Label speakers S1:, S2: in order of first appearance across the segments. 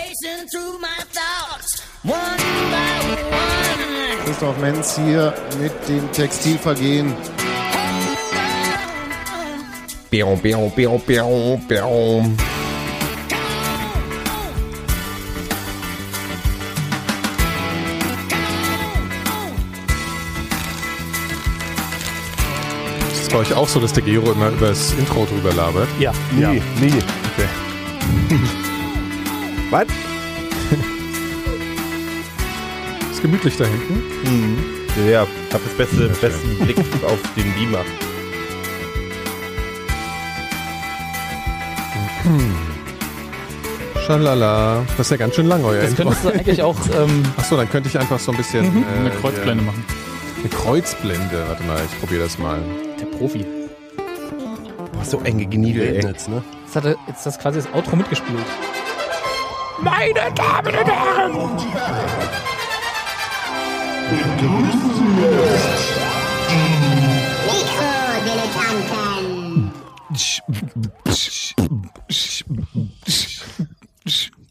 S1: Running through my thoughts, one by one.
S2: Christoph Menz hier mit dem Textilvergehen.
S3: Biau, biau, biau, biau, biau.
S4: Ist es bei euch auch so, dass der Gero immer über das Intro drüber labert?
S5: Ja.
S6: Nie,
S5: ja.
S6: nie. Was?
S4: Ist gemütlich da hinten.
S6: Ja, ich habe den beste, besten Blick auf den Beamer.
S4: Schalala. Das ist ja ganz schön lang, euer
S5: Das
S4: Intro.
S5: könntest du eigentlich auch. Ähm,
S4: Achso, dann könnte ich einfach so ein bisschen. äh,
S7: Eine Kreuzblende machen.
S4: hier- Eine Kreuzblende. Warte mal, ich probiere das mal.
S5: der Profi.
S6: Boah, so eng gegniedelt, ey.
S2: ne?
S5: Jetzt hat er jetzt das quasi das Outro mitgespielt.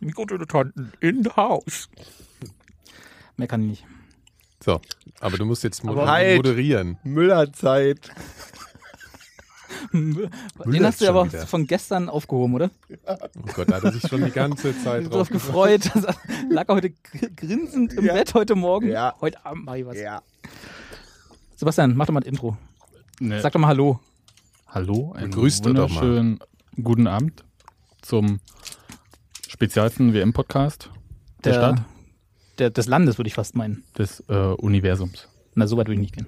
S7: Mikrodilettanten in Haus.
S5: Mehr kann ich nicht.
S4: So. Aber du musst jetzt mod
S6: Aber halt.
S4: moderieren.
S6: Müllerzeit.
S5: Den hast du ja
S4: schon
S5: aber
S4: wieder.
S5: von gestern aufgehoben, oder?
S4: Oh Gott, da hat er sich schon die ganze Zeit drauf
S5: Darauf gefreut. Lag er heute gr- grinsend im Bett heute Morgen.
S6: Ja.
S5: Heute Abend mach ich was.
S6: Ja.
S5: Sebastian, mach doch mal ein Intro.
S7: Nee.
S5: Sag doch mal Hallo.
S7: Ne, Hallo, einen
S4: Begrüßt du doch mal.
S7: wunderschönen guten Abend zum spezialsten WM-Podcast der, Stadt,
S5: der- des Landes, würde ich fast meinen.
S7: des äh, Universums.
S5: Na, so weit will ich nicht gehen.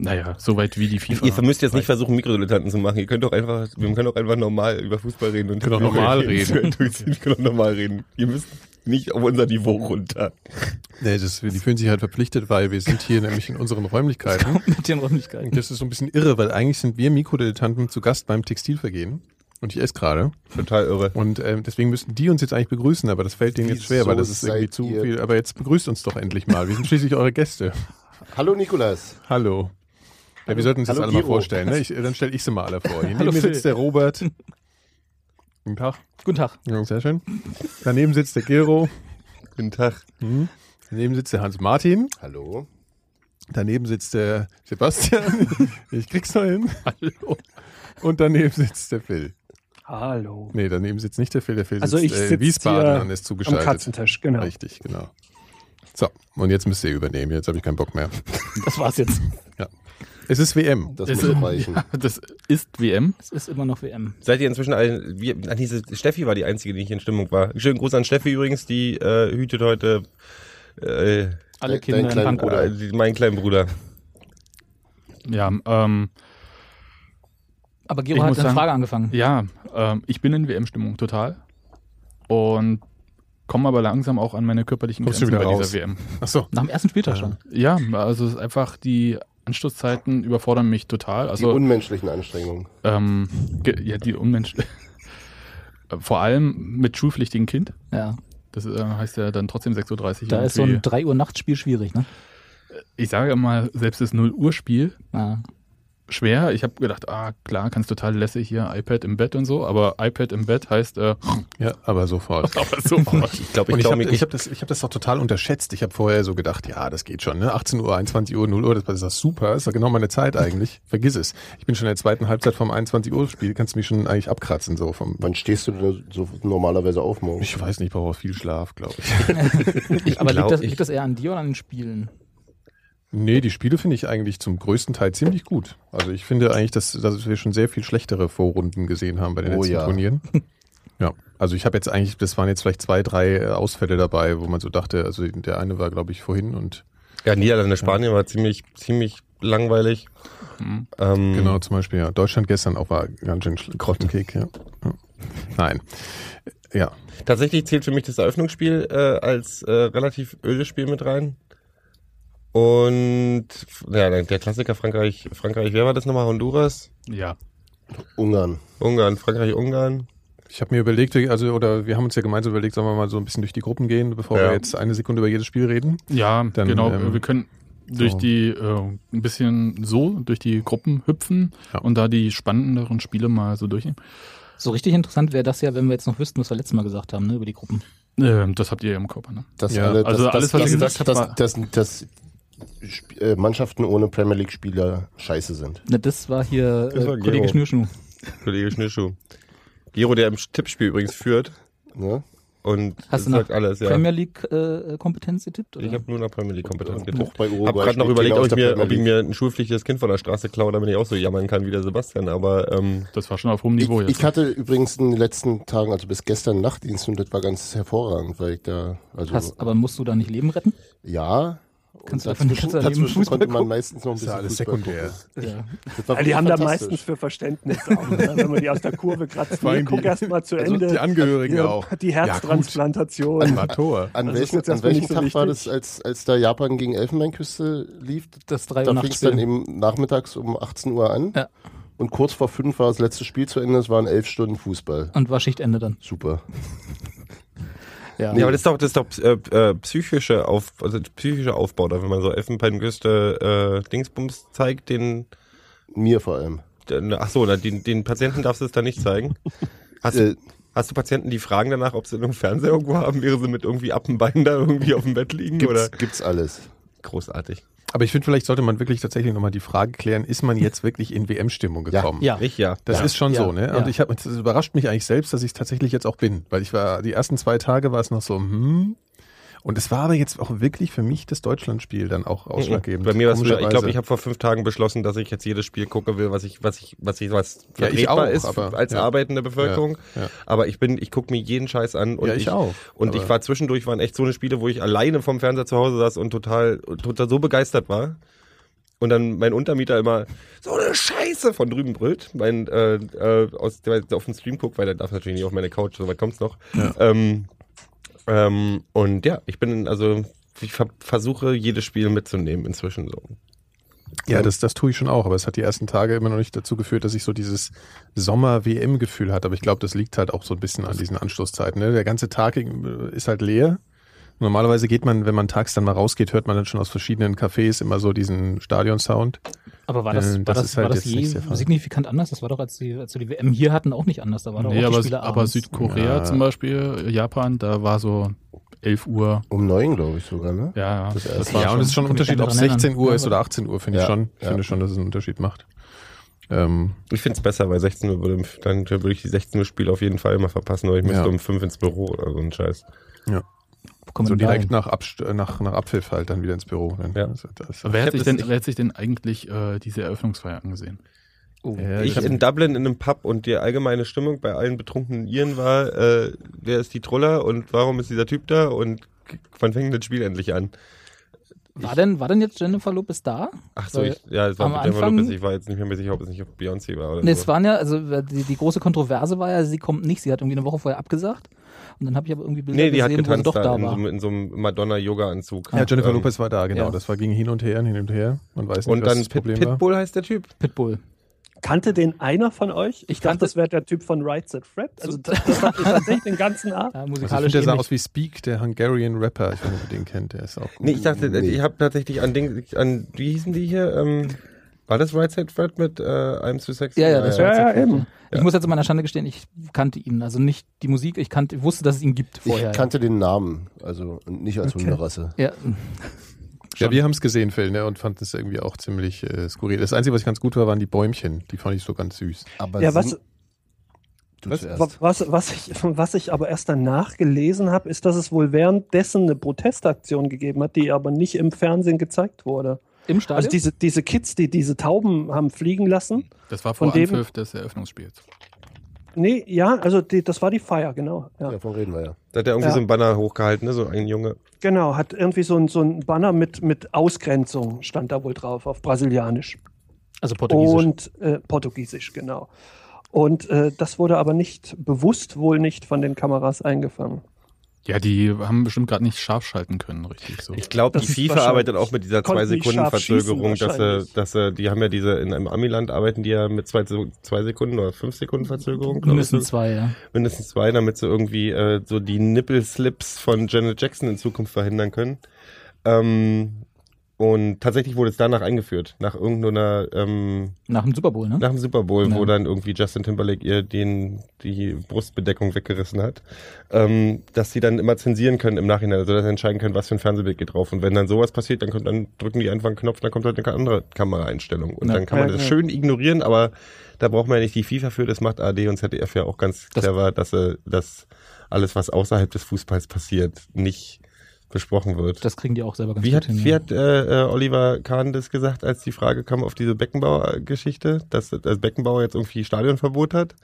S7: Naja, soweit wie die FIFA.
S6: Ihr müsst jetzt nicht versuchen, Mikrodilettanten zu machen. Ihr könnt doch einfach, wir können doch einfach normal über Fußball reden und
S4: Können auch normal reden.
S6: Wir können auch normal reden. Ihr müsst nicht auf unser Niveau runter.
S4: Nee, das, die fühlen sich halt verpflichtet, weil wir sind hier nämlich in unseren Räumlichkeiten.
S5: Mit den Räumlichkeiten.
S4: Und das ist so ein bisschen irre, weil eigentlich sind wir Mikrodilettanten zu Gast beim Textilvergehen. Und ich esse gerade.
S6: Total irre.
S4: Und ähm, deswegen müssten die uns jetzt eigentlich begrüßen, aber das fällt denen jetzt schwer,
S2: Wieso
S4: weil das ist irgendwie
S2: seid
S4: zu
S2: ihr-
S4: viel. Aber jetzt begrüßt uns doch endlich mal. Wir sind schließlich eure Gäste.
S2: Hallo Nikolas.
S4: Hallo. Ja, wir sollten uns jetzt
S2: Hallo,
S4: alle mal
S2: Giro.
S4: vorstellen. Ne? Ich, äh, dann stelle ich sie mal alle vor. Hier neben
S5: Hallo,
S4: mir
S5: Phil.
S4: sitzt der Robert. Guten Tag.
S5: Guten Tag.
S4: Ja, sehr schön. Daneben sitzt der Gero.
S6: Guten Tag.
S4: Daneben sitzt der Hans-Martin.
S2: Hallo.
S4: Daneben sitzt der Sebastian. Ich krieg's noch hin. Hallo. Und daneben sitzt der Phil.
S8: Hallo.
S4: Nee, daneben sitzt nicht der Phil. Der Phil
S8: Also
S4: sitzt
S8: ich
S4: äh,
S8: sitz
S4: Wiesbaden
S8: hier
S4: und ist
S8: Am
S4: zugeschaltet.
S8: Katzentisch, genau.
S4: Richtig, genau. So, und jetzt müsst ihr übernehmen. Jetzt habe ich keinen Bock mehr.
S5: Das war's jetzt.
S4: Ja. Es ist WM.
S2: Das
S7: Das
S2: muss
S7: ist,
S2: doch reichen.
S7: ja, das ist WM.
S5: Es ist immer noch WM.
S6: Seid ihr inzwischen alle, wir, ah, diese Steffi war die einzige, die nicht in Stimmung war. Schönen Gruß an Steffi übrigens, die äh, hütet heute äh,
S5: Alle
S2: Dein-
S5: Kinder
S2: dein
S5: in
S2: kleiner
S5: Frankfurt.
S2: Bruder.
S6: äh, die- meinen kleinen Bruder.
S7: Ja, ähm,
S5: Aber
S7: Ich
S5: Gero hat
S7: muss
S5: eine
S7: sagen-
S5: Frage angefangen.
S7: ja ähm, ich bin in WM-Stimmung total. Und komme aber langsam auch an meine körperlichen
S4: Kommst du
S7: Grenzen
S4: wieder
S7: bei
S4: raus?
S7: dieser WM.
S4: Achso.
S5: Nach dem ersten Spieltag schon.
S7: Ja, also es ist einfach, die Anschlusszeiten überfordern mich total.
S2: Die
S7: Also
S2: unmenschlichen Anstrengungen.
S7: Ähm, ge- ja, die Unmenschen. Äh, Vor allem mit schulpflichtigen Kind.
S5: Ja.
S7: Das äh, heißt ja dann trotzdem 6.30 Uhr.
S5: Da ist so ein
S7: irgendwie.
S5: 3 Uhr Nachtspiel schwierig, ne?
S7: ich sage mal, selbst das 0 Uhr Spiel
S5: Ja.
S7: schwer. Ich habe gedacht, ah klar, kannst total lässig hier iPad im Bett und so, aber iPad im Bett heißt äh,
S4: Ja, aber sofort.
S7: aber sofort.
S6: Ich glaube,
S4: Und ich
S6: ich glaube,
S4: habe
S6: mir-
S4: ich hab das, ich hab das doch total unterschätzt. Ich habe vorher so gedacht, ja, das geht schon, ne? 18 Uhr, 21 Uhr, 0 Uhr, das ist das super, ist doch genau meine Zeit eigentlich. Vergiss es. Ich bin schon in der zweiten Halbzeit vom 21 Uhr Spiel, kannst du mich schon eigentlich abkratzen so vom
S2: Wann stehst du denn so normalerweise auf morgen?
S4: Ich weiß nicht, ich brauche auch viel Schlaf, glaube ich.
S5: Aber
S6: glaub,
S5: liegt das,
S6: ich-
S5: liegt das eher an dir oder an den Spielen?
S4: Nee, die Spiele finde ich eigentlich zum größten Teil ziemlich gut. Also ich finde eigentlich, dass, dass wir schon sehr viel schlechtere Vorrunden gesehen haben bei den
S2: Oh
S4: letzten
S2: ja.
S4: Turnieren. Ja, also ich habe jetzt eigentlich, das waren jetzt vielleicht zwei, drei äh, Ausfälle dabei, wo man so dachte, also der eine war, glaube ich, vorhin und
S6: ja, Niederlande, Spanien war ziemlich, ziemlich langweilig. Ähm,
S4: genau zum Beispiel, ja, Deutschland gestern auch war ganz schön schl- grottenkick, ja. ja. Nein. Ja,
S6: Tatsächlich zählt für mich das Eröffnungsspiel äh, als äh, relativ ödes Spiel mit rein. Und ja, der Klassiker Frankreich, Frankreich, wer war das nochmal? Honduras?
S7: ja.
S2: Ungarn.
S6: Ungarn, Frankreich, Ungarn.
S4: ich habe mir überlegt, wie- also oder wir haben uns ja gemeinsam überlegt, sollen wir mal so ein bisschen durch die Gruppen gehen, bevor
S6: Ja.
S4: wir jetzt eine Sekunde über jedes Spiel reden.
S7: Ja,
S4: Dann,
S7: genau.
S4: ähm,
S7: wir können durch
S4: so.
S7: die äh, ein bisschen so durch die Gruppen hüpfen
S4: Ja.
S7: und da die spannenderen Spiele mal so durchnehmen.
S5: So richtig interessant wäre das ja, wenn wir jetzt noch wüssten, was wir letztes Mal gesagt haben, ne, über die Gruppen.
S7: Ähm, das habt ihr ja im Körper, ne?
S2: Dass
S4: Ja,
S2: alle,
S7: also
S2: dass,
S7: alles,
S2: dass,
S7: was ihr
S2: dass,
S7: gesagt
S2: dass,
S7: habt,
S2: dass, dass, Sp- äh, Mannschaften ohne Premier League-Spieler scheiße sind.
S5: Na, Ne, das war hier
S6: Das war
S5: äh, Kollege
S6: Gero.
S5: Schnürschuh.
S6: Kollege Schnürschuh. Gero, der im Tippspiel übrigens führt
S2: Ne?
S6: und
S5: Hast du
S6: das sagt
S5: nach
S6: alles, ja.
S5: Premier League äh, Kompetenz getippt? Oder?
S6: Ich habe nur nach Premier League Kompetenz
S2: Auch
S6: getippt.
S2: bei
S6: Hab
S2: Uruguay.
S6: gerade noch
S2: spielt
S6: überlegt,
S2: jeder
S6: ob
S2: aus
S6: ich,
S2: der
S6: mir,
S2: Premier
S6: ob ich
S2: League.
S6: mir ein schulpflichtiges Kind von der Straße klaue, damit ich auch so jammern kann wie der Sebastian, aber ähm,
S7: Das war schon auf hohem Niveau
S2: ich,
S7: jetzt. ne?
S2: ich hatte übrigens in den letzten Tagen, also bis gestern Nachtdienst und das war ganz hervorragend, weil ich da, also
S5: Hast, aber musst du da nicht Leben retten?
S2: ja.
S5: Kannst du
S2: und
S5: einfach nicht
S2: dazwischen,
S5: ganze Leben
S2: dazwischen
S5: Fußball
S2: konnte man
S5: gucken?
S2: meistens noch ein
S4: Das ist
S2: bisschen
S4: ja alles
S2: Fußball gucken.
S4: sekundär.
S5: Ja.
S2: Das war
S8: Ja, die haben da
S2: fantastisch.
S8: meistens für Verständnis auch, ne? wenn man die aus der Kurve kratzt. Nee, guck erst mal zu
S4: also Die
S8: Ende.
S4: Angehörigen
S8: Ja,
S4: auch.
S8: Die Herztransplantation.
S4: Ja, gut, war Tor.
S2: An
S8: Also ist
S2: welchem,
S8: jetzt
S2: an
S8: erstmal
S2: welchem
S8: nicht so
S2: Tag war
S8: wichtig.
S2: das, als, als da Japan gegen Elfenbeinküste lief?
S5: Das 3 Uhr
S2: Da fing
S5: nachts
S2: es dann
S5: Spiel.
S2: eben nachmittags um 18 Uhr an.
S5: Ja.
S2: Und kurz vor fünf war das letzte Spiel zu Ende. Es waren elf Stunden Fußball.
S5: Und war Schichtende dann.
S2: Super.
S5: Ja.
S6: Ja, aber das ist doch, das ist doch äh, äh, psychische Auf, also psychischer Aufbau, da wenn man so Elfenbeinküste äh, Dingsbums zeigt, den,
S2: Mir vor allem.
S6: den ach so, na, den, den Patienten darfst du es da nicht zeigen. Hast, du-
S2: Äh,
S6: hast du Patienten, die fragen danach, ob sie einen Fernseher irgendwo haben, wäre sie mit irgendwie ab dem Bein da irgendwie auf dem Bett liegen
S2: gibt's,
S6: oder
S2: gibt's alles.
S6: großartig.
S4: Aber ich finde, vielleicht sollte man wirklich tatsächlich nochmal die Frage klären, ist man jetzt wirklich in WM-Stimmung
S2: Ja.
S4: gekommen?
S5: ja.
S6: Ich ja.
S4: Das
S5: Ja.
S4: ist schon
S5: Ja.
S4: so, ne? Und
S5: Ja.
S4: ich habe, das überrascht mich eigentlich selbst, dass ich es tatsächlich jetzt auch bin, weil ich war die ersten zwei Tage war es noch so, hm. Und es war aber jetzt auch wirklich für mich das Deutschlandspiel dann auch ausschlaggebend.
S6: Bei mir war es früher, ich glaube,
S4: Komischerweise.
S6: ich habe vor fünf Tagen beschlossen, dass ich jetzt jedes Spiel gucke will, was ich, was ich, was ich, was
S4: Ja, ich
S6: vertretbar
S4: auch,
S6: ist
S4: aber-
S6: als
S4: ja.
S6: arbeitende Bevölkerung.
S4: Ja, ja.
S6: Aber ich bin, ich gucke mir jeden Scheiß an und
S4: Ja, ich auch.
S6: Und
S4: Aber-
S6: ich war zwischendurch waren echt so eine Spiele, wo ich alleine vom Fernseher zu Hause saß und total, total so begeistert war. Und dann mein Untermieter immer so eine Scheiße von drüben brüllt, mein, äh, äh, aus, der auf den Stream guckt, weil der darf natürlich nicht auf meine Couch, so weit kommt's noch. Ähm, ähm, und ja, ich bin also ich ver versuche jedes Spiel mitzunehmen inzwischen so.
S4: Ja, das, das tue ich schon auch, aber es hat die ersten Tage immer noch nicht dazu geführt, dass ich so dieses Sommer-WM-Gefühl hatte. Aber ich glaube, das liegt halt auch so ein bisschen an diesen Anschlusszeiten. Ne? Der ganze Tag äh, ist halt leer. Normalerweise geht man, wenn man tags dann mal rausgeht, hört man dann schon aus verschiedenen Cafés immer so diesen Stadion-Sound.
S5: Aber war das,
S4: Ähm,
S5: war
S4: das
S5: das,
S4: ist halt
S5: war das
S4: jetzt
S5: je
S4: nicht der Fall.
S5: signifikant anders? Das war doch, als, die, als wir die WM hier hatten, auch nicht anders. Da war doch
S7: Nee,
S5: auch die
S7: aber,
S5: Spiele
S7: aber
S5: abends.
S7: Südkorea
S4: Ja.
S7: zum Beispiel, Japan, da war so 11 Uhr.
S2: Um neun, glaube ich sogar, ne?
S7: Ja, ja.
S2: Das
S7: Das
S2: erste
S7: war
S4: Ja, und es ist schon ein
S5: kann mich
S4: Unterschied,
S5: gar
S4: ob
S5: nicht
S4: es
S5: dran erinnern.
S4: 16 Uhr
S5: Ja,
S4: ist
S5: aber-
S4: oder 18 Uhr, finde ich
S2: Ja,
S4: schon. Ich
S2: ja.
S4: finde schon, dass es einen Unterschied macht. Ähm,
S6: Ich finde es besser, weil 16 Uhr würde, dann würde ich die 16 Uhr Spiele auf jeden Fall immer verpassen, oder ich müsste
S4: Ja.
S6: um 5 ins Büro oder so ein Scheiß.
S5: Wo kommen
S4: so
S5: wir denn da
S4: direkt
S5: hin?
S4: nach, Abst äh, nach, nach Abpfiff halt dann wieder ins Büro. Dann-
S6: Ja.
S4: Das, das,
S7: Wer
S6: hab
S7: hat, sich
S6: das
S7: denn,
S6: nicht-
S7: wer hat sich denn eigentlich äh, diese Eröffnungsfeier angesehen?
S5: Oh.
S4: ja,
S6: ich
S4: das-
S6: in Dublin in einem Pub und die allgemeine Stimmung bei allen betrunkenen Iren war, äh, wer ist die Troller und warum ist dieser Typ da und k- wann fängt das Spiel endlich an?
S5: War denn, war denn jetzt Jennifer Lopez da?
S6: Ach so,
S5: Weil
S6: ich, ja, es war
S5: am
S6: mit Jennifer
S5: Anfang-
S6: Lopez, ich war jetzt nicht mehr sicher, ob es nicht auf Beyoncé war oder
S5: Nee,
S6: so.
S5: es waren ja, also die, die große Kontroverse war ja, sie kommt nicht. Sie hat irgendwie eine Woche vorher abgesagt. Und dann habe ich aber irgendwie Bilder
S6: nee, die hat
S5: gesehen, wo sie
S6: getanzt
S5: doch
S6: da,
S5: da
S6: in, so,
S5: war.
S6: einem- in so einem Madonna-Yoga-Anzug.
S4: ja, Jennifer
S6: Ähm,
S4: Lopez war da, genau.
S5: ja.
S4: Das war ging hin und her, hin und her. Man weiß nicht,
S6: Und
S4: was
S6: dann
S4: das
S6: Pit,
S4: Problem ne? war.
S6: Pitbull heißt der Typ.
S5: Pitbull.
S8: Kannte den einer von euch? Ich dachte,
S5: kannte-
S8: das wäre der Typ von Right Said Fred. Also das, das hat mich tatsächlich den ganzen Abend.
S5: Ja,
S4: Also ich
S5: musikalisch
S4: finde, der sah
S5: ähnlich.
S4: aus wie Speak, der Hungarian Rapper. Ich weiß nicht, ob ihr den kennt, der ist auch gut.
S6: Nee, ich dachte,
S2: Nee.
S6: ich habe tatsächlich an Ding, an, wie hießen die hier? Ähm, war das Right Side Fred mit äh, I'm Too Sexy?
S5: Ja, ja, das war
S8: Ja, ja, eben.
S5: Ich muss jetzt zu meiner Schande gestehen, ich kannte ihn. Also nicht die Musik, ich kannte, wusste, dass es ihn gibt vorher.
S2: Ich kannte den Namen, also und nicht als Hunderasse.
S5: ja.
S4: ja, wir haben es gesehen, Phil, ne, und fanden es irgendwie auch ziemlich äh, skurril. Das Einzige, was ich ganz gut war, waren die Bäumchen. Die fand ich so ganz süß.
S2: Aber
S8: Ja, was,
S2: sind- du
S4: was-
S2: zuerst.
S8: was, was, was, ich, was ich aber erst danach gelesen habe, ist, dass es wohl währenddessen eine Protestaktion gegeben hat, die aber nicht im Fernsehen gezeigt wurde.
S5: Im Stadion.
S8: Also diese, diese Kids, die diese Tauben haben fliegen lassen.
S7: Das war vor
S8: Von dem-
S7: Anpfiff des Eröffnungsspiels.
S8: Nee, ja, also die, das war die Feier, genau. Ja.
S2: Davon reden wir ja.
S6: Da hat er irgendwie
S8: Ja.
S6: so einen Banner hochgehalten, ne? so ein Junge.
S8: Genau, hat irgendwie so ein, so ein Banner mit, mit Ausgrenzung, stand da wohl drauf, auf Brasilianisch.
S5: also Portugiesisch.
S8: Und äh, Portugiesisch, genau. Und äh, das wurde aber nicht bewusst wohl nicht von den Kameras eingefangen.
S7: Ja, die haben bestimmt gerade nicht scharf schalten können, richtig so.
S6: Ich glaube, die
S8: Das ist
S6: FIFA
S8: wahrscheinlich-
S6: arbeitet auch mit dieser zwei
S8: konnten nicht
S6: Sekunden
S8: scharf
S6: Verzögerung,
S8: schießen
S6: dass sie,
S8: wahrscheinlich.
S6: dass sie, die haben ja diese in einem Amiland arbeiten die ja mit zwei, Se- zwei Sekunden oder fünf Sekunden Verzögerung, glaub
S5: Mindestens
S6: ich,
S5: zwei, ja.
S6: so, mindestens zwei, damit sie irgendwie äh, so die Nippelslips von Janet Jackson in Zukunft verhindern können. Ähm, Und tatsächlich wurde es danach eingeführt, nach irgendeiner, ähm,
S5: Nach dem Super Bowl, ne?
S6: nach dem Super Bowl, wo
S5: Ja.
S6: dann irgendwie Justin Timberlake ihr den, die Brustbedeckung weggerissen hat, ähm, dass sie dann immer zensieren können im Nachhinein, also dass sie entscheiden können, was für ein Fernsehbild geht drauf. Und wenn dann sowas passiert, dann, kommt, dann drücken die einfach einen Knopf, dann kommt halt eine andere Kameraeinstellung. Und
S5: Ja.
S6: dann kann man
S8: Ja,
S6: das
S8: ja.
S6: schön ignorieren, aber da braucht man ja nicht die FIFA für, das macht AD und ZDF ja auch ganz
S5: Das-
S6: clever, dass, sie- dass alles, was außerhalb des Fußballs passiert, nicht besprochen wird.
S5: Das kriegen die auch selber ganz
S6: Wie
S5: gut
S6: hat,
S5: hin.
S6: wie hat äh, äh, Oliver Kahn das gesagt, als die Frage kam auf diese Beckenbauer-Geschichte, dass, dass Beckenbauer jetzt irgendwie Stadionverbot hat,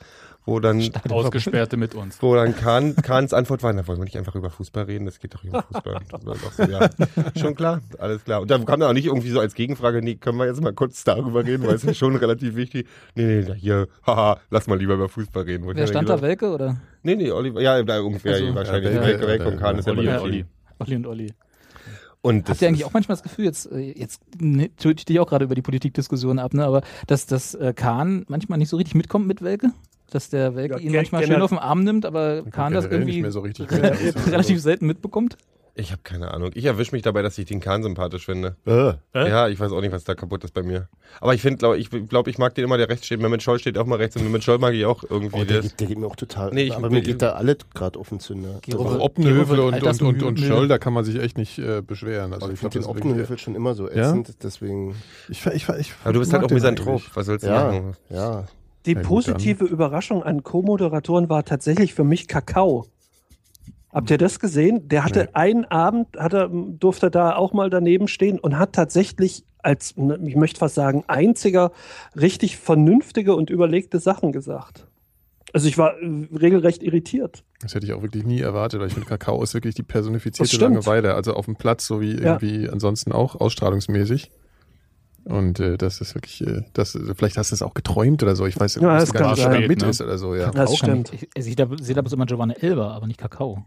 S6: wo dann,
S7: Ausgesperrte mit uns.
S6: wo dann Kahn, Kahns Antwort war, da wollen wir nicht einfach über Fußball reden, das geht doch über Fußball. Und dann auch so, ja, schon klar, alles klar. Und dann kam dann auch nicht irgendwie so als Gegenfrage, nee, können wir jetzt mal kurz darüber reden, weil es ist schon relativ wichtig. Nee, nee, na hier, haha, lass mal lieber über Fußball reden. Wo ich
S5: Wer
S6: dann
S5: stand da,
S6: gesagt-
S5: Welke oder
S6: Nee, nee, Oliver, ja, da irgendwer
S5: Also,
S6: wahrscheinlich.
S4: ja,
S6: Welke,
S4: Welke,
S6: Welke und Kahn ist ja
S7: Olli,
S6: bei
S7: ja,
S6: dem
S7: Olli.
S6: Team.
S5: Olli und Olli?
S6: Und das
S5: Habt ihr eigentlich
S6: ist-
S5: auch manchmal das Gefühl, jetzt, äh, jetzt ne, töte ich dich auch gerade über die Politikdiskussion ab, ne? aber dass, dass äh, Kahn manchmal nicht so richtig mitkommt mit Welke? Dass der Welke
S8: Ja,
S5: ihn
S8: gen-
S5: manchmal schön
S8: generell-
S5: auf den Arm nimmt, aber Kahn das
S4: generell
S5: irgendwie
S4: nicht mehr so richtig mit.
S5: relativ selten mitbekommt?
S6: Ich habe keine Ahnung. Ich erwische mich dabei, dass ich den Kahn sympathisch finde. Ja, ich weiß auch nicht, was da kaputt ist bei mir. Aber ich finde, glaube ich, glaub, ich mag den immer, der rechts steht. Mehmet Scholl steht auch mal rechts und Mehmet Scholl mag ich auch irgendwie.
S2: Oh, der,
S6: das.
S2: geht, der geht mir auch total.
S6: Nee, ich-
S2: aber mir
S6: nee.
S2: geht da alle gerade auf den Zünder.
S5: Gero-
S2: Also,
S4: Oppenhövel und, und, und, und
S5: Altersmüde.
S4: Scholl, da kann man sich echt nicht äh, beschweren. Also
S2: ich
S4: ich
S2: finde den
S4: glaub, das ist wirklich- äh,
S2: Oppenhövel schon immer so
S4: Ja?
S2: ätzend, deswegen.
S4: Ich, ich, ich, ich
S6: Aber du bist
S4: mag
S6: halt auch
S4: den
S6: Misanthrop.
S4: eigentlich.
S6: Was sollst du
S2: Ja,
S6: machen?
S2: ja.
S8: Die
S4: Na gut,
S8: positive Überraschung an Co-Moderatoren war tatsächlich für mich Kakao. Habt ihr das gesehen? Der hatte einen Abend, hat er, durfte er da auch mal daneben stehen und hat tatsächlich als, ne, ich möchte fast sagen, einziger richtig vernünftige und überlegte Sachen gesagt. Also ich war äh, regelrecht irritiert.
S4: Das hätte ich auch wirklich nie erwartet, weil ich finde, Kakao ist wirklich die personifizierte
S8: Das stimmt.
S4: Langeweile. Also auf dem Platz, so wie
S8: Ja.
S4: irgendwie ansonsten auch ausstrahlungsmäßig. Und äh, das ist wirklich, äh, das, vielleicht hast du es auch geträumt oder so. Ich weiß
S8: Ja, das
S4: wusste gar
S8: kann
S4: nicht, wer da
S7: sein.
S4: mit
S7: Ne?
S4: ist oder so, ja.
S8: Das
S5: Kakao kann
S8: stimmt.
S5: Ich, ich, also ich da- sehe da bloß immer Giovanni Elber, aber nicht Kakao.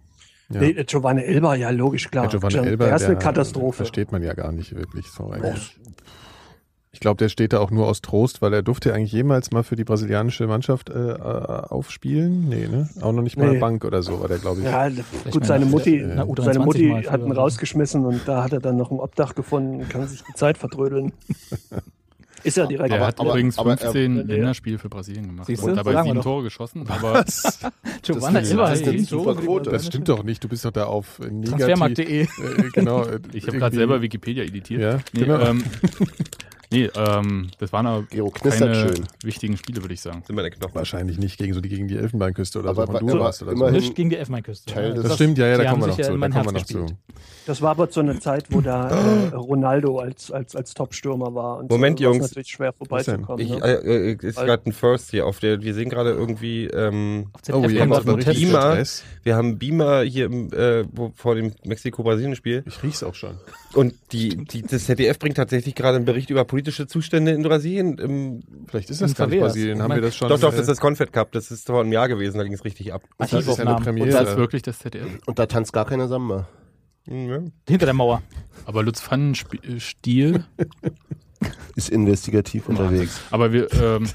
S4: Ja.
S8: Nee, Giovanni Elber, ja, logisch, klar.
S4: Ja, Giovanni
S8: Stimmt.
S4: Elber,
S8: der ist eine
S4: der-
S8: Katastrophe.
S4: Versteht man ja gar nicht wirklich so eigentlich. Ich glaube, der steht da auch nur aus Trost, weil er durfte eigentlich jemals mal für die brasilianische Mannschaft äh, äh, aufspielen. Nee, ne? Auch noch nicht mal
S8: Nee.
S4: eine Bank oder so war der, glaube ich.
S8: Ja, gut,
S5: mal
S8: seine
S5: nach-
S8: Mutti,
S5: nach U23
S8: seine Mutti
S5: mal
S8: hat ihn
S5: früher.
S8: rausgeschmissen und da hat er dann noch ein Obdach gefunden, kann sich die Zeit vertrödeln. Ist ja direkt.
S7: Der hat
S2: aber-
S7: übrigens
S2: aber er-
S7: 15
S8: Ja.
S7: Länderspiele für Brasilien gemacht
S5: Siehst du?
S7: und dabei
S5: Sagen wir
S7: sieben
S5: doch.
S7: Tore geschossen. Aber
S5: Giovanni
S7: ist-
S5: Elber
S7: das
S5: heißt
S7: ist eine
S5: die.
S2: super Quote.
S4: Das stimmt doch nicht. Du bist doch da auf äh, negativ.
S5: Transfermarkt.de.
S4: Äh, genau. äh,
S7: ich habe
S4: irgendwie-
S7: gerade selber Wikipedia editiert.
S4: Ja,
S7: nee,
S4: genau.
S7: ähm, nee ähm, das waren aber
S2: Gero knistert
S7: keine
S2: schön.
S7: wichtigen Spiele, würde ich sagen.
S6: Sind meine Knochen.
S4: Wahrscheinlich nicht gegen so die gegen die Elfenbeinküste oder
S2: Aber
S4: so
S2: wa-
S4: Honduras
S2: aber
S4: oder
S2: immerhin-
S4: so.
S5: Nicht gegen die Elfenbeinküste.
S2: Teil des-
S4: Das stimmt, ja, ja, da
S5: Die
S4: kommen wir
S5: haben
S4: noch
S5: sich ja
S4: zu.
S5: in
S4: Da
S5: mein
S4: kommen wir noch
S5: Herz
S4: zu.
S5: gespielt.
S8: Das war aber zu einer Zeit, wo da äh, Ronaldo als, als, als Top-Stürmer war. Und
S6: Moment,
S8: so, war's
S6: Jungs.
S8: natürlich schwer
S6: Ich,
S8: vorbeizukommen. ne?
S6: äh, äh, ist gerade ein First hier auf der. Wir sehen gerade irgendwie. Ähm,
S5: Auf
S4: Oh,
S5: ZDF
S4: ja,
S5: kommt
S6: aber
S4: das
S5: gerade
S4: war
S5: ein
S6: mit
S4: richtig
S5: Test.
S6: Beamer.
S4: Stress.
S6: wir haben Beamer hier im, äh, wo, vor dem Mexiko-Brasilien-Spiel.
S4: Ich riech's auch schon.
S6: Und die, die, das ZDF bringt tatsächlich gerade einen Bericht über politische Zustände in Brasilien. Im,
S4: Vielleicht ist das
S5: In
S4: gar nicht
S5: Favelas.
S4: Brasilien.
S5: Ich
S4: Haben
S5: mein-
S4: wir das schon?
S6: doch, doch,
S4: äh,
S6: das ist das Confed Cup. Das ist vor einem Jahr gewesen. Da ging es richtig ab.
S4: das ist ja eine
S5: Archivaufnahmen.
S4: Premiere.
S7: Und das ist wirklich das ZDF.
S2: Und da tanzt gar keiner Samba.
S6: Hm, ja.
S5: Hinter der Mauer.
S7: Aber Lutz äh, Pfannenstiel,
S2: Ist investigativ unterwegs.
S7: aber wir, ähm,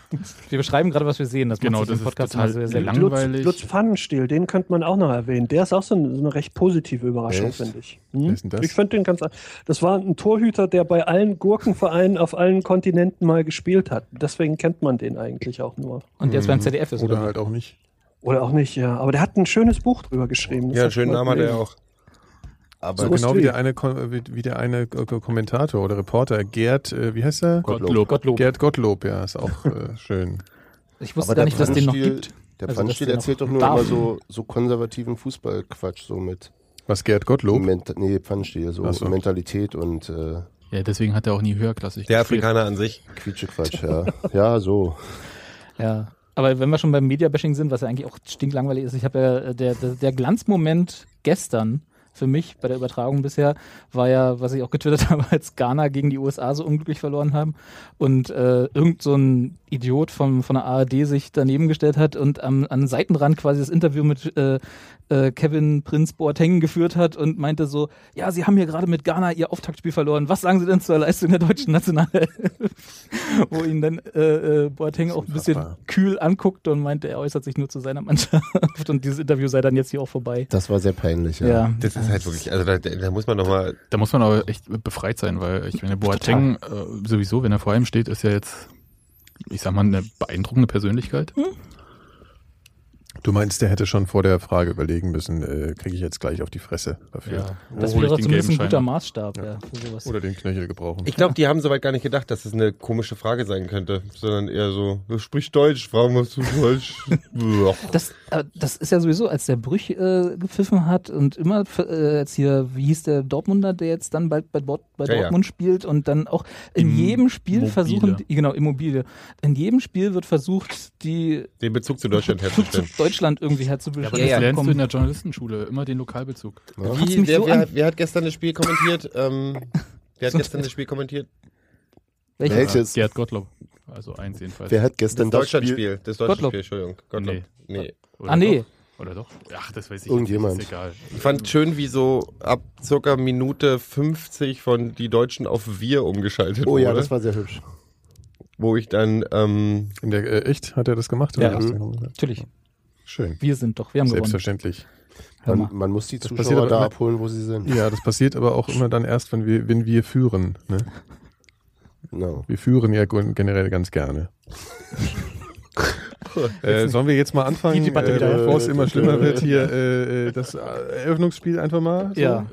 S5: Wir beschreiben gerade, was wir sehen. Das
S7: genau,
S5: macht sich
S7: das
S5: im
S7: ist
S5: Podcast
S7: total
S5: immer sehr, sehr lang.
S7: langweilig.
S8: Lutz Pfannenstiel, den könnte man auch noch erwähnen. Der ist auch so eine, so eine recht positive Überraschung,
S2: Echt?
S8: finde ich. Hm?
S4: Wer ist denn das?
S8: Ich finde den ganz. Das war ein Torhüter, der bei allen Gurkenvereinen auf allen Kontinenten mal gespielt hat. Deswegen kennt man den eigentlich auch nur.
S5: Und jetzt beim ZDF ist
S4: Oder
S5: oder?
S4: halt auch nicht.
S8: Oder auch nicht, ja. Aber der hat ein schönes Buch drüber geschrieben. Das
S6: Ja,
S8: hab
S6: einen
S8: ich
S6: schönen
S8: mal
S6: Namen hat er
S8: gelesen.
S6: auch.
S2: Aber
S8: So ist
S4: Genau wie
S8: wie.
S4: der eine, Ko- wie wie der eine äh, Ko- Ko- Kommentator oder Reporter, Gerd, äh, wie heißt er?
S7: Gottlob.
S5: Gottlob.
S4: Gerd Gottlob, ja, ist auch äh, schön.
S5: Ich wusste
S2: aber der
S5: gar nicht, dass es den noch
S2: Pfannenstiel-
S5: gibt.
S2: Der
S5: Also,
S2: Pfannenstiel
S5: dass der
S2: erzählt
S5: noch
S2: doch nur
S5: darf.
S2: immer so, so konservativen Fußballquatsch, so mit
S4: Was Gerd Gottlob?
S2: Menta nee, Pfannenstiel, so
S4: Ach so.
S2: Mentalität und äh,
S7: Ja, deswegen hat er auch nie höherklassig
S6: Der
S7: gespielt.
S6: Afrikaner an sich.
S2: Quietschequatsch, ja. Ja, so.
S5: Ja. Aber wenn wir schon beim Mediabashing sind, was ja eigentlich auch stinklangweilig ist, ich habe ja, äh, der, der, der Glanzmoment gestern für mich bei der Übertragung bisher war ja, was ich auch getwittert habe, als Ghana gegen die USA so unglücklich verloren haben und äh, irgend so ein Idiot vom, von der ARD sich daneben gestellt hat und am, an den Seitenrand quasi das Interview mit äh, äh, Kevin Prinz Boateng geführt hat und meinte so, ja, sie haben hier gerade mit Ghana ihr Auftaktspiel verloren. Was sagen sie denn zur Leistung der deutschen Nationalelf? Wo ihn dann äh, äh, Boateng auch ein bisschen
S2: unfassbar.
S5: kühl anguckte und meinte, er äußert sich nur zu seiner Mannschaft und dieses Interview sei dann jetzt hier auch vorbei.
S2: Das war sehr peinlich, ja.
S5: Ja,
S6: Das ist halt wirklich, also da, da muss man nochmal,
S7: Da muss man aber echt befreit sein, weil ich meine, Boateng äh, sowieso, wenn er vor einem steht, ist ja jetzt, ich sag mal, eine beeindruckende Persönlichkeit.
S5: Mhm.
S4: Du meinst, der hätte schon vor der Frage überlegen müssen, äh, kriege ich jetzt gleich auf die Fresse dafür.
S5: das
S7: Wo hol
S5: wäre
S7: oh, ich den gelben
S5: zumindest ein
S7: Schein
S5: guter
S7: ab?
S5: Maßstab ja. für sowas.
S4: Oder den Knöchel gebrauchen.
S6: ich glaube, die haben soweit gar nicht gedacht, dass das eine komische Frage sein könnte, sondern eher so, sprich Deutsch, warum hast du Deutsch? Boah.
S5: Das, äh, das ist ja sowieso, als der Brüch äh, gepfiffen hat und immer f- äh, als hier, wie hieß der Dortmunder, der jetzt dann bald bei, Bord, bei
S6: Ja, ja.
S5: Dortmund spielt und dann auch in
S7: Im-
S5: jedem Spiel
S7: Mobile.
S5: versuchen, die- genau, Immobilie, in jedem Spiel wird versucht, die
S6: Den Bezug zu Deutschland
S5: Bezug zu
S6: herzustellen.
S5: Deutschland irgendwie herzustellen.
S7: Aber das lernst du in der Journalistenschule, immer den Lokalbezug.
S5: Macht's mich
S6: wer,
S5: so
S6: wer,
S5: an.
S6: hat, wer hat gestern das Spiel kommentiert? Ähm, wer hat gestern das Spiel kommentiert?
S5: Welches?
S2: Welches?
S7: Gerd Gottlob. Also eins jedenfalls.
S2: Wer hat
S6: Das
S2: gestern das, Spiel?
S6: Deutschlandspiel. Das
S5: Gottlob.
S6: Deutschlandspiel, Entschuldigung. Gottlob. Nee.
S7: Oder
S5: Ah, nee.
S7: Doch? Oder doch? Ach, das weiß ich
S2: Irgendjemand.
S7: Nicht, ist egal.
S6: Ich fand schön, wie so ab circa Minute 50 von die Deutschen auf wir umgeschaltet
S2: Oh
S6: wurde.
S2: ja, das war sehr hübsch.
S6: wo ich dann ähm,
S4: In der, äh, echt? Hat er das gemacht?
S5: Ja. Natürlich.
S4: Schön.
S5: Wir sind doch, wir haben gewonnen.
S4: Selbstverständlich.
S5: Hör mal.
S2: Man, man muss die
S4: passiert
S2: Zuschauer
S4: aber
S2: da
S4: immer-
S2: abholen, wo sie sind.
S4: Ja, das passiert aber auch immer dann erst, wenn wir, wenn wir führen. Ne?
S2: Genau.
S4: Wir führen ja gun- generell ganz gerne. äh, sollen wir jetzt mal anfangen,
S5: Die
S4: äh,
S5: Debatte wieder.
S4: bevor es immer schlimmer wird, hier äh, äh, das äh, Eröffnungsspiel einfach mal? So?
S5: Ja.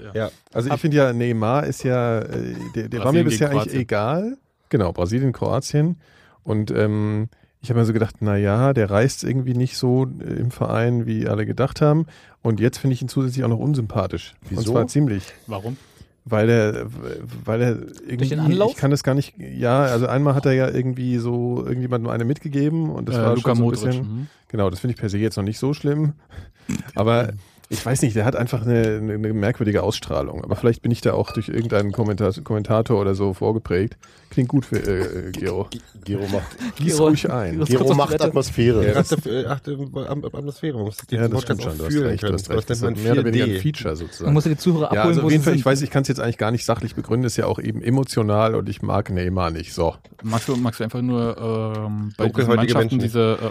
S4: Also ich finde ja, Neymar ist ja, äh, der, der war mir
S7: Brasilien
S4: bisher
S7: gegen
S4: eigentlich
S7: Kroatien.
S4: egal. Genau, Brasilien, Kroatien. Und ähm, ich habe mir so gedacht, na ja, der reißt irgendwie nicht so äh, im Verein, wie alle gedacht haben. Und jetzt finde ich ihn zusätzlich auch noch unsympathisch. Und
S2: Wieso?
S4: zwar ziemlich.
S7: Warum?
S4: Weil er, weil er irgendwie,
S5: den Anlauf?
S4: ich kann das gar nicht, ja, also einmal hat er ja irgendwie so irgendjemandem eine mitgegeben und das war
S7: Äh,
S4: schon
S7: Luka
S4: so ein
S7: Modric.
S4: bisschen,
S7: mhm.
S4: genau, das finde ich per se jetzt noch nicht so schlimm, aber ich weiß nicht, der hat einfach eine, eine, eine merkwürdige Ausstrahlung, aber vielleicht bin ich da auch durch irgendeinen Kommentar, Kommentator oder so vorgeprägt. Klingt gut für äh, äh, Gero.
S2: Gero macht,
S4: Gieß
S5: Gero-
S4: ruhig ein.
S5: Gero-
S2: Gero
S5: kurz auf
S2: macht
S5: Toilette.
S2: Atmosphäre.
S6: achte, äh, achte am, am Atmosphäre. Man muss die
S4: Ja, das stimmt
S6: Podcast
S4: schon,
S6: auch
S4: du hast
S6: fühlen
S4: recht, du
S6: können.
S4: hast recht.
S6: Was nennt
S4: Das ist
S6: man
S4: mehr oder weniger ein
S6: 4D?
S4: Feature
S5: Man
S4: sozusagen.
S5: muss ja die Zuhörer
S4: Ja,
S5: abholen,
S4: also auf
S5: wo
S4: jeden
S5: sie
S4: Fall,
S5: sind.
S4: ich weiß, ich kann es jetzt eigentlich gar nicht sachlich begründen, ist ja auch eben emotional und ich mag Neymar nicht, so.
S7: Magst du, magst du einfach nur ähm, bei diesen
S6: Dunkelhäutige
S7: Mannschaften
S6: Menschen.
S7: diese, äh,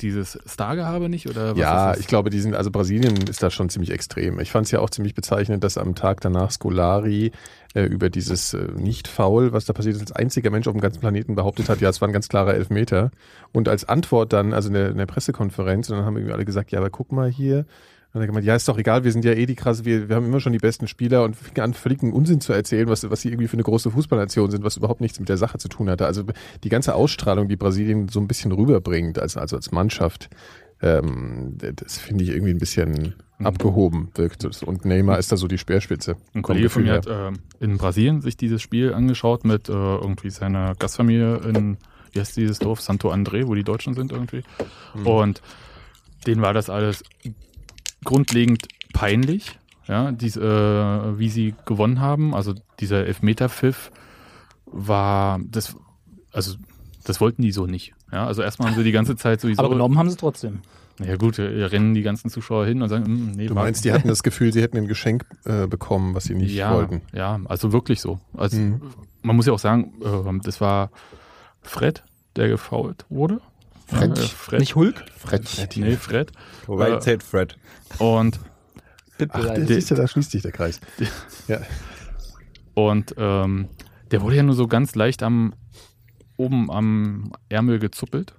S7: dieses Stargehabe nicht? Oder Äh, was
S4: Ja,
S7: ist das?
S4: ich glaube, die sind, also Brasilien ist da schon ziemlich extrem. Ich fand es ja auch ziemlich bezeichnend, dass am Tag danach Scolari äh, über dieses äh, Nicht-Foul, was da passiert ist, als einziger Mensch auf dem ganzen Planeten behauptet hat, ja, es war ein ganz klarer Elfmeter. Und als Antwort dann, also in der, in der Pressekonferenz, und dann haben irgendwie alle gesagt, ja, aber guck mal hier. Und er gemeint, ja, ist doch egal, wir sind ja eh die krasse, wir, wir haben immer schon die besten Spieler und fingen an, völligen Unsinn zu erzählen, was, was sie irgendwie für eine große Fußballnation sind, was überhaupt nichts mit der Sache zu tun hatte. Also die ganze Ausstrahlung, die Brasilien so ein bisschen rüberbringt, als, also als Mannschaft, ähm, das finde ich irgendwie ein bisschen abgehoben wirkt es. Und Neymar ist da so die Speerspitze.
S7: Mhm. Ein Kollege von mir
S4: Gefühl
S7: hat ähm, in Brasilien sich dieses Spiel angeschaut mit äh, irgendwie seiner Gastfamilie in, wie heißt dieses Dorf, Santo André, wo die Deutschen sind irgendwie. Und denen war das alles grundlegend peinlich, ja, dies, äh, wie sie gewonnen haben. Also dieser Elfmeterpfiff war, das, also das wollten die so nicht. Ja, also erstmal haben sie die ganze Zeit sowieso.
S5: Aber genommen haben sie trotzdem.
S7: ja gut, äh, rennen die ganzen Zuschauer hin und sagen, "Mm, nee,
S4: Du
S7: war-
S4: meinst, die hatten das Gefühl, sie hätten ein Geschenk äh, bekommen, was sie nicht
S7: ja,
S4: wollten.
S7: Ja, also wirklich so. Also
S4: Mhm.
S7: man muss ja auch sagen, ähm, das war Fred, der gefault wurde.
S2: Fred?
S7: Ja, äh, Fred.
S5: Nicht Hulk?
S2: Fred.
S7: Nee, Fred.
S6: Right said Fred.
S7: Und,
S5: Pitbull
S4: Der,
S5: halt.
S4: siehst du, da schließt sich der Kreis. Ja.
S7: und ähm, der wurde ja nur so ganz leicht am oben am Ärmel gezuppelt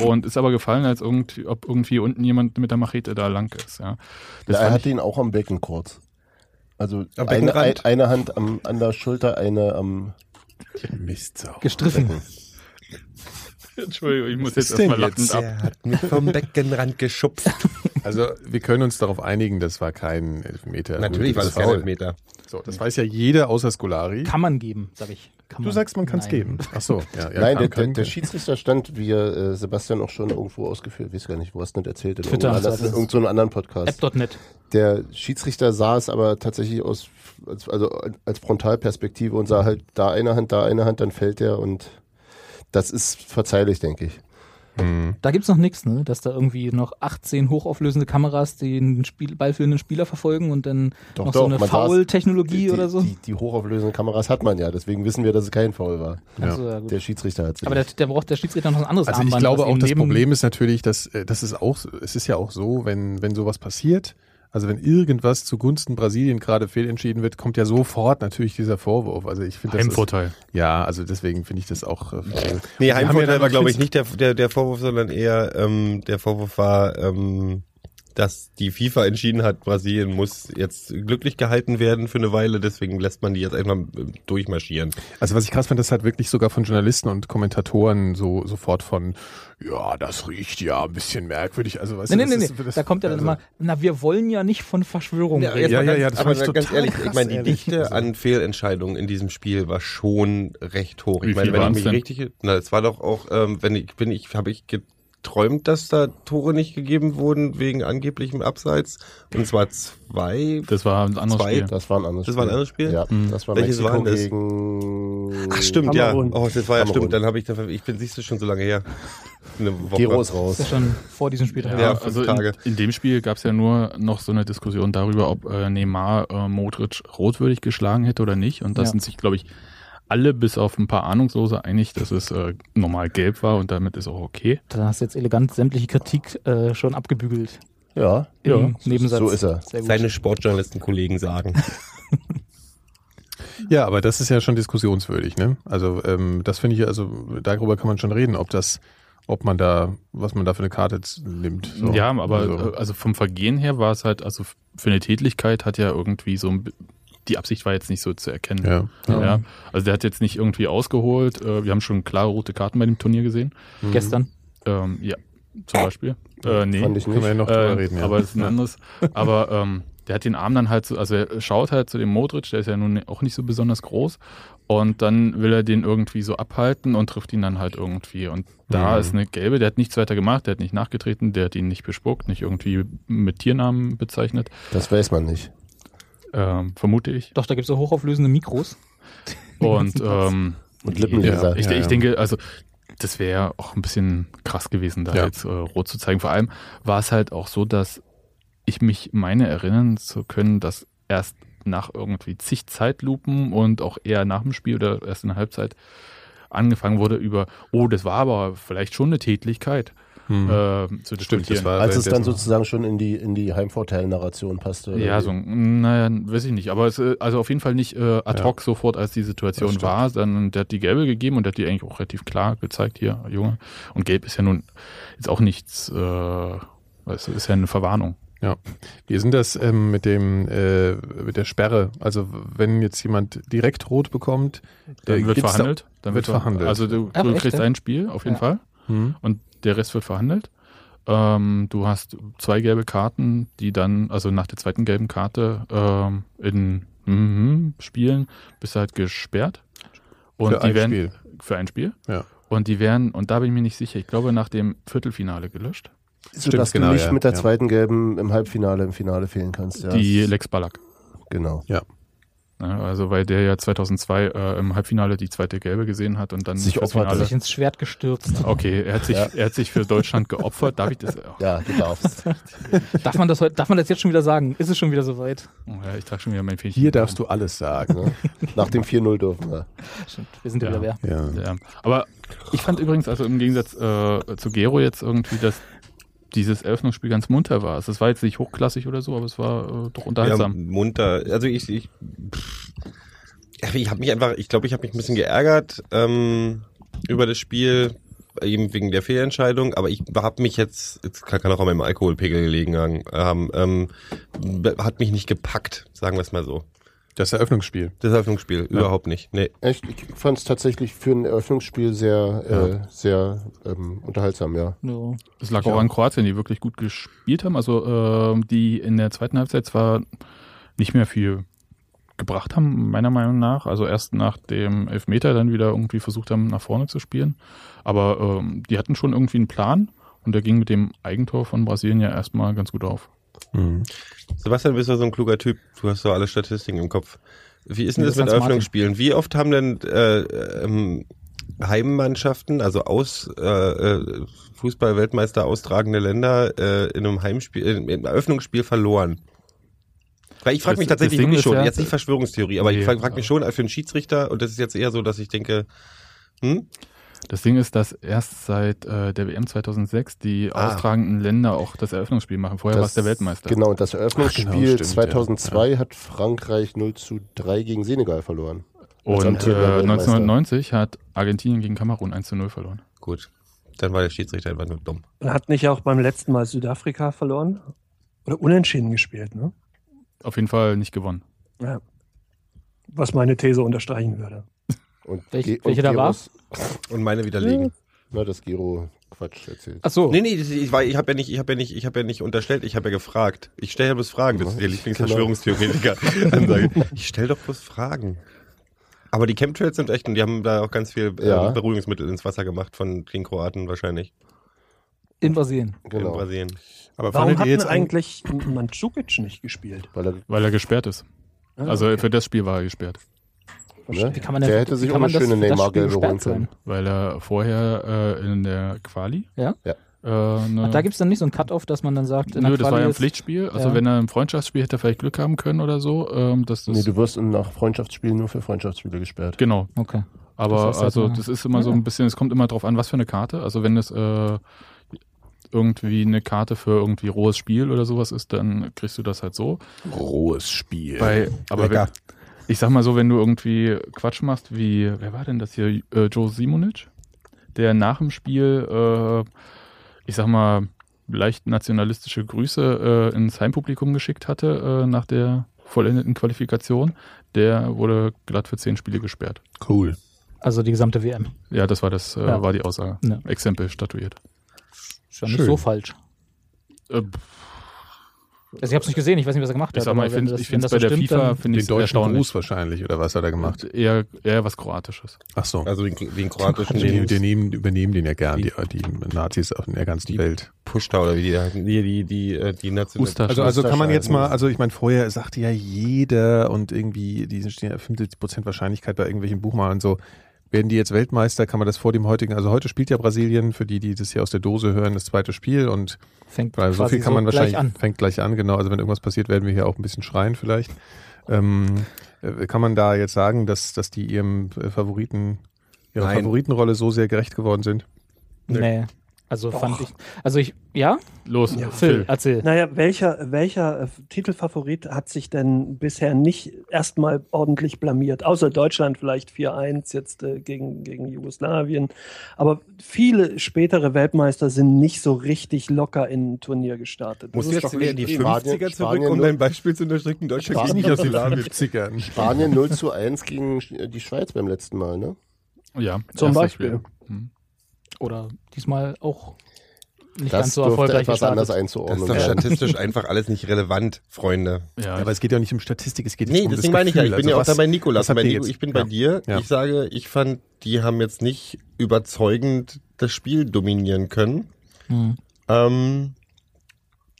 S7: und ist aber gefallen, als irgendwie, ob irgendwie unten jemand mit der Machete da lang ist. Ja.
S2: Na,
S7: Das
S2: er
S7: fand
S2: hatte ihn auch am Becken kurz. Also
S6: Am
S2: eine,
S6: Beckenrand?
S2: ein- eine Hand am, an der Schulter, eine am.
S4: Mistsau.
S5: Gestriffen.
S7: ich, Entschuldigung, ich muss
S4: Was
S7: jetzt
S4: ist denn
S7: erstmal lachend
S4: jetzt?
S7: ab.
S6: Der hat mich vom Beckenrand geschubst.
S4: Also, wir können uns darauf einigen, das war kein Elfmeter.
S6: Natürlich war das kein
S4: Foul.
S6: Elfmeter.
S4: So, das weiß ja jeder außer Scolari.
S5: Kann man geben, sag ich. Kann
S4: Du sagst, man kann es
S5: Nein.
S4: geben. Ach so. Ja,
S2: Nein,
S4: ja, kann-
S2: der, der,
S4: kann-
S2: der Schiedsrichter stand, wie äh, Sebastian auch schon irgendwo ausgeführt, weiß gar nicht, wo hast du das erzählt? In
S5: Twitter.
S2: irgendeinem anderen- in irgendeinem anderen Podcast.
S5: App.net.
S2: Der Schiedsrichter sah es aber tatsächlich aus, als, also als Frontalperspektive und sah halt da eine Hand, da eine Hand, dann fällt er und das ist verzeihlich, denke ich.
S4: Mhm.
S5: Da gibt's noch nichts, ne? Dass da irgendwie noch 18 hochauflösende Kameras den Spiel, ballführenden Spieler verfolgen und dann
S2: Doch,
S5: noch
S2: doch,
S5: so eine
S2: man saß-
S5: Foul-Technologie oder so.
S2: Die, die hochauflösenden Kameras hat man ja, deswegen wissen wir, dass es kein Foul war.
S4: Ja.
S5: Also, ja, gut.
S2: Der Schiedsrichter hat es
S5: Aber der, der braucht der Schiedsrichter noch ein anderes
S4: Also
S5: Armband.
S4: ich glaube
S5: was
S4: auch,
S5: ihm
S4: das
S5: neben-
S4: Problem ist natürlich, dass äh, das ist auch, so- es ist ja auch so, wenn, wenn sowas passiert, also wenn irgendwas zugunsten Brasilien gerade fehlentschieden wird, kommt ja sofort natürlich dieser Vorwurf. Also ich finde das ist,
S7: Heimvorteil.
S4: ja, also deswegen finde ich das auch. Äh,
S6: Nee,
S4: haben ja
S6: Heimvorteil
S4: dann
S6: war, glaube ich,
S4: Kids-
S6: nicht der, der, der Vorwurf, sondern eher ähm, der Vorwurf war, ähm, dass die FIFA entschieden hat, Brasilien muss jetzt glücklich gehalten werden für eine Weile, deswegen lässt man die jetzt einfach ähm, durchmarschieren.
S4: Also was ich krass fand, das hat wirklich sogar von Journalisten und Kommentatoren so sofort von, ja, das riecht ja ein bisschen merkwürdig. Also weißt
S5: Nee, nee,
S4: du,
S5: nee,
S4: das
S5: nee.
S4: ist- das-
S5: da kommt ja dann
S4: also-
S5: immer, na, wir wollen ja nicht von Verschwörung
S6: Ja,
S5: reden.
S6: jetzt mal
S4: ja,
S6: ganz,
S4: ja, das
S6: aber
S4: fand ich
S6: ganz
S4: total
S6: ehrlich, ich
S4: krass,
S6: meine, die
S4: ehrlich.
S6: Dichte an Fehlentscheidungen in diesem Spiel war schon recht hoch.
S7: Wie
S6: Ich meine,
S7: viel
S6: wenn ich
S7: waren's
S6: mich
S7: denn?
S6: richtig, na, es war doch auch, ähm, wenn ich bin, ich habe ich geträumt, dass da Tore nicht gegeben wurden wegen angeblichem Abseits und zwar zwei.
S7: Das war ein anderes
S6: Zwei-
S7: Spiel.
S2: Das war ein anderes
S6: Das war ein anderes Spiel?
S2: Ja,
S7: Mhm.
S2: das war
S6: Welches
S2: Mexiko
S6: waren das?
S2: gegen.
S6: Ach stimmt,
S8: Kamerun.
S6: ja. Oh, das war ja
S2: Kamerun.
S6: stimmt. Dann habe ich, dann, ich bin, siehst du schon so lange her. Eine Woche.
S2: Gero ist
S5: Das ist
S2: raus.
S5: ja schon vor diesem Spiel drin.
S6: Ja, fünf
S7: also in,
S6: Tage.
S7: in dem Spiel gab es ja nur noch so eine Diskussion darüber, ob äh, Neymar äh, Modric rotwürdig geschlagen hätte oder nicht. Und da
S5: Ja.
S7: sind sich, glaube ich, alle bis auf ein paar Ahnungslose einig, dass es äh, normal gelb war und damit ist auch okay.
S5: Da hast du jetzt elegant sämtliche Kritik äh, schon abgebügelt.
S2: Ja,
S4: Mhm.
S5: Im Nebensatz.
S2: so ist er.
S5: Sehr gut.
S6: Seine Sportjournalistenkollegen sagen.
S4: Ja, aber das ist ja schon diskussionswürdig, ne? Also ähm, das finde ich, also darüber kann man schon reden, ob das, ob man da, was man da für eine Karte z- nimmt. so.
S7: Ja, aber
S4: Also,
S7: äh, also vom Vergehen her war es halt, also f- für eine Tätlichkeit hat ja irgendwie so ein, bi- die Absicht war jetzt nicht so zu erkennen.
S4: ja.
S7: Ja. Also der hat jetzt nicht irgendwie ausgeholt. Äh, wir haben schon klare rote Karten bei dem Turnier gesehen.
S5: Gestern.
S7: Ähm, ja, zum Beispiel. Äh, nee.
S2: Fand ich
S4: Können wir ja
S2: nicht.
S4: noch
S7: Äh,
S4: drüber reden, ja.
S7: Aber das ist ein anderes. Aber ähm, der hat den Arm dann halt, so, also er schaut halt zu dem Modric, der ist ja nun auch nicht so besonders groß. Und dann will er den irgendwie so abhalten und trifft ihn dann halt irgendwie. Und da
S4: Mhm.
S7: ist eine gelbe, der hat nichts weiter gemacht, der hat nicht nachgetreten, der hat ihn nicht bespuckt, nicht irgendwie mit Tiernamen bezeichnet,
S2: Das weiß man nicht.
S7: ähm, vermute ich.
S5: Doch, da gibt's so hochauflösende Mikros.
S7: Und,
S5: Platz.
S7: ähm,
S2: Und Lippenleser.
S7: Ja, ich,
S4: Ja, ja.
S7: ich denke, also das wäre auch ein bisschen krass gewesen, da
S4: Ja.
S7: jetzt äh, rot zu zeigen. Vor allem war es halt auch so, dass ich mich meine erinnern zu können, dass erst nach irgendwie zig Zeitlupen und auch eher nach dem Spiel oder erst in der Halbzeit angefangen wurde über, oh, das war aber vielleicht schon eine Tätlichkeit
S4: Hm.
S7: ähm, zu diskutieren.
S4: Stimmt, das war
S2: Als es dann
S4: währenddessen-
S2: sozusagen schon in die, in die Heimvorteil-Narration passte. oder
S7: Ja,
S2: wie?
S7: so, ein- naja, weiß ich nicht. Aber es, äh, also auf jeden Fall nicht äh, ad
S4: Ja.
S7: hoc sofort, als die Situation
S4: stimmt.
S7: war. Dann, der hat die gelbe gegeben und der hat die eigentlich auch relativ klar gezeigt, hier, Junge. Und gelb ist ja nun jetzt auch nichts, äh, weißt du, ist ja eine Verwarnung.
S4: Wie ist denn das ähm, mit dem äh, mit der Sperre? Also wenn jetzt jemand direkt rot bekommt,
S7: Dann
S4: äh,
S7: wird
S4: gibt's da-
S7: verhandelt. dann
S4: wird verhandelt.
S7: Also du,
S5: Ach,
S7: du
S5: echt,
S7: kriegst
S5: ja?
S7: ein Spiel, auf jeden
S5: Ja.
S7: Fall.
S4: Hm.
S7: Und der Rest wird verhandelt. Ähm, du hast zwei gelbe Karten, die dann, also nach der zweiten gelben Karte ähm, in mhm, Spielen bist du halt gesperrt. Und
S4: Für
S7: die
S4: ein
S7: werden
S4: Spiel.
S7: für ein Spiel.
S4: Ja.
S7: Und die werden, und da bin ich mir nicht sicher, ich glaube nach dem Viertelfinale gelöscht.
S2: Sodass
S4: Stimmt,
S2: du
S4: genau,
S2: nicht
S4: ja.
S2: mit der
S4: Ja.
S2: zweiten gelben im Halbfinale, im Finale fehlen kannst. Ja,
S7: Die Lex Ballack.
S2: genau.
S7: Ja, also weil der ja 2002 äh, im Halbfinale die zweite Gelbe gesehen hat und dann
S2: Sich
S7: fürs
S2: opferte.
S5: Hat
S7: Finale-
S5: sich ins Schwert gestürzt.
S7: Okay, er hat sich, er hat sich für Deutschland geopfert. Darf ich das? Oh,
S2: Ja, du darfst.
S5: darf, man das heute, darf man das jetzt schon wieder sagen? Ist es schon wieder soweit?
S7: ja, ich trage schon wieder mein Fähnchen.
S4: Hier darfst du alles sagen.
S2: ne? Nach dem 4-0 dürfen wir.
S5: Stimmt, wir sind ja
S7: Ja.
S5: wieder wer.
S4: Ja.
S7: Ja. Aber ich fand übrigens, also im Gegensatz äh, zu Gero jetzt irgendwie, dass dieses Eröffnungsspiel ganz munter war. Also Es war jetzt nicht hochklassig oder so, aber es war äh, doch
S6: Ja,
S7: unterhaltsam.
S6: munter. Also ich, ich, pff. ich habe mich einfach, ich glaube, ich habe mich ein bisschen geärgert ähm, über das Spiel, eben wegen der Fehlentscheidung. Aber ich habe mich jetzt, jetzt kann, kann auch an meinem Alkoholpegel gelegen haben, ähm, be- hat mich nicht gepackt, sagen wir es mal so.
S4: Das Eröffnungsspiel.
S6: Das Eröffnungsspiel überhaupt nicht. Nee.
S2: Echt, ich fand es tatsächlich für ein Eröffnungsspiel sehr, äh, sehr ähm, unterhaltsam, ja.
S5: Ja.
S7: Es lag auch an Kroatien, die wirklich gut gespielt haben. Also ähm, die in der zweiten Halbzeit zwar nicht mehr viel gebracht haben, meiner Meinung nach. Also erst nach dem Elfmeter dann wieder irgendwie versucht haben, nach vorne zu spielen. Aber ähm, die hatten schon irgendwie einen Plan und der ging mit dem Eigentor von Brasilien ja erstmal ganz gut auf.
S4: Mhm.
S6: Sebastian, du bist ja so ein kluger Typ. Du hast so alle Statistiken im Kopf. Wie ist denn
S5: Nee,
S6: das,
S5: das
S6: mit
S5: ist Hans
S6: Eröffnungsspielen? Wie oft haben denn äh, ähm, Heimmannschaften, also aus äh, äh, Fußball-Weltmeister austragende Länder äh, in einem Heimspiel, in- im Eröffnungsspiel verloren. Weil ich frage
S7: Das-
S6: mich tatsächlich
S7: das Ding
S6: wirklich
S7: ist
S6: schon,
S7: ja-
S6: jetzt nicht Verschwörungstheorie, aber ich
S7: Nee,
S6: frage frag
S7: aber-
S6: mich schon als für einen Schiedsrichter und das ist jetzt eher so, dass ich denke, hm,
S7: Das Ding ist, dass erst seit äh, der WM 2006 die
S6: Ah.
S7: austragenden Länder auch das Eröffnungsspiel machen. Vorher war es der Weltmeister.
S2: Genau, und das Eröffnungsspiel
S4: Ach, genau, stimmt,
S2: 2002 hat Frankreich 0 zu 3 gegen Senegal verloren. Als
S7: Und äh,
S2: amtierender Weltmeister.
S7: 1990 hat Argentinien gegen Kamerun 1 zu 0 verloren.
S6: gut, dann war der Schiedsrichter einfach nur dumm.
S8: Und hat nicht auch beim letzten Mal Südafrika verloren? Oder unentschieden gespielt, ne?
S7: Auf jeden Fall nicht gewonnen.
S8: Ja. Was meine These unterstreichen würde.
S2: Und
S5: Welch-
S2: Ge- und
S5: welche da war?
S2: Giros-
S6: Und meine widerlegen.
S2: Na, das Giro Quatsch erzählt.
S5: Ach so.
S6: Nee, nee, das- ich, war- ich habe ja nicht, ich habe ja nicht, ich habe ja nicht unterstellt, ich habe ja gefragt. Ich stelle ja bloß Fragen. Das ist der Lieblingsverschwörungstheoretiker. Dann sage ich, ich stelle doch bloß Fragen. Aber die Chemtrails sind echt und die haben da auch ganz viel ähm,
S2: Ja.
S6: Beruhigungsmittel ins Wasser gemacht von den Kroaten wahrscheinlich
S5: In Brasilien.
S6: in
S2: Genau,
S6: Brasilien.
S4: Aber
S8: Warum
S4: fandet
S8: hat
S4: ihr
S8: denn
S4: jetzt eigentlich
S8: eigentlich Mandzukic nicht gespielt?
S2: weil er,
S7: Weil er gesperrt ist.
S5: Ah,
S7: Also für das Spiel war er gesperrt.
S2: ne?
S5: Wie kann man denn-
S2: der hätte
S5: wie
S2: sich
S5: kann
S2: auch eine
S5: man das-
S2: schöne
S5: das Spiel
S2: Neymar-Gelbe
S5: gesperrt
S2: holen können.
S7: Weil er vorher äh, in der Quali.
S5: Ja?
S2: Ja.
S7: Äh, ne,
S5: Ach, da gibt es dann nicht so ein Cut-Off, dass man dann sagt, in der
S7: Nö, das
S5: Quali
S7: war ja ein
S5: ist-
S7: Pflichtspiel. Also
S5: Ja.
S7: wenn er im Freundschaftsspiel hätte er vielleicht Glück haben können oder so. Ähm, dass das
S2: Nee, du wirst nach Freundschaftsspielen nur für Freundschaftsspiele gesperrt.
S7: genau.
S5: Okay.
S7: Aber
S5: Das ist halt
S7: also
S5: eine-
S7: das ist immer so
S5: Ja.
S7: ein bisschen, es kommt immer drauf an, was für eine Karte. Also wenn das äh, irgendwie eine Karte für irgendwie rohes Spiel oder sowas ist, dann kriegst du das halt so.
S4: rohes Spiel?
S7: Bei, aber wenn,
S4: lecker.
S7: ich sag mal so, wenn du irgendwie Quatsch machst, wie, wer war denn das hier? Äh, Joe Simonic, der nach dem Spiel, äh, ich sag mal, leicht nationalistische Grüße äh, ins Heimpublikum geschickt hatte äh, nach der vollendeten Qualifikation, der wurde glatt für zehn Spiele gesperrt.
S4: Cool.
S5: Also die gesamte WM.
S7: Ja, das war das, äh,
S5: Ja.
S7: war die Aussage.
S5: Ja.
S7: Exempel statuiert.
S5: Ist ja nicht
S4: Schön.
S5: so falsch.
S7: Äh,
S5: Also ich habe es nicht gesehen, ich weiß nicht, was er gemacht
S7: ich
S5: hat.
S7: sag mal, ich
S5: aber wenn
S7: finde
S5: das-
S7: es
S5: wenn das
S7: bei
S5: so
S7: der
S5: stimmt,
S7: FIFA
S5: dann-
S7: finde
S4: Den
S7: ich
S4: deutschen
S7: erstaunlich.
S4: Gruß wahrscheinlich, oder was hat er gemacht?
S7: Eher, eher was Kroatisches.
S4: Ach so.
S6: Also den, den kroatischen,
S4: Die,
S6: den
S4: die nehmen, übernehmen also den ja gern, die, die Nazis auch in der ganzen Welt.
S6: Pushta oder wie die heißen, die die die äh, die National
S7: Ustascha.
S4: Also, also kann man jetzt mal,
S6: Musterscheiben.
S4: also ich meine, vorher sagte ja jeder und irgendwie diese stehen ja 75% Wahrscheinlichkeit bei irgendwelchen Buchmalern so, werden die jetzt Weltmeister, kann man das vor dem heutigen, also heute spielt ja Brasilien, für die, die das hier aus der Dose hören, das zweite Spiel und
S5: fängt
S4: weil so
S5: quasi
S4: viel kann man
S5: gleich
S4: wahrscheinlich,
S5: an.
S4: fängt gleich an, genau, also wenn irgendwas passiert, werden wir hier auch ein bisschen schreien vielleicht. Ähm, äh, kann man da jetzt sagen, dass, dass die ihrem äh, Favoriten, ihrer
S6: Nein.
S4: Favoritenrolle so sehr gerecht geworden sind?
S5: Nee. Also fand ich. Also ich. Ja?
S7: Los,
S5: Phil,
S7: Phil.
S5: erzähl.
S8: Naja, welcher, welcher äh, Titelfavorit hat sich denn bisher nicht erstmal ordentlich blamiert? Außer Deutschland vielleicht 4-1 jetzt äh, gegen, gegen Jugoslawien. Aber viele spätere Weltmeister sind nicht so richtig locker in ein Turnier gestartet.
S6: Musst du
S8: ist
S6: jetzt
S8: doch
S6: wieder in die
S8: extrem.
S6: 50er
S2: Spanien-
S6: zurück,
S2: Spanien
S6: um
S2: nur-
S6: dein Beispiel zu unterstützen. Deutschland
S2: Spanien-
S6: gegen Jugoslawien.
S4: Zickern.
S2: Spanien 0 zu 1 gegen äh, die Schweiz beim letzten Mal, ne?
S5: also
S7: Ja,
S8: Zum
S7: erstes
S8: Beispiel.
S7: Hm.
S5: Oder diesmal auch nicht
S2: das
S5: ganz so
S2: dürfte
S5: erfolgreich
S2: etwas anders
S5: gestartet.
S6: Das
S2: einzuordnen.
S6: ist doch
S2: sein.
S6: statistisch einfach alles nicht relevant, Freunde.
S7: Ja,
S4: Aber es geht ja nicht um Statistik, es geht jetzt
S6: Nee,
S4: um
S6: deswegen
S4: das
S6: meine ich ja, ich
S4: Gefühl.
S6: bin ja auch
S4: also
S6: da bei
S4: was-
S6: Nikolas.
S4: was habt
S6: Bei
S4: ihr
S6: Nico,
S4: jetzt?
S6: ich bin bei
S4: Ja.
S6: dir.
S4: Ja.
S6: Ich sage, ich fand, die haben jetzt nicht überzeugend das Spiel dominieren können.
S5: Hm.
S6: Ähm,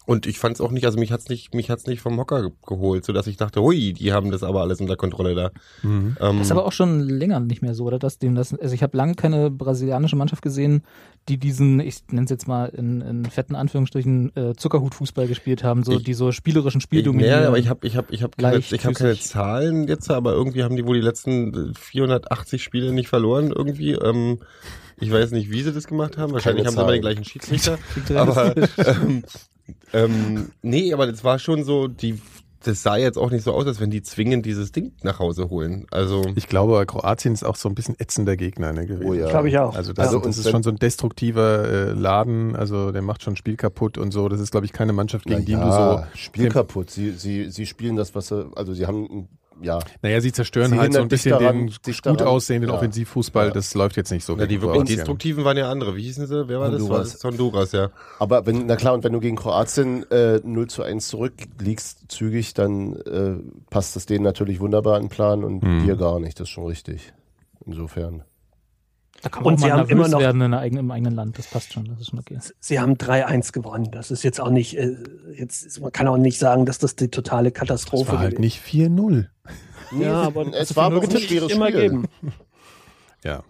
S6: und ich fand es auch nicht, also mich hat's nicht, mich hat's nicht vom Hocker ge- geholt, sodass ich dachte, hui, die haben das aber alles unter Kontrolle da.
S4: Mhm.
S6: Ähm,
S5: Das ist aber auch schon länger nicht mehr so, oder? Dass dem das, also ich habe lange keine brasilianische Mannschaft gesehen, die diesen, ich nenne es jetzt mal in, in fetten Anführungsstrichen, äh, Zuckerhut-Fußball gespielt haben, so
S6: Ich-
S5: die so spielerischen Spiel
S6: ich,
S5: dominieren.
S6: ja, aber ich habe ich hab, ich hab keine, ich hab keine
S5: Leichtfüßig.
S6: Zahlen jetzt, aber irgendwie haben die wohl die letzten 480 Spiele nicht verloren irgendwie. Ähm, ich weiß nicht, wie sie das gemacht haben. Wahrscheinlich haben sie immer
S2: Zahlen.
S6: den gleichen Schiedsrichter.
S5: Kriegt er
S6: aber
S5: das-
S6: ähm, ähm, nee, aber das war schon so, die, das sah jetzt auch nicht so aus, als wenn die zwingend dieses Ding nach Hause holen. Also
S4: Ich glaube, Kroatien ist auch so ein bisschen ätzender Gegner ne, gewesen.
S2: Oh ja.
S8: Glaube ich auch.
S4: Also das,
S2: Also
S4: das
S2: uns
S4: ist
S2: wenn-
S4: schon so ein destruktiver äh, Laden, also der macht schon ein Spiel kaputt und so. Das ist, glaube ich, keine Mannschaft, gegen die du so...
S2: ja, Spiel kaputt. Sie, sie, sie spielen das, was sie, also sie haben, ja,
S4: Naja, sie zerstören
S2: Sie
S4: halt so
S2: hindern
S4: ein
S2: dich
S4: bisschen
S2: daran,
S4: den
S2: dich
S4: gut
S2: daran-
S4: aussehenden
S2: Ja.
S4: Offensivfußball,
S2: Ja.
S4: das läuft jetzt nicht so.
S6: na, die
S4: gegen
S6: wirklich
S4: Kroatien.
S6: destruktiven waren ja andere. Wie hießen sie? Wer war das? War
S2: Honduras.
S6: das Honduras, ja.
S2: Aber wenn, na klar, und wenn du gegen Kroatien äh, 0 zu 1 zurückliegst, zügig, dann äh, passt es denen natürlich wunderbar in den Plan und
S7: Mhm.
S4: Hm.
S2: dir gar nicht. Das ist schon richtig. Insofern.
S5: da kann man
S8: Und
S5: auch
S8: sie
S5: mal
S8: haben
S5: nervös
S8: immer noch-
S5: werden in der eigenen, im eigenen Land. Das passt schon, das ist schon okay.
S8: Sie haben 3-1 gewonnen. Das ist jetzt auch nicht, äh, jetzt, man kann auch nicht sagen, dass das die totale Katastrophe
S4: Das war halt
S8: gewesen-
S4: nicht 4-0.
S8: Ja, aber
S2: es war aber auch ein schwieriges
S8: immer
S2: Spiel.
S8: geben.
S4: Ja.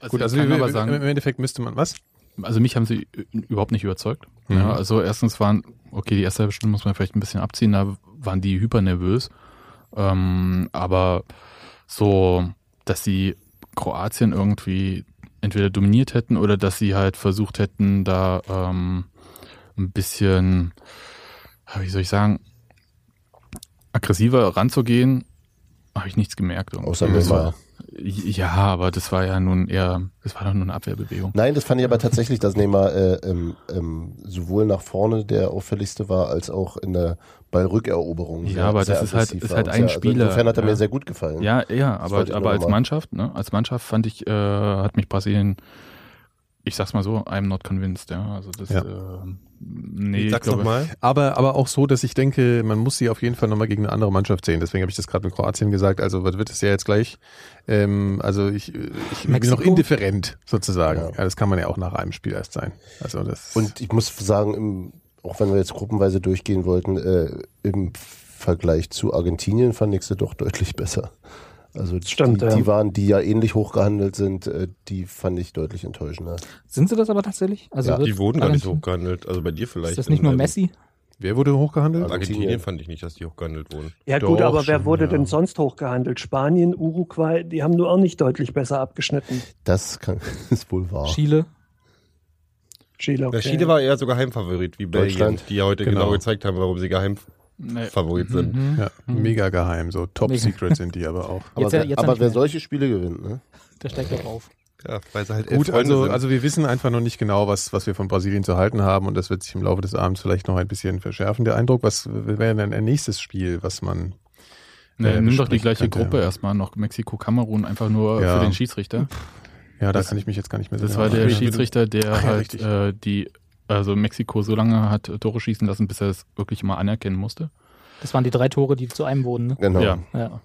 S7: Also
S4: Gut, also
S7: ich
S4: wir,
S7: kann
S4: wir,
S7: aber
S4: im
S7: sagen,
S4: Endeffekt müsste man was?
S7: also mich haben sie äh, überhaupt nicht überzeugt.
S4: Mhm.
S7: Ja, also erstens waren, okay, die erste halbe Stunde muss man vielleicht ein bisschen abziehen, da waren die hyper nervös. Ähm, aber so, dass sie Kroatien irgendwie entweder dominiert hätten oder dass sie halt versucht hätten, da ähm, ein bisschen, ah, wie soll ich sagen, aggressiver ranzugehen, habe ich nichts gemerkt. irgendwie.
S2: Außer
S7: Das war-
S2: Neymar.
S7: Ja, aber das war ja nun eher, das war doch nur eine Abwehrbewegung.
S2: Nein, das fand ich aber tatsächlich, dass Neymar äh, ähm, ähm, sowohl nach vorne der auffälligste war, als auch in der Ballrückeroberung.
S7: Ja,
S2: sehr-
S7: aber
S2: sehr
S7: das ist halt-
S2: aggressiv
S7: ist
S2: war
S7: halt
S2: und
S7: ein
S2: sehr- also
S7: Spieler,
S2: insofern hat er
S7: ja.
S2: mir sehr gut gefallen.
S7: Ja, ja,
S2: wollte
S7: aber,
S2: ich
S7: aber
S2: nur
S7: als
S2: noch mal.
S7: Mannschaft, ne? Als Mannschaft fand ich, äh, hat mich Brasilien, ich sag's mal so, I'm not convinced, ja. Also das,
S4: Ja.
S7: äh, nee, ich
S6: Sag's
S7: glaube,
S6: nochmal.
S4: Aber, aber auch so, dass ich denke, man muss sie auf jeden Fall nochmal gegen eine andere Mannschaft sehen. Deswegen habe ich das gerade mit Kroatien gesagt. Also was wird es ja jetzt gleich? Ähm, also ich, ich bin
S5: Mexiko?
S4: noch indifferent sozusagen.
S2: Ja.
S4: Ja. das kann man ja auch nach einem Spiel erst sein. Also das
S2: Und ich muss sagen, im, auch wenn wir jetzt gruppenweise durchgehen wollten, äh, im Vergleich zu Argentinien fand ich sie doch deutlich besser. Also
S8: Stimmt,
S2: die,
S8: ja.
S2: die waren, die ja ähnlich hoch gehandelt sind, äh, die fand ich deutlich enttäuschender.
S5: Sind sie das aber tatsächlich? Also
S2: Ja,
S5: wird
S6: Die wurden gar nicht so
S5: Argentin-
S6: hochgehandelt. Also bei dir vielleicht.
S5: Ist das nicht nur
S6: in-
S5: Messi?
S4: wer wurde hochgehandelt?
S6: Argentinien fand ich nicht, dass die hochgehandelt wurden.
S8: Ja,
S4: Doch,
S8: gut, aber wer
S4: schon,
S8: wurde
S4: ja.
S8: denn sonst hochgehandelt? Spanien, Uruguay, die haben nur auch nicht deutlich besser abgeschnitten.
S2: Das kann, ist wohl wahr.
S5: Chile?
S8: Chile,
S6: Okay.
S8: okay.
S6: Chile war eher so Geheimfavorit wie Belgien,
S2: Deutschland.
S6: die ja heute genau.
S4: Genau.
S6: gezeigt haben, warum sie Geheimfavorit
S7: nee.
S6: sind.
S7: Mhm.
S4: Ja, mega geheim. So top
S5: Mega.
S4: secret sind die aber auch.
S2: Aber,
S5: Jetzt ja-
S2: wer,
S5: jetzt
S2: aber
S5: nicht
S2: wer
S5: mehr.
S2: solche Spiele gewinnt, ne?
S5: Der steigt doch auf.
S6: Ja, weil sie halt elf
S4: Gut,
S6: Freunde
S4: also,
S6: sind.
S4: also wir wissen einfach noch nicht genau, was, was wir von Brasilien zu halten haben und das wird sich im Laufe des Abends vielleicht noch ein bisschen verschärfen. Der Eindruck, was wäre denn ein nächstes Spiel, was man
S7: Nee,
S4: äh,
S7: nimm doch die
S4: besprechen
S7: gleiche
S4: könnte?
S7: Gruppe erstmal noch. Mexiko, Kamerun, einfach nur
S4: Ja.
S7: für den Schiedsrichter.
S4: Ja, da
S7: Das-
S4: kann ich mich jetzt gar nicht mehr
S7: Das
S4: sicher
S7: war der
S4: erinnern.
S7: Schiedsrichter, der
S4: Ach ja,
S7: halt
S4: richtig.
S7: äh, die, also Mexiko so lange hat Tore schießen lassen, bis er es wirklich mal anerkennen musste.
S5: Das waren die drei Tore, die zu einem wurden. Ne?
S2: Genau.
S7: Ja.
S5: Ja.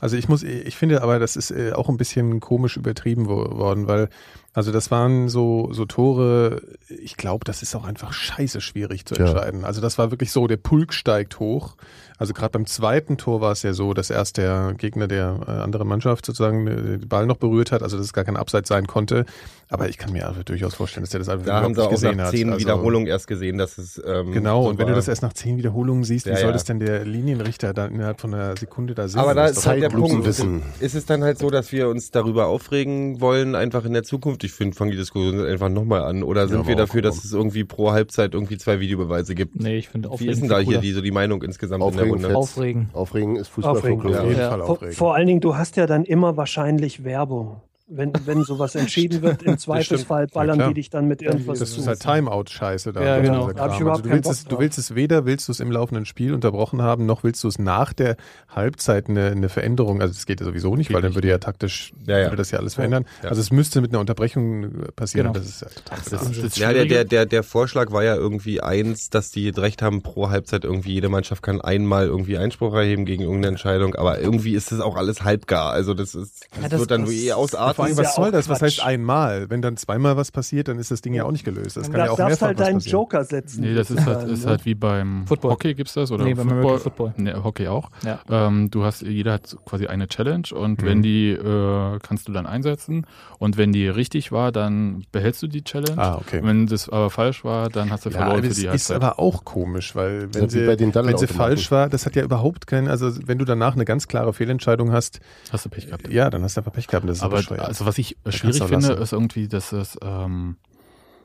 S4: Also ich muss, ich finde aber, das ist äh, auch ein bisschen komisch übertrieben wo, worden, weil, also das waren so, so Tore, ich glaube, das ist auch einfach scheiße schwierig zu
S2: Ja.
S4: entscheiden. Also das war wirklich so, der Pulk steigt hoch. Also gerade beim zweiten Tor war es ja so, dass erst der Gegner der äh, anderen Mannschaft sozusagen äh, den Ball noch berührt hat, also dass es gar kein Abseits sein konnte. Aber ich kann mir also durchaus vorstellen, dass der das einfach
S6: da haben
S4: überhaupt nicht
S6: sie auch
S4: gesehen
S6: nach
S4: hat.
S6: zehn
S4: Also-
S6: Wiederholungen erst gesehen, dass es ähm,
S4: Genau,
S6: so
S4: und wenn du
S6: war.
S4: das erst nach zehn Wiederholungen siehst,
S6: Ja,
S4: wie soll
S6: ja.
S4: das denn der Linienrichter dann innerhalb von einer Sekunde da sehen?
S6: aber da
S4: Das
S6: ist
S4: doch
S6: halt der
S4: Blutwissen.
S6: Punkt.
S2: Wissen.
S6: Ist es dann halt so, dass wir uns darüber aufregen wollen, einfach in der Zukunft? Ich finde, fangen die Diskussion einfach nochmal an. Oder sind
S4: aber
S6: wir
S4: auch,
S6: dafür, dass
S4: komm.
S6: es irgendwie pro Halbzeit irgendwie zwei Videobeweise gibt?
S5: Nee, ich finde
S6: Wie
S5: aufregend.
S6: ist denn da
S5: viel
S6: hier
S5: cooler.
S6: die, so die Meinung insgesamt in
S2: Aufregend
S6: der Runde?
S5: Aufregen.
S2: Aufregen ist
S8: Aufregen,
S2: Fußballfolklore.
S4: Auf jeden
S5: Ja.
S4: Fall
S8: vor,
S4: aufregend.
S8: vor allen Dingen, du hast ja dann immer wahrscheinlich Werbung. Wenn, wenn sowas entschieden wird, im Zweifelsfall ballern
S4: klar.
S8: die dich dann mit irgendwas
S4: Das
S8: zu.
S4: ist halt Timeout-Scheiße da. also
S5: Ja,
S4: dieser
S5: genau.
S4: Kram.
S8: Da hab ich überhaupt
S4: du,
S8: keinen
S4: willst
S8: Bock
S4: es, du
S8: drauf.
S4: willst es weder, willst du es im laufenden Spiel unterbrochen haben, noch willst du es nach der Halbzeit eine, eine Veränderung. Also das geht ja sowieso nicht, weil dann würde ja taktisch
S6: Ja, ja.
S4: würde das ja alles verändern.
S6: Ja.
S4: Also es müsste mit einer Unterbrechung äh, passieren.
S5: Genau.
S4: Das ist ja total
S7: Das ist
S4: bizarr.
S7: das
S6: Ja, der,
S7: Schwierige.
S6: der, der, der Vorschlag war ja irgendwie eins, dass die recht haben, pro Halbzeit irgendwie jede Mannschaft kann einmal irgendwie Einspruch erheben gegen irgendeine Entscheidung, aber irgendwie ist das auch alles halbgar. Also das ist, das,
S5: Ja, das-
S6: wird dann
S5: das-
S6: eh
S4: Vor
S6: ausarten.
S4: allem,
S8: ist ja
S4: was soll
S8: auch
S4: das? Was
S8: Quatsch.
S4: heißt einmal? Wenn dann zweimal was passiert, dann ist das Ding ja auch nicht gelöst. Das
S8: Du
S4: kann ja auch
S8: darfst
S4: mehrfach
S8: halt
S4: was
S8: deinen
S4: passieren.
S8: Joker setzen.
S7: Nee, das ist halt,
S8: sozusagen,
S7: ist
S8: ne?
S7: halt wie beim
S5: Football.
S7: Hockey gibt's das oder
S5: Nee, beim
S7: Football.
S5: American Football.
S7: Nee, Hockey auch.
S5: Ja.
S7: Ähm, du hast, jeder hat so quasi eine Challenge und
S4: Mhm.
S7: wenn die äh, kannst du dann einsetzen und wenn die richtig war, dann behältst du die Challenge.
S4: Ah, okay.
S7: Wenn das aber falsch war, dann hast du
S4: Ja,
S7: verloren
S4: aber
S7: für
S4: das
S7: die halt
S4: ist
S7: Halbzeit.
S4: aber auch komisch, weil wenn
S2: Ja, wie
S4: sie,
S2: bei den
S4: wenn sie
S2: Daddelautomaten.
S4: falsch war, das hat ja überhaupt keinen, also wenn du danach eine ganz klare Fehlentscheidung hast,
S7: Hast du Pech gehabt.
S4: ja, dann hast du einfach Pech gehabt. und Das ist
S7: aber
S4: bescheuert.
S7: also was ich
S4: kannst
S7: schwierig
S4: du auch
S7: finde,
S4: lassen.
S7: ist irgendwie, dass es ähm,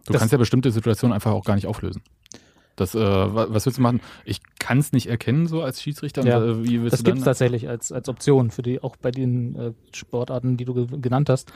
S7: du
S5: Das-
S7: kannst ja bestimmte Situationen einfach auch gar nicht auflösen. Das, äh, wa- was willst du machen? Ich kann es nicht erkennen so als Schiedsrichter.
S5: Ja.
S7: Und, äh, wie willst
S5: Das
S7: du
S5: gibt es
S7: dann?
S5: tatsächlich als, als Option, für die auch bei den äh, Sportarten, die du ge genannt hast.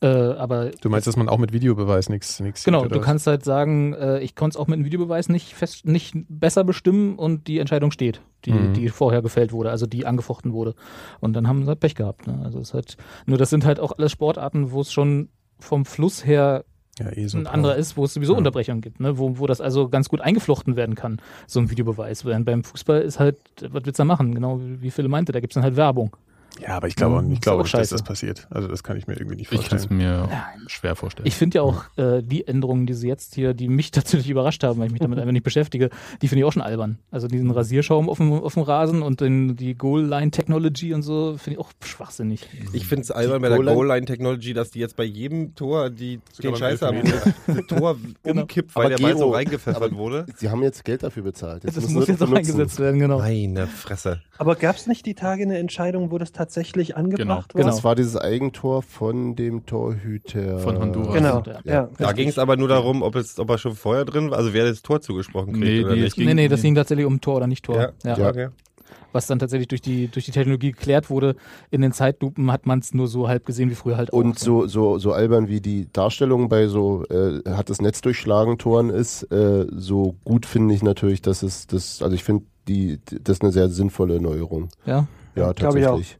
S5: Äh, aber
S4: Du meinst, dass man auch mit Videobeweis nichts nichts
S5: genau,
S4: sieht,
S5: du
S4: was?
S5: kannst halt sagen, äh, ich konnte es auch mit einem Videobeweis nicht, fest, nicht besser bestimmen und die Entscheidung steht, die,
S4: Mhm.
S5: die vorher gefällt wurde, also die angefochten wurde. Und dann haben sie halt Pech gehabt. Ne? Also es ist halt, nur das sind halt auch alles Sportarten, wo es schon vom Fluss her
S4: ja, eh so
S5: ein anderer ist, wo es sowieso
S4: Ja.
S5: Unterbrechungen gibt, ne? wo, wo das also ganz gut eingeflochten werden kann, so ein Videobeweis. Während beim Fußball ist halt, was willst du da machen? Genau wie wie Phil meinte, da gibt es dann halt Werbung.
S4: Ja, aber ich glaube, ich
S5: Ist
S4: glaube
S5: auch
S4: nicht, dass
S5: scheiße.
S4: das passiert. Also das kann ich mir irgendwie nicht
S7: Ich kann es
S4: vorstellen.
S7: mir schwer vorstellen.
S5: Ich finde ja auch äh, die Änderungen, die sie jetzt hier, die mich tatsächlich überrascht haben, weil ich mich damit einfach nicht beschäftige, die finde ich auch schon albern. Also
S2: Mhm.
S5: diesen Rasierschaum auf dem, auf dem Rasen und den, die Goal-Line-Technology und so, finde ich auch schwachsinnig.
S6: Ich finde es albern bei der Goal-Line-Technology, dass die jetzt bei jedem Tor, die
S4: Sogar
S6: den
S4: beim
S6: Scheiße haben,
S4: Elfmeter.
S6: das Tor umkippt, weil
S2: Aber
S6: der Ball so
S2: Gero-
S6: reingepfeffert
S2: aber-
S6: wurde.
S2: Sie haben jetzt Geld dafür bezahlt. Jetzt
S5: Das
S2: müssen
S5: muss
S2: sie
S5: jetzt auch
S2: benutzen.
S5: eingesetzt werden, genau.
S6: Meine Fresse.
S8: Aber gab es nicht die Tage eine Entscheidung, wo das tatsächlich angebracht
S5: Genau,
S8: war?
S2: Das war dieses Eigentor von dem Torhüter.
S7: Von Honduras.
S8: Genau.
S2: Also,
S5: Ja.
S8: Ja.
S6: Da ging es aber nur darum, ob, es, ob er schon vorher drin war, also wer das Tor zugesprochen kriegt
S7: Nee,
S6: oder
S7: die-
S6: nicht.
S7: ging-
S5: nee, nee, das ging tatsächlich um Tor oder nicht Tor.
S6: Ja.
S2: Ja.
S6: Okay.
S5: Was dann tatsächlich durch die, durch die Technologie geklärt wurde. In den Zeitlupen hat man es nur so halb gesehen wie früher halt auch.
S2: Und so, so, so albern wie die Darstellung bei so äh, hat das Netz durchschlagen Toren ist, äh, so gut finde ich natürlich, dass es das, also ich finde die, das ist eine sehr sinnvolle Neuerung.
S5: ne? Ja.
S2: Ja,
S8: Glaub ich
S2: tatsächlich.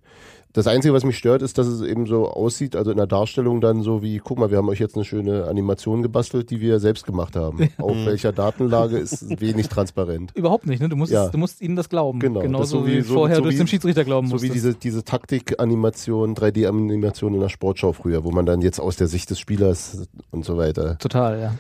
S2: Das Einzige, was mich stört, ist, dass es eben so aussieht, also in der Darstellung dann so wie, guck mal, wir haben euch jetzt eine schöne Animation gebastelt, die wir selbst gemacht haben. Auf welcher Datenlage ist wenig transparent.
S5: Überhaupt nicht, ne? Du musst,
S2: Ja.
S5: du musst ihnen das glauben.
S2: Genau, das
S5: Genauso
S2: so
S5: wie,
S2: wie- so-
S5: vorher
S2: so
S5: durch
S2: wie-
S5: den Schiedsrichter glauben
S2: So wie
S5: musstest.
S2: diese, diese Taktikanimation, 3D-Animation in der Sportschau früher, wo man dann jetzt aus der Sicht des Spielers und so weiter
S5: Total, ja.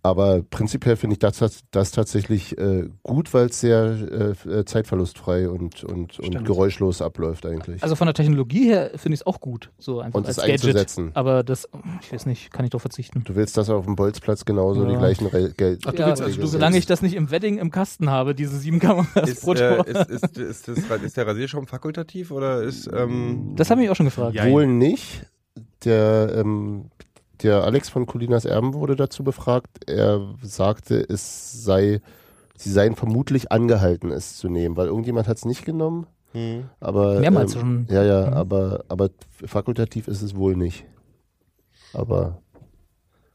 S2: Aber prinzipiell finde ich das, tats- das tatsächlich äh, gut, weil es sehr äh, f- äh, zeitverlustfrei und, und, und geräuschlos abläuft eigentlich.
S5: Also von der Technologie her finde ich es auch gut, so einfach
S2: Und
S5: als
S2: es
S5: Gadget.
S2: einzusetzen.
S5: Aber das, ich weiß nicht, kann ich doch verzichten.
S2: du willst, dass auf dem Bolzplatz genauso
S5: Ja.
S2: die gleichen Re Geld.
S4: Ach, du
S5: ja,
S4: willst also, du
S5: solange
S4: willst-
S5: ich das nicht im Wedding im Kasten habe, diese sieben Kameras
S6: Ist,
S5: pro Tor.
S6: äh, ist, ist, ist, ist, ist der Rasierschaum fakultativ oder ist. Ähm,
S5: das habe ich mich auch schon gefragt.
S7: Ja.
S2: Wohl nicht. Der, ähm, der Alex von Colinas Erben wurde dazu befragt. Er sagte, es sei, sie seien vermutlich angehalten, es zu nehmen, weil irgendjemand hat es nicht genommen.
S6: hm.
S2: Aber, ähm,
S5: Mehrmals schon.
S2: Ja, ja,
S5: Mhm.
S2: aber, aber fakultativ ist es wohl nicht. Aber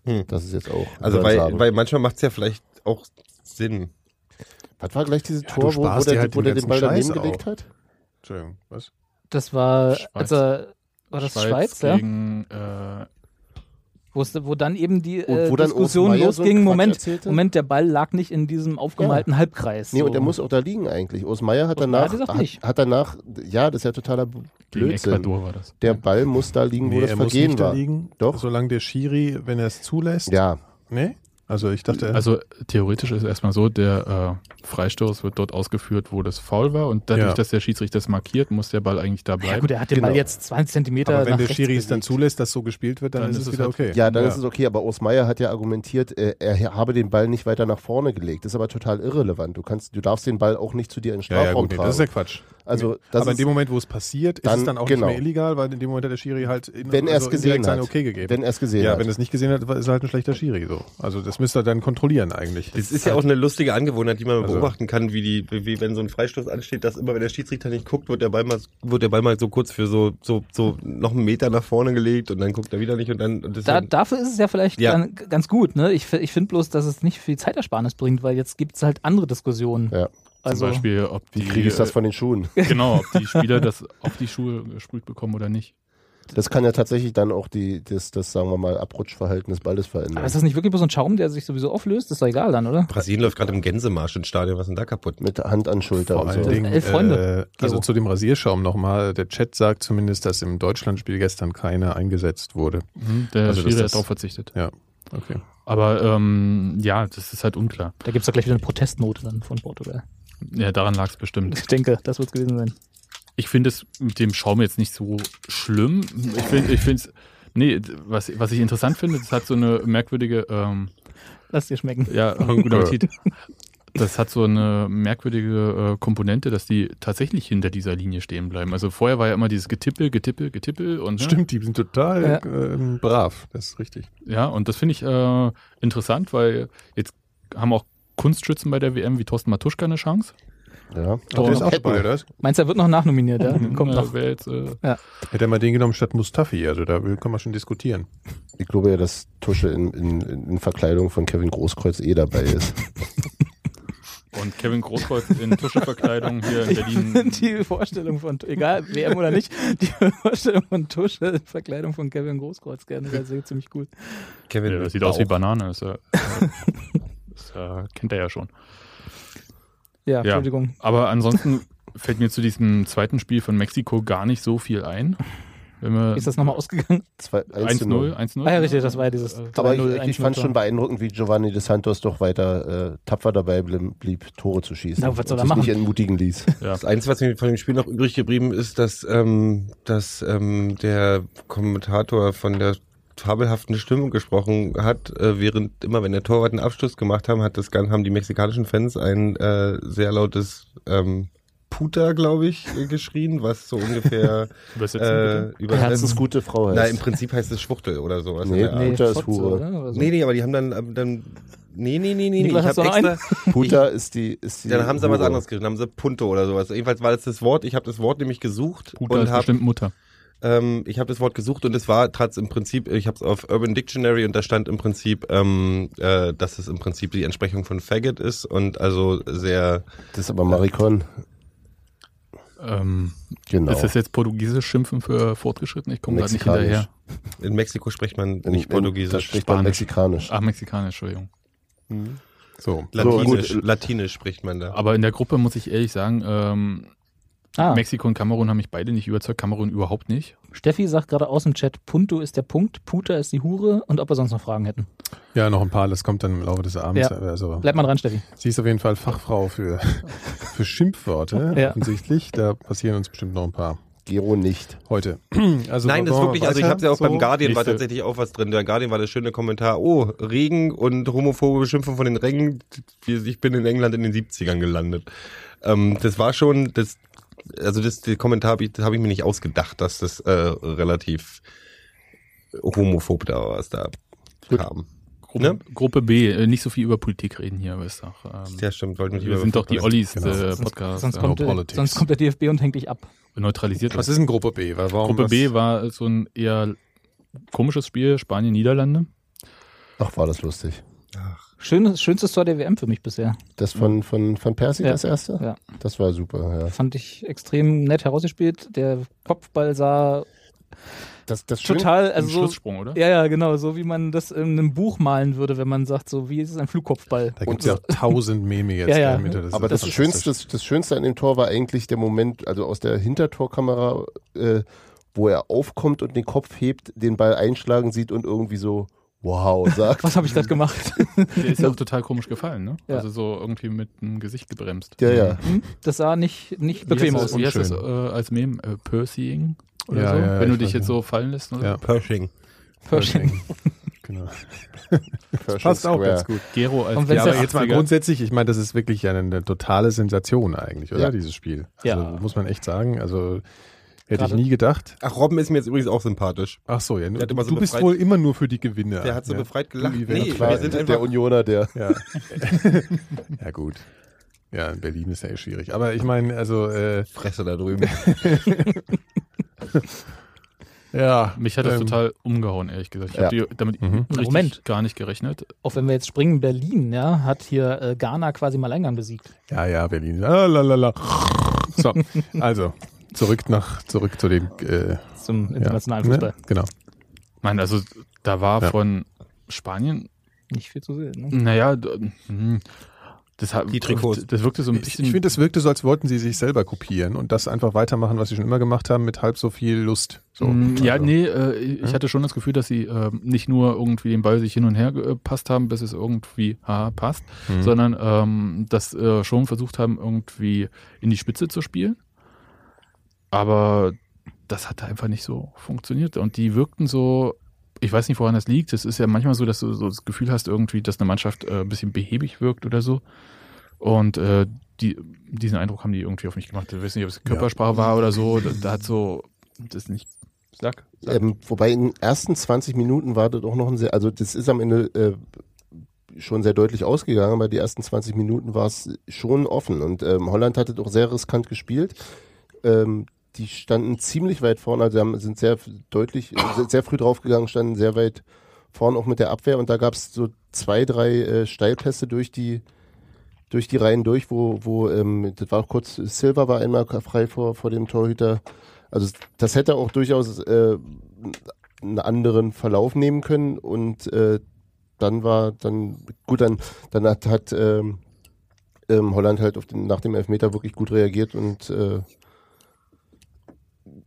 S6: Hm.
S2: das ist jetzt auch.
S6: Also, weil,
S2: übertragen.
S6: weil manchmal macht es ja vielleicht auch Sinn.
S2: Was war gleich dieses
S4: Ja,
S2: Tor,
S4: du
S2: wo, wo
S4: sparst dir
S2: der,
S4: halt
S2: wo
S4: den
S2: der den
S4: ganzen
S2: Ball daneben
S4: Scheiß
S2: gelegt hat?
S4: Entschuldigung, was?
S5: Das war,
S7: Schweiz.
S5: als er, war das Schweiz, ja?
S7: gegen, äh,
S5: Wo, es, wo dann eben die
S2: Und
S5: äh,
S2: wo dann
S5: Diskussion
S2: Urs Meier so einen
S5: losging,
S2: Quatsch
S5: Moment,
S2: erzählte?
S5: Moment, der Ball lag nicht in diesem aufgemalten Halbkreis.
S2: Nee,
S5: so.
S2: und der muss auch da liegen eigentlich. Urs Meier hat
S5: Urs Meier
S2: danach,
S5: hat gesagt,
S2: hat,
S5: nicht.
S2: hat danach, ja, das ist ja totaler
S7: gegen
S2: Blödsinn.
S7: Ecuador war das.
S2: Der Ball muss da liegen, wo
S4: Nee,
S2: das
S4: er muss
S2: Vergehen
S4: nicht da
S2: war.
S4: liegen,
S2: Doch.
S4: Solange der Schiri, wenn er es zulässt.
S2: Ja,
S4: Nee? Also ich dachte,
S7: Also theoretisch ist es erstmal so, der äh, Freistoß wird dort ausgeführt, wo das faul war und dadurch,
S4: Ja.
S7: dass der Schiedsrichter das markiert, muss der Ball eigentlich da
S5: ja
S7: bleiben.
S5: gut, er hat
S2: Genau.
S5: den Ball jetzt 20 Zentimeter
S4: aber wenn
S5: nach
S4: der
S5: rechts
S4: Schiri es dann
S5: bewegt.
S4: zulässt, dass so gespielt wird, dann, ist es wieder
S7: halt-
S4: okay.
S2: ja, dann
S4: Ja.
S2: ist es okay, aber Urs Meier hat ja argumentiert, äh, er habe den Ball nicht weiter nach vorne gelegt. Das ist aber total irrelevant. Du kannst, du darfst den Ball auch nicht zu dir in den
S4: Ja,
S2: Strafraum
S4: ja, gut, nee,
S2: tragen.
S4: das ist ja Quatsch.
S2: also,
S4: Nee.
S2: das
S4: aber in
S2: ist-
S4: dem Moment, wo es passiert, ist es
S2: dann-
S4: dann auch
S2: genau.
S4: nicht mehr illegal, weil in dem Moment hat der Schiri halt in,
S2: wenn er es
S4: also
S2: gesehen
S4: indirekt
S2: hat.
S4: sein Okay gegeben.
S2: Wenn er es gesehen
S4: ja,
S2: hat.
S4: wenn er es nicht gesehen hat, ist er halt ein schlechter Schiri. So. Also das müsste er dann kontrollieren eigentlich.
S6: Das ist ja auch eine lustige Angewohnheit, die man
S4: Also-
S6: beobachten kann, wie die, wie wenn so ein Freistoß ansteht, dass immer wenn der Schiedsrichter nicht guckt, wird der Ball mal, wird der Ball mal so kurz für so, so, so noch einen Meter nach vorne gelegt und dann guckt er wieder nicht und dann und das
S5: Da,
S6: ist
S5: dafür ist es ja vielleicht
S6: Ja.
S5: Dann, g- ganz gut. Ne? Ich, f- ich finde bloß, dass es nicht viel Zeitersparnis bringt, weil jetzt gibt es halt andere Diskussionen.
S2: Ja.
S5: Also,
S7: Zum Beispiel, ob die,
S2: Wie kriege ich das von den Schuhen?
S7: äh, genau, ob die Spieler das auf die Schuhe gesprüht bekommen oder nicht.
S2: Das kann ja tatsächlich dann auch die, das, das, sagen wir mal, Abrutschverhalten des Balles
S5: aber
S2: verändern.
S5: ist das nicht wirklich bloß ein Schaum, der sich sowieso auflöst? Ist doch egal dann, oder?
S6: Brasilien läuft gerade im Gänsemarsch ins Stadion, was ist denn da kaputt?
S2: Mit Hand an Schulter
S4: Vor
S2: und
S4: allen
S2: so.
S4: Dingen,
S5: Elf Freunde,
S4: Äh, also
S5: Gero.
S4: zu dem Rasierschaum nochmal. Der Chat sagt zumindest, dass im Deutschlandspiel gestern keiner eingesetzt wurde.
S2: Mhm.
S7: Der
S4: Also, dass
S7: Schiri
S4: das-
S7: hat darauf verzichtet.
S4: Ja, okay.
S7: Aber ähm, ja, das ist halt unklar.
S5: Da gibt es doch gleich wieder eine Protestnote dann von Portugal.
S7: Ja, daran lag es bestimmt.
S5: Ich denke, das wird es gewesen sein.
S7: Ich finde es mit dem Schaum jetzt nicht so schlimm. Ich finde ich finde es. Nee, was, was ich interessant finde, das hat so eine merkwürdige, ähm,
S5: Lass dir schmecken.
S7: ja, guten Appetit. Das hat so eine merkwürdige äh, Komponente, dass die tatsächlich hinter dieser Linie stehen bleiben. Also vorher war ja immer dieses Getippel, Getippel, Getippel und ne?
S4: Stimmt, die sind total
S5: Ja.
S4: ähm, brav. Das ist richtig.
S7: Ja, und das finde ich äh, interessant, weil jetzt haben auch Kunstschützen bei der WM wie Thorsten Matuschka eine Chance.
S2: Ja.
S4: Ach, der ist auch
S2: Ketten.
S4: dabei, oder? was?
S5: Meinst du, er wird noch nachnominiert? Mhm. Ja? Kommt
S7: Äh,
S5: noch.
S7: Wer jetzt, äh,
S4: Hätte er mal den genommen statt Mustafi, also da kann man schon diskutieren.
S2: Ich glaube ja, dass Tusche in, in, in Verkleidung von Kevin Großkreuz eh dabei ist.
S7: und Kevin Großkreuz in Tuscheverkleidung hier in
S5: Ich finde
S7: Berlin.
S5: die Vorstellung von, egal WM oder nicht, die Vorstellung von Tusche in Verkleidung von Kevin Großkreuz gerne, das ist ziemlich gut.
S6: Kevin
S7: Ja, das sieht aus wie Banane. Ist, äh, das äh, kennt er ja schon.
S5: Ja,
S7: Ja.
S5: Entschuldigung.
S7: Aber ansonsten fällt mir zu diesem zweiten Spiel von Mexiko gar nicht so viel ein. Wenn wir
S5: Wie ist das nochmal ausgegangen?
S2: Zwei- eins zu
S7: 1-0,
S2: null.
S7: 1-0.
S5: Ah ja, richtig, das war ja dieses.
S7: Äh,
S2: Aber
S5: 3-0,
S2: ich, ich fand
S5: 1-0.
S2: schon beeindruckend, wie Giovanni de Santos doch weiter äh, tapfer dabei blieb, blieb, Tore zu schießen.
S5: Na, was soll
S2: und
S5: er
S2: sich
S5: machen?
S2: nicht entmutigen ließ.
S6: Das Einzige, was mir von dem Spiel noch übrig geblieben ist, dass, ähm, dass ähm, der Kommentator von der fabelhaften Stimmung gesprochen hat, äh, während immer, wenn der Torwart einen Abschluss gemacht haben, hat das Gan- haben die mexikanischen Fans ein äh, sehr lautes ähm, Puta, glaube ich, äh, geschrien, was so ungefähr
S7: Übersetzen
S6: äh,
S7: bitte.
S6: übersetzt.
S2: gute Frau heißt.
S6: Na, im Prinzip heißt es Schwuchtel oder sowas. in
S2: Nee,
S6: der Art.
S2: nee. Mutter ist
S5: Fotze,
S2: Hure.
S5: oder? Also- Oder so.
S6: nee, nee, aber die haben dann, ähm, dann nee, nee, nee, nee, nee.
S5: Niklas,
S6: ich
S5: hast
S6: habe
S5: du noch
S6: extra,
S2: Puta ist die, ist die.
S6: dann haben sie aber was
S2: Hure.
S6: anderes geredet, dann haben sie Punto oder sowas. Jedenfalls war das das Wort, ich habe das Wort nämlich gesucht
S7: Puta
S6: und
S7: ist
S6: habe
S7: bestimmt Mutter.
S6: ähm, ich habe das Wort gesucht und es war tat's im Prinzip, ich habe es auf Urban Dictionary und da stand im Prinzip, ähm, äh, dass es im Prinzip die Entsprechung von Faggot ist und also sehr
S2: Das ist aber Maricon.
S7: Ähm,
S2: Genau.
S7: Ist das jetzt Portugiesisch Schimpfen für Fortgeschrittene? Ich komme da nicht
S2: Mexikanisch.
S7: hinterher.
S6: in Mexiko spricht man
S2: In-
S6: nicht
S2: in- Da
S6: Portugiesisch,
S2: Oh, spricht man
S7: Spanisch.
S2: Mexikanisch.
S7: Ach, Mexikanisch, Entschuldigung.
S4: So.
S6: Latinisch,
S2: gut.
S6: Latinisch spricht man da.
S7: Aber in der Gruppe muss ich ehrlich sagen, ähm,
S5: Ah,
S7: Mexiko und Kamerun haben mich beide nicht überzeugt, Kamerun überhaupt nicht.
S5: Steffi sagt gerade aus dem Chat, Punto ist der Punkt, Puta ist die Hure und ob wir sonst noch Fragen hätten.
S4: Ja, noch ein paar, das kommt dann im Laufe des Abends.
S5: Ja.
S4: Also,
S5: Bleib mal dran, Steffi.
S7: Äh,
S4: sie ist auf jeden Fall Fachfrau für, für Schimpfwörter,
S5: Ja.
S4: offensichtlich. Da passieren uns bestimmt noch ein paar
S2: Gero nicht.
S4: heute. Also,
S6: Nein, das ist
S4: wollen wir
S6: wirklich, also ich
S4: weiter?
S6: habe ja auch
S4: So.
S6: beim Guardian war
S7: Nächste.
S6: tatsächlich auch was drin. Der Guardian war der schöne Kommentar, oh, Regen und homophobe Beschimpfung von den Regen, ich bin in England in den 70ern gelandet. Ähm, das war schon, das, also das, den Kommentar habe ich, das hab ich mir nicht ausgedacht, dass das äh, relativ homophob da war, was da haben.
S7: Gruppe,
S6: Ne?
S7: Gruppe B, äh, nicht so viel über Politik reden hier, weißt du. Ähm,
S6: Ja, stimmt, wollten
S7: wir sind doch die Ollis
S4: Genau.
S7: äh,
S5: Sonst,
S7: Podcast.
S5: sonst,
S7: ja.
S5: kommt der,
S4: Politics.
S5: sonst kommt der DFB und hängt dich ab.
S7: Neutralisiert.
S4: Was
S7: uns.
S4: ist denn Gruppe B? Weil Warum
S7: Gruppe
S4: das-
S7: B war so ein eher komisches Spiel, Spanien, Niederlande.
S2: Ach, war das lustig.
S7: äh.
S5: Schönes, schönstes Tor der WM für mich bisher.
S2: Das von, von, von Persie,
S5: Ja.
S2: das erste?
S5: Ja.
S2: Das war super, ja.
S5: Fand ich extrem nett herausgespielt. Der Kopfball sah
S2: Das, das
S5: total,
S7: Ein
S5: also so,
S7: Schlusssprung, oder?
S5: ja, ja, genau, so wie man das in einem Buch malen würde, wenn man sagt, so wie ist es ein Flugkopfball?
S4: Da gibt es ja tausend Meme jetzt.
S5: Ja, ja.
S4: gell, Mitte, das
S2: Aber
S4: ist
S2: das,
S4: fantastisch.
S2: Schönste, das, Schönste an dem Tor war eigentlich der Moment, also aus der Hintertorkamera, äh, wo er aufkommt und den Kopf hebt, den Ball einschlagen sieht und irgendwie so, wow, sagt.
S5: Was habe ich gerade gemacht?
S7: Der ist ja auch total komisch gefallen, ne?
S5: Ja.
S7: Also so irgendwie mit dem Gesicht gebremst.
S2: ja, ja.
S5: Das sah nicht, nicht
S7: Wie
S5: bequem
S7: heißt
S5: aus.
S7: das, wie heißt das äh,
S4: Unschön.
S7: als Meme? Äh, Percying oder
S4: Ja,
S7: so?
S4: ja,
S7: Wenn du
S4: ich
S7: dich
S4: weiß
S7: jetzt
S4: nicht.
S7: so fallen lässt. Oder?
S4: Ja.
S6: Pershing.
S5: Pershing.
S4: Genau.
S2: Pershing
S4: Passt auch
S2: Square.
S4: ganz gut.
S7: Gero als
S5: Und wenn's
S4: Ja,
S7: der
S4: aber jetzt mal
S7: 80er.
S4: grundsätzlich, ich meine, das ist wirklich ja eine, eine totale Sensation eigentlich, oder?
S2: Ja.
S4: Dieses Spiel. Also,
S5: Ja.
S4: Muss man echt sagen. Also hätte
S5: Gerade-
S4: ich nie gedacht.
S6: Ach, Robben ist mir jetzt übrigens auch sympathisch.
S4: Ach so, ja, du,
S6: hat immer so
S4: du bist
S6: befreit-
S4: wohl immer nur für die Gewinner.
S6: Der hat so
S4: ja.
S6: befreit gelacht.
S4: Ui,
S6: Nee,
S4: wer hat
S2: War
S6: wir sind
S2: der
S6: einfach,
S2: Unioner, der.
S4: Ja. ja, gut. Ja, in Berlin ist ja eh schwierig. Aber ich meine, also, äh,
S6: Fresse da drüben.
S4: ja.
S7: Mich hat das
S4: Ähm,
S7: total umgehauen, ehrlich gesagt. Ich
S2: Ja.
S7: habe damit
S4: Mhm.
S7: richtig
S5: Moment.
S7: gar nicht gerechnet.
S5: Auch wenn wir jetzt springen, Berlin, ja, hat hier äh, Ghana quasi mal Eingang besiegt.
S4: Ja, ja, Berlin. Ah, la, la, la. So, also, zurück nach, zurück zu dem, äh,
S5: Zum
S4: ja.
S5: internationalen Fußball.
S4: ne? Genau.
S7: Mann, also da war
S4: Ja.
S7: von Spanien,
S5: Nicht viel zu sehen. Ne?
S7: naja, d- hm, das, hat-
S6: Die Trikots.
S7: das wirkte so ein
S4: Ich,
S7: bisschen.
S4: ich finde, es wirkte so, als wollten sie sich selber kopieren und das einfach weitermachen, was sie schon immer gemacht haben, mit halb so viel Lust. So.
S7: Mm, Ja,
S4: Also,
S7: nee, äh, ich hatte schon das Gefühl, dass sie ähm, nicht nur irgendwie den Ball sich hin und her gepasst haben, bis es irgendwie haha, passt,
S4: Mhm.
S7: sondern ähm, das äh, schon versucht haben, irgendwie in die Spitze zu spielen. Aber das hat einfach nicht so funktioniert. Und die wirkten so, ich weiß nicht, woran das liegt. Es ist ja manchmal so, dass du so das Gefühl hast, irgendwie, dass eine Mannschaft äh, ein bisschen behäbig wirkt oder so. Und äh, die, diesen Eindruck haben die irgendwie auf mich gemacht. Ich weiß nicht, ob es Körpersprache war oder so. Da, da hat so das nicht. Sag. sag.
S2: Ähm, wobei in den ersten 20 Minuten war das auch noch ein sehr, also das ist am Ende äh, schon sehr deutlich ausgegangen, aber die ersten 20 Minuten war es schon offen und ähm, Holland hatte doch sehr riskant gespielt. Ähm, die standen ziemlich weit vorne, also haben, sind sehr f- deutlich, äh, sind sehr früh draufgegangen, standen sehr weit vorne auch mit der Abwehr und da gab es so zwei, drei äh, Steilpässe durch die durch die Reihen durch, wo, wo ähm, das war auch kurz, Silva war einmal frei vor, vor dem Torhüter. Also das hätte auch durchaus äh, einen anderen Verlauf nehmen können und äh, dann war dann gut dann dann hat, hat ähm, ähm, Holland halt auf den, nach dem Elfmeter wirklich gut reagiert und äh,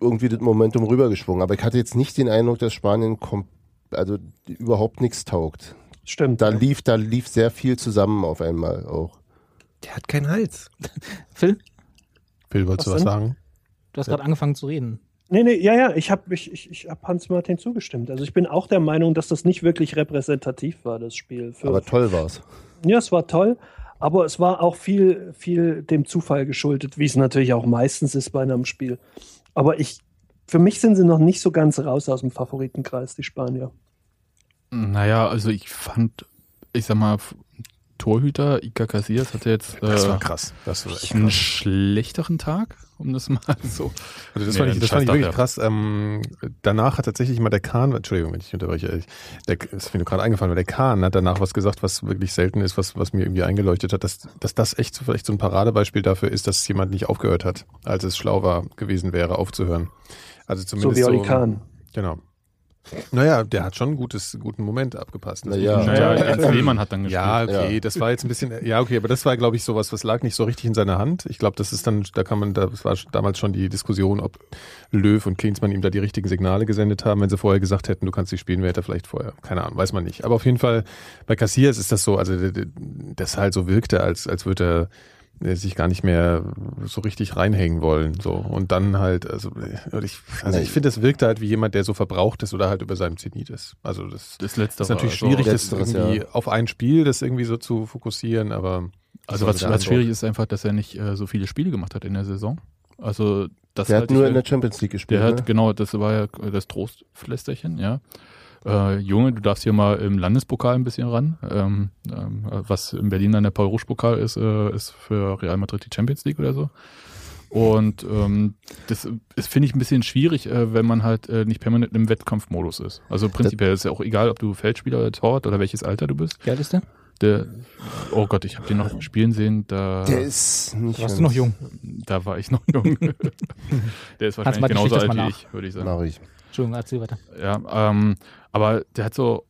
S2: irgendwie das Momentum rübergeschwungen. Aber ich hatte jetzt nicht den Eindruck, dass Spanien kom also überhaupt nichts taugt.
S8: Stimmt.
S2: Da lief, da lief sehr viel zusammen auf einmal auch.
S6: Der hat keinen Hals.
S5: Phil,
S4: Phil, wolltest du
S8: Was
S4: was
S8: denn?
S4: sagen?
S5: du hast gerade angefangen zu reden.
S8: Nee, nee, ja, ja, ich habe ich, ich, ich hab Hans Martin zugestimmt. Also ich bin auch der Meinung, dass das nicht wirklich repräsentativ war, das Spiel. Für,
S2: Aber toll war's.
S8: ja, es war toll, aber es war auch viel, viel dem Zufall geschuldet, wie es natürlich auch meistens ist bei einem Spiel. Aber ich, für mich sind sie noch nicht so ganz raus aus dem Favoritenkreis, die Spanier.
S7: Naja, also ich fand, ich sag mal, Torhüter Iker Casillas hatte jetzt
S4: Das war
S7: äh,
S4: krass. Das war echt
S7: einen
S4: krass.
S7: schlechteren Tag, um das mal so.
S4: Also das
S7: Nee,
S4: fand ich,
S7: dann
S4: das fand
S7: scheiß
S4: ich
S7: doch,
S4: wirklich
S7: ja.
S4: krass. Ähm, danach hat tatsächlich mal der Kahn, Entschuldigung, wenn ich unterbreche, ich- der, das ist mir nur gerade eingefallen, weil der Kahn hat danach was gesagt, was wirklich selten ist, was, was mir irgendwie eingeleuchtet hat, dass, dass das echt so, vielleicht so ein Paradebeispiel dafür ist, dass jemand nicht aufgehört hat, als es schlau war gewesen wäre, aufzuhören. Also
S8: So
S4: zumindest
S8: wie Oli Kahn.
S4: Genau. Naja, der hat schon einen gutes, guten Moment abgepasst. Das
S2: Naja.
S4: muss man schon
S7: Naja,
S4: sagen.
S7: Jens Lehmann hat dann gespielt.
S4: Ja, okay,
S2: Ja.
S4: das war jetzt ein bisschen, ja, okay, aber das war, glaube ich, sowas, was lag nicht so richtig in seiner Hand. Ich glaube, das ist dann, da kann man, da- das war sch- damals schon die Diskussion, ob Löw und Klinsmann ihm da die richtigen Signale gesendet haben. Wenn sie vorher gesagt hätten, du kannst dich spielen, wäre er vielleicht vorher. Keine Ahnung, weiß man nicht. Aber auf jeden Fall, bei Cassias ist das so, also, d- d- das halt so wirkte, als, als würde er äh, sich gar nicht mehr so richtig reinhängen wollen so und dann halt also äh, ich, also ich finde das wirkte halt wie jemand der so verbraucht ist oder halt über seinem Zenit ist also das
S7: Das letzte
S4: das ist natürlich
S7: also,
S4: schwierig, das
S2: Letzteres,
S4: irgendwie
S2: ja.
S4: auf ein Spiel das irgendwie so zu fokussieren, aber
S7: Also
S4: das
S7: was,
S4: war
S7: was
S4: der
S7: schwierig ist einfach, dass er nicht äh, so viele Spiele gemacht hat in der Saison. Also das
S2: Der hat
S7: halte
S2: nur
S7: ich,
S2: in der Champions League gespielt.
S7: Der
S2: ne?
S7: hat, genau, das war ja äh, das Trostflästerchen, ja. Äh, Junge, du darfst hier mal im Landespokal ein bisschen ran. Ähm, ähm, was in Berlin dann der Paul-Rusch-Pokal ist, äh, ist für Real Madrid die Champions League oder so. Und ähm, das, das finde ich ein bisschen schwierig, äh, wenn man halt äh, nicht permanent im Wettkampfmodus ist. Also prinzipiell ist ja auch egal, ob du Feldspieler oder Torwart oder welches Alter du bist.
S5: Wie alt ist der?
S7: Der, oh Gott, ich habe den noch spielen sehen. Da,
S2: Der ist nicht.
S5: Da warst du noch jung.
S7: da war ich noch jung. der ist
S5: Martin,
S7: wahrscheinlich genauso
S5: schlägt das
S7: alt wie
S5: mal nach.
S7: ich, würde ich sagen.
S2: Mach ich.
S5: Entschuldigung, erzähl weiter.
S7: Ja, ähm, aber der hat so,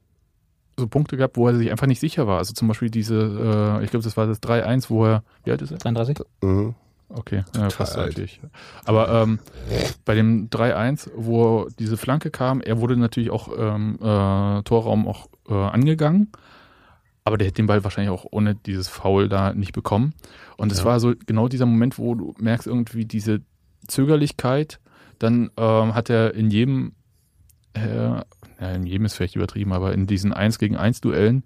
S7: so Punkte gehabt, wo er sich einfach nicht sicher war. Also zum Beispiel diese, äh, ich glaube, das war das 3-1, wo er, wie alt ist er?
S5: 33?
S2: Mhm.
S7: Okay, ja, fast
S6: alt.
S7: natürlich. Aber ähm, bei dem 3-1, wo diese Flanke kam, er wurde natürlich auch ähm, äh, Torraum auch äh, angegangen. Aber der hätte den Ball wahrscheinlich auch ohne dieses Foul da nicht bekommen. Und es war so genau dieser Moment, wo du merkst irgendwie diese Zögerlichkeit. Dann ähm, hat er in jedem, äh, ja, in jedem ist vielleicht übertrieben, aber in diesen 1 gegen 1 Duellen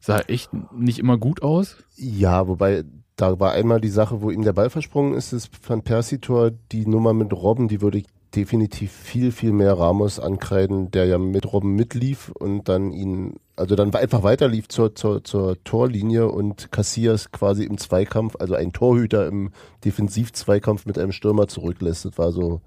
S7: sah er echt nicht immer gut aus.
S2: Ja, wobei da war einmal die Sache, wo ihm der Ball versprungen ist, das Van Persie-Tor, die Nummer mit Robben, die würde ich definitiv viel, viel mehr Ramos ankreiden, der ja mit Robben mitlief und dann ihn, also dann einfach weiterlief zur, zur, zur Torlinie und Cassias quasi im Zweikampf, also ein Torhüter im Defensivzweikampf mit einem Stürmer zurücklässt. Das war so,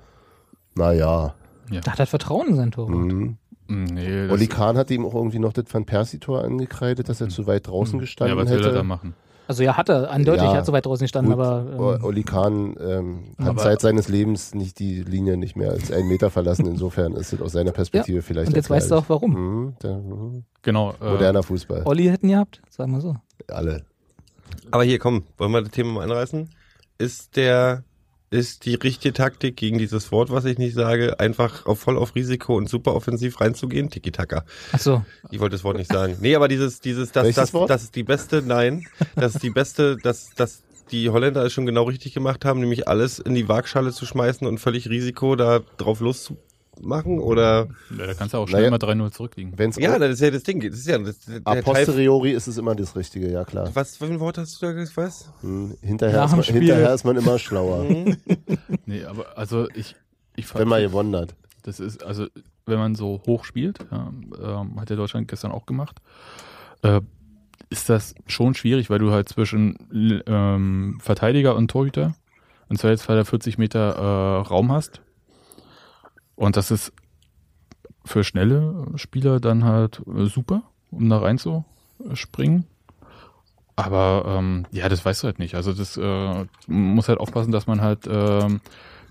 S2: naja.
S5: Da hat er Vertrauen in sein Tor.
S2: Mhm.
S7: Hm, Nee,
S2: Oli Kahn hatte ihm auch irgendwie noch das Van Persie-Tor angekreidet, dass er zu weit draußen
S7: Hm. ja,
S2: gestanden
S7: was
S2: hätte.
S7: will er da machen?
S5: Also ja, hat er, eindeutig,
S2: Ja.
S5: er hat so weit draußen gestanden,
S2: Gut, Oh,
S5: aber
S2: O-
S5: ähm,
S2: Oli Kahn ähm, hat
S7: Aber-
S2: seit seines Lebens nicht die Linie nicht mehr als einen Meter verlassen. Insofern ist es aus seiner Perspektive vielleicht.
S5: und jetzt weißt du auch hm. warum.
S2: Mhm, der, mhm.
S7: Genau. Äh,
S2: Moderner Fußball.
S5: Olli hätten gehabt, sagen wir so.
S2: Alle.
S6: Aber hier, komm, wollen wir das Thema mal anreißen? Ist der, ist die richtige Taktik gegen dieses Wort, was ich nicht sage, einfach auf, voll auf Risiko und super offensiv reinzugehen? Tiki-Taka.
S5: Achso,
S6: Ich wollte das Wort nicht sagen. Nee, aber dieses, dieses, das,
S2: Welches
S6: das,
S2: Wort?
S6: das ist die beste, nein, das ist die beste, das, das, die Holländer es schon genau richtig gemacht haben, nämlich alles in die Waagschale zu schmeißen und völlig Risiko da drauf loszumachen oder
S7: ja, da kannst du auch schnell
S2: Naja.
S7: mal 3-0 zurückliegen.
S2: Wenn's
S6: ja
S2: auch-
S6: das ist ja das Ding das ist ja das, der
S2: a
S6: Teil,
S2: posteriori ist es immer das Richtige, ja klar.
S6: was für ein Wort hast du da gesagt was
S2: Mhm. Hinterher,
S5: Nach
S2: ist
S5: dem
S2: man,
S5: Spiel.
S2: hinterher ist man immer schlauer,
S7: Nee, aber also ich, ich
S2: wenn man gewonnen hat.
S7: das ist, also wenn man so hoch spielt, ja, ähm, hat ja Deutschland gestern auch gemacht, äh, ist das schon schwierig, weil du halt zwischen l- ähm, Verteidiger und Torhüter und zwar jetzt 40 Meter äh, Raum hast. Und das ist für schnelle Spieler dann halt äh, super, um da rein zu äh, springen. Aber ähm, ja, das weißt du halt nicht. Also das äh, man muss halt aufpassen, dass man halt ähm,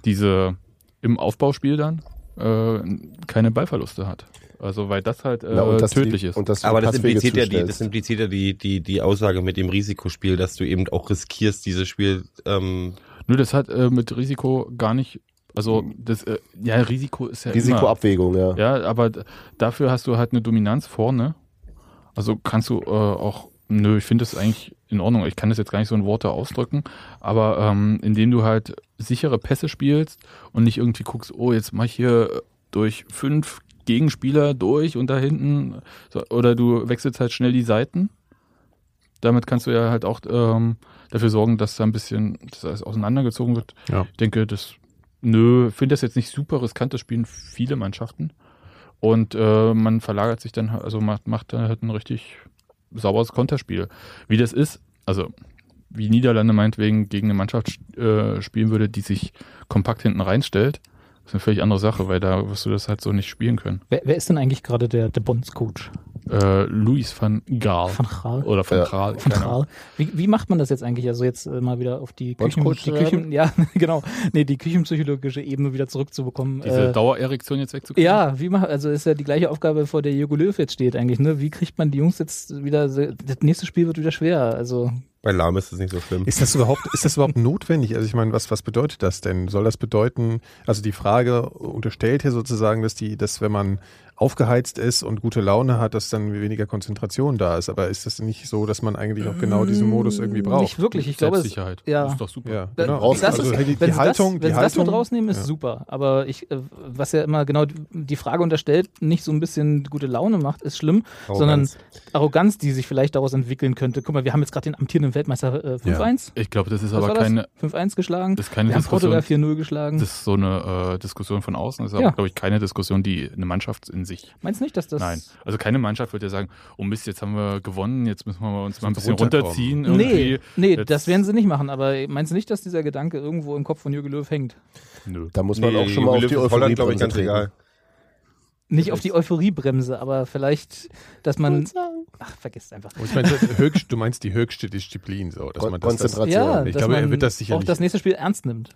S7: diese im Aufbauspiel dann, äh, keine Ballverluste hat. Also weil das halt äh,
S2: Na, und dass
S7: tödlich
S2: die,
S7: ist.
S2: Und dass du
S6: Aber das
S2: Passwege
S6: impliziert, ja die, das
S2: zustellst.
S6: impliziert ja die, die, die Aussage mit dem Risikospiel, dass du eben auch riskierst, dieses Spiel. Ähm,
S7: Nö, das hat äh, mit Risiko gar nicht, also das, äh, ja, Risiko ist ja immer,
S2: Risikoabwägung, ja.
S7: Ja, aber d- dafür hast du halt eine Dominanz vorne. Also kannst du äh, auch, nö, ich finde das eigentlich in Ordnung. Ich kann das jetzt gar nicht so in Worte ausdrücken, aber ähm, indem du halt sichere Pässe spielst und nicht irgendwie guckst, oh, jetzt mach ich hier durch fünf Gegenspieler durch und da hinten, so, oder du wechselst halt schnell die Seiten. Damit kannst du ja halt auch ähm, dafür sorgen, dass da ein bisschen das alles auseinandergezogen wird.
S4: Ja.
S7: Ich denke, das, nö, finde das jetzt nicht super riskant, das spielen viele Mannschaften. Und äh, man verlagert sich dann, also macht, macht dann halt ein richtig sauberes Konterspiel. Wie das ist, also wie Niederlande meinetwegen gegen eine Mannschaft äh, spielen würde, die sich kompakt hinten reinstellt, ist eine völlig andere Sache, weil da wirst du das halt so nicht spielen können.
S5: Wer, wer ist denn eigentlich gerade der, der Bonds-Coach?
S7: Äh, Luis van Gaal
S5: Van Gaal?
S7: oder van
S2: Ja.
S7: Gaal.
S5: Von
S7: keine Ahnung.
S5: Kral. Wie, wie macht man das jetzt eigentlich? Also jetzt äh, mal wieder auf die
S2: Wollt
S5: Küchen,
S2: Coach
S5: die Küchen ja, genau. Nee, die küchenpsychologische Ebene wieder zurückzubekommen.
S7: Diese
S5: äh,
S7: Dauererektion jetzt wegzukriegen.
S5: ja, wie macht, also ist ja die gleiche Aufgabe, vor der Jogo Löw jetzt steht eigentlich, ne? Wie kriegt man die Jungs jetzt wieder, so- das nächste Spiel wird wieder schwer, also.
S6: bei Lahm ist das nicht so schlimm.
S4: Ist das überhaupt, ist das überhaupt notwendig? Also ich meine, was, was bedeutet das denn? Soll das bedeuten, also die Frage unterstellt hier sozusagen, dass die, dass wenn man aufgeheizt ist und gute Laune hat, dass dann weniger Konzentration da ist. Aber ist das nicht so, dass man eigentlich auch genau diesen Modus irgendwie braucht?
S5: Mm, Nicht wirklich, ich glaube, es,
S7: Selbstsicherheit.
S5: ja.
S7: Das ist doch super.
S4: Ja,
S5: Da-
S4: genau.
S2: das
S4: also
S2: ist-
S4: hey, die,
S5: wenn
S4: die
S5: sie
S4: Haltung,
S5: das,
S4: die
S5: wenn sie das
S4: Haltung.
S5: mit rausnehmen, ist
S4: ja.
S5: super. Aber ich, äh, was ja immer genau die- die Frage unterstellt, nicht so ein bisschen gute Laune macht, ist schlimm, sondern
S6: Arroganz.
S5: Arroganz, die sich vielleicht daraus entwickeln könnte. Guck mal, wir haben jetzt gerade den amtierenden Weltmeister äh, 5-1.
S7: Ich glaube, das ist
S5: Was
S7: aber
S5: war das?
S7: keine,
S5: 5-1 geschlagen.
S7: das ist keine
S5: wir haben
S7: Diskussion.
S5: Portugal 4-0 geschlagen.
S7: Das ist so eine äh, Diskussion von außen. Das ist
S5: Ja.
S7: aber, glaube ich, keine Diskussion, die eine Mannschaft in sich.
S5: Meinst du nicht, dass das.
S7: Nein. Also keine Mannschaft wird ja sagen, oh Mist, jetzt haben wir gewonnen, jetzt müssen wir uns mal ein
S4: Jetzt
S7: bisschen
S4: runterkommen.
S7: runterziehen.
S5: Nee,
S7: Irgendwie.
S5: nee
S7: Jetzt-
S5: das werden sie nicht machen, aber meinst du nicht, dass dieser Gedanke irgendwo im Kopf von Jürgen Löw hängt?
S7: Nö.
S2: Da muss man auch schon mal auf
S6: Löw
S2: die
S6: ist Holland, glaube
S2: Euphorie
S6: ich, ganz egal.
S5: Nicht auf die Euphoriebremse, aber vielleicht, dass man. Ach, vergesst einfach.
S4: Und ich meine, das höchst, du meinst die höchste Disziplin, so, dass man das, das
S2: Konzentration.
S5: Ja,
S4: Ich
S5: dass
S4: glaube, er
S5: man
S4: wird das sicherlich-
S5: Auch das nächste Spiel ernst nimmt.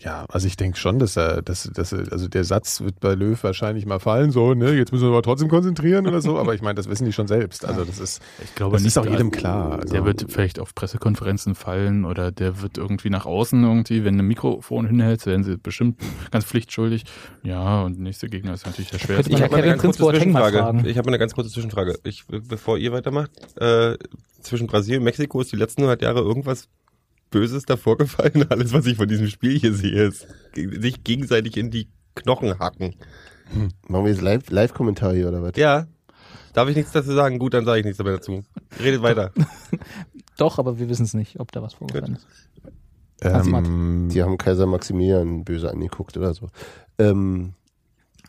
S4: Ja, also ich denke schon, dass er, dass, dass er, also der Satz wird bei Löw wahrscheinlich mal fallen, so, ne, jetzt müssen wir aber trotzdem konzentrieren oder so, aber ich meine, das wissen die schon selbst. Also das ist,
S7: Ich glaube
S4: das
S7: nicht.
S4: ist auch
S7: dass-
S4: jedem klar. Also,
S7: Der wird vielleicht auf Pressekonferenzen fallen oder der wird irgendwie nach außen irgendwie, wenn du ein Mikrofon hinhältst, werden sie bestimmt ganz pflichtschuldig. Ja, und nächster Gegner ist natürlich der schwerste.
S5: Ich
S6: Ich
S5: Ja,
S6: habe mal eine
S5: Kevin
S6: ganz
S5: Prinz
S6: kurze
S5: Boateng mal fragen.
S6: Zwischenfrage. Ich habe eine ganz kurze Zwischenfrage. Ich, bevor ihr weitermacht, äh, zwischen Brasilien und Mexiko ist die letzten 100 Jahre irgendwas Böses davor gefallen. Alles, was ich von diesem Spiel hier sehe, ist ge- sich gegenseitig in die Knochen hacken.
S2: Machen wir jetzt Live- Live-Kommentar hier oder was?
S6: Ja. Darf ich nichts dazu sagen? Gut, dann sage ich nichts mehr dazu. Redet weiter.
S5: Doch, aber wir wissen es nicht, ob da was vorgefallen ist.
S4: ähm,
S2: Die haben Kaiser Maximilian böse angeguckt oder so. Ähm,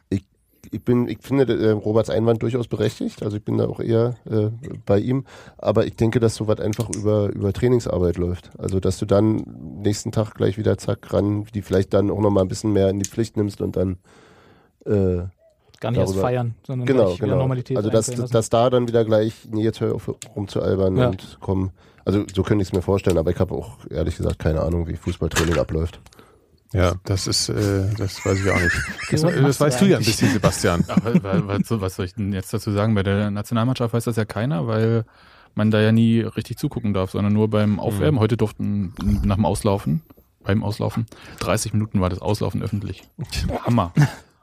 S2: ich, ich, bin, ich finde äh, Roberts Einwand durchaus berechtigt, also ich bin da auch eher äh, bei ihm, aber ich denke, dass sowas einfach über, über Trainingsarbeit läuft. Also, dass du dann nächsten Tag gleich wieder zack ran, die vielleicht dann auch nochmal ein bisschen mehr in die Pflicht nimmst und dann. Äh,
S5: Gar nicht erst
S2: Darüber-
S5: feiern, sondern
S2: genau,
S5: gleich wieder
S2: genau.
S5: Normalität.
S2: also, dass,
S5: einkehren lassen.
S2: dass da dann wieder gleich, nee, jetzt hör auf rumzualbern
S5: Ja.
S2: und kommen. Also, so könnte ich es mir vorstellen, aber ich habe auch ehrlich gesagt keine Ahnung, wie Fußballtraining abläuft.
S4: ja, das ist, äh, das weiß ich auch nicht. Das,
S5: was machst
S4: das
S5: du
S4: weißt du ja ein
S5: eigentlich?
S4: bisschen, Sebastian.
S7: Aber wa- was, so- was soll ich denn jetzt dazu sagen? Bei der Nationalmannschaft weiß das ja keiner, weil man da ja nie richtig zugucken darf, sondern nur beim Aufwärmen. Heute durften nach dem Auslaufen, beim Auslaufen, 30 Minuten war das Auslaufen öffentlich. Hammer.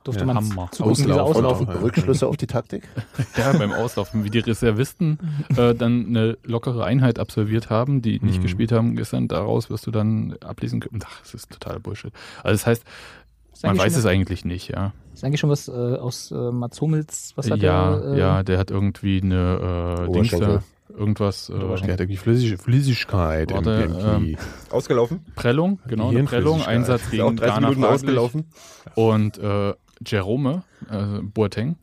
S5: durfte
S4: Ja,
S5: man
S7: Hammer.
S5: zugucken, wie sie
S4: Auslaufen.
S5: auslaufen.
S4: Ja.
S2: Rückschlüsse auf die Taktik?
S7: Ja, beim Auslaufen, wie die Reservisten äh, dann eine lockere Einheit absolviert haben, die nicht
S4: Mhm.
S7: gespielt haben gestern. Daraus wirst du dann ablesen können. Ach, das ist total Bullshit. Also das heißt,
S5: Ist
S7: man
S5: eigentlich
S7: weiß
S5: schon
S7: es eigentlich nicht, ja.
S5: was- Ist eigentlich schon was äh, aus äh, Mats Hummels, was hat
S7: ja,
S5: der? Äh,
S7: ja, der hat irgendwie eine äh, Dings da,
S2: Oberschenkel.
S7: irgendwas.
S4: Der
S7: Äh,
S4: hat irgendwie Flüssig Flüssigkeit im,
S7: Warte, ähm,
S4: im Knie.
S6: Ausgelaufen?
S7: Prellung, genau, eine Prellung,
S4: Hirnflüssigkeit.
S7: Einsatz
S6: Ist auch
S7: gegen
S6: 30
S7: Ghana
S6: Minuten
S7: fraglich.
S6: ausgelaufen.
S7: Und äh, Jerome äh, Boateng,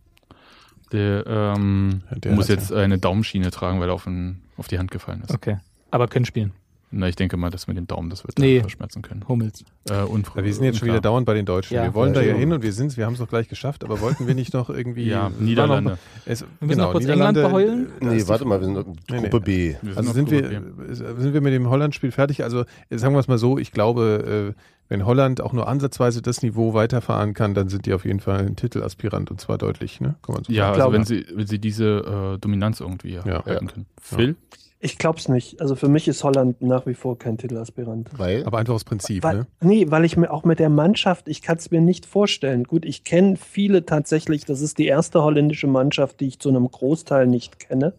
S7: der, ähm,
S4: Ja, der
S7: muss
S4: hat
S7: jetzt eine Daumenschiene tragen, weil er auf, den, auf die Hand gefallen ist.
S5: Okay. Aber können spielen.
S7: Na, ich denke mal, dass mit dem Daumen das wird
S5: Nee.
S7: er verschmerzen können.
S5: Hummels.
S7: Äh, und,
S4: Ja, wir sind jetzt schon
S7: unklar.
S4: wieder dauernd bei den Deutschen.
S5: Ja.
S4: Wir wollen da ja
S2: Ja.
S4: hin und wir sind wir haben es doch gleich geschafft, aber wollten wir nicht noch irgendwie.
S7: Ja,
S4: war noch-
S7: Niederlande.
S4: es, genau,
S5: Wir müssen noch kurz England beheulen.
S4: da
S2: Nee,
S4: ist die
S2: warte mal, wir sind
S4: Nee, nee.
S2: Gruppe B.
S7: Wir
S4: Also
S7: auf
S4: sind
S7: Gruppe
S4: wir, sind wir mit dem Holland-Spiel fertig? Also äh, sagen wir es mal so, ich glaube, äh, Wenn Holland auch nur ansatzweise das Niveau weiterfahren kann, dann sind die auf jeden Fall ein Titelaspirant und zwar deutlich, ne? Kann man so sagen.
S7: Ja, also
S8: glaube-
S7: wenn sie, wenn sie diese äh, Dominanz irgendwie halten können. Phil?
S8: Ich glaub's nicht. Also für mich ist Holland nach wie vor kein Titelaspirant.
S2: Weil,
S4: Aber einfach aus Prinzip,
S8: Weil,
S4: ne?
S8: Nee, weil ich mir auch mit der Mannschaft, ich kann es mir nicht vorstellen. Gut, ich kenne viele tatsächlich, das ist die erste holländische Mannschaft, die ich zu einem Großteil nicht kenne.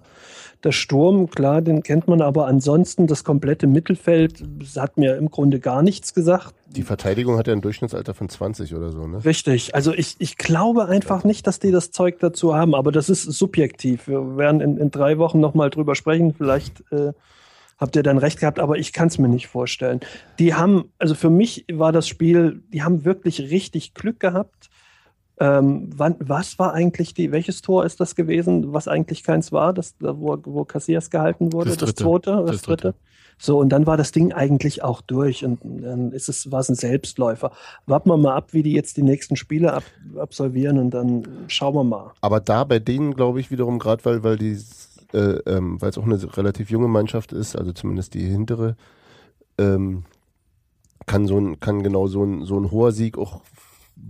S8: Der Sturm, klar, den kennt man, aber ansonsten das komplette Mittelfeld das hat mir im Grunde gar nichts gesagt.
S2: die Verteidigung hat ja ein Durchschnittsalter von 20 oder so, ne?
S8: Richtig, also ich, ich glaube einfach nicht, dass die das Zeug dazu haben, aber das ist subjektiv. Wir werden in, in drei Wochen nochmal drüber sprechen, vielleicht äh, habt ihr dann recht gehabt, aber ich kann es mir nicht vorstellen. Die haben, also für mich war das Spiel, die haben wirklich richtig Glück gehabt. Ähm, wann, was war eigentlich die, welches Tor ist das gewesen, was eigentlich keins war, das, da wo, wo Cassias gehalten wurde?
S7: Das dritte.
S8: zweite? Das,
S7: Das dritte.
S8: dritte. So, und dann war das Ding eigentlich auch durch und dann ist es, war es ein Selbstläufer. Warten wir mal ab, wie die jetzt die nächsten Spiele ab, absolvieren und dann schauen wir mal.
S2: Aber da bei denen glaube ich wiederum, gerade weil, weil die, äh, ähm, weil es auch eine relativ junge Mannschaft ist, also zumindest die hintere, ähm, kann so ein, kann genau so ein, so ein hoher Sieg auch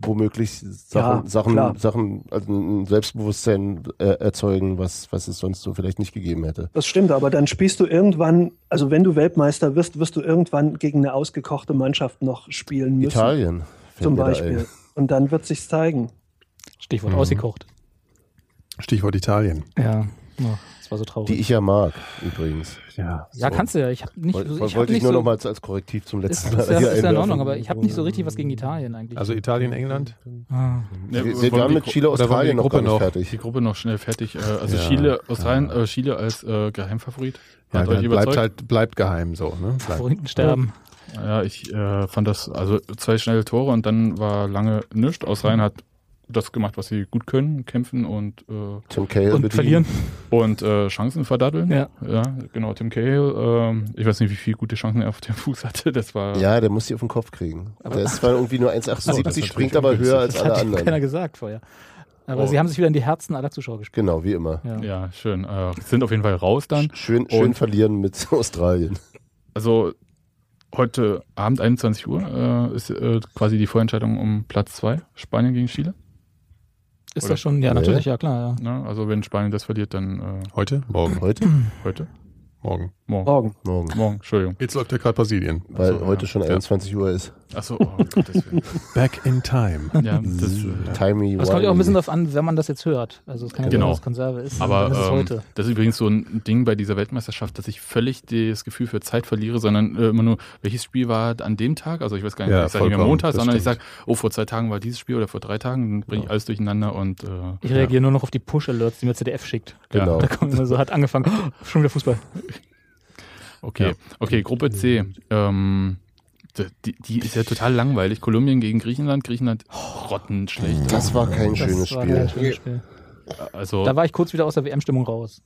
S2: womöglich Sachen,
S8: Ja,
S2: Sachen,
S8: klar.
S2: Sachen, also ein Selbstbewusstsein äh, erzeugen, was, was es sonst so vielleicht nicht gegeben hätte.
S8: Das stimmt, aber dann spielst du irgendwann, also wenn du Weltmeister wirst, wirst du irgendwann gegen eine ausgekochte Mannschaft noch spielen müssen.
S2: Italien. fällt
S8: zum
S2: mir da
S8: Beispiel.
S2: ein.
S8: Und dann wird sich's zeigen.
S5: Stichwort
S4: Mhm.
S5: ausgekocht.
S4: Stichwort Italien.
S5: Ja. Oh, das war so traurig.
S2: Die ich ja mag, übrigens.
S4: Ja,
S5: ja, kannst du ja. Ich habe nicht,
S2: Woll-
S5: ich hab
S2: Wollte ich
S5: nicht
S2: nur
S5: so,
S2: noch mal als- als Korrektiv zum
S5: Ist,
S2: letzten
S5: ist,
S2: Mal
S5: ja,
S2: hier
S5: ist ja in Ordnung,
S2: einwerfen.
S5: aber ich habe nicht so richtig was gegen Italien eigentlich.
S4: Also Italien, England?
S5: Ah.
S2: Wir,
S7: Ne,
S2: wir
S7: wollen
S2: waren
S7: die
S2: mit
S7: Gru-
S2: Chile,
S4: oder wollen wir die
S2: Australien noch
S4: Gruppe
S2: gar nicht
S4: noch?
S7: Die
S2: fertig.
S7: Gruppe noch schnell fertig. Äh, also
S4: Ja,
S7: Chile, Australien, äh, Chile als äh, Geheimfavorit.
S4: Ja,
S7: Hat euch
S4: dann bleibt
S7: überzeugt?
S4: halt, bleibt geheim so, ne? Bleibt.
S5: Favoriten sterben.
S7: Ja, ich äh, fand das, also zwei schnelle Tore und dann war lange nichts. Australien hat das gemacht, was sie gut können, kämpfen und, äh,
S2: Tim Cahill
S5: Und
S2: bedienen.
S5: verlieren.
S7: und äh, Chancen verdatteln.
S5: Ja.
S7: genau. Tim Cahill, ähm, ich weiß nicht, wie viele gute Chancen er auf dem Fuß hatte. Das war.
S2: Ja, der muss die auf den Kopf kriegen.
S5: Aber-
S2: der ist zwar irgendwie nur
S4: So, das ist
S2: 1,78, springt
S4: natürlich
S2: aber
S4: ungünstig.
S2: höher als
S5: Das
S2: alle
S5: hat ja keiner
S2: anderen.
S5: gesagt vorher. Aber
S7: Oh.
S5: sie haben sich wieder in die Herzen aller Zuschauer gespielt.
S2: Genau, wie immer.
S5: Ja.
S7: Ja, schön. Äh, sind auf jeden Fall raus dann.
S2: Schön, schön
S7: Und-
S2: verlieren mit Australien.
S7: Also heute Abend 21 Uhr äh, ist äh, quasi die Vorentscheidung um Platz 2, Spanien gegen Chile.
S5: Ist
S7: Oder-
S5: das schon? Ja,
S2: Nee.
S5: natürlich, ja klar. Ja.
S7: Ne? Also wenn Spanien das verliert, dann äh,
S4: Heute? Morgen.
S2: Heute?
S7: heute,
S4: Morgen.
S7: morgen,
S8: Morgen.
S2: Morgen.
S7: morgen, Entschuldigung.
S4: Jetzt läuft ja gerade Brasilien. Also,
S2: Weil
S7: Ach so,
S2: heute
S7: ja.
S2: schon
S4: Ja.
S2: 21 Uhr ist.
S7: Achso, oh, um Gottes Willen.
S4: Back in time.
S7: Ja, das,
S2: Timey
S5: Aber es kommt ja auch ein
S2: wimey.
S5: bisschen darauf an, wenn man das jetzt hört. Also es kann ja
S7: Genau.
S5: sein, dass es Konserve ist. Mhm,
S7: aber
S5: dann ist es
S7: ähm,
S5: heute.
S7: das ist übrigens so ein Ding bei dieser Weltmeisterschaft, dass ich völlig das Gefühl für Zeit verliere, sondern äh, immer nur, welches Spiel war an dem Tag? Also ich weiß gar nicht,
S4: Ja,
S7: ich sage nicht mehr
S4: vollkommen,
S7: Montag,
S4: das
S7: sondern ich
S4: stimmt.
S7: sage, oh, vor zwei Tagen war dieses Spiel oder vor drei Tagen, dann bringe ich alles durcheinander und äh,
S5: Ich reagiere nur noch auf die Push-Alerts, die mir ZDF schickt.
S2: Genau.
S5: Da kommt immer so, hat angefangen, oh, schon wieder Fußball.
S7: Okay, okay, Gruppe C. Ähm, d- die, die ist ja total langweilig. Kolumbien gegen Griechenland. Griechenland rottenschlecht.
S2: Das war kein schönes
S5: war
S2: Spiel.
S5: kein schönes Spiel.
S7: Also,
S5: Da war ich kurz wieder aus der WM-Stimmung raus.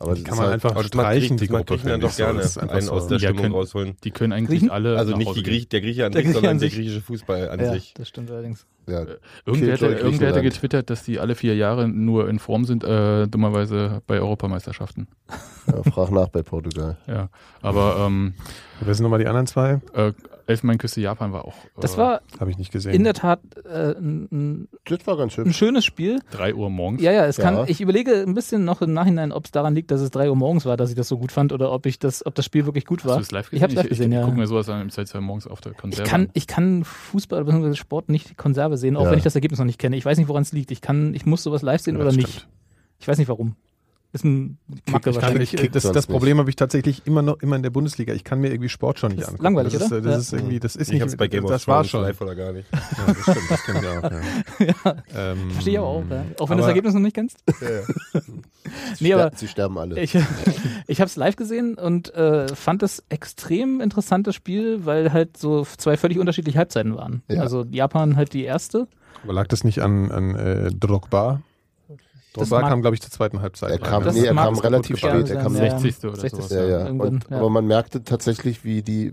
S2: Aber das
S4: Kann
S2: ist
S4: man
S2: halt-
S4: einfach
S6: Aber das mag
S4: streichen,
S6: Griechen-
S4: die
S6: das mag
S4: Gruppe.
S6: Griechenland
S4: finde
S6: doch
S4: ich so.
S6: gerne
S4: Das ist einfach
S6: einen aus
S4: so.
S6: der
S7: Ja,
S6: Stimmung
S7: können-
S6: rausholen.
S7: die können eigentlich
S5: Griechen-
S7: alle.
S6: Also
S7: nach
S6: nicht
S7: Hause
S6: die
S7: gehen.
S6: Grieche, der Grieche an
S5: Der
S6: sich,
S5: Grieche
S6: sondern
S5: an
S6: der
S5: sich.
S6: griechische Fußball an
S5: Ja,
S6: sich.
S5: das stimmt
S2: Oh.
S5: allerdings.
S2: ja.
S7: Irgendwer hätte,
S2: Killjoy
S7: irgendwer hätte
S2: Griechenland.
S7: getwittert, dass die alle vier Jahre nur in Form sind, äh, dummerweise bei Europameisterschaften.
S2: ja, frag nach bei Portugal.
S7: Ja. Aber ähm,
S4: Wer sind nochmal die anderen zwei?
S7: äh, Elfenbeinküste Japan war auch. Äh,
S5: Das war
S4: Habe ich nicht gesehen.
S5: in der Tat äh, ein, ein-
S2: Das war ganz schön.
S5: ein schönes Spiel.
S7: 3 Uhr morgens.
S5: Ja, ja, es kann.
S2: Ja.
S5: Ich überlege ein bisschen noch im Nachhinein, ob es daran liegt, dass es 3 Uhr morgens war, dass ich das so gut fand oder ob ich das, ob das Spiel wirklich gut
S7: Hast
S5: war.
S7: du es live
S5: Ich
S7: gesehen?
S5: hab's live gesehen,
S7: ich,
S5: ja.
S7: Ich gucke mir sowas an, seit zwei morgens auf der
S5: Ich
S7: Konserve.
S5: kann, ich kann Fußball bzw. Sport nicht die Konserve sehen, auch
S2: Ja.
S5: wenn ich das Ergebnis noch nicht kenne. Ich weiß nicht, woran es liegt. Ich kann, ich muss sowas live sehen
S4: Ja,
S5: oder
S4: das
S5: nicht.
S4: stimmt.
S5: Ich weiß nicht warum. Ist ein Macke
S4: Ich kann,
S5: wahrscheinlich.
S4: ich,
S2: Kickt
S4: das,
S2: sonst
S4: das Problem habe ich tatsächlich immer noch immer in der Bundesliga. Ich kann mir irgendwie Sport schon nicht
S5: Das ist
S4: angucken.
S5: langweilig,
S4: das
S5: oder?
S4: Ist, äh, das
S5: Ja.
S4: ist irgendwie, das ist
S6: Ich
S4: nicht.
S6: hab's bei Game of
S4: das war
S6: Thrones
S4: schon.
S6: live oder gar nicht.
S4: Ja, das stimmt, das kenn ich auch. Ja. Ähm,
S5: Verstehe ich aber auch, ja. Auch wenn du das
S4: aber-
S5: Ergebnis noch nicht kennst. nee, aber
S2: Ja, sie sterben alle.
S5: ich, ich habe es live gesehen und äh, fand es extrem interessantes Spiel, weil halt so zwei völlig unterschiedliche Halbzeiten waren.
S2: Ja.
S5: Also Japan halt die erste.
S4: Aber lag das nicht an, an äh, Drogba? Drogba
S5: mag-
S4: kam, glaube ich, zur zweiten Halbzeit.
S2: Er
S4: rein,
S2: kam-
S4: ne?
S5: das
S2: nee, er
S5: mag
S2: kam
S5: es
S2: relativ
S5: gut gerne
S2: spät, er
S5: sein,
S2: kam
S5: ja.
S7: 60. oder
S5: 60.
S7: sowas.
S2: Ja, ja.
S5: Irgendwann,
S2: Und,
S5: ja.
S2: Aber man merkte tatsächlich, wie die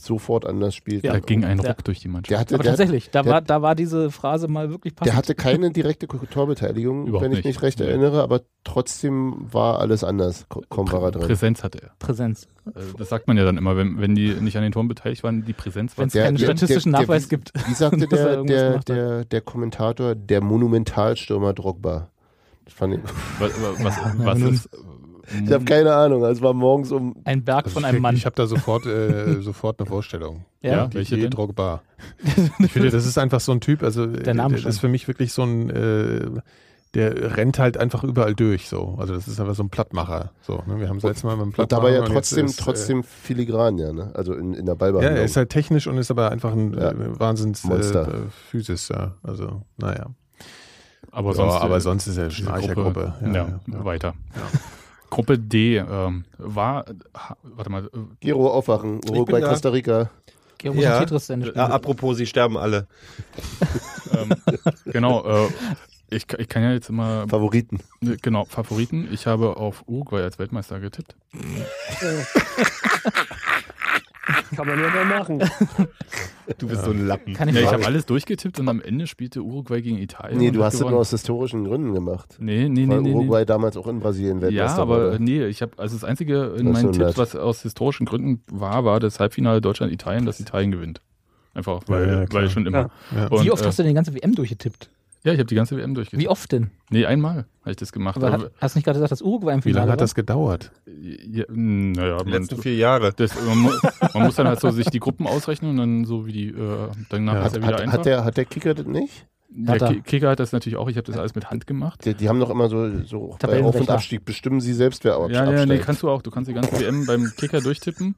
S2: sofort anders spielten.
S7: Da ging ein
S5: Ja.
S7: Ruck durch die Mannschaft.
S2: Der hatte,
S5: Aber
S2: der,
S5: tatsächlich, da
S2: der-
S5: war, da war diese Phrase mal wirklich passend.
S2: der hatte keine direkte Ko- Torbeteiligung,
S7: Überhaupt
S2: wenn ich
S7: nicht.
S2: mich recht
S7: Nee.
S2: erinnere, aber trotzdem war alles anders. Ko- Kombara drin.
S7: Präsenz hatte er.
S5: Präsenz.
S7: Äh, Das sagt man ja dann immer, wenn, wenn die nicht an den Toren beteiligt waren, die Präsenz war
S5: Wenn es keinen
S2: der-
S5: statistischen
S2: der- der-
S5: Nachweis gibt.
S2: Wie sagte
S5: dass er
S2: der,
S5: irgendwas
S2: der,
S5: gemacht hat.
S2: der, der Kommentator, der Monumentalstürmer Drogba? Das fand ich
S7: Was, was,
S5: na,
S7: was
S5: nun.
S7: ist?
S2: ich
S7: Mhm.
S2: habe keine Ahnung. Also war morgens um.
S5: Ein Berg
S4: Also
S5: von
S4: ich
S5: einem
S4: krieg-
S5: Mann.
S4: Ich habe da sofort, äh, sofort eine Vorstellung.
S5: Ja?
S7: Ja.
S4: Die
S7: Welche
S4: Idee
S7: denn?
S4: Drogba. Ich finde, das ist einfach so ein Typ, also
S5: Der Name
S4: das
S5: schon.
S4: ist für mich wirklich so ein, äh, der rennt halt einfach überall durch, so. Also das ist einfach so ein Plattmacher. So, ne? Wir haben es letztes Mal mit dem
S2: Und
S4: Plattmacher.
S2: dabei ja
S4: und jetzt
S2: trotzdem,
S4: ist, äh,
S2: trotzdem filigran, ja, ne? Also in, in der
S4: Ja,
S2: Ballbehandlung.
S4: er ist halt technisch und ist aber einfach ein
S2: Ja.
S4: äh, Wahnsinns
S2: Monster.
S4: Äh, äh, Physis, ja. Also, naja.
S7: Aber
S4: Ja,
S7: sonst,
S4: aber
S7: äh,
S4: sonst ist er eine
S7: diese
S4: Schnarchergruppe.
S7: Ja,
S4: Ja, ja.
S7: weiter. Gruppe D ähm, war, ha- warte mal, äh,
S2: Giro aufwachen, Uruguay,
S6: da.
S2: Costa Rica.
S5: Gero muss
S6: Ja.
S5: ein Tetris zu Ende
S7: Ah,
S5: spielen.
S6: Ja, apropos, sie sterben alle.
S7: ähm, genau, äh, ich, ich kann ja jetzt immer,
S2: Favoriten.
S7: genau, Favoriten. Ich habe auf Uruguay als Weltmeister getippt.
S8: Kann man ja mal machen.
S6: Du bist so ein Lappen.
S5: Kann ich
S7: Ja, ich
S5: fragen?
S7: habe alles durchgetippt und am Ende spielte Uruguay gegen Italien.
S2: Nee,
S7: und
S2: du
S7: hat
S2: hast es
S7: gewonnen.
S2: nur aus historischen Gründen gemacht.
S7: Nee, nee, nee,
S2: weil
S7: nee.
S2: Uruguay
S7: nee.
S2: damals auch in Brasilien
S7: Ja,
S2: Weltmeister
S7: aber äh,
S2: wurde.
S7: nee, ich habe also das einzige in
S2: Das ist
S7: meinen
S2: so nett.
S7: Tipps, was aus historischen Gründen war, war das Halbfinale Deutschland-Italien, dass Italien gewinnt. Einfach, weil,
S4: Ja, ja, klar.
S7: weil schon immer.
S4: Ja.
S7: Und,
S5: Wie oft
S7: äh,
S5: hast du denn die ganze WM durchgetippt?
S7: Ja, Also ich habe die ganze WM durchgespielt.
S5: Wie oft denn?
S7: Nee, einmal habe ich das gemacht.
S5: Aber
S7: Aber,
S5: hat, hast du nicht gerade gesagt, dass Uruguay im
S4: Wie
S5: Finale
S4: lange hat
S5: war?
S4: das gedauert?
S7: ja, naja,
S6: Die
S7: man,
S6: letzten vier Jahre.
S7: das, man, muss, man muss dann halt so sich die Gruppen ausrechnen und dann so wie die, äh, danach
S4: Ja.
S7: ist
S2: Hat,
S7: er wieder
S2: hat,
S7: einfach.
S2: hat, der, hat der Kicker das nicht?
S7: der
S5: Hat er.
S7: Ki- Kicker hat das natürlich auch, ich habe das alles mit Hand gemacht.
S2: Die, die haben doch immer so, so bei
S5: Tabellenrechner.
S2: Auf- und Abstieg bestimmen sie selbst, wer ab,
S7: Ja, ja,
S2: absteigt.
S7: nee, kannst du auch. Du kannst die ganze WM beim Kicker durchtippen.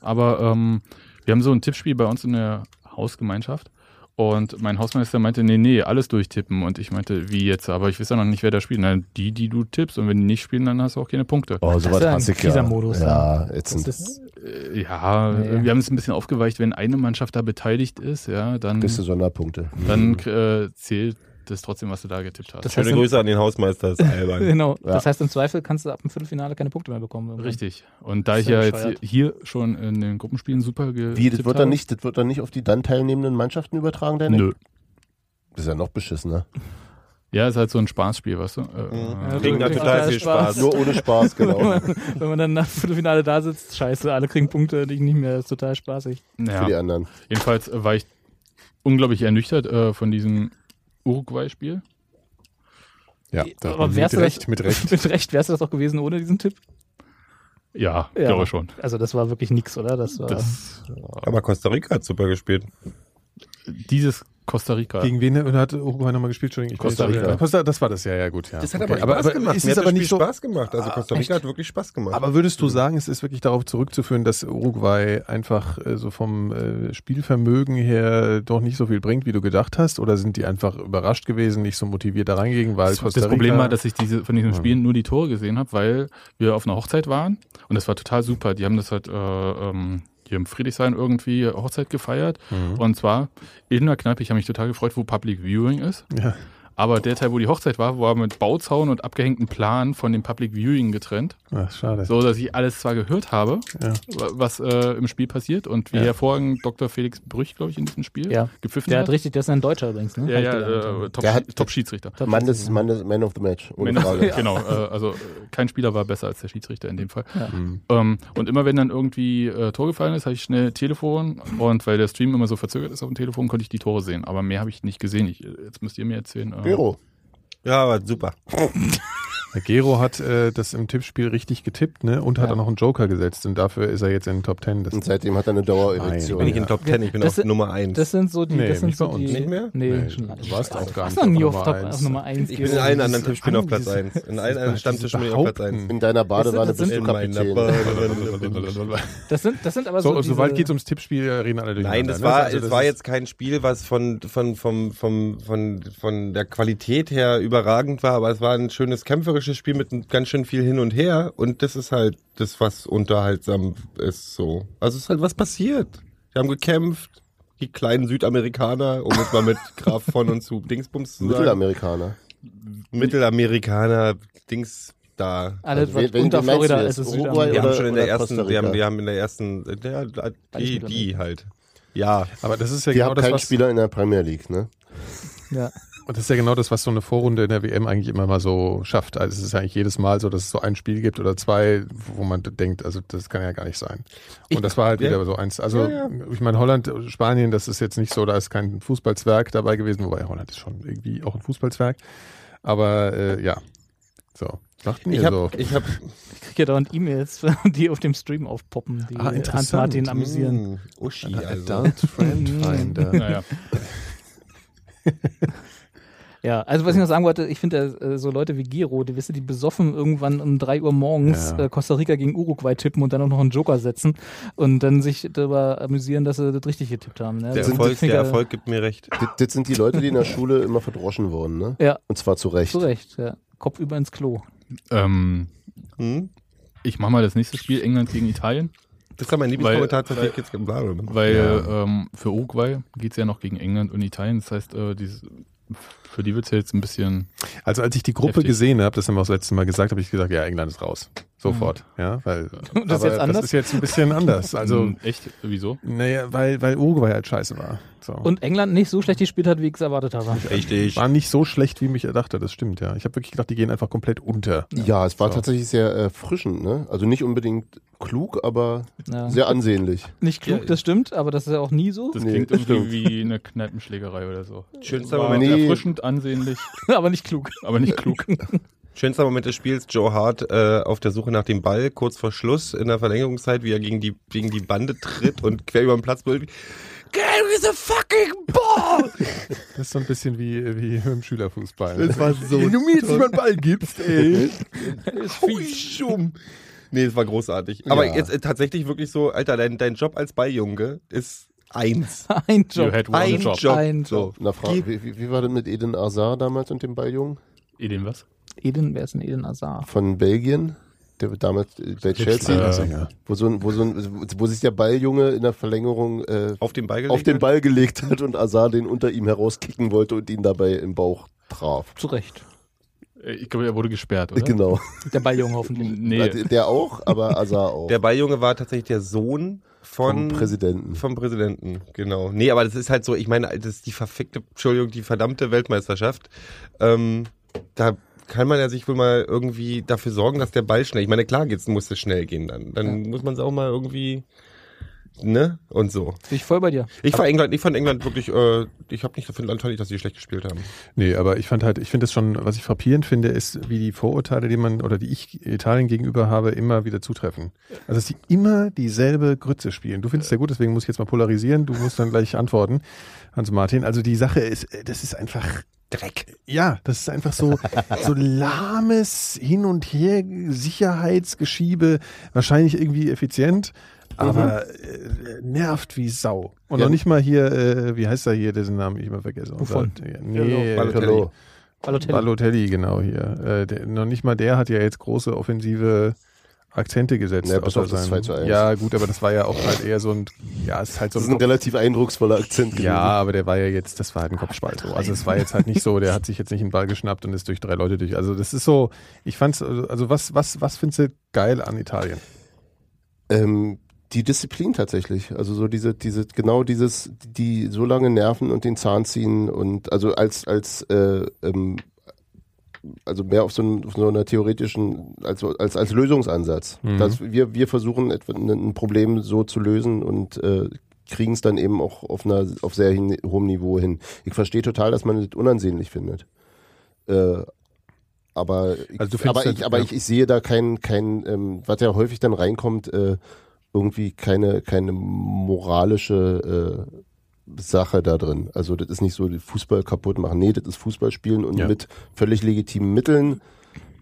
S7: Aber ähm, wir haben so ein Tippspiel bei uns in der Hausgemeinschaft. Und mein Hausmeister meinte, nee, nee, alles durchtippen. Und ich meinte, wie jetzt? Aber ich weiß ja noch nicht, wer da spielt. Na, die, die du tippst. Und wenn die nicht spielen, dann hast du auch keine Punkte.
S2: Oh,
S5: Das ist ja ein Fieser-Modus,
S2: Ja,
S5: Das
S2: ätzend.
S5: ist,
S7: Äh, ja,
S5: Nee.
S7: wir haben es ein bisschen aufgeweicht. Wenn eine Mannschaft da beteiligt ist, ja, dann,
S2: Beste Sonderpunkte.
S7: dann äh, zählt das trotzdem, was du da getippt hast.
S5: Das
S6: Schöne
S5: heißt,
S6: Grüße an den Hausmeister, das ist albern.
S5: genau.
S2: Ja.
S5: Das heißt, im Zweifel kannst du ab dem Viertelfinale keine Punkte mehr bekommen. irgendwann.
S7: Richtig. Und da
S5: Das
S7: ich
S5: ist ja
S7: ja jetzt
S5: bescheuert.
S7: hier- hier schon in den Gruppenspielen super getippt
S2: Wie, das wird,
S7: habe,
S2: dann nicht, das wird dann nicht auf die dann teilnehmenden Mannschaften übertragen, denn?
S7: Nö.
S2: Das ist ja noch beschissener.
S7: Ja, ist halt so ein Spaßspiel, weißt du?
S2: Mhm.
S7: Äh,
S5: Ja,
S6: Kriegen da
S5: wirklich
S6: total
S5: total
S6: viel
S5: Spaß.
S6: Spaß.
S2: Nur ohne Spaß,
S5: Wenn
S2: genau.
S5: man- Wenn man dann nach dem Viertelfinale da sitzt, scheiße, alle kriegen Punkte, die ich nicht mehr, das ist total spaßig.
S2: Für die
S7: ja.
S2: anderen.
S7: Jedenfalls äh, war ich unglaublich ernüchtert äh, von diesem Uruguay-Spiel.
S4: Ja,
S5: Aber wärst
S4: mit
S5: du
S4: Recht,
S5: das,
S4: mit Recht.
S5: Mit Recht wärst du das auch gewesen ohne diesen Tipp?
S7: Ja,
S5: Ja.
S7: glaube schon.
S5: Also das war wirklich nix, oder? Das war
S7: Das,
S6: Aber Costa Rica hat super gespielt.
S7: dieses Costa Rica.
S4: Gegen wen hat Uruguay nochmal gespielt? Entschuldigung, ich
S2: Costa
S4: weiß nicht.
S2: Rica.
S4: Costa, das war das, ja, ja, gut. Ja. Okay. Ist
S6: Mir
S4: es
S6: hat
S4: aber
S6: das
S4: nicht
S6: Spiel
S4: so,
S6: Spaß gemacht. Also Costa Rica hat wirklich Spaß gemacht.
S4: Aber würdest du sagen, es ist wirklich darauf zurückzuführen, dass Uruguay einfach äh, so vom äh, Spielvermögen her doch nicht so viel bringt, wie du gedacht hast? Oder sind die einfach überrascht gewesen, nicht so motiviert da reingegangen, weil
S7: das,
S4: Costa
S7: das Problem
S4: Rica- Mhm.
S7: war, dass ich diese, von diesen Spielen nur die Tore gesehen habe, weil wir auf einer Hochzeit waren und das war total super. Die haben das halt äh, ähm, hier im Friedrichshain irgendwie Hochzeit gefeiert
S4: Mhm.
S7: und zwar in der Kneipe. Ich habe mich total gefreut, wo Public Viewing ist.
S4: Ja.
S7: Aber der Teil, wo die Hochzeit war, war mit Bauzaun und abgehängten Planen von dem Public Viewing getrennt.
S4: Ach, schade.
S7: So, dass ich alles zwar gehört habe,
S4: Ja.
S7: wa- was äh, im Spiel passiert und wie
S4: Ja.
S7: hervorragend Dr. Felix Brüch, glaube ich, in diesem Spiel
S5: Ja.
S7: gepfiffen
S5: der
S7: hat.
S5: hat richtig, das ist ein Deutscher übrigens, ne?
S7: ja,
S5: Hab ich
S7: ja,
S5: gelernt.
S7: äh, Top-
S2: Der hat-
S7: Top-Schiedsrichter.
S5: Top-
S2: Mann des, Mann des Man of the Match. Ohne
S7: Wenn das-
S2: Frage.
S7: Genau, äh, also äh, kein Spieler war besser als der Schiedsrichter in dem Fall.
S5: Ja.
S4: Mhm.
S7: Ähm, und immer wenn dann irgendwie äh, Tor gefallen ist, habe ich schnell Telefon und weil der Stream immer so verzögert ist auf dem Telefon, konnte ich die Tore sehen. Aber mehr habe ich nicht gesehen. Ich, jetzt müsst ihr mir erzählen. Äh,
S2: Gero.
S6: ja, aber super.
S4: Der Gero hat äh, das im Tippspiel richtig getippt ne? und hat
S5: Ja.
S4: auch noch einen Joker gesetzt und dafür ist er jetzt in den Top Ten. Das
S2: Und seitdem hat er eine Dauererektion.
S6: Bin ich
S2: ja.
S6: in Top Ten, ich bin
S5: Das-
S6: auf Nummer eins.
S5: Das sind so die,
S4: Nee,
S5: das sind
S4: nicht
S5: so
S4: bei uns.
S5: die
S6: Nicht mehr?
S5: Nee,
S4: Nee,
S5: schon
S4: du
S5: lange.
S4: warst auch gar
S5: Warst
S4: nicht
S5: noch nie
S4: auf
S5: auf,
S4: Nummer
S5: Top,
S4: eins.
S5: auf Nummer 1.
S6: ich bin in allen anderen
S4: dieses
S6: Tippspielen auf
S4: An-
S6: Platz eins. In allen anderen
S4: dieses
S6: Stammtischen bin ich auf Platz
S4: Behaupten.
S6: eins.
S2: In deiner Badewanne
S5: Das sind-
S2: bist du
S6: In meiner
S2: Kapitän.
S6: Bar-
S5: Das sind, das sind aber so,
S4: So, und sobald
S5: diese,
S4: geht es ums Tippspiel, reden alle durcheinander.
S6: Also Nein, das
S4: ne?
S6: war,
S4: Also
S6: es war
S4: ist-
S6: jetzt kein Spiel, was von, von, vom, vom, von, von der Qualität her überragend war, aber es war ein schönes kämpferisches Spiel mit ein- ganz schön viel hin und her und das ist halt das, was unterhaltsam ist so. Also es ist halt was passiert. Wir haben gekämpft, die kleinen Südamerikaner, um es mal mit Graf von und zu Dingsbums zu sagen.
S2: Mittelamerikaner.
S6: Mittelamerikaner, Dings da.
S5: Alles,
S2: Also,
S5: was
S2: wen- wen-
S5: unter
S2: wen meinst
S5: Florida
S2: du
S5: ist,
S2: jetzt?
S5: ist
S2: Uruguay
S6: Die
S5: Südamerika.
S2: oder-
S6: haben schon in der
S2: Costa
S6: ersten, die
S2: Rica.
S6: haben, die haben in der ersten, äh, der, die, die halt. Ja,
S4: Aber das ist ja
S2: Die
S4: genau
S2: haben
S4: das,
S2: keinen
S4: was,
S2: Spieler in der Premier League, ne?
S5: Ja.
S4: Und das ist ja genau das, was so eine Vorrunde in der WM eigentlich immer mal so schafft. Also es ist ja eigentlich jedes Mal so, dass es so ein Spiel gibt oder zwei, wo man denkt, also das kann ja gar nicht sein. Und das war halt
S6: Ja.
S4: wieder so eins. Also ich meine, Holland, Spanien, das ist jetzt nicht so, da ist kein Fußballzwerg dabei gewesen, wobei Holland ist schon irgendwie auch ein Fußballzwerg. Aber äh, ja, so. Was macht denn
S6: ich
S4: ihr so?
S6: habe, ich habe,
S5: Ich kriege ja dauernd E-Mails, die auf dem Stream aufpoppen, die
S4: Ah, interessant.
S5: Hans-Martin
S6: Mm.
S5: amüsieren.
S6: Hm,
S5: Äh,
S6: Uschi, also.
S4: Adult Friend Finder.
S7: Naja.
S5: Ja, also was ich noch sagen wollte, ich finde äh, so Leute wie Giro, die wissen, die besoffen irgendwann um 3 Uhr morgens
S4: Ja.
S5: äh, Costa Rica gegen Uruguay tippen und dann auch noch einen Joker setzen und dann sich darüber amüsieren, dass sie das richtig getippt haben. Ne?
S6: Der
S5: Das
S6: Erfolg,
S5: finde
S6: der
S5: ich, äh,
S6: Erfolg gibt mir recht.
S2: Das, das sind die Leute, die in der Schule immer verdroschen wurden, ne?
S5: Ja,
S2: Und zwar zu Recht.
S5: zu Recht. Ja. Kopf über ins Klo.
S7: ähm,
S6: Hm?
S7: ich mache mal das nächste Spiel, England gegen Italien,
S6: Das war mein Lieblingskommentar zur Kids ne?
S7: weil ähm, für Uruguay geht es ja noch gegen England und Italien. Das heißt, äh, dieses, für die wird es ja jetzt ein bisschen
S4: Also als ich die Gruppe
S7: Heftig.
S4: gesehen habe, das haben wir auch das letzte Mal gesagt, habe ich gesagt, ja, England ist raus. Sofort. Ja, weil
S5: Und Mhm. das ist jetzt
S4: aber
S5: anders? Mhm.
S4: das ist jetzt ein bisschen anders. Also
S7: Hm, echt, wieso?
S4: Naja, weil, weil Uruguay halt scheiße war. So.
S5: Und England nicht so schlecht gespielt hat, wie ich es erwartet habe.
S6: Richtig.
S4: war nicht so schlecht, wie mich erdachte, das stimmt, ja. Ich habe wirklich gedacht, die gehen einfach komplett unter.
S5: Mhm.
S2: Ja, es war
S4: So.
S2: tatsächlich sehr äh, frischend, ne? Also nicht unbedingt klug, aber
S5: Ja.
S2: sehr ansehnlich.
S5: Nicht klug,
S6: Ja,
S5: das stimmt, aber das ist ja auch nie so.
S7: Das
S2: Nee,
S7: klingt
S2: das
S7: irgendwie wie eine Kneipenschlägerei oder so.
S6: Schönster
S7: War
S6: Moment,
S2: Nee.
S7: erfrischend, ansehnlich,
S5: aber nicht klug.
S7: aber nicht klug.
S6: schönster Moment des Spiels, Joe Hart äh, auf der Suche nach dem Ball, kurz vor Schluss in der Verlängerungszeit, wie er gegen die, gegen die Bande tritt und quer über den Platz brüllt. Carry the fucking ball!
S4: Das ist so ein bisschen wie, wie im Schülerfußball. ne?
S2: war so.
S6: Wenn du mir jetzt nicht mal einen Ball gibst, ey. Hui, Schumm. Nee, es war großartig. Aber
S2: Ja.
S6: jetzt äh, tatsächlich wirklich so, Alter, dein, dein Job als Balljunge ist eins.
S5: Ein
S7: You
S5: Job.
S7: had one
S6: Ein
S7: job.
S6: Job.
S5: Ein
S6: So.
S2: Na, Fra wie, wie, wie war das mit Eden Azar damals und dem Balljungen
S7: Edin, was?
S5: Eden, wer ist denn Eden Azar?
S2: von Belgien? Der wird damals äh, bei Chelsea,
S4: Schlagersänger.
S2: wo, so ein, wo, so ein, wo sich der Balljunge in der Verlängerung äh,
S6: Auf den Ball gelegt.
S2: auf den Ball gelegt hat und Azar den unter ihm herauskicken wollte und ihn dabei im Bauch traf.
S5: Zu Recht.
S7: Äh, Ich glaube, er wurde gesperrt, oder?
S2: Genau.
S5: Der Balljunge hoffentlich.
S7: Nee,
S2: Der- Der auch, aber Azar auch.
S6: Der Balljunge war tatsächlich der Sohn von
S2: vom Präsidenten.
S6: Vom Präsidenten, genau. Nee, aber das ist halt so, ich meine, das ist die verfickte, Entschuldigung, die verdammte Weltmeisterschaft. Ähm, da kann man ja sich wohl mal irgendwie dafür sorgen, dass der Ball schnell, ich meine, klar geht's, muss es schnell gehen dann. Dann muss man es auch mal irgendwie, ne? Und so.
S5: Bin ich voll bei dir.
S6: Ich fand England, ich fand England wirklich, äh, ich habe nicht dafür fand ich, dass sie schlecht gespielt haben.
S4: Nee, aber ich fand halt, ich finde das schon, was ich frappierend finde, ist, wie die Vorurteile, die man oder die ich Italien gegenüber habe, immer wieder zutreffen. Also, dass sie immer dieselbe Grütze spielen. Du findest ja gut, deswegen muss ich jetzt mal polarisieren. Du musst dann gleich antworten, Hans-Martin. Also, die Sache ist, äh, das ist einfach Dreck. Ja, das ist einfach so, so lahmes Hin- und Her-Sicherheitsgeschiebe. Wahrscheinlich irgendwie effizient. Aber äh, nervt wie Sau. Und
S2: Ja.
S4: noch nicht mal hier, äh, wie heißt er hier, dessen Namen ich immer vergesse.
S5: Wovon?
S4: Unser- Nee,
S6: Balotelli.
S5: Balotelli.
S4: Balotelli, genau hier. Äh, der, noch nicht mal der hat ja jetzt große offensive Akzente gesetzt.
S2: Ja, bis
S4: außer
S2: auf das
S4: seinem-
S2: 2 zu 1.
S4: Ja, gut, aber das war ja auch halt eher so ein, ja, es ist halt so
S2: Das
S4: ein,
S2: ist ein relativ eindrucksvoller Akzent gewesen.
S4: ja, aber der war ja jetzt, das war halt ein Kopfball. So. Also es war jetzt halt nicht so, der hat sich jetzt nicht einen Ball geschnappt und ist durch drei Leute durch. Also das ist so, ich fand's, also was, was, was findest du geil an Italien?
S2: Ähm, die Disziplin tatsächlich. Also so diese, diese, genau dieses, die so lange nerven und den Zahn ziehen und also als, als äh, ähm, also mehr auf so, einem- auf so einer theoretischen, als, als, als Lösungsansatz.
S4: Mhm.
S2: Dass wir, wir versuchen, etwa ein- ein Problem so zu lösen und äh, kriegen es dann eben auch auf, einer, auf sehr hin, hohem Niveau hin. Ich verstehe total, dass man das unansehnlich findet. Äh, aber ich,
S4: Also du findest
S2: aber,
S4: ja-
S2: ich, aber
S4: ja.
S2: ich, ich sehe da kein, kein ähm, was ja häufig dann reinkommt, äh, irgendwie keine, keine moralische äh, Sache da drin. Also das ist nicht so Fußball kaputt machen. Nee, das ist Fußball spielen und
S4: Ja.
S2: mit völlig legitimen Mitteln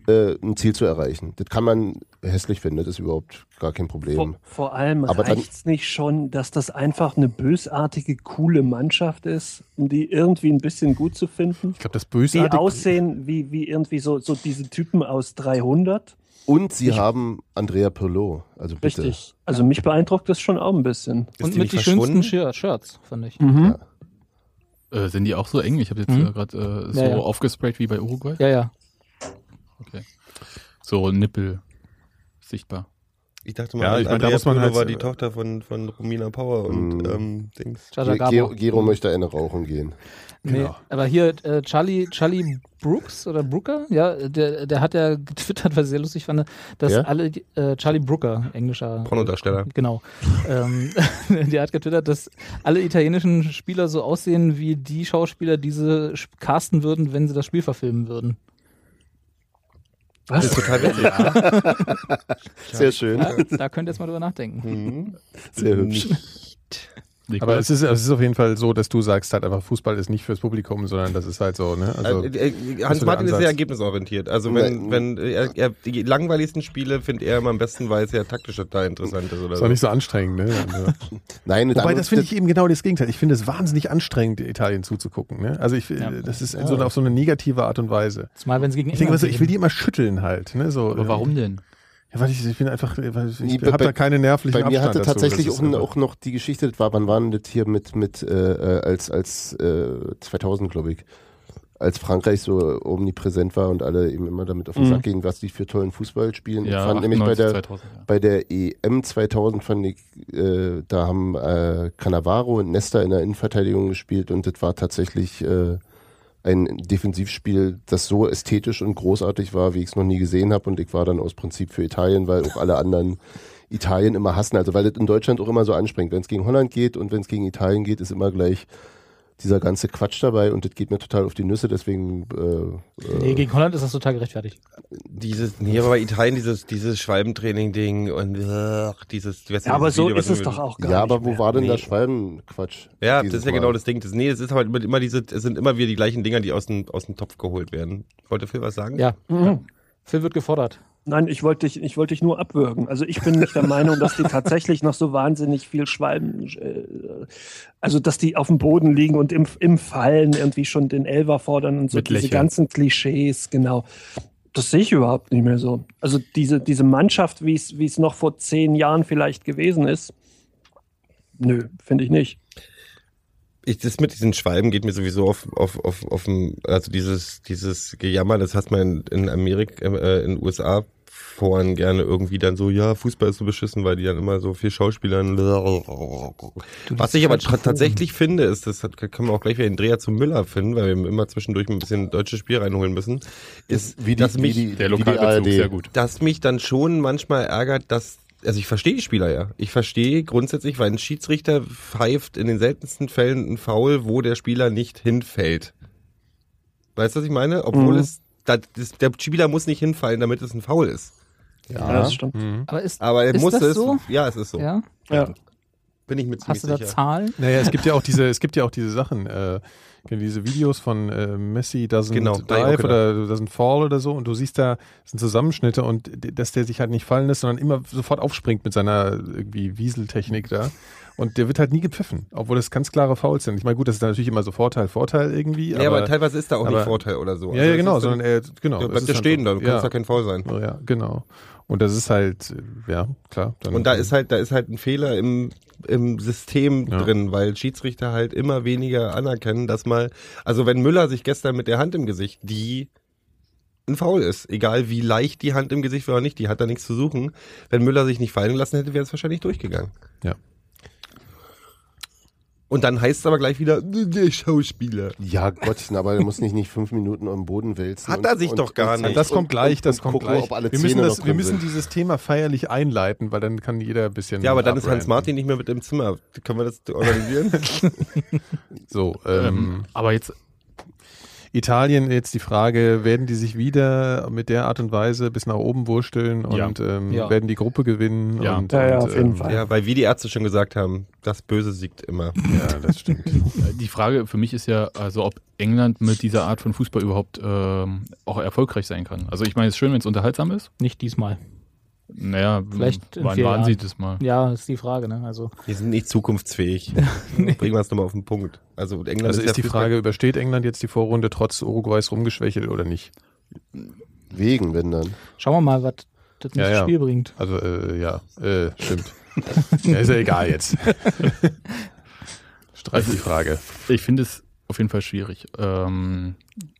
S2: äh, ein Ziel zu erreichen. Das kann man hässlich finden, das ist überhaupt gar kein
S8: Vor,
S2: Problem.
S8: vor allem
S2: Aber dann-
S8: reicht es nicht schon, dass das einfach eine bösartige, coole Mannschaft ist, um die irgendwie ein bisschen gut zu finden.
S4: Ich glaube, das
S8: Die
S4: Bösartige.
S8: aussehen wie, wie irgendwie so, so diese Typen aus 300.
S2: Und sie haben Andrea Pirlo. Also bitte.
S8: Richtig. Also mich beeindruckt das schon auch ein bisschen.
S6: Ist
S5: und mit die schönsten Shir- Shirts, fand ich.
S8: Mhm.
S7: Äh, sind die auch so eng? Ich habe jetzt
S5: Mhm.
S7: äh, gerade äh, so
S5: Ja, ja.
S7: aufgesprayt wie bei Uruguay.
S5: Ja, ja.
S7: Okay. So Nippel sichtbar.
S6: Ich dachte mal,
S4: Ja, ich meine, da
S6: Andrea
S4: muss man
S6: Brüder
S4: halt-
S6: war die Tochter von, von Romina Power und
S2: Mhm.
S6: ähm, Dings.
S5: Jaja Gabor.
S2: Gero, Gero möchte eine rauchen gehen.
S5: Nee,
S4: Genau.
S5: aber hier äh, Charlie, Charlie Brooks oder Brooker, ja, der, der hat ja getwittert, was ich sehr lustig fand, dass
S2: Ja?
S5: alle, die- äh, Charlie Brooker, englischer
S6: Pornodarsteller.
S5: Genau. ähm, der hat getwittert, dass alle italienischen Spieler so aussehen wie die Schauspieler, die sie sch- casten würden, wenn sie das Spiel verfilmen würden.
S6: Das ist total witzig.
S2: Sehr schön,
S5: Ja, da könnt ihr jetzt mal drüber nachdenken.
S2: Hm.
S6: Mhm.
S2: sehr hübsch.
S4: Aber
S7: Nikolas,
S4: es ist, es ist auf jeden Fall so, dass du sagst halt einfach, Fußball ist nicht fürs Publikum, sondern das ist halt so, ne? Also,
S6: Äh, äh,
S4: Das ist
S6: Hans
S4: so der
S6: Martin ist
S4: Ansatz.
S6: sehr ergebnisorientiert. Also wenn, wenn äh, er, er die langweiligsten Spiele findet er immer am besten, weil es ja taktisch total interessant ist oder
S4: ist
S6: so.
S4: auch nicht so anstrengend, ne? Also,
S2: Nein, und
S4: Wobei,
S2: dann-
S4: das finde ich eben genau das Gegenteil. Ich finde es wahnsinnig anstrengend, Italien zuzugucken. Ne? Also ich,
S7: Ja.
S4: das ist in so, einer- auf so eine negative Art und Weise.
S5: Zumal wenn sie gegen
S4: Ich denke,
S5: England
S4: also, ich will
S5: gewinnen.
S4: die immer schütteln halt. Ne? So,
S7: aber warum denn?
S4: Ja, weil ich, ich bin einfach, weil ich,
S2: Nee,
S4: ich
S2: bei-
S4: habe da keine nervlichen
S2: bei mir
S4: Abstand
S2: hatte
S4: dazu.
S2: tatsächlich
S4: Das ist
S2: auch,
S4: einfach-
S2: auch noch die Geschichte, das war, wann waren das hier mit, mit äh, äh, als, als äh, 2000, glaube ich, als Frankreich so omnipräsent war und alle eben immer damit auf den
S4: Mhm.
S2: Sack gingen, was die für tollen Fußball spielen. ich
S7: Ja,
S2: fand nämlich bei
S7: 98,
S2: der,
S7: 2000, ja.
S2: bei der EM 2000 fand ich, äh, da haben äh, Cannavaro und Nesta in der Innenverteidigung gespielt und das war tatsächlich äh, ein Defensivspiel, das so ästhetisch und großartig war, wie ich es noch nie gesehen habe und ich war dann aus Prinzip für Italien, weil auch alle anderen Italien immer hassen, also weil das in Deutschland auch immer so anspringt. Wenn es gegen Holland geht und wenn es gegen Italien geht, ist immer gleich dieser ganze Quatsch dabei und das geht mir total auf die Nüsse, deswegen äh, äh,
S5: Nee, gegen Holland ist das total gerechtfertigt.
S6: Dieses, nee, aber bei Italien dieses, dieses Schwalbentraining-Ding und äh, dieses. du weißt
S8: Ja, aber
S6: dieses
S8: so
S6: Video, was
S8: ist es
S6: du-
S8: doch auch gar
S2: ja,
S8: nicht.
S2: aber wo
S8: mehr.
S2: war denn
S6: Nee.
S2: der Schwalbenquatsch?
S6: Ja, das
S2: dieses
S6: ist ja
S2: Mal?
S6: genau das Ding. Das, nee, es ist halt immer, immer diese, es sind immer wieder die gleichen Dinger, die aus dem, aus dem Topf geholt werden. Wollte Phil was
S2: Hm.
S6: sagen?
S5: Ja,
S8: Mhm.
S5: Phil wird gefordert.
S8: Nein, ich wollte dich, ich wollte dich nur abwürgen. Also ich bin nicht der Meinung, dass die tatsächlich noch so wahnsinnig viel Schwalben, äh, also dass die auf dem Boden liegen und im, im Fallen irgendwie schon den Elver fordern und so
S7: Mit
S8: diese
S7: Lächeln.
S8: ganzen Klischees, genau. Das sehe ich überhaupt nicht mehr so. Also diese, diese Mannschaft, wie es wie es noch vor zehn Jahren vielleicht gewesen ist, nö, finde ich nicht.
S6: ich, das mit diesen Schwalben geht mir sowieso auf, auf, auf, auf dem, also dieses, dieses Gejammer, das hat man in, in Amerika, äh, in USA Foren gerne irgendwie dann so, ja, Fußball ist so beschissen, weil die dann immer so viel Schauspielern. Was ich aber tra- tatsächlich finde, ist, das hat, können wir auch gleich wieder den Dreher zum Müller finden, weil wir immer zwischendurch ein bisschen deutsches Spiel reinholen müssen, ist,
S2: Wie die,
S6: dass mich,
S2: wie die,
S7: Der
S2: wie die
S7: Lokalbezug,
S2: ARD.
S7: sehr gut.
S6: dass mich dann schon manchmal ärgert, dass also ich verstehe die Spieler ja. Ich verstehe grundsätzlich, weil ein Schiedsrichter pfeift in den seltensten Fällen einen Foul, wo der Spieler nicht hinfällt. Weißt du, was ich meine? Obwohl
S8: Mhm.
S6: es da, das, der Spieler muss nicht hinfallen, damit es ein Foul ist.
S8: Ja, das stimmt.
S4: Mhm.
S5: Aber ist,
S6: Aber er
S5: Ist
S6: muss
S5: das
S6: es.
S5: so?
S6: Ja, es ist so.
S5: ja,
S8: Ja.
S6: Bin ich mir ziemlich
S5: hast du da
S6: sicher.
S5: Zahlen?
S4: Naja, es gibt ja auch diese, es gibt ja auch diese Sachen, äh, diese Videos von äh, Messi doesn't
S6: Genau, da hab ich auch
S4: dive oder doesn't fall oder so und du siehst da das sind Zusammenschnitte und d- dass der sich halt nicht fallen lässt, sondern immer sofort aufspringt mit seiner irgendwie Wieseltechnik da und der wird halt nie gepfiffen, obwohl das ganz klare Fouls sind. Ich meine, gut, das ist dann natürlich immer so Vorteil, Vorteil irgendwie,
S6: ja,
S4: aber,
S6: aber teilweise ist da auch
S4: aber-
S6: nicht Vorteil oder so.
S4: ja,
S6: Also
S4: ja,
S6: es
S4: genau,
S6: ist dann-
S4: sondern er, genau,
S6: ja,
S4: es
S6: bleibt
S4: ist
S6: der
S4: dann
S6: stehen
S4: so.
S6: dann,
S4: ja,
S6: kannst da kein Foul sein.
S4: Oh ja, genau. Und das ist halt, äh, ja, klar. dann-
S6: Und da ist halt, da ist halt ein Fehler im, im System
S4: Ja.
S6: drin, weil Schiedsrichter halt immer weniger anerkennen, dass mal, also wenn Müller sich gestern mit der Hand im Gesicht, die ein Foul ist, egal wie leicht die Hand im Gesicht war oder nicht, die hat da nichts zu suchen. Wenn Müller sich nicht fallen lassen hätte, wäre es wahrscheinlich durchgegangen.
S4: Ja.
S6: Und dann heißt es aber gleich wieder, der Schauspieler.
S2: Ja, Gottchen, aber du musst nicht, nicht fünf Minuten am Boden wälzen.
S6: Hat er sich doch gar nicht.
S4: Das kommt gleich, das
S2: und
S4: kommt
S2: gucken,
S4: gleich.
S2: ob alle
S4: wir müssen,
S2: Zähne
S4: das,
S2: noch
S4: wir
S2: drin
S4: müssen
S2: sind.
S4: dieses Thema feierlich einleiten, weil dann kann jeder ein bisschen.
S6: Ja, aber dann ist
S4: abrenten.
S6: Hans Martin nicht mehr mit im Zimmer. Können wir das organisieren?
S4: So,
S7: Ähm,
S4: ähm,
S7: aber jetzt,
S4: Italien, jetzt die Frage: Werden die sich wieder mit der Art und Weise bis nach oben wursteln
S7: Ja.
S4: und ähm,
S5: Ja.
S4: werden die Gruppe gewinnen?
S7: Ja.
S4: und,
S8: Ja, ja,
S4: und,
S8: auf jeden
S4: ähm,
S8: Fall.
S6: ja, weil wie die Ärzte schon gesagt haben, das Böse siegt immer.
S4: Ja, das stimmt.
S7: äh, die Frage für mich ist ja, also ob England mit dieser Art von Fußball überhaupt ähm, auch erfolgreich sein kann. Also ich meine, es ist schön, wenn es unterhaltsam ist.
S5: Nicht diesmal.
S7: Naja,
S5: Vielleicht in
S7: wann
S5: vier
S7: waren
S5: Jahren.
S7: sie das mal?
S5: Ja, ist die Frage, ne? Also,
S6: Die sind nicht zukunftsfähig. Bringen wir es nochmal auf den Punkt. Also und England
S4: Also
S6: ja
S4: ist die
S6: Fußball-
S4: Frage: Übersteht England jetzt die Vorrunde trotz Uruguays rumgeschwächelt oder nicht?
S2: Wegen, wenn dann.
S5: schauen wir mal, was das
S4: Ja,
S5: nächste
S4: ja.
S5: Spiel bringt.
S4: Also, äh, ja, äh, stimmt. ja, ist ja egal jetzt. Streich die Frage.
S7: Ich finde es, auf jeden Fall schwierig. Ähm,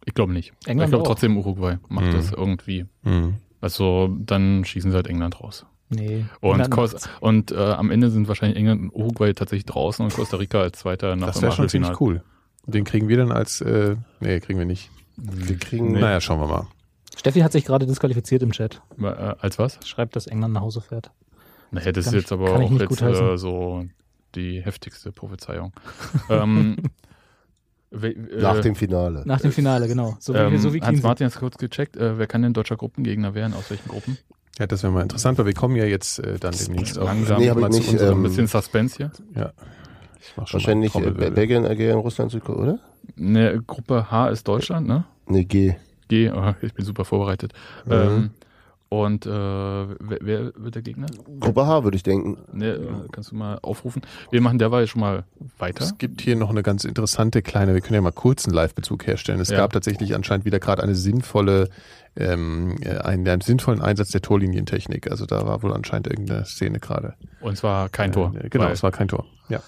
S7: ich glaube nicht.
S5: England
S7: ich glaube
S5: auch.
S7: trotzdem Uruguay macht
S4: Mhm.
S7: das irgendwie.
S4: Mhm.
S7: Also dann schießen sie halt England raus.
S5: Nee.
S7: Und,
S5: England
S7: Kos
S5: macht's.
S7: und äh, am Ende sind wahrscheinlich England und Uruguay tatsächlich draußen und Costa Rica als Zweiter nach
S4: Das
S7: dem
S4: wäre schon ziemlich
S7: Achtelfinale.
S4: cool. Den kriegen wir dann als, äh, nee, kriegen wir nicht.
S2: Wir kriegen.
S4: Naja, schauen wir mal.
S5: Steffi hat sich gerade disqualifiziert im Chat.
S7: Äh, als was?
S5: Schreibt, dass England nach Hause fährt.
S7: Naja, das ist
S5: Kann ich-
S7: jetzt aber
S5: kann ich
S7: auch
S5: nicht
S7: jetzt
S5: gutheißen.
S7: äh, so die heftigste Prophezeiung. ähm, we, äh,
S2: Nach dem Finale.
S5: Nach dem Finale, genau. So wie,
S7: ähm,
S5: so wie
S7: Hans
S5: Clean
S7: Martin hat kurz gecheckt, äh, wer kann denn deutscher Gruppengegner werden, aus welchen Gruppen?
S4: Ja, das wäre mal interessant, weil wir kommen ja jetzt äh, dann demnächst auch
S7: langsam
S4: mal
S7: Nee,
S2: hab ich
S4: zu
S2: nicht,
S4: unserem-
S7: Ein
S2: ähm,
S7: bisschen Suspense hier.
S4: ich mach schon mal
S2: Wahrscheinlich äh,
S4: Trommelwirbel.
S2: Belgien, Algerien, Russland, Südkorea, oder?
S7: Ne, Gruppe H ist Deutschland, ne?
S2: Nee, G.
S7: G, oh, ich bin super vorbereitet.
S2: Mhm.
S7: Ähm, und äh, wer, wer wird der Gegner?
S2: Gruppe H würde ich denken.
S7: Ne, äh, kannst du mal aufrufen? Wir machen derweil schon mal weiter.
S4: Es gibt hier noch eine ganz interessante kleine, wir können ja mal kurz einen Live-Bezug herstellen. Es
S7: Ja.
S4: gab tatsächlich anscheinend wieder gerade eine sinnvolle, ähm, äh, einen, einen sinnvollen Einsatz der Torlinientechnik. Also da war wohl anscheinend irgendeine Szene gerade.
S7: Und zwar kein Tor.
S4: Äh, genau,
S7: weil-
S4: es war kein Tor. Ja.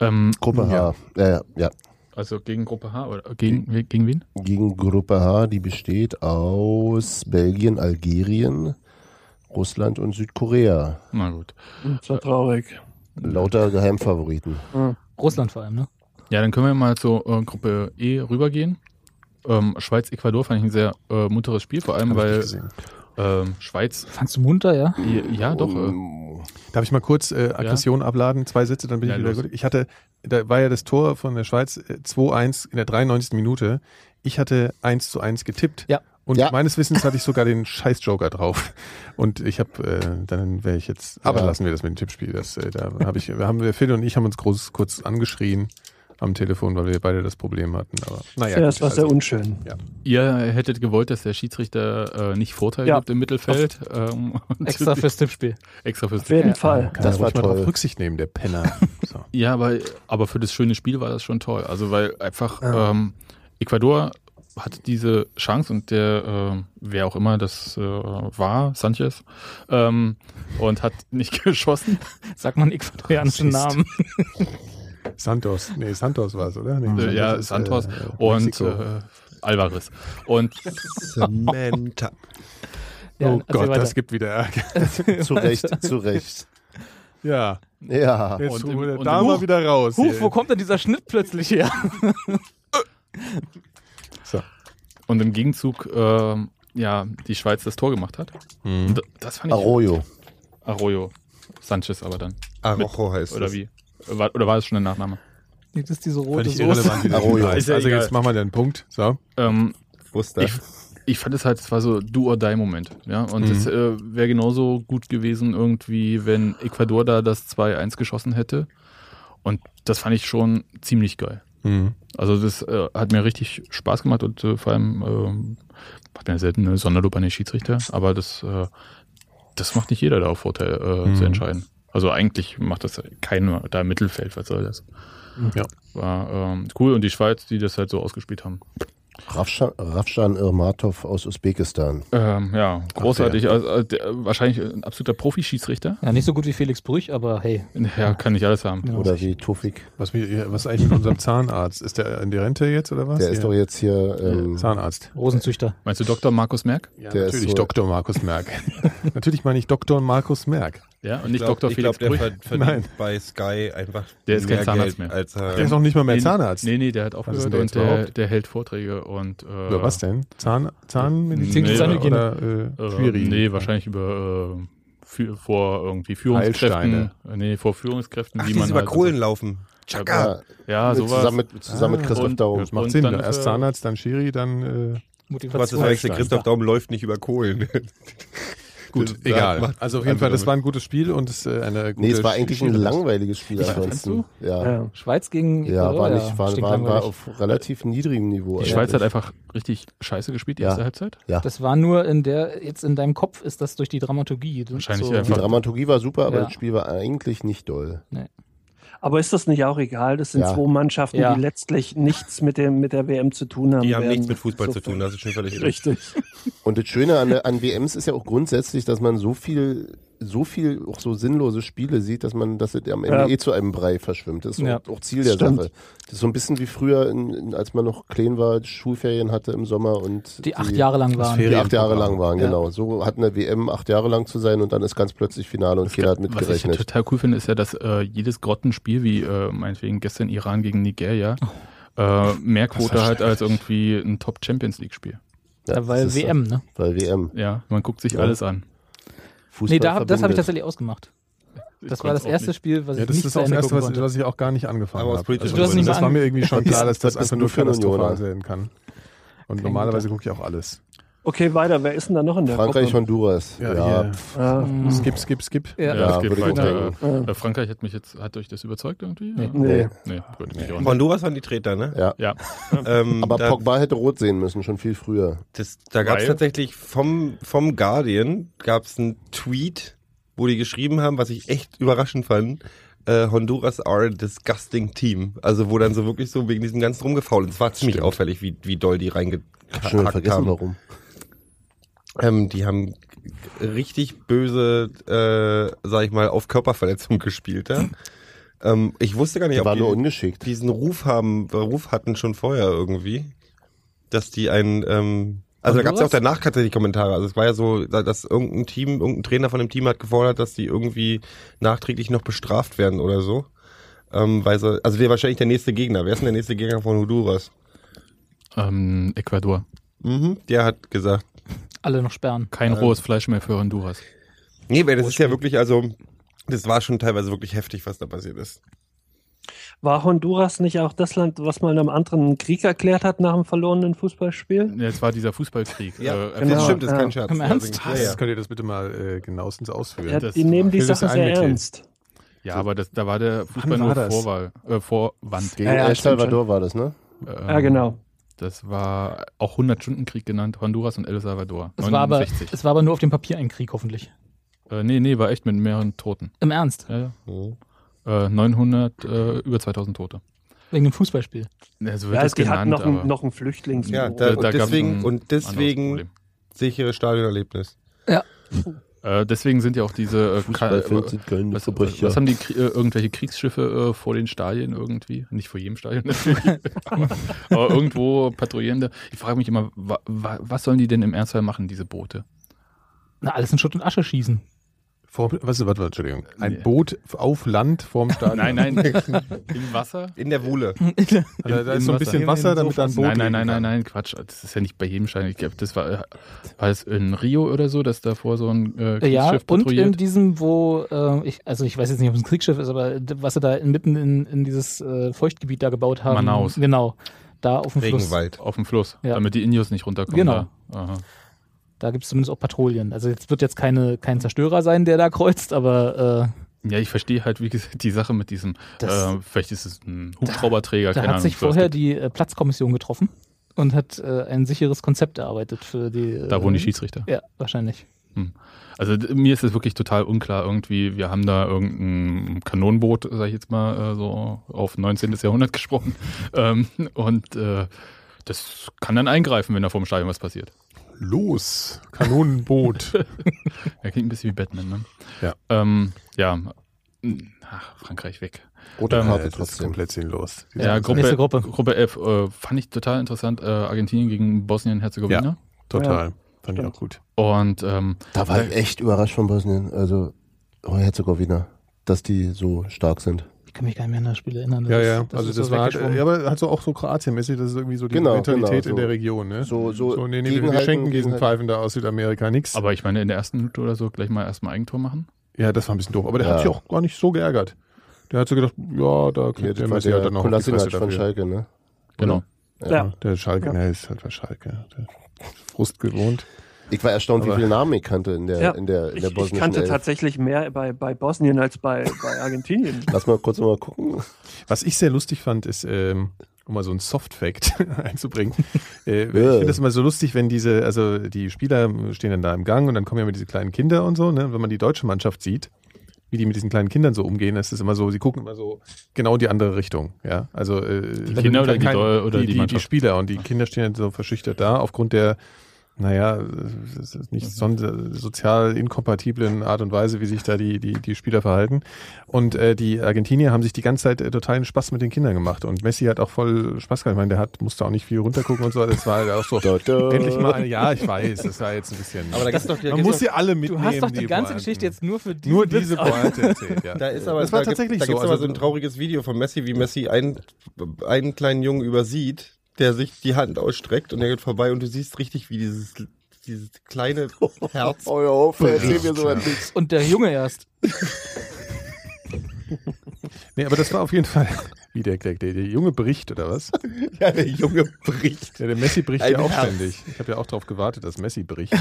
S7: ähm,
S2: Gruppe H. Ja, ja, ja.
S7: also gegen Gruppe H oder gegen, gegen wen?
S2: Gegen Gruppe H, die besteht aus Belgien, Algerien, Russland und Südkorea.
S7: Na gut.
S8: Das war traurig.
S2: Lauter Geheimfavoriten.
S5: Russland vor allem, ne?
S7: Ja, dann können wir mal zur äh, Gruppe E rübergehen. Ähm, Schweiz-Ecuador fand ich ein sehr äh, munteres Spiel, vor allem
S4: Hab ich nicht
S7: weil
S4: gesehen.
S7: ähm, Schweiz.
S5: Fandst du munter, ja?
S7: Ja, doch. Äh,
S4: Ähm. Darf ich mal kurz äh, Aggression abladen? Zwei Sätze, dann bin
S7: Ja,
S4: ich wieder
S7: los.
S4: gut. Ich hatte, da war ja das Tor von der Schweiz äh, 2-1 in der 93. Minute. Ich hatte 1 zu 1 getippt.
S5: Ja.
S4: Und
S2: Ja.
S4: meines Wissens hatte ich sogar den scheiß Joker drauf. Und ich habe, äh, dann wäre ich jetzt, aber
S2: Ja.
S4: lassen wir das mit dem Tippspiel. Das, äh, da habe ich, haben wir, Phil und ich haben uns groß, kurz angeschrien am Telefon, weil wir beide das Problem hatten. Aber naja.
S8: Ja, das war sehr
S4: also,
S8: unschön.
S7: ihr hättet gewollt, dass der Schiedsrichter äh, nicht Vorteil
S8: Ja.
S7: gibt im Mittelfeld. Ähm, und
S5: Extra fürs Tippspiel.
S7: extra fürs
S8: Auf jeden
S7: Ja.
S8: Fall.
S4: kann
S2: Das
S4: das ja
S2: war
S4: ruhig mal drauf
S2: toll.
S4: Rücksicht nehmen, der Penner. So.
S7: Ja, aber, aber für das schöne Spiel war das schon toll. Also weil einfach ähm, Ecuador hatte diese Chance und der, äh, wer auch immer das äh, war, Sanchez, ähm, und hat nicht geschossen.
S5: Sagt man ecuadorianischen
S4: Rassist.
S5: Namen.
S4: Santos, nee, Santos war es, oder? Nee,
S7: Äh, ja,
S4: ist,
S7: Santos
S4: äh,
S7: und
S4: Mexiko.
S7: äh, Alvarez. Und
S6: Samantha.
S5: Ja,
S4: oh
S5: erzähl
S4: Gott,
S5: weiter.
S4: das gibt wieder Ärger.
S2: Zu Recht, zu Recht.
S4: Ja,
S2: Ja.
S4: jetzt
S7: Und
S4: holen wir
S7: im- und
S4: da
S7: im-
S4: mal wieder raus.
S5: Huch,
S4: hier.
S5: wo kommt denn dieser Schnitt plötzlich her?
S4: so.
S7: Und im Gegenzug, ähm, ja, die Schweiz das Tor gemacht hat. Und das fand ich.
S2: Arroyo.
S7: Arroyo. Sanchez aber dann.
S6: Arojo heißt
S7: Oder
S6: es.
S7: wie? War, oder war das schon der Nachname?
S5: Das ist diese rote
S4: Völlig
S5: Soße.
S4: irrelevant. wie das
S2: Arroyo.
S4: heißt.
S6: Ist ja
S4: Also
S6: egal.
S4: jetzt machen wir den Punkt. So.
S7: Ähm,
S6: Wusste.
S7: Ich- ich fand es halt, es war so Do-or-Die-Moment. Ja? Und
S4: Mhm.
S7: es äh, wäre genauso gut gewesen, irgendwie, wenn Ecuador da das 2-1 geschossen hätte. Und das fand ich schon ziemlich geil.
S4: Hm.
S7: Also das äh, hat mir richtig Spaß gemacht und äh, vor allem ähm, hat mir selten eine Sonderlob an den Schiedsrichter, aber das, äh, das macht nicht jeder da auf Vorteil äh,
S4: Mhm.
S7: zu entscheiden. Also eigentlich macht das keiner da im Mittelfeld, was soll das?
S4: Ja.
S7: War ähm, cool und die Schweiz, die das halt so ausgespielt haben.
S2: Rafshan, Rafshan Irmatov aus Usbekistan.
S7: Ähm, ja, großartig. also, äh, der, wahrscheinlich ein absoluter Profi-Schiedsrichter.
S5: Ja, nicht so gut wie Felix Brüch, aber hey.
S7: Ja, kann nicht alles haben.
S5: Ja.
S2: Oder wie Tufik.
S4: Was, mich, was ist eigentlich mit unserem Zahnarzt? Ist der in die Rente jetzt oder was?
S2: Der ist
S4: Ja.
S2: doch jetzt hier. Ähm,
S4: Zahnarzt.
S5: Rosenzüchter.
S7: Meinst du Dr. Markus Merck?
S4: Ja,
S2: Der ist
S4: natürlich
S2: so-
S4: Dr. Markus Merck. natürlich meine ich Dr. Markus Merck.
S7: Ja, und
S6: Ich
S7: nicht
S6: glaub-
S7: Dr.
S6: Ich
S7: Felix
S6: glaube, der
S7: Brüch.
S6: verd-
S4: Nein.
S6: verdient bei Sky einfach
S7: Der ist kein
S6: mehr
S7: Zahnarzt
S6: Geld,
S7: mehr.
S6: als äh, er
S4: Der ist noch nicht mal mehr
S7: Nee,
S4: Zahnarzt.
S7: Nee, nee, der hat aufgehört
S4: denn
S7: und
S4: der jetzt
S7: der,
S4: überhaupt?
S7: der hält Vorträge und äh,
S4: Über was denn? Zahn, Zahnmedizin
S7: Nee,
S4: oder
S7: Äh,
S4: äh, Schwierig?
S7: Nee, wahrscheinlich über äh, für, vor irgendwie Führungskräften. Äh, Nee, vor Führungskräften,
S6: Ach,
S7: wie
S6: die
S7: man
S6: ist über
S7: halt-
S6: Kohlen laufen. Chaka.
S2: ja,
S7: Ja, Ah, sowas.
S2: zusammen mit, zusammen
S4: Ah,
S2: mit Christoph
S7: und-
S2: Daum.
S4: Das macht
S7: Und
S4: Sinn.
S7: dann,
S4: Dann, Erst
S7: äh,
S4: Zahnarzt, dann Schiri, dann äh,
S6: Was ist
S5: Motivation.
S6: eigentlich? Christoph Daum läuft nicht über Kohlen.
S4: gut,
S6: Das
S4: egal.
S6: macht-
S4: Also auf jeden Fall, das war ein gutes Spiel und es äh, eine gute
S2: Nee, es war eigentlich ein
S4: Schiri-
S2: langweiliges Spiel
S7: fandst
S2: ansonsten. Ja.
S8: Ja.
S5: Schweiz gegen
S2: Ja, war,
S5: Ecuador,
S2: nicht, war, war, war
S5: stinklangweilig.
S2: auf relativ niedrigem Niveau.
S7: die Schweiz hat
S2: eigentlich.
S7: einfach richtig scheiße gespielt, die
S2: Ja.
S7: erste Halbzeit.
S5: Das war nur in der, jetzt in deinem Kopf ist das durch die Dramaturgie.
S7: Wahrscheinlich
S5: so,
S2: Die
S7: einfach-
S2: Dramaturgie war super, aber
S5: Ja.
S2: das Spiel war eigentlich nicht doll.
S8: Aber ist das nicht auch egal? Das sind
S2: Ja.
S8: zwei Mannschaften,
S5: Ja.
S8: die letztlich nichts mit, dem, mit der WM zu tun haben.
S6: Die haben
S8: werden.
S6: nichts mit Fußball zu
S8: Insofern-
S6: tun, das ist schon völlig
S8: Richtig.
S2: Und das Schöne an, an WMs ist ja auch grundsätzlich, dass man so viel so viel auch so sinnlose Spiele sieht, dass man das am Ende
S8: Ja.
S2: eh zu einem Brei verschwimmt. Das ist
S5: Ja.
S2: auch, auch Ziel der
S8: Stimmt.
S2: Sache. Das ist so ein bisschen wie früher, in, in, als man noch klein war, Schulferien hatte im Sommer und
S5: die acht Jahre lang waren.
S4: Atmosphäre.
S2: die acht Jahre lang
S4: Ferienprogramm.
S2: waren,
S5: Ja.
S2: genau. So hat eine WM acht Jahre lang zu sein und dann ist ganz plötzlich Finale und keiner hat
S7: Was ich ja
S2: mitgerechnet.
S7: total cool finde, ist ja, dass äh, jedes Grottenspiel, wie äh, meinetwegen gestern Iran gegen Nigeria,
S2: Oh.
S7: äh, mehr Quote hat als irgendwie ein Top-Champions League-Spiel.
S2: Ja,
S5: Ja, weil
S2: das ist-
S5: WM, ne?
S2: Weil WM.
S7: Ja, man guckt sich
S2: Ja.
S7: alles an.
S2: Fußball
S5: Nee, da, hab- das habe ich
S2: verbindet.
S5: tatsächlich ausgemacht.
S7: Ich
S5: Das war
S7: konnte
S5: das
S7: auch
S5: erste
S7: nicht.
S5: Spiel, was
S4: Ja,
S5: ich
S4: das
S5: nicht
S4: ist
S5: zu
S4: auch das
S5: Ende
S4: Erste,
S5: gucken
S4: was,
S5: konnte.
S4: was ich auch gar nicht angefangen
S6: Aber aus
S4: habe.
S6: politischen
S5: Du hast nicht
S4: das
S5: mal
S4: war
S5: an-
S4: mir irgendwie schon klar, dass das
S2: Was bist
S4: einfach
S2: du
S4: nur
S2: für ein
S4: katastrophal
S2: Unioner?
S4: sein kann. Und
S5: Kein
S4: normalerweise gucke ich auch alles.
S8: Okay, weiter. Wer ist denn da noch in der
S2: Frankreich,
S8: Gruppe?
S2: Honduras. Ja,
S4: Ja, hier.
S2: pff,
S8: Ah,
S4: Skip, skip, skip.
S5: Mhm. Ja.
S7: Ja,
S2: Ja,
S7: es geht
S2: würde ich auch
S7: weiter.
S8: denken.
S7: Äh, Frankreich hat mich jetzt, hat euch das überzeugt irgendwie?
S5: Nee.
S8: nee.
S7: Nee, gut, mich auch nicht.
S6: Honduras waren die Treter, ne?
S2: ja.
S7: Ja,
S6: Ähm,
S2: Aber
S6: da,
S2: Pogba hätte rot sehen müssen, schon viel früher.
S6: das, da gab es
S7: Weil?
S6: tatsächlich vom, vom Guardian gab es einen Tweet, wo die geschrieben haben, was ich echt überraschend fand. Äh, Honduras are a disgusting team. Also wo dann so wirklich so wegen diesem ganzen rumgefault. Es war ziemlich auffällig, wie, wie doll die
S2: Schon wieder
S6: reingehackt
S2: vergessen,
S6: haben.
S2: warum.
S6: Ähm, die haben richtig böse, äh, sag ich mal, auf Körperverletzung gespielt. Ja? ähm, ich wusste gar nicht,
S2: Die
S6: ob
S2: war nur
S6: die
S2: ungeschickt.
S6: diesen Ruf haben, äh, Ruf hatten schon vorher irgendwie, dass die einen, ähm, also da gab es ja auch
S5: Honduras?
S6: danach tatsächlich Kommentare. Also es war ja so, da- dass irgendein Team, irgendein Trainer von dem Team hat gefordert, dass die irgendwie nachträglich noch bestraft werden oder so. Ähm, weil sie, also der wahrscheinlich der nächste Gegner. Wer ist denn der nächste Gegner von Honduras?
S7: ähm, Ecuador.
S6: Mhm, der hat gesagt,
S5: Alle noch sperren.
S8: Ähm,
S7: Kein rohes Fleisch mehr für Honduras.
S6: Nee, weil das ist ja wirklich, also, das war schon teilweise wirklich heftig, was da passiert ist.
S8: War Honduras nicht auch das Land, was mal einem anderen einen Krieg erklärt hat nach einem verlorenen Fußballspiel?
S7: Ja, Jetzt war dieser Fußballkrieg. äh,
S8: genau.
S6: das stimmt, das ist
S8: Ja.
S6: kein Scherz.
S5: Im Ernst?
S6: Also, ja, ja.
S4: Könnt ihr das bitte mal äh, genauestens ausführen?
S8: Ja,
S7: das
S8: die nehmen die
S4: will das
S8: Sache sehr
S4: einmitteln.
S8: ernst.
S7: Ja, aber das, da war der Fußball
S4: Wann war
S7: nur
S4: das?
S7: Vorwahl, äh, Vorwand.
S2: Gegen
S8: Ja, ja,
S2: El
S8: stimmt
S2: Salvador war das, ne?
S7: Ähm,
S8: Ja, genau.
S7: Das war auch 100-Stunden-Krieg genannt, Honduras und El Salvador.
S5: Es war, aber,
S7: 69.
S5: es war aber nur auf dem Papier ein Krieg, hoffentlich.
S7: äh, nee, nee, war echt mit mehreren Toten.
S5: Im Ernst.
S7: Ja, ja.
S6: Mhm.
S7: Äh, 900, äh, über 2000 Tote.
S5: Wegen dem Fußballspiel.
S7: Ja, so wird
S8: Ja,
S7: das
S8: die hatten
S7: genannt,
S8: noch,
S7: aber
S8: ein, noch ein Flüchtlingsbüro.
S6: Ja, da- Und
S7: gab's
S6: deswegen-
S7: ein
S6: und
S7: anderes
S6: deswegen-
S7: Problem.
S6: Sichere Stadionerlebnis.
S7: Äh, deswegen sind ja auch diese... Äh, Kra-
S2: Fußballfans
S7: äh,
S2: sind keine
S7: was,
S2: Verbrecher.
S7: was haben die Krie- äh, irgendwelche Kriegsschiffe äh, vor den Stadien irgendwie? Nicht vor jedem Stadion natürlich, aber, aber irgendwo patrouillierende. Ich frage mich immer, wa, wa, was sollen die denn im Ernstfall machen, diese Boote?
S5: Na, alles in Schutt und Asche schießen.
S4: Vor, was, warte, warte, Entschuldigung. Ein
S7: Nee.
S4: Boot auf Land vorm Stadion.
S7: Nein, nein, im Wasser?
S6: In der Wuhle.
S4: Also, da
S7: Im
S4: ist so ein bisschen Wasser, damit dann ein Boot
S7: Nein, nein, nein,
S4: liegen kann.
S7: nein, nein, Quatsch. Das ist ja nicht bei jedem Stein. Ich glaub, das war, äh, war das in Rio oder so, dass davor so ein äh, Kriegsschiff
S5: Ja, und in
S7: patrouilliert.
S5: diesem, wo, äh, ich, also ich weiß jetzt nicht, ob es ein Kriegsschiff ist, aber d- was sie da mitten in, in dieses äh, Feuchtgebiet da gebaut haben.
S7: Manaus.
S5: Genau. Da auf dem Fluss.
S6: Regenwald.
S7: auf dem Fluss,
S5: Ja.
S7: damit die Indios nicht runterkommen.
S5: Genau.
S7: Da. Aha.
S5: Da gibt es zumindest auch Patrouillen. Also jetzt wird jetzt keine, kein Zerstörer sein, der da kreuzt, aber äh,
S7: Ja, ich verstehe halt, wie gesagt, die Sache mit diesem,
S5: Das-
S7: äh, vielleicht ist es ein Hubschrauberträger,
S5: da
S7: keine
S5: hat sich
S7: Ahnung.
S5: vorher die äh, Platzkommission getroffen und hat äh, ein sicheres Konzept erarbeitet für die. Äh,
S7: da wohnen die Schiedsrichter.
S5: Ja, wahrscheinlich.
S7: Also d- mir ist es wirklich total unklar irgendwie. Wir haben da irgendein Kanonenboot, sag ich jetzt mal äh, so auf 19. Jahrhundert gesprochen. ähm, und äh, das kann dann eingreifen, wenn da vor dem Stadion was passiert.
S4: Los, Kanonenboot.
S7: Er klingt ein bisschen wie Batman, ne?
S4: Ja.
S7: Ähm, ja. Ach, Frankreich weg.
S2: Rote
S7: Ähm,
S2: Karte
S4: das ist
S2: trotzdem.
S4: komplett sinnlos.
S7: Ja, Gruppe,
S5: Nächste Gruppe.
S7: Gruppe F äh, fand ich total interessant. Äh, Argentinien gegen Bosnien-Herzegowina.
S4: Total. Fand ich
S8: Stimmt.
S4: auch gut.
S7: Und ähm,
S2: Da war ich echt überrascht von Bosnien, also oh, Herzegowina, dass die so stark sind.
S5: Ich kann mich gar nicht mehr an Ne? das Spiel erinnern.
S4: Ja,
S5: ist-
S4: ja. also
S5: ist
S4: das
S5: so um
S4: war halt,
S5: weggeschwommen.
S4: ja, aber halt so auch so kroatienmäßig, das ist irgendwie so die
S2: Genau,
S4: Mentalität
S2: genau,
S4: in
S2: so.
S4: der Region, ne?
S2: So, so,
S4: So, nee, nee, wir, wir
S2: gegenhalten,
S4: schenken diesen
S2: gegenhalten.
S4: Pfeifen da aus Südamerika nichts.
S7: aber ich meine, in der ersten Minute oder so gleich mal erstmal Eigentor machen.
S4: ja, das war ein bisschen doof. Aber der
S2: Ja.
S4: hat sich auch gar nicht so geärgert. Der hat so gedacht, ja, da kriegt
S2: Hier,
S4: der
S2: das war
S4: Messi
S2: der
S4: halt dann noch auf die Fresse
S2: Kolasinac von
S4: dafür.
S2: Schalke, ne?
S7: Genau.
S8: Ja.
S4: Der Schalke, ne, ist halt bei Schalke. Der ist Frust gewohnt.
S2: Ich war erstaunt, wie
S4: Aber-
S2: viele Namen ich kannte in der,
S8: Ja,
S2: in der, in der
S8: Ich, ich
S2: bosnischen
S8: kannte
S2: Elf.
S8: tatsächlich mehr bei, bei Bosnien als bei, bei Argentinien.
S2: Lass mal kurz mal gucken.
S4: Was ich sehr lustig fand, ist, ähm, um mal so ein Soft-Fact einzubringen. äh, ich finde das immer so lustig, wenn diese, also die Spieler stehen dann da im Gang und dann kommen ja immer diese kleinen Kinder und so, ne? Und Wenn man die deutsche Mannschaft sieht, wie die mit diesen kleinen Kindern so umgehen, ist es immer so, sie gucken immer so genau in die andere Richtung, ja. Also äh, die
S7: Kinder oder die Deu-
S4: die,
S7: oder die
S4: die, die
S7: Mannschaft?
S4: Spieler und die Kinder stehen dann so verschüchtert da aufgrund der naja, es ist nicht son sozial inkompatiblen Art und Weise, wie sich da die, die, die Spieler verhalten. Und äh, die Argentinier haben sich die ganze Zeit äh, totalen Spaß mit den Kindern gemacht. Und Messi hat auch voll Spaß gehabt. Ich meine, der hat, musste auch nicht viel runtergucken und so. Das war halt auch so, endlich mal, eine, ja, ich weiß, das war jetzt ein bisschen.
S6: Aber da gibt's doch, da
S4: man
S6: gibt's
S4: muss
S6: doch,
S4: sie alle mitnehmen.
S5: Du hast doch die, ganze
S4: Pointen.
S5: Geschichte jetzt nur für diesen
S4: Nur diese
S5: Witz
S4: Pointe erzählt, ja.
S6: da ist aber,
S4: Äh, das war
S6: da gibt-
S4: tatsächlich
S6: da
S4: so.
S6: gibt's aber
S4: Also
S6: so ein trauriges Video von Messi, wie Messi einen, einen kleinen Jungen übersieht, der sich die Hand ausstreckt und er geht vorbei und du siehst richtig, wie dieses, dieses kleine Herz.
S2: Euer Hof, erzähl mir so ein
S5: aus. Und der Junge erst.
S4: Nee, aber das war auf jeden Fall, wie der, der, der, der Junge bricht oder was?
S6: Ja, der Junge bricht.
S4: Ja, der Messi bricht
S6: Ein
S4: ja auch
S6: Herz.
S4: ständig. Ich habe ja auch darauf gewartet, dass Messi bricht.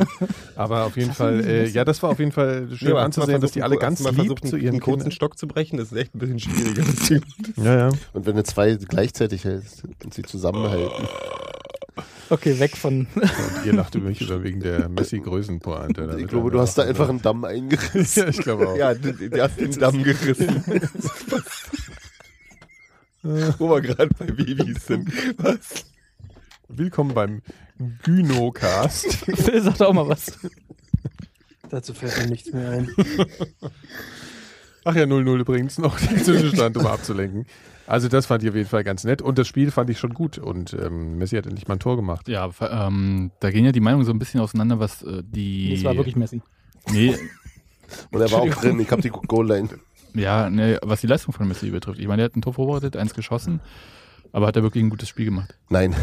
S4: aber auf jeden Fall, äh, ja, das war auf jeden Fall schön
S6: Ja,
S4: anzusehen, dass die alle ganz
S6: mal
S4: lieb
S6: versuchen,
S4: zu ihren
S6: einen kurzen
S4: Kindern.
S6: Stock zu brechen, das ist echt ein bisschen schwieriger. das Ding.
S4: Ja, ja.
S2: Und wenn du zwei gleichzeitig hältst und sie zusammenhalten.
S6: Oh,
S5: Okay, weg von.
S4: Ihr lacht über mich über wegen der Messi-Größenpointe.
S2: Ich glaube, du hast da einfach einen Damm eingerissen.
S4: Ja, ich glaube auch.
S6: Ja, der, der hat den Damm gerissen. Wo wir gerade bei Babys sind.
S4: Also
S6: Was?
S4: Willkommen beim Gynocast.
S5: Phil sagt auch mal was.
S8: Dazu fällt mir nichts mehr ein.
S4: Ach ja, 0-0 übrigens noch den Zwischenstand, um abzulenken. Also das fand ich auf jeden Fall ganz nett und das Spiel fand ich schon gut und ähm, Messi hat endlich mal ein Tor gemacht.
S7: Ja, ver- ähm, da gehen ja die Meinungen so ein bisschen auseinander, was äh, die.
S5: Das war wirklich Messi.
S7: Nee,
S2: Und er war auch drin. Ich habe die Goal-Line.
S7: ja, nee, was die Leistung von Messi betrifft. Ich meine, er hat ein Tor vorbereitet, eins geschossen, aber hat er wirklich ein gutes Spiel gemacht.
S2: Nein,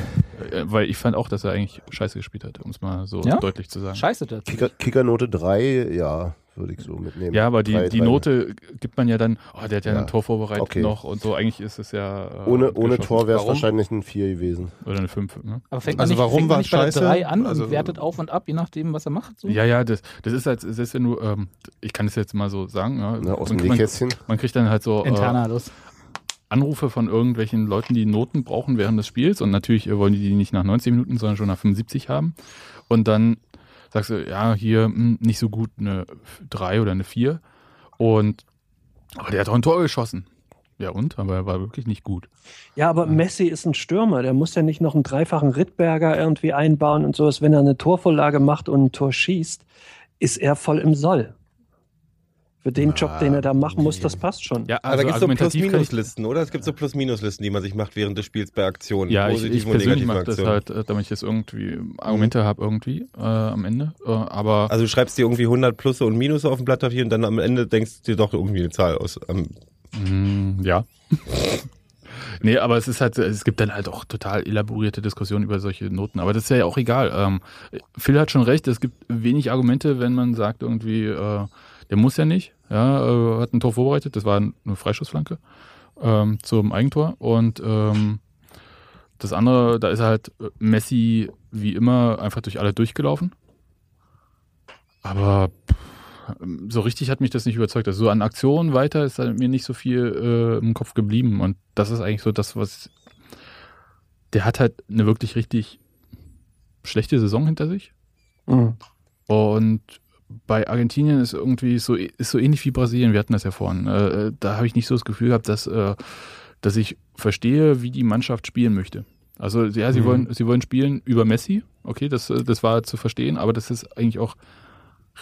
S7: Äh, weil ich fand auch, dass er eigentlich scheiße gespielt hat, um es mal so
S5: Ja?
S7: deutlich zu sagen.
S5: Scheiße das.
S2: Kicker- Kickernote 3, ja, würde ich so mitnehmen.
S7: Ja, aber die,
S2: Drei,
S7: die
S2: drei.
S7: Note gibt man ja dann, oh, der hat ja,
S2: Ja.
S7: ein Tor vorbereitet
S2: Okay.
S7: noch und so. Eigentlich ist es ja. äh,
S2: Ohne, ohne
S7: geschossen.
S2: Tor wäre es
S4: Warum?
S2: wahrscheinlich ein 4 gewesen.
S7: Oder eine 5. Ne?
S5: Aber fängt
S4: Also
S5: man nicht,
S4: warum
S5: fängt man
S4: war
S5: nicht bei der
S4: Scheiße?
S5: 3 an
S4: Also-
S5: und wertet auf und ab, je nachdem, was er macht? So?
S7: Ja, ja, das, das ist halt, selbst wenn du, ähm, ich kann es jetzt mal so sagen, ja,
S2: Ne, aus dem
S7: man, man,
S2: Nähkästchen.
S7: man kriegt dann halt so. äh,
S5: Interna los.
S7: Anrufe von irgendwelchen Leuten, die Noten brauchen während des Spiels und natürlich äh, wollen die die nicht nach 90 Minuten, sondern schon nach 75 haben. Und dann sagst du, ja, hier hm, nicht so gut eine 3 oder eine 4. Und aber der hat doch ein Tor geschossen. Ja und? Aber er war wirklich nicht gut.
S8: Ja, aber Messi ist ein Stürmer. Der muss ja nicht noch einen dreifachen Rittberger irgendwie einbauen und sowas. Wenn er eine Torvorlage macht und ein Tor schießt, ist er voll im Soll. Für den
S4: Na,
S8: Job, den er da machen muss, das passt schon.
S7: Ja, also
S6: Aber da gibt es so
S7: argumentativ kann ich-
S6: Plus-Minus-Listen, oder? Es gibt so Plus-Minus-Listen, die man sich macht während des Spiels bei Aktionen.
S7: Ja, ich, ich
S6: Positiven
S7: persönlich
S6: negativen
S7: mache das
S6: Aktionen. Mhm.
S7: halt, äh, damit ich jetzt irgendwie Argumente habe irgendwie äh, am Ende. Äh, aber
S6: Also du schreibst dir irgendwie 100 Plusse und Minusse auf dem Blatt Papier und dann am Ende denkst du dir doch irgendwie eine Zahl aus. Ähm,
S7: Mm, ja. nee, aber es ist halt, es gibt dann halt auch total elaborierte Diskussionen über solche Noten. Aber das ist ja auch egal. Ähm, Phil hat schon recht, es gibt wenig Argumente, wenn man sagt, irgendwie, äh, der muss ja nicht. Ja, äh, hat ein Tor vorbereitet, das war eine Freischussflanke ähm, zum Eigentor. Und ähm, das andere, da ist halt äh, Messi wie immer einfach durch alle durchgelaufen. Aber Ähm, so richtig hat mich das nicht überzeugt. Also so an Aktionen weiter ist halt mir nicht so viel äh, im Kopf geblieben. Und das ist eigentlich so das, was. Der hat halt eine wirklich richtig schlechte Saison hinter sich.
S8: Mhm.
S7: Und bei Argentinien ist irgendwie so, ist so ähnlich wie Brasilien. Wir hatten das ja vorhin. Äh, da habe ich nicht so das Gefühl gehabt, dass, äh, dass ich verstehe, wie die Mannschaft spielen möchte. Also, ja, sie,
S4: Mhm.
S7: wollen, sie wollen spielen über Messi. Okay, das, äh, das war zu verstehen, aber das ist eigentlich auch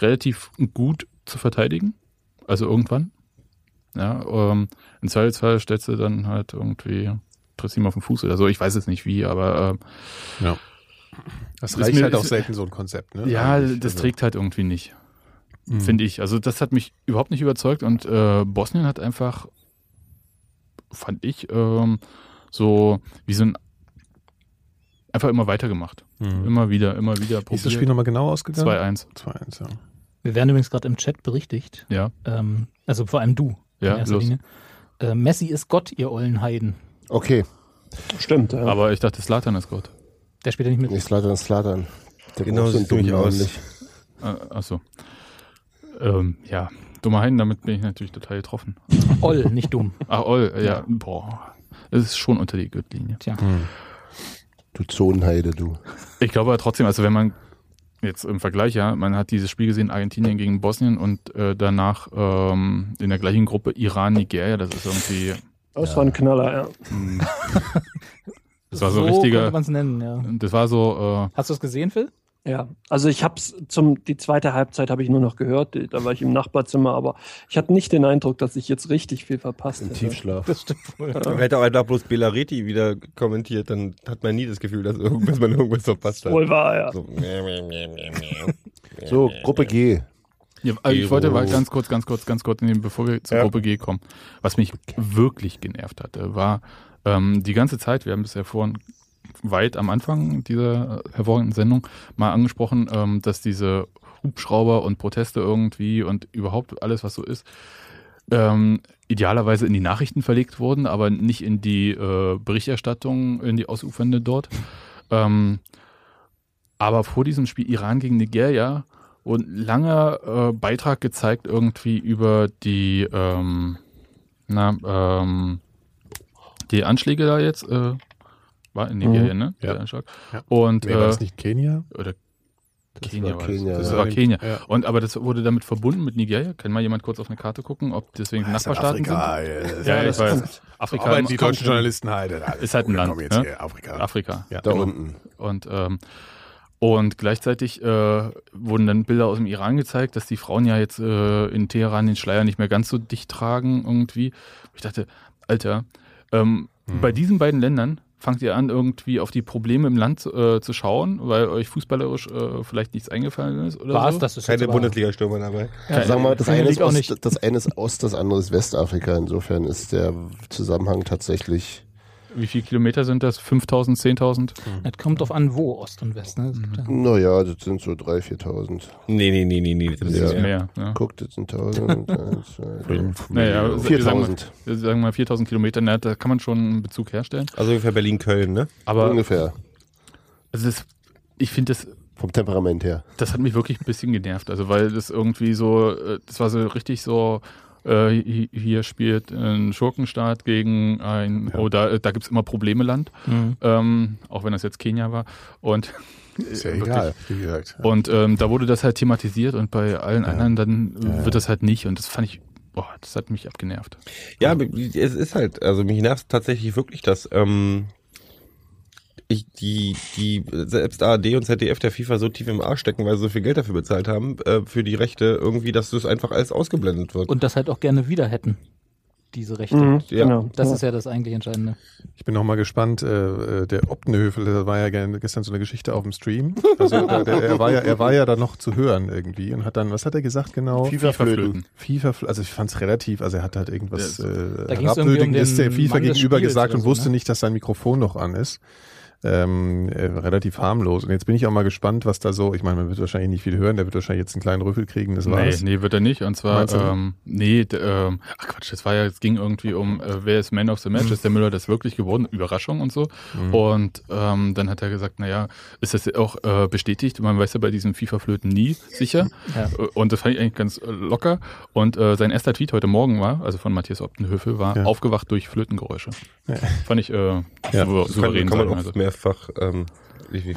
S7: relativ gut zu verteidigen. Also irgendwann. Ja, ähm, Im Zweifelsfall stellst du dann halt irgendwie trittst ihm auf den Fuß oder so. Ich weiß es nicht wie, aber ähm,
S4: Das
S7: Ist
S4: reicht
S7: mir-
S4: halt auch
S7: ist-
S4: selten so ein Konzept. Ne?
S7: ja,
S4: Eigentlich.
S7: das
S4: Also, Hm.
S7: trägt halt irgendwie nicht,
S4: mh.
S7: finde ich. Also das hat mich überhaupt nicht überzeugt und äh, Bosnien hat einfach, fand ich, ähm, so wie so ein einfach immer weitergemacht.
S4: Mhm.
S7: Immer wieder, immer wieder
S4: Wie ist das Spiel nochmal genau ausgegangen?
S7: 2-1.
S4: 2-1, ja.
S5: Wir werden übrigens gerade im Chat berichtigt.
S7: Ja.
S5: Ähm, also vor allem du.
S7: Ja, los.
S5: Äh, Messi ist Gott, ihr ollen Heiden.
S2: Okay,
S8: Stimmt. Ja.
S7: Aber ich dachte, Slatan ist Gott.
S5: Der spielt ja nicht mit.
S2: nicht Slattern, Slattern. Der
S6: Genau
S2: Große
S6: so
S2: und
S6: sieht's nämlich
S2: Dumme
S6: aus.
S2: nämlich.
S7: Äh, achso. Ähm, ja, dumme Heiden, damit bin ich natürlich total getroffen.
S5: Oll, nicht dumm.
S7: Ach, Oll, äh, ja, boah. Es ist schon unter die Gürtellinie.
S5: Tja.
S2: Du Zonenheide, du.
S7: Ich glaube aber trotzdem, also wenn man jetzt im Vergleich, ja, man hat dieses Spiel gesehen, Argentinien gegen Bosnien und äh, danach ähm, in der gleichen Gruppe Iran, Nigeria, das ist irgendwie,
S8: Das war ein Knaller, ja.
S7: das war so, ein
S5: könnte
S7: richtiger,
S5: man es nennen, ja.
S7: das war so,
S5: Hast du es gesehen, Phil?
S8: Ja, also ich habe es zum die zweite Halbzeit habe ich nur noch gehört, da war ich im Nachbarzimmer, aber ich hatte nicht den Eindruck, dass ich jetzt richtig viel verpasst
S2: Im
S8: hätte.
S2: Tiefschlaf.
S5: Das stimmt wohl.
S6: Dann hätte auch einfach bloß Belareti wieder kommentiert, dann hat man nie das Gefühl, dass irgendwas, man irgendwas verpasst hat.
S8: Wohl war er.
S6: So, mäh, mäh, mäh, mäh, mäh.
S2: So, Gruppe G.
S7: Ja, also ich
S6: Ero.
S7: wollte mal ganz kurz, ganz kurz, ganz kurz, nee, bevor wir zur
S6: Ja.
S7: Gruppe G kommen, was mich wirklich genervt hat, äh, war ähm, die ganze Zeit, wir haben das ja vorhin weit am Anfang dieser äh, hervorragenden Sendung mal angesprochen, ähm, dass diese Hubschrauber und Proteste irgendwie und überhaupt alles, was so ist, ähm, idealerweise in die Nachrichten verlegt wurden, aber nicht in die äh, Berichterstattung, in die Ausufernde dort. Ähm, aber vor diesem Spiel Iran gegen Nigeria und langer äh, Beitrag gezeigt irgendwie über die, ähm, na, ähm, die Anschläge da jetzt. Äh, war in Nigeria, ne?
S4: Ja.
S7: Der Anschlag.
S4: Ja.
S7: Und
S4: Nee, war
S7: äh,
S4: das nicht Kenia?
S7: oder Kenia
S2: war
S7: war
S2: Kenia,
S7: das. Das
S2: ja.
S7: war Kenia.
S4: Ja. Ah,
S7: Und aber das wurde damit verbunden mit Nigeria. Kann mal jemand kurz auf eine Karte gucken, ob deswegen
S4: halt Oh,
S7: Nachbarstaaten sind? Ja, ich weiß. Afrika
S4: Aber
S7: muss-
S4: die deutschen Journalisten halt.
S7: Ist halt ein Land,
S4: Komm jetzt
S7: ne?
S4: hier, Afrika.
S7: Afrika.
S4: Ja.
S2: Da
S7: Genau.
S2: unten.
S7: Und, ähm, und gleichzeitig äh, wurden dann Bilder aus dem Iran gezeigt, dass die Frauen ja jetzt äh, in Teheran den Schleier nicht mehr ganz so dicht tragen irgendwie. Ich dachte, Alter, ähm, bei diesen beiden Ländern fangt ihr an, irgendwie auf die Probleme im Land äh, zu schauen, weil euch fußballerisch äh, vielleicht nichts eingefallen ist oder
S5: War es
S7: so.
S5: das? Ist
S6: Keine
S5: jetzt aber-
S6: Bundesliga-Stürmer dabei.
S7: Ja,
S2: Sag mal, das
S5: Premier
S2: eine, ist
S5: League auch
S2: Ost,
S5: nicht.
S2: das eine ist Ost, das andere ist Westafrika. Insofern ist der Zusammenhang tatsächlich.
S7: Wie viele Kilometer sind das? 5000, 10.000?
S5: Es kommt drauf an, wo, Ost und West. Ne? Es gibt ja-
S7: Mhm.
S2: Naja, das sind so 3.000, 4.000.
S6: Nee, nee, nee, nee, nee. Das
S2: Ja.
S6: ist mehr.
S7: Mehr. Ja.
S2: Guck, das sind 1.000. eins, zwei, drei,
S7: Naja, also wir sagen mal,
S2: 4.000.
S7: wir sagen mal 4000 Kilometer, na, da kann man schon einen Bezug herstellen.
S6: Also ungefähr Berlin-Köln, ne?
S7: Aber
S2: Ungefähr.
S7: also das, ich finde, das,
S2: Vom Temperament her.
S7: das hat mich wirklich ein bisschen genervt. Also, weil das irgendwie so, äh, das war so richtig so, äh, hi- hier spielt ein Schurkenstaat gegen ein, oh, da, da gibt es immer Problemeland,
S5: Mhm.
S7: ähm, auch wenn das jetzt Kenia war. Und
S4: Ist
S7: Äh,
S4: ja egal, wie gesagt.
S7: Und ähm, da wurde das halt thematisiert und bei allen anderen dann äh, wird das halt nicht. Und das fand ich, boah, das hat mich abgenervt.
S6: Ja, aber es ist halt, also mich nervt tatsächlich wirklich, dass ähm, ich die, die selbst ARD und ZDF der FIFA so tief im Arsch stecken, weil sie so viel Geld dafür bezahlt haben, äh, für die Rechte irgendwie, dass das einfach alles ausgeblendet wird.
S5: Und das halt auch gerne wieder hätten, diese Rechte.
S8: Mhm,
S6: Ja.
S8: Genau.
S5: Das
S8: ja.
S5: ist ja das eigentlich Entscheidende.
S4: Ich bin noch mal gespannt. äh, äh, Der Optenhöfel, da war ja ge- gestern so eine Geschichte auf dem Stream. Also der, der, er, war ja, er war ja da noch zu hören irgendwie und hat dann, was hat er gesagt genau?
S7: FIFA-Flöten.
S4: FIFA, also ich fand es relativ, also er hat halt irgendwas
S7: Ja,
S4: äh,
S5: ging's irgendwie um
S4: herabwürdigendes
S5: den
S4: der FIFA
S5: Mann des
S4: gegenüber
S5: Spiels
S4: gesagt
S5: oder
S4: und
S5: so,
S4: wusste
S5: ne?
S4: nicht, dass sein Mikrofon noch an ist. Ähm, äh, relativ harmlos. Und jetzt bin ich auch mal gespannt, was da so, ich meine, man wird wahrscheinlich nicht viel hören, der wird wahrscheinlich jetzt einen kleinen Rüffel kriegen, das
S7: nee,
S4: war's.
S7: nee, wird er nicht. Und zwar,
S4: Meinst du?
S7: ähm, nee, d- ähm, ach Quatsch, das war ja, es ging irgendwie um, äh, wer ist Man of the Match? Ist der Müller das wirklich geworden? Überraschung und so. Und ähm, dann hat er gesagt, naja, ist das auch äh, bestätigt? Man weiß ja bei diesen FIFA-Flöten nie sicher.
S5: Ja.
S7: Äh, Und das fand ich eigentlich ganz äh, locker. Und äh, sein erster Tweet heute Morgen war, also von Matthias Optenhöfel, war
S4: Ja.
S7: aufgewacht durch Flötengeräusche. Fand ich äh, souver-
S6: das kann,
S7: souverän.
S6: kann man
S7: sagen,
S6: auch
S7: also.
S6: mehrfach. Ähm, ich- ich-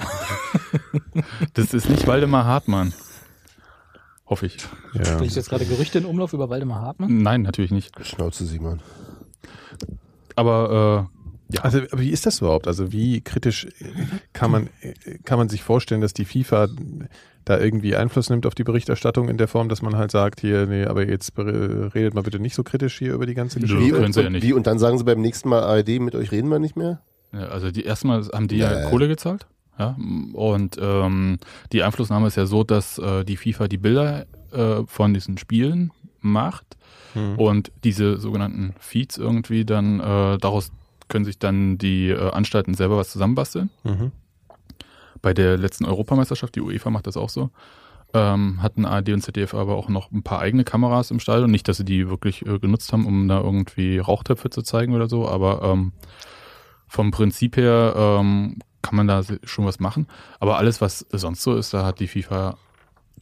S7: Das ist nicht Waldemar Hartmann. Hoffe ich.
S4: Ja.
S5: Bin ich jetzt gerade Gerüchte in Umlauf über Waldemar Hartmann?
S7: Nein, natürlich nicht.
S2: Schnauze, Simon.
S7: Aber äh,
S4: Also aber wie ist das überhaupt? Also wie kritisch äh, kann man, äh, kann man sich vorstellen, dass die FIFA da irgendwie Einfluss nimmt auf die Berichterstattung in der Form, dass man halt sagt, hier, nee, aber jetzt äh, redet mal bitte nicht so kritisch hier über die ganze
S7: Nö.
S4: Geschichte.
S2: Wie
S7: können
S2: und,
S7: sie ja
S2: und,
S7: nicht.
S2: wie und dann sagen sie beim nächsten Mal ARD, mit euch reden wir nicht mehr?
S7: äh, ja, also die erstmal haben die
S2: Nee.
S7: ja Kohle gezahlt. Ja, und ähm, die Einflussnahme ist ja so, dass äh, die FIFA die Bilder äh, von diesen Spielen macht
S4: Hm.
S7: und diese sogenannten Feeds irgendwie dann äh, daraus können sich dann die äh, Anstalten selber was zusammenbasteln.
S4: Mhm.
S7: bei der letzten Europameisterschaft, die UEFA macht das auch so, ähm, hatten ARD und ZDF aber auch noch ein paar eigene Kameras im Stadion. Nicht, dass sie die wirklich äh, genutzt haben, um da irgendwie Rauchtöpfe zu zeigen oder so, aber ähm, vom Prinzip her ähm, kann man da se- schon was machen. Aber alles, was sonst so ist, da hat die FIFA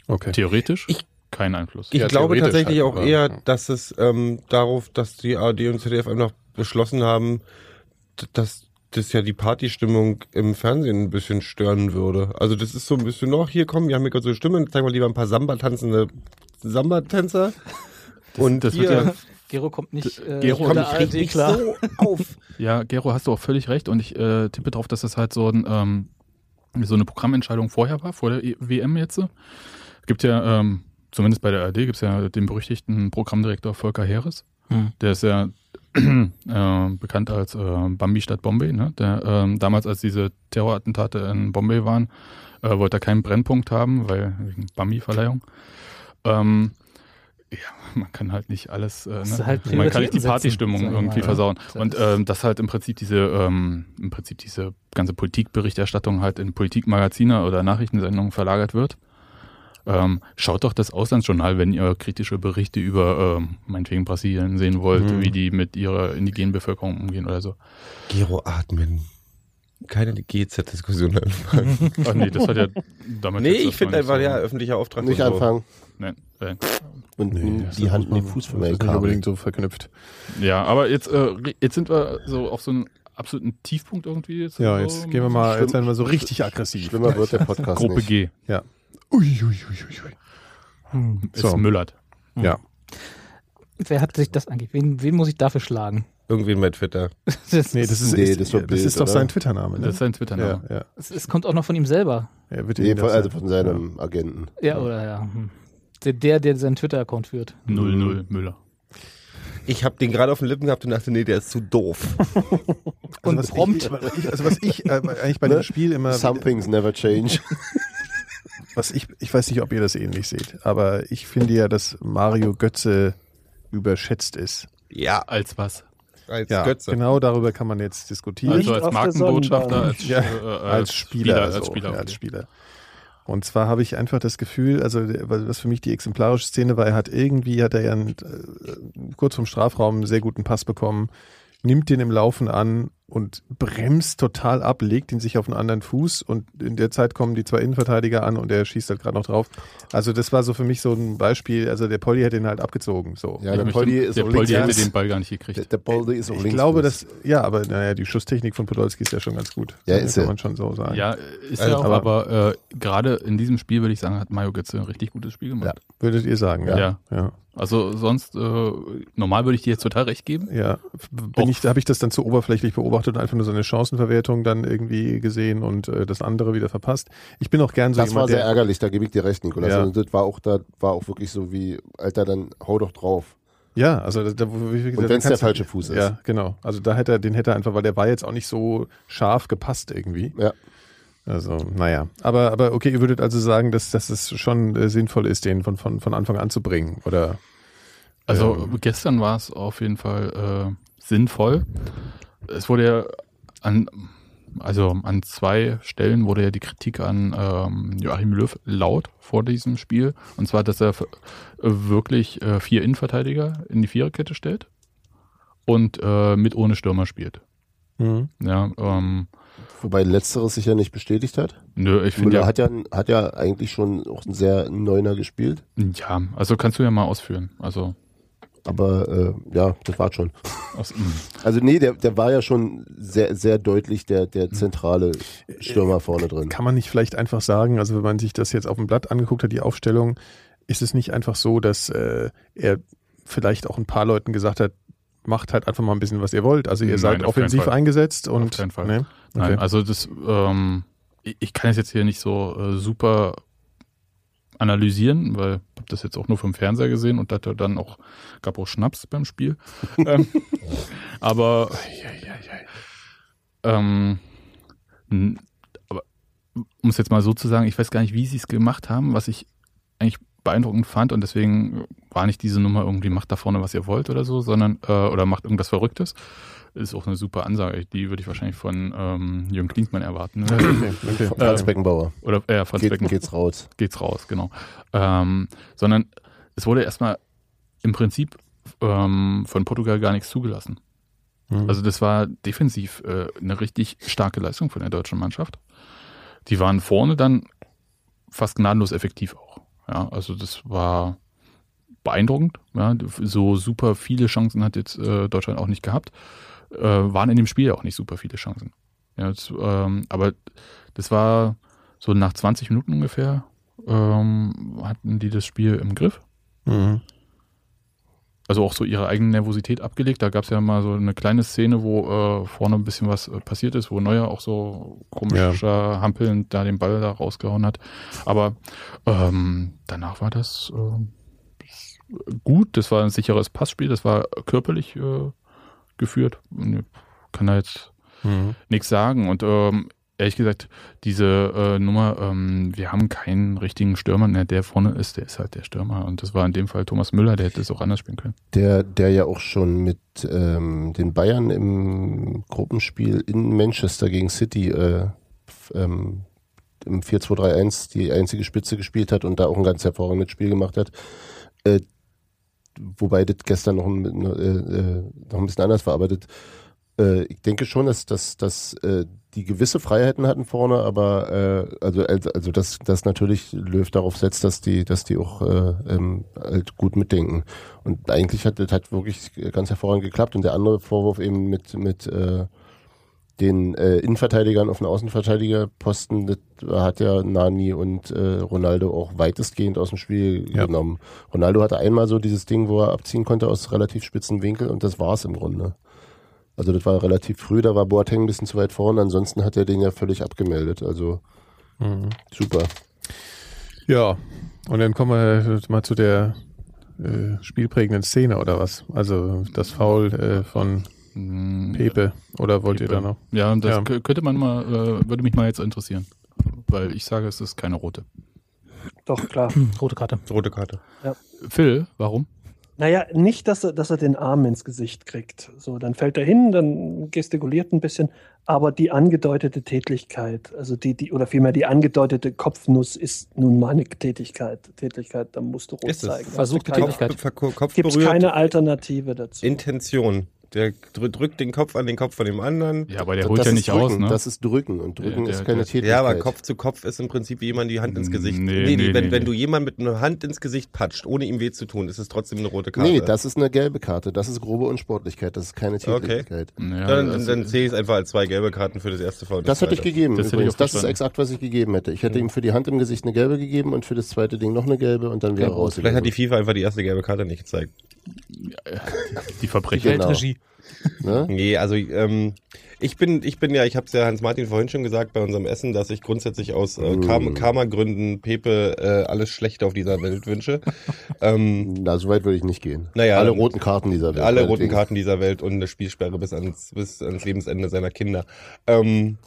S4: Okay.
S7: theoretisch
S6: Ich-
S7: keinen Einfluss.
S6: Ich
S4: Ja,
S6: glaube
S4: theoretisch
S6: tatsächlich
S4: halt,
S6: auch
S4: aber-
S6: eher, dass es ähm, darauf, dass die ARD und ZDF einfach beschlossen haben, d- dass das ja die Partystimmung im Fernsehen ein bisschen stören würde. Also das ist so ein bisschen noch, hier kommen, wir haben hier gerade so eine Stimme, zeigen wir lieber ein paar Samba-tanzende Samba-Tänzer. Und
S7: das
S6: hier,
S7: wird ja
S5: Gero kommt nicht äh, mit
S7: Gero
S6: komm,
S5: der
S6: ich reg
S5: ARD
S6: mich so auf.
S7: Ja, Gero, hast du auch völlig recht und ich äh, tippe drauf, dass das halt so ein ähm, so eine Programmentscheidung vorher war, vor der E- WM jetzt. Gibt ja, ähm, zumindest bei der ARD, gibt es ja den berüchtigten Programmdirektor Volker Heeres.
S5: Hm.
S7: Der ist ja äh, bekannt als äh, Bambi statt Bombay. Ne? Der, ähm, damals, als diese Terrorattentate in Bombay waren, äh, wollte er keinen Brennpunkt haben, weil wegen Bambi-Verleihung. Ähm, ja, man kann halt nicht alles, äh,
S5: Hast
S7: ne?
S5: du halt
S7: man kann
S5: Prioritäten
S7: nicht die
S5: setzen,
S7: Partystimmung
S5: sagen wir
S7: irgendwie
S5: mal,
S7: versauen.
S5: ne?
S7: Und ähm, dass halt im Prinzip diese, ähm, im Prinzip diese ganze Politikberichterstattung halt in Politikmagazine oder Nachrichtensendungen verlagert wird. Ähm, schaut doch das Auslandsjournal, wenn ihr kritische Berichte über ähm, meinetwegen Brasilien sehen wollt,
S6: Mhm.
S7: wie die mit ihrer indigenen Bevölkerung umgehen oder so.
S6: Gero atmen. Keine GZ-Diskussion anfangen.
S7: Ach nee, das hat ja damit
S6: nee,
S7: jetzt
S6: ich finde einfach, ja,
S7: erstmal nichts
S6: öffentlicher Auftrag.
S2: Nicht
S6: und so.
S2: anfangen
S7: zu tun. Nee,
S2: und
S4: Nee, das
S2: die Hand
S4: muss
S2: in den
S4: man-
S2: Fuß von
S4: Das
S2: mir
S4: ist nicht unbedingt so verknüpft.
S7: nee. Ja, aber jetzt, äh, re- jetzt sind wir so auf so einem absoluten Tiefpunkt irgendwie. Jetzt
S4: Ja,
S7: so
S4: jetzt gehen wir mal, jetzt
S2: Schlimm-
S4: werden wir so richtig aggressiv.
S2: Schlimmer wird der Podcast
S7: Gruppe
S2: nicht.
S7: G.
S4: Uiuiuiui.
S5: Hm.
S7: Ist
S4: So.
S7: Müllert.
S4: Ja.
S5: Wer hat sich das angegeben? Wen, wen muss ich dafür schlagen?
S6: Irgendwen bei Twitter.
S5: Das
S4: Nee, das ist,
S2: Nee,
S4: ist,
S2: das
S4: das
S2: ist doch Bild,
S4: ist doch
S2: oder?
S4: sein Twitter-Name. Ne?
S7: Das ist sein Twitter-Name.
S4: ja, ja.
S5: es, es kommt auch noch von ihm selber.
S4: Er wird
S2: Nee,
S4: Ihnen
S2: von,
S4: das-
S2: also von seinem Agenten.
S5: Ja, oder ja. Hm. Der, der, der seinen Twitter-Account führt.
S4: Mhm.
S7: 00 Müller.
S6: Ich habe den gerade auf den Lippen gehabt und dachte, nee, der ist zu doof.
S4: Also
S5: Und
S4: was
S5: prompt.
S4: Ich, was ich- also was ich äh, eigentlich bei
S2: Ne?
S4: dem Spiel immer,
S2: Some things never change.
S4: was ich, ich weiß nicht, ob ihr das ähnlich seht, aber ich finde ja, dass Mario Götze überschätzt ist.
S6: Ja,
S7: Als was?
S6: als
S4: Ja,
S6: Götze.
S4: genau darüber kann man jetzt diskutieren.
S7: Also
S8: auf
S7: als
S8: der
S7: Markenbotschafter,
S8: Sonnenbahn.
S7: als,
S4: Ja,
S7: äh,
S4: als Spieler,
S7: als
S4: also,
S7: Spieler.
S4: Ja, als Spieler. Und zwar habe ich einfach das Gefühl, also der- was für mich die exemplarische Szene war, er hat irgendwie, hat er ja einen, äh, kurz vom Strafraum einen sehr guten Pass bekommen, nimmt den im Laufen an und bremst total ab, legt ihn sich auf einen anderen Fuß und in der Zeit kommen die zwei Innenverteidiger an und er schießt halt gerade noch drauf. Also das war so für mich so ein Beispiel, also der Polly hat ihn halt abgezogen. So.
S2: Ja,
S7: Ich
S2: der
S7: möchte-
S2: Poldi ist
S7: der
S2: auch
S7: Poldi hätte
S2: links.
S7: den Ball gar nicht gekriegt.
S2: Der, der Poldi ist auch
S4: Ich
S2: links.
S4: glaube, dass, ja, aber naja, die Schusstechnik von Podolski ist ja schon ganz gut.
S2: Ja, ist
S4: Kann
S2: sie.
S4: man schon so sagen.
S7: Ja, ist
S6: Also,
S7: ja auch,
S4: aber-
S7: aber, äh, gerade in diesem Spiel würde ich sagen, hat Mario Götze ein richtig gutes Spiel gemacht.
S4: Würdet ihr sagen, ja.
S7: Ja.
S4: ja.
S7: Also sonst, äh, normal würde ich dir jetzt total recht geben.
S4: Ja, bin
S7: Och.
S4: ich, habe ich das dann zu oberflächlich beobachtet und einfach nur seine Chancenverwertung dann irgendwie gesehen und äh, das andere wieder verpasst. Ich bin auch gern so
S2: das war
S4: jemand,
S2: sehr
S4: der,
S2: ärgerlich, da gebe ich dir recht, Nikolas.
S4: Ja.
S2: Und das war auch, da, war auch wirklich so wie, Alter, dann hau doch drauf.
S4: ja, also da, da, wo- wie- wie-
S2: Und
S4: da
S2: wenn es der
S4: kannst du-
S2: falsche Fuß ist.
S4: ja, genau. Also da hätte er, den hätte er einfach, weil der war jetzt auch nicht so scharf gepasst irgendwie.
S2: Ja.
S4: Also, naja. Aber, aber okay, ihr würdet also sagen, dass, dass es schon äh, sinnvoll ist, den von, von, von Anfang an zu bringen, oder?
S7: Also
S4: Ähm.
S7: gestern war es auf jeden Fall äh, sinnvoll. Es wurde ja an, also an zwei Stellen wurde ja die Kritik an ähm, Joachim Löw laut vor diesem Spiel. Und zwar, dass er f- wirklich äh, vier Innenverteidiger in die Viererkette stellt und äh, mit ohne Stürmer spielt.
S4: hm?
S7: Ja, ähm,
S2: Wobei letzteres sich ja nicht bestätigt hat.
S7: nö, ich finde
S2: Müller
S7: ja,
S2: hat, ja, hat ja eigentlich schon auch einen sehr Neuner gespielt.
S7: ja, also kannst du ja mal ausführen. Also
S2: Aber äh, ja, das war schon.
S7: aus, mhm.
S2: Also nee, der, der war ja schon sehr, sehr deutlich der,
S7: Hm.
S2: der zentrale
S7: Äh,
S2: Stürmer vorne drin.
S4: Kann man nicht vielleicht einfach sagen, also wenn man sich das jetzt auf dem Blatt angeguckt hat, die Aufstellung, ist es nicht einfach so, dass äh, er vielleicht auch ein paar Leuten gesagt hat, macht halt einfach mal ein bisschen, was ihr wollt. Also ihr
S7: Nein,
S4: seid
S7: auf keinen
S4: offensiv
S7: Fall.
S4: eingesetzt und
S7: keinen Fall.
S4: Nee?
S7: Nein,
S4: Okay.
S7: also das, ähm, ich, ich kann es jetzt hier nicht so äh, super analysieren, weil ich habe das jetzt auch nur vom Fernseher gesehen und hatte dann auch, gab auch Schnaps beim Spiel. ähm, aber ähm, n- aber um es jetzt mal so zu sagen, ich weiß gar nicht, wie sie es gemacht haben, was ich eigentlich beeindruckend fand und deswegen war nicht diese Nummer irgendwie macht da vorne was ihr wollt oder so, sondern äh, oder macht irgendwas Verrücktes. Ist auch eine super Ansage. Die würde ich wahrscheinlich von ähm, Jürgen Klinsmann erwarten. Ne?
S4: okay, okay.
S2: Franz
S7: äh,
S2: Beckenbauer.
S7: Oder äh, Franz
S2: Geht,
S7: Becken
S2: geht's raus.
S7: geht's raus, genau. Ähm, sondern es wurde erstmal im Prinzip ähm, von Portugal gar nichts zugelassen.
S4: Mhm.
S7: Also das war defensiv äh, eine richtig starke Leistung von der deutschen Mannschaft. Die waren vorne dann fast gnadenlos effektiv auch. Ja, also das war beeindruckend. Ja, so super viele Chancen hat jetzt äh, Deutschland auch nicht gehabt. Äh, waren in dem Spiel auch nicht super viele Chancen. Ja, das, ähm, aber das war so nach 20 Minuten ungefähr ähm, hatten die das Spiel im Griff.
S4: Mhm.
S7: also auch so ihre eigene Nervosität abgelegt. Da gab es ja mal so eine kleine Szene, wo äh, vorne ein bisschen was äh, passiert ist, wo Neuer auch so komischer hampelnd da den Ball da rausgehauen hat. Aber ähm, danach war das äh, gut. Das war ein sicheres Passspiel. Das war körperlich äh, geführt. äh, Kann da jetzt
S4: Mhm.
S7: nichts sagen. Und ähm, ehrlich gesagt, diese äh, Nummer, ähm, wir haben keinen richtigen Stürmer. Ne, der vorne ist, der ist halt der Stürmer. Und das war in dem Fall Thomas Müller, der hätte es auch anders spielen können.
S2: Der, der ja auch schon mit ähm, den Bayern im Gruppenspiel in Manchester gegen City äh, f- ähm, im 4-2-3-1 die einzige Spitze gespielt hat und da auch ein ganz hervorragendes Spiel gemacht hat. Äh, wobei das gestern noch ein, äh, äh, noch ein bisschen anders verarbeitet. Äh, ich denke schon, dass, dass, dass äh, die gewisse Freiheiten hatten vorne, aber äh, also, also also dass, dass natürlich Löw darauf setzt, dass die, dass die auch äh, ähm, halt gut mitdenken. Und eigentlich hat das hat wirklich ganz hervorragend geklappt. Und der andere Vorwurf eben mit, mit äh, den äh, Innenverteidigern auf den Außenverteidigerposten, das hat ja Nani und äh, Ronaldo auch weitestgehend aus dem Spiel
S4: Ja.
S2: genommen. Ronaldo hatte einmal so dieses Ding, wo er abziehen konnte aus relativ spitzen Winkel und das war's im Grunde. Also das war relativ früh, da war Boateng ein bisschen zu weit vorne, ansonsten hat er den ja völlig abgemeldet. Also
S4: Mhm.
S2: super.
S4: Ja, und dann kommen wir mal zu der äh, spielprägenden Szene oder was? Also das Foul äh, von
S7: Hm,
S4: Pepe oder wollt ihr da
S7: Pepe.
S2: ne?
S4: noch?
S7: Ja, und das
S4: Ja.
S7: k- könnte man mal, äh, würde mich mal jetzt interessieren. Weil ich sage, es ist keine rote.
S8: Doch, klar.
S5: Hm, Rote Karte.
S6: Rote Karte.
S7: Phil, warum?
S8: Naja, nicht, dass er, dass er den Arm ins Gesicht kriegt. So, dann fällt er hin, dann gestikuliert ein bisschen. Aber die angedeutete Tätlichkeit, also die, die, oder vielmehr die angedeutete Kopfnuss ist nun mal eine Tätigkeit. Tätlichkeit, da musst du rot
S6: Ist es.
S8: zeigen.
S5: Versuchte
S8: Also keine-
S6: Kopf,
S5: Tätigkeit.
S6: ver- Kopf
S8: Gibt
S6: berührt.
S8: keine Alternative dazu.
S6: Intention. Der drü- drückt den Kopf an den Kopf von dem anderen.
S7: Ja, aber der
S2: Das- Also
S7: holt
S2: das
S7: ja
S2: ist
S7: nicht
S2: drücken,
S7: aus, ne?
S2: Das ist drücken und drücken
S7: Der-
S2: ist
S7: der-
S2: keine
S7: der-
S2: Tätigkeit.
S6: Ja, aber Kopf zu Kopf ist im Prinzip jemand die Hand ins Gesicht.
S7: Nee,
S6: Nee, nee,
S7: nee,
S6: wenn,
S7: nee,
S6: wenn
S7: nee.
S6: du jemand mit einer Hand ins Gesicht patscht, ohne ihm weh zu tun, ist es trotzdem eine rote Karte.
S2: Nee, das ist eine gelbe Karte. Das ist grobe Unsportlichkeit. Das ist keine
S6: Okay.
S2: Tätigkeit.
S7: Ja,
S6: dann
S7: also-
S6: dann zähle ich es einfach als zwei gelbe Karten für das erste Foul. und
S2: Das hätte ich
S6: zweite.
S2: gegeben
S7: Das hätte ich
S2: übrigens.
S7: auch
S2: Das ist
S7: verstanden.
S2: exakt, was ich gegeben hätte. Ich hätte ihm für die Hand im Gesicht eine gelbe gegeben und für das zweite Ding noch eine gelbe und dann wäre er raus.
S6: Vielleicht hat die FIFA einfach die erste gelbe Karte nicht gezeigt.
S7: die Verbrecher.
S2: Genau.
S5: Weltregie.
S2: ne?
S6: Nee, also ähm, ich bin, ich bin ja, ich habe es ja Hans-Martin vorhin schon gesagt bei unserem Essen, dass ich grundsätzlich aus äh, Kar- Karma-Gründen Pepe äh, alles Schlechte auf dieser Welt wünsche. ähm,
S2: Na, so weit würde ich nicht gehen.
S6: Naja,
S2: alle
S6: dann-
S2: roten Karten dieser Welt.
S6: alle roten
S2: meinetwegen.
S6: Karten dieser Welt und eine Spielsperre bis ans, bis ans Lebensende seiner Kinder. Ähm,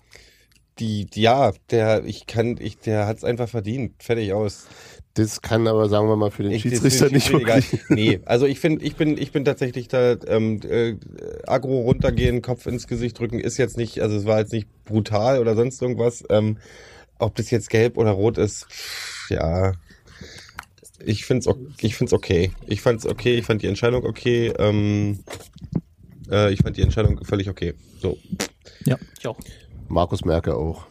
S6: die, die- ja, der, ich kann, ich, der hat es einfach verdient. Fertig aus.
S2: Das kann aber, sagen wir mal, für den
S6: Ich-
S2: Schiedsrichter
S6: das ist
S2: nicht
S6: mir egal.
S2: wirklich.
S6: Nee, also ich finde, ich bin, ich bin tatsächlich da, ähm, äh, aggro runtergehen, Kopf ins Gesicht drücken, ist jetzt nicht, also es war jetzt nicht brutal oder sonst irgendwas. Ähm, ob das jetzt gelb oder rot ist, pff, ja. Ich find's, o- ich find's okay. Ich fand's okay, ich fand die Entscheidung okay. Ähm, äh, ich fand die Entscheidung völlig okay. So.
S5: Ja, ich auch.
S2: Markus Merkel auch.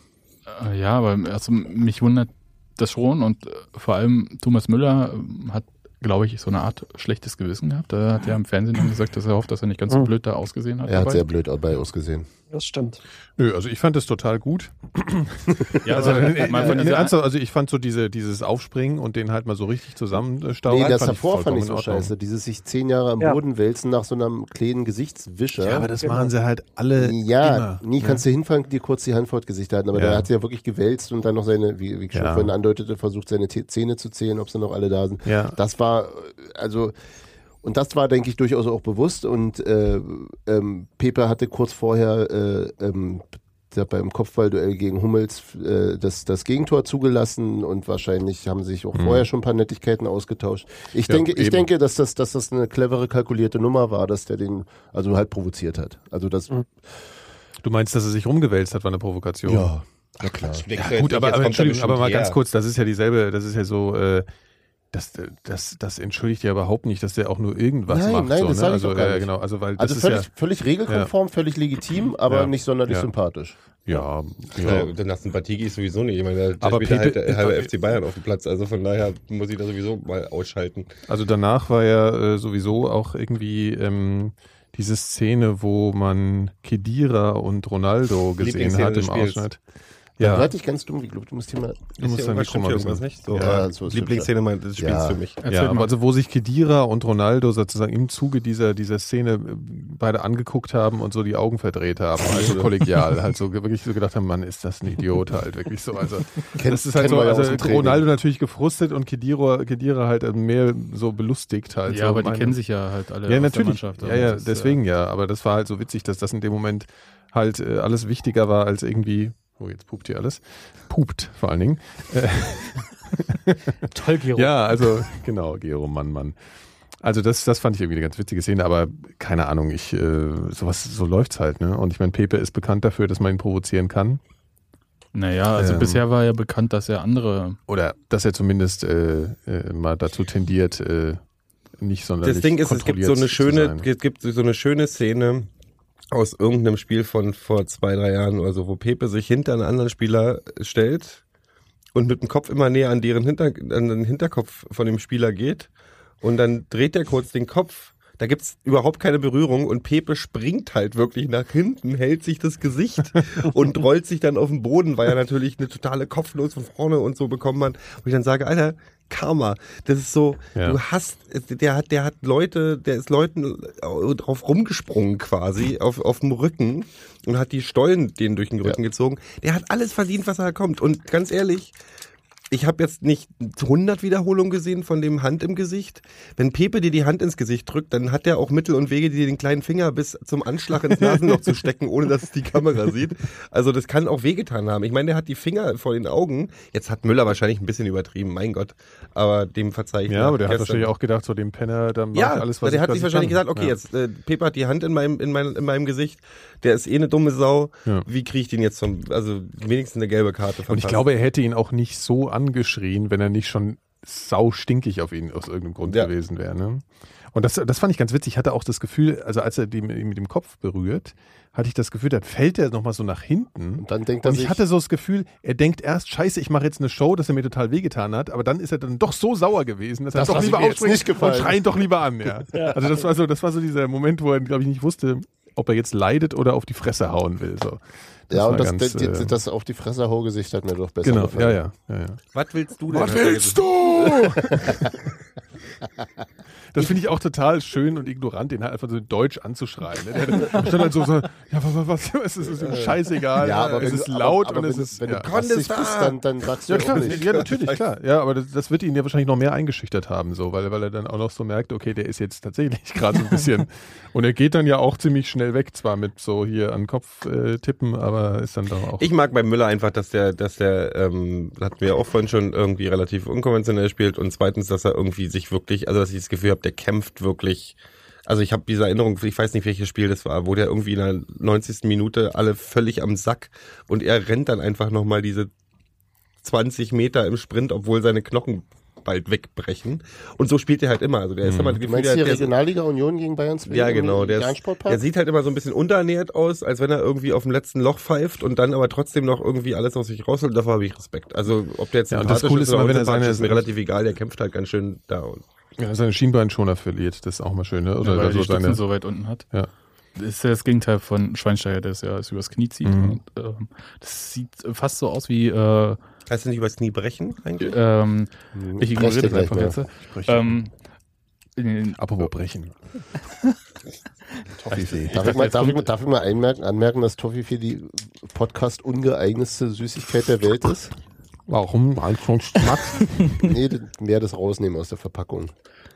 S7: Äh, Ja, aber also mich wundert das schon und äh, vor allem Thomas Müller äh, hat, glaube ich, so eine Art schlechtes Gewissen gehabt. Er hat ja im Fernsehen dann gesagt, dass er hofft, dass er nicht ganz so blöd da ausgesehen hat.
S2: Hm. Er hat
S7: dabei.
S2: sehr blöd dabei ausgesehen.
S8: Das stimmt.
S4: Nö, also ich fand das total gut.
S7: ja,
S4: Also,
S7: also,
S4: äh,
S7: mal von
S4: nee,
S7: dieser
S4: ernsthaft, also ich fand so diese, dieses Aufspringen und den halt mal so richtig zusammenstauen.
S2: Nee, das
S4: fand
S2: davor fand
S4: vollkommen
S2: ich so
S4: in Ordnung.
S2: scheiße. Dieses sich zehn Jahre am
S8: Ja.
S2: Boden wälzen nach so einem kleinen Gesichtswischer.
S4: Ja, aber das machen sie halt alle
S2: Ja,
S4: immer. ne?
S2: nie kannst du hinfallen, dir kurz die Hand vor das Gesicht halten, aber
S4: Ja.
S2: der hat sie ja wirklich gewälzt und dann noch seine, wie, wie ich schon
S4: Ja.
S2: vorhin andeutete, versucht, seine T- Zähne zu zählen, ob sie noch alle da sind.
S4: Ja.
S2: Das war, äh, also, und das war, denke ich, durchaus auch bewusst und äh, ähm, Pepe hatte kurz vorher äh, ähm, da beim Kopfballduell gegen Hummels äh, das, das Gegentor zugelassen und wahrscheinlich haben sich auch vorher schon ein paar Nettigkeiten ausgetauscht. Ich
S4: Mhm. Ja,
S2: denke, ich
S4: eben.
S2: denke, dass das, dass das eine clevere, kalkulierte Nummer war, dass der den also halt provoziert hat. Also das
S4: Du meinst, dass er sich rumgewälzt hat, war eine Provokation.
S2: ja, na klar.
S6: Ja,
S4: Gut, aber, aber Entschuldigung, aber mal ganz kurz, das ist ja dieselbe, das ist ja so, äh, das, das, das entschuldigt ja überhaupt nicht, dass der auch nur irgendwas
S2: Nein,
S4: macht.
S2: nein,
S4: so,
S2: das
S4: ne?
S2: sag ich
S4: also,
S2: doch gar
S4: ja,
S2: nicht.
S4: genau, also weil das
S2: Also
S4: ist
S2: völlig, völlig regelkonform, völlig legitim, aber
S4: Ja.
S2: nicht sonderlich
S4: Ja.
S2: sympathisch.
S4: ja, ja,
S6: Ja. Dann nach Sympathie gehe ich sowieso nicht. Ich meine, da
S4: Aber
S6: spielt halt
S4: Pepe-
S6: der halbe FC Bayern auf dem Platz. Also von daher muss ich da sowieso mal ausschalten.
S4: Also danach war ja äh, sowieso auch irgendwie ähm, diese Szene, wo man Kedira und Ronaldo gesehen
S6: Lieblingsszene
S4: hat
S6: des
S4: im
S6: Spiels.
S4: Ausschnitt.
S2: Ja. Du
S4: Ja,
S2: hattest dich ganz dumm geglaubt. Du musst hier mal.
S4: du musst dein
S6: irgendwas
S4: Mikro
S6: stimmt
S4: mal
S6: hier
S4: wissen.
S6: irgendwas nicht. So,
S2: Ja,
S6: äh,
S2: so ist
S6: Lieblingsszene meines Spiels
S2: Ja.
S6: für mich.
S4: Ja,
S7: mal.
S4: aber also wo sich Kedira und Ronaldo sozusagen im Zuge dieser, dieser Szene äh, beide angeguckt haben und so die Augen verdreht haben, also kollegial, halt so ge- wirklich so gedacht haben, Mann, ist das ein Idiot halt, wirklich so. Also das ist halt
S2: kennen
S4: so,
S2: wir ja
S4: also
S2: aus dem Training.
S4: Ronaldo natürlich gefrustet und Kedira, Kedira halt äh, mehr so belustigt halt.
S7: ja,
S4: so
S7: aber die
S4: meine-
S7: kennen sich ja halt alle
S4: ja,
S7: aus der
S4: natürlich.
S7: Mannschaft.
S4: ja,
S7: Also
S4: ja,
S7: das ist,
S4: deswegen ja. Aber das war halt so witzig, dass das in dem Moment halt äh, alles wichtiger war als irgendwie. Oh, jetzt pupt hier alles. Pupt vor allen Dingen.
S5: Toll, Gero.
S6: Oh.
S4: Ja, also genau, Gero, Mann, Mann. Also das, das fand ich irgendwie eine ganz witzige Szene, aber keine Ahnung, ich, äh, sowas, so läuft's halt, ne? Und ich meine, Pepe ist bekannt dafür, dass man ihn provozieren kann.
S7: Naja, also
S4: Ähm.
S7: bisher war ja bekannt, dass er andere.
S4: Oder dass er zumindest äh, äh, mal dazu tendiert, äh, nicht sonderlich
S6: das Ding ist, es gibt so eine
S4: kontrolliert zu
S6: schöne,
S4: sein.
S6: es gibt so eine schöne Szene aus irgendeinem Spiel von vor zwei, drei Jahren oder so, wo Pepe sich hinter einen anderen Spieler stellt und mit dem Kopf immer näher an deren Hinter, an den Hinterkopf von dem Spieler geht und dann dreht er kurz den Kopf. Da gibt's überhaupt keine Berührung und Pepe springt halt wirklich nach hinten, hält sich das Gesicht und rollt sich dann auf den Boden, weil er natürlich eine totale Kopflos von vorne und so bekommen hat. Und ich dann sage, Alter, Karma, das ist so,
S4: Ja.
S6: du hast, der hat, der hat Leute, der ist Leuten drauf rumgesprungen quasi, auf, auf dem Rücken und hat die Stollen denen durch den Rücken gezogen. Der hat alles verdient, was er kommt. Und ganz ehrlich, ich habe jetzt nicht 100 Wiederholungen gesehen von dem Hand im Gesicht. Wenn Pepe dir die Hand ins Gesicht drückt, dann hat er auch Mittel und Wege, dir den kleinen Finger bis zum Anschlag ins Nasenloch zu stecken, ohne dass es die Kamera sieht. Also das kann auch wehgetan haben. Ich meine, der hat die Finger vor den Augen. Jetzt hat Müller wahrscheinlich ein bisschen übertrieben, mein Gott. Aber dem verzeih ich.
S4: Ja, aber der hat
S6: gestern.
S4: wahrscheinlich auch gedacht, so dem Penner, dann mach
S6: Ja,
S4: ich alles, was
S6: der
S4: ich
S6: hat
S4: was
S6: sich
S4: ich
S6: wahrscheinlich
S4: kann.
S6: gesagt, okay,
S4: ja.
S6: jetzt äh, Pepe hat die Hand in meinem, in, mein, in meinem Gesicht, der ist eh eine dumme Sau.
S4: Ja.
S6: Wie kriege ich den jetzt zum, also wenigstens eine gelbe Karte
S4: Und ich glaube, er hätte ihn auch nicht so angeschrien, wenn er nicht schon sau stinkig auf ihn aus irgendeinem Grund
S6: Ja.
S4: gewesen wäre. Ne? Und das, das fand ich ganz witzig. Ich hatte auch das Gefühl, also als er die, mit dem Kopf berührt, hatte ich das Gefühl, dann fällt er nochmal so nach hinten.
S2: Und dann denkt er
S4: Und ich
S2: sich.
S4: hatte so das Gefühl, er denkt erst, scheiße, ich mache jetzt eine Show, dass er mir total wehgetan hat, aber dann ist er dann doch so sauer gewesen, dass
S2: Das
S4: er doch
S2: lasse
S4: lieber
S2: ich mir jetzt
S4: aufspringt
S2: nicht
S4: und
S2: gefallen.
S4: schreit ihn doch lieber an. Ja. Also das war so, das war so dieser Moment, wo er, glaube ich, nicht wusste, ob er jetzt leidet oder auf die Fresse hauen will. So.
S2: ja, und
S4: war
S2: das,
S4: ganz,
S2: das,
S4: äh,
S2: das auf die Fresse Gesicht hat mir doch besser
S4: Genau, ja,
S2: gefallen.
S4: ja, ja, ja.
S6: Was willst du denn?
S4: Was willst du? also- Das finde ich auch total schön und ignorant, den halt einfach so in Deutsch anzuschreien. Ne? Der stand halt so, so ja, was, was, was es ist ihm scheißegal.
S2: Äh, Ja, aber
S4: es
S2: wenn
S4: ist
S2: du,
S4: laut
S2: aber, aber
S4: und es
S2: wenn,
S4: ist.
S2: wenn
S4: ja.
S2: du krassig bist, dann, dann sagst du
S4: ja,
S2: ja, auch
S4: klar,
S2: nicht.
S4: ja, natürlich, klar. Ja, aber das, das wird ihn ja wahrscheinlich noch mehr eingeschüchtert haben, so, weil, weil er dann auch noch so merkt, okay, der ist jetzt tatsächlich gerade so ein bisschen. Und er geht dann ja auch ziemlich schnell weg, zwar mit so hier an den Kopf äh, tippen, aber ist dann doch auch.
S6: Ich mag bei Müller einfach, dass der, dass der, ähm, hatten wir ja auch vorhin schon irgendwie relativ unkonventionell spielt und zweitens, dass er irgendwie sich wirklich, also dass ich das Gefühl habe, der kämpft wirklich. Also ich habe diese Erinnerung, ich weiß nicht, welches Spiel das war, wo der irgendwie in der 90. Minute alle völlig am Sack und er rennt dann einfach nochmal diese 20 Meter im Sprint, obwohl seine Knochen bald wegbrechen. Und so spielt er halt immer. Also der ist immer
S2: Du
S6: das Gefühl,
S2: meinst
S6: der,
S2: die
S6: der,
S2: Regionalliga Union gegen Bayern 2?
S6: ja, genau. Der, ist,
S2: Sportpark?
S6: der sieht halt immer so ein bisschen unterernährt aus, als wenn er irgendwie auf dem letzten Loch pfeift und dann aber trotzdem noch irgendwie alles aus sich rausholt. Dafür habe ich Respekt. Also, ob der jetzt
S4: Ja, und das
S6: sympathisch
S4: Coole ist
S6: oder
S4: immer, wenn er
S6: unsympathisch
S4: seine-
S6: ist mir relativ egal. Der kämpft halt ganz schön da. Und
S4: Ja, seine Schienbeinschoner verliert, das ist auch mal schön, ne?
S7: Ja,
S4: Oder
S7: weil er
S4: so
S7: die Stützen
S4: seine,
S7: so weit unten hat.
S4: Ja.
S7: Das ist ja das Gegenteil von Schweinsteiger, der es ja alles übers Knie zieht.
S4: Mhm.
S7: Und, ähm, das sieht fast so aus wie, äh,
S6: heißt das nicht übers Knie brechen eigentlich?
S7: ähm,
S2: Hm,
S7: ich
S2: brech dir
S7: ignoriere das
S2: gleich
S7: einfach
S2: mal.
S7: jetzt. Ähm, in-
S4: Apropos brechen. Toffifee.
S2: Darf ich, mal, darf, ich, mal- darf ich mal einmerken, anmerken, dass Toffifee die Podcast ungeeignetste Süßigkeit der Welt ist?
S4: Warum? Einfach Schmack.
S2: Nee, d- mehr das rausnehmen aus der Verpackung.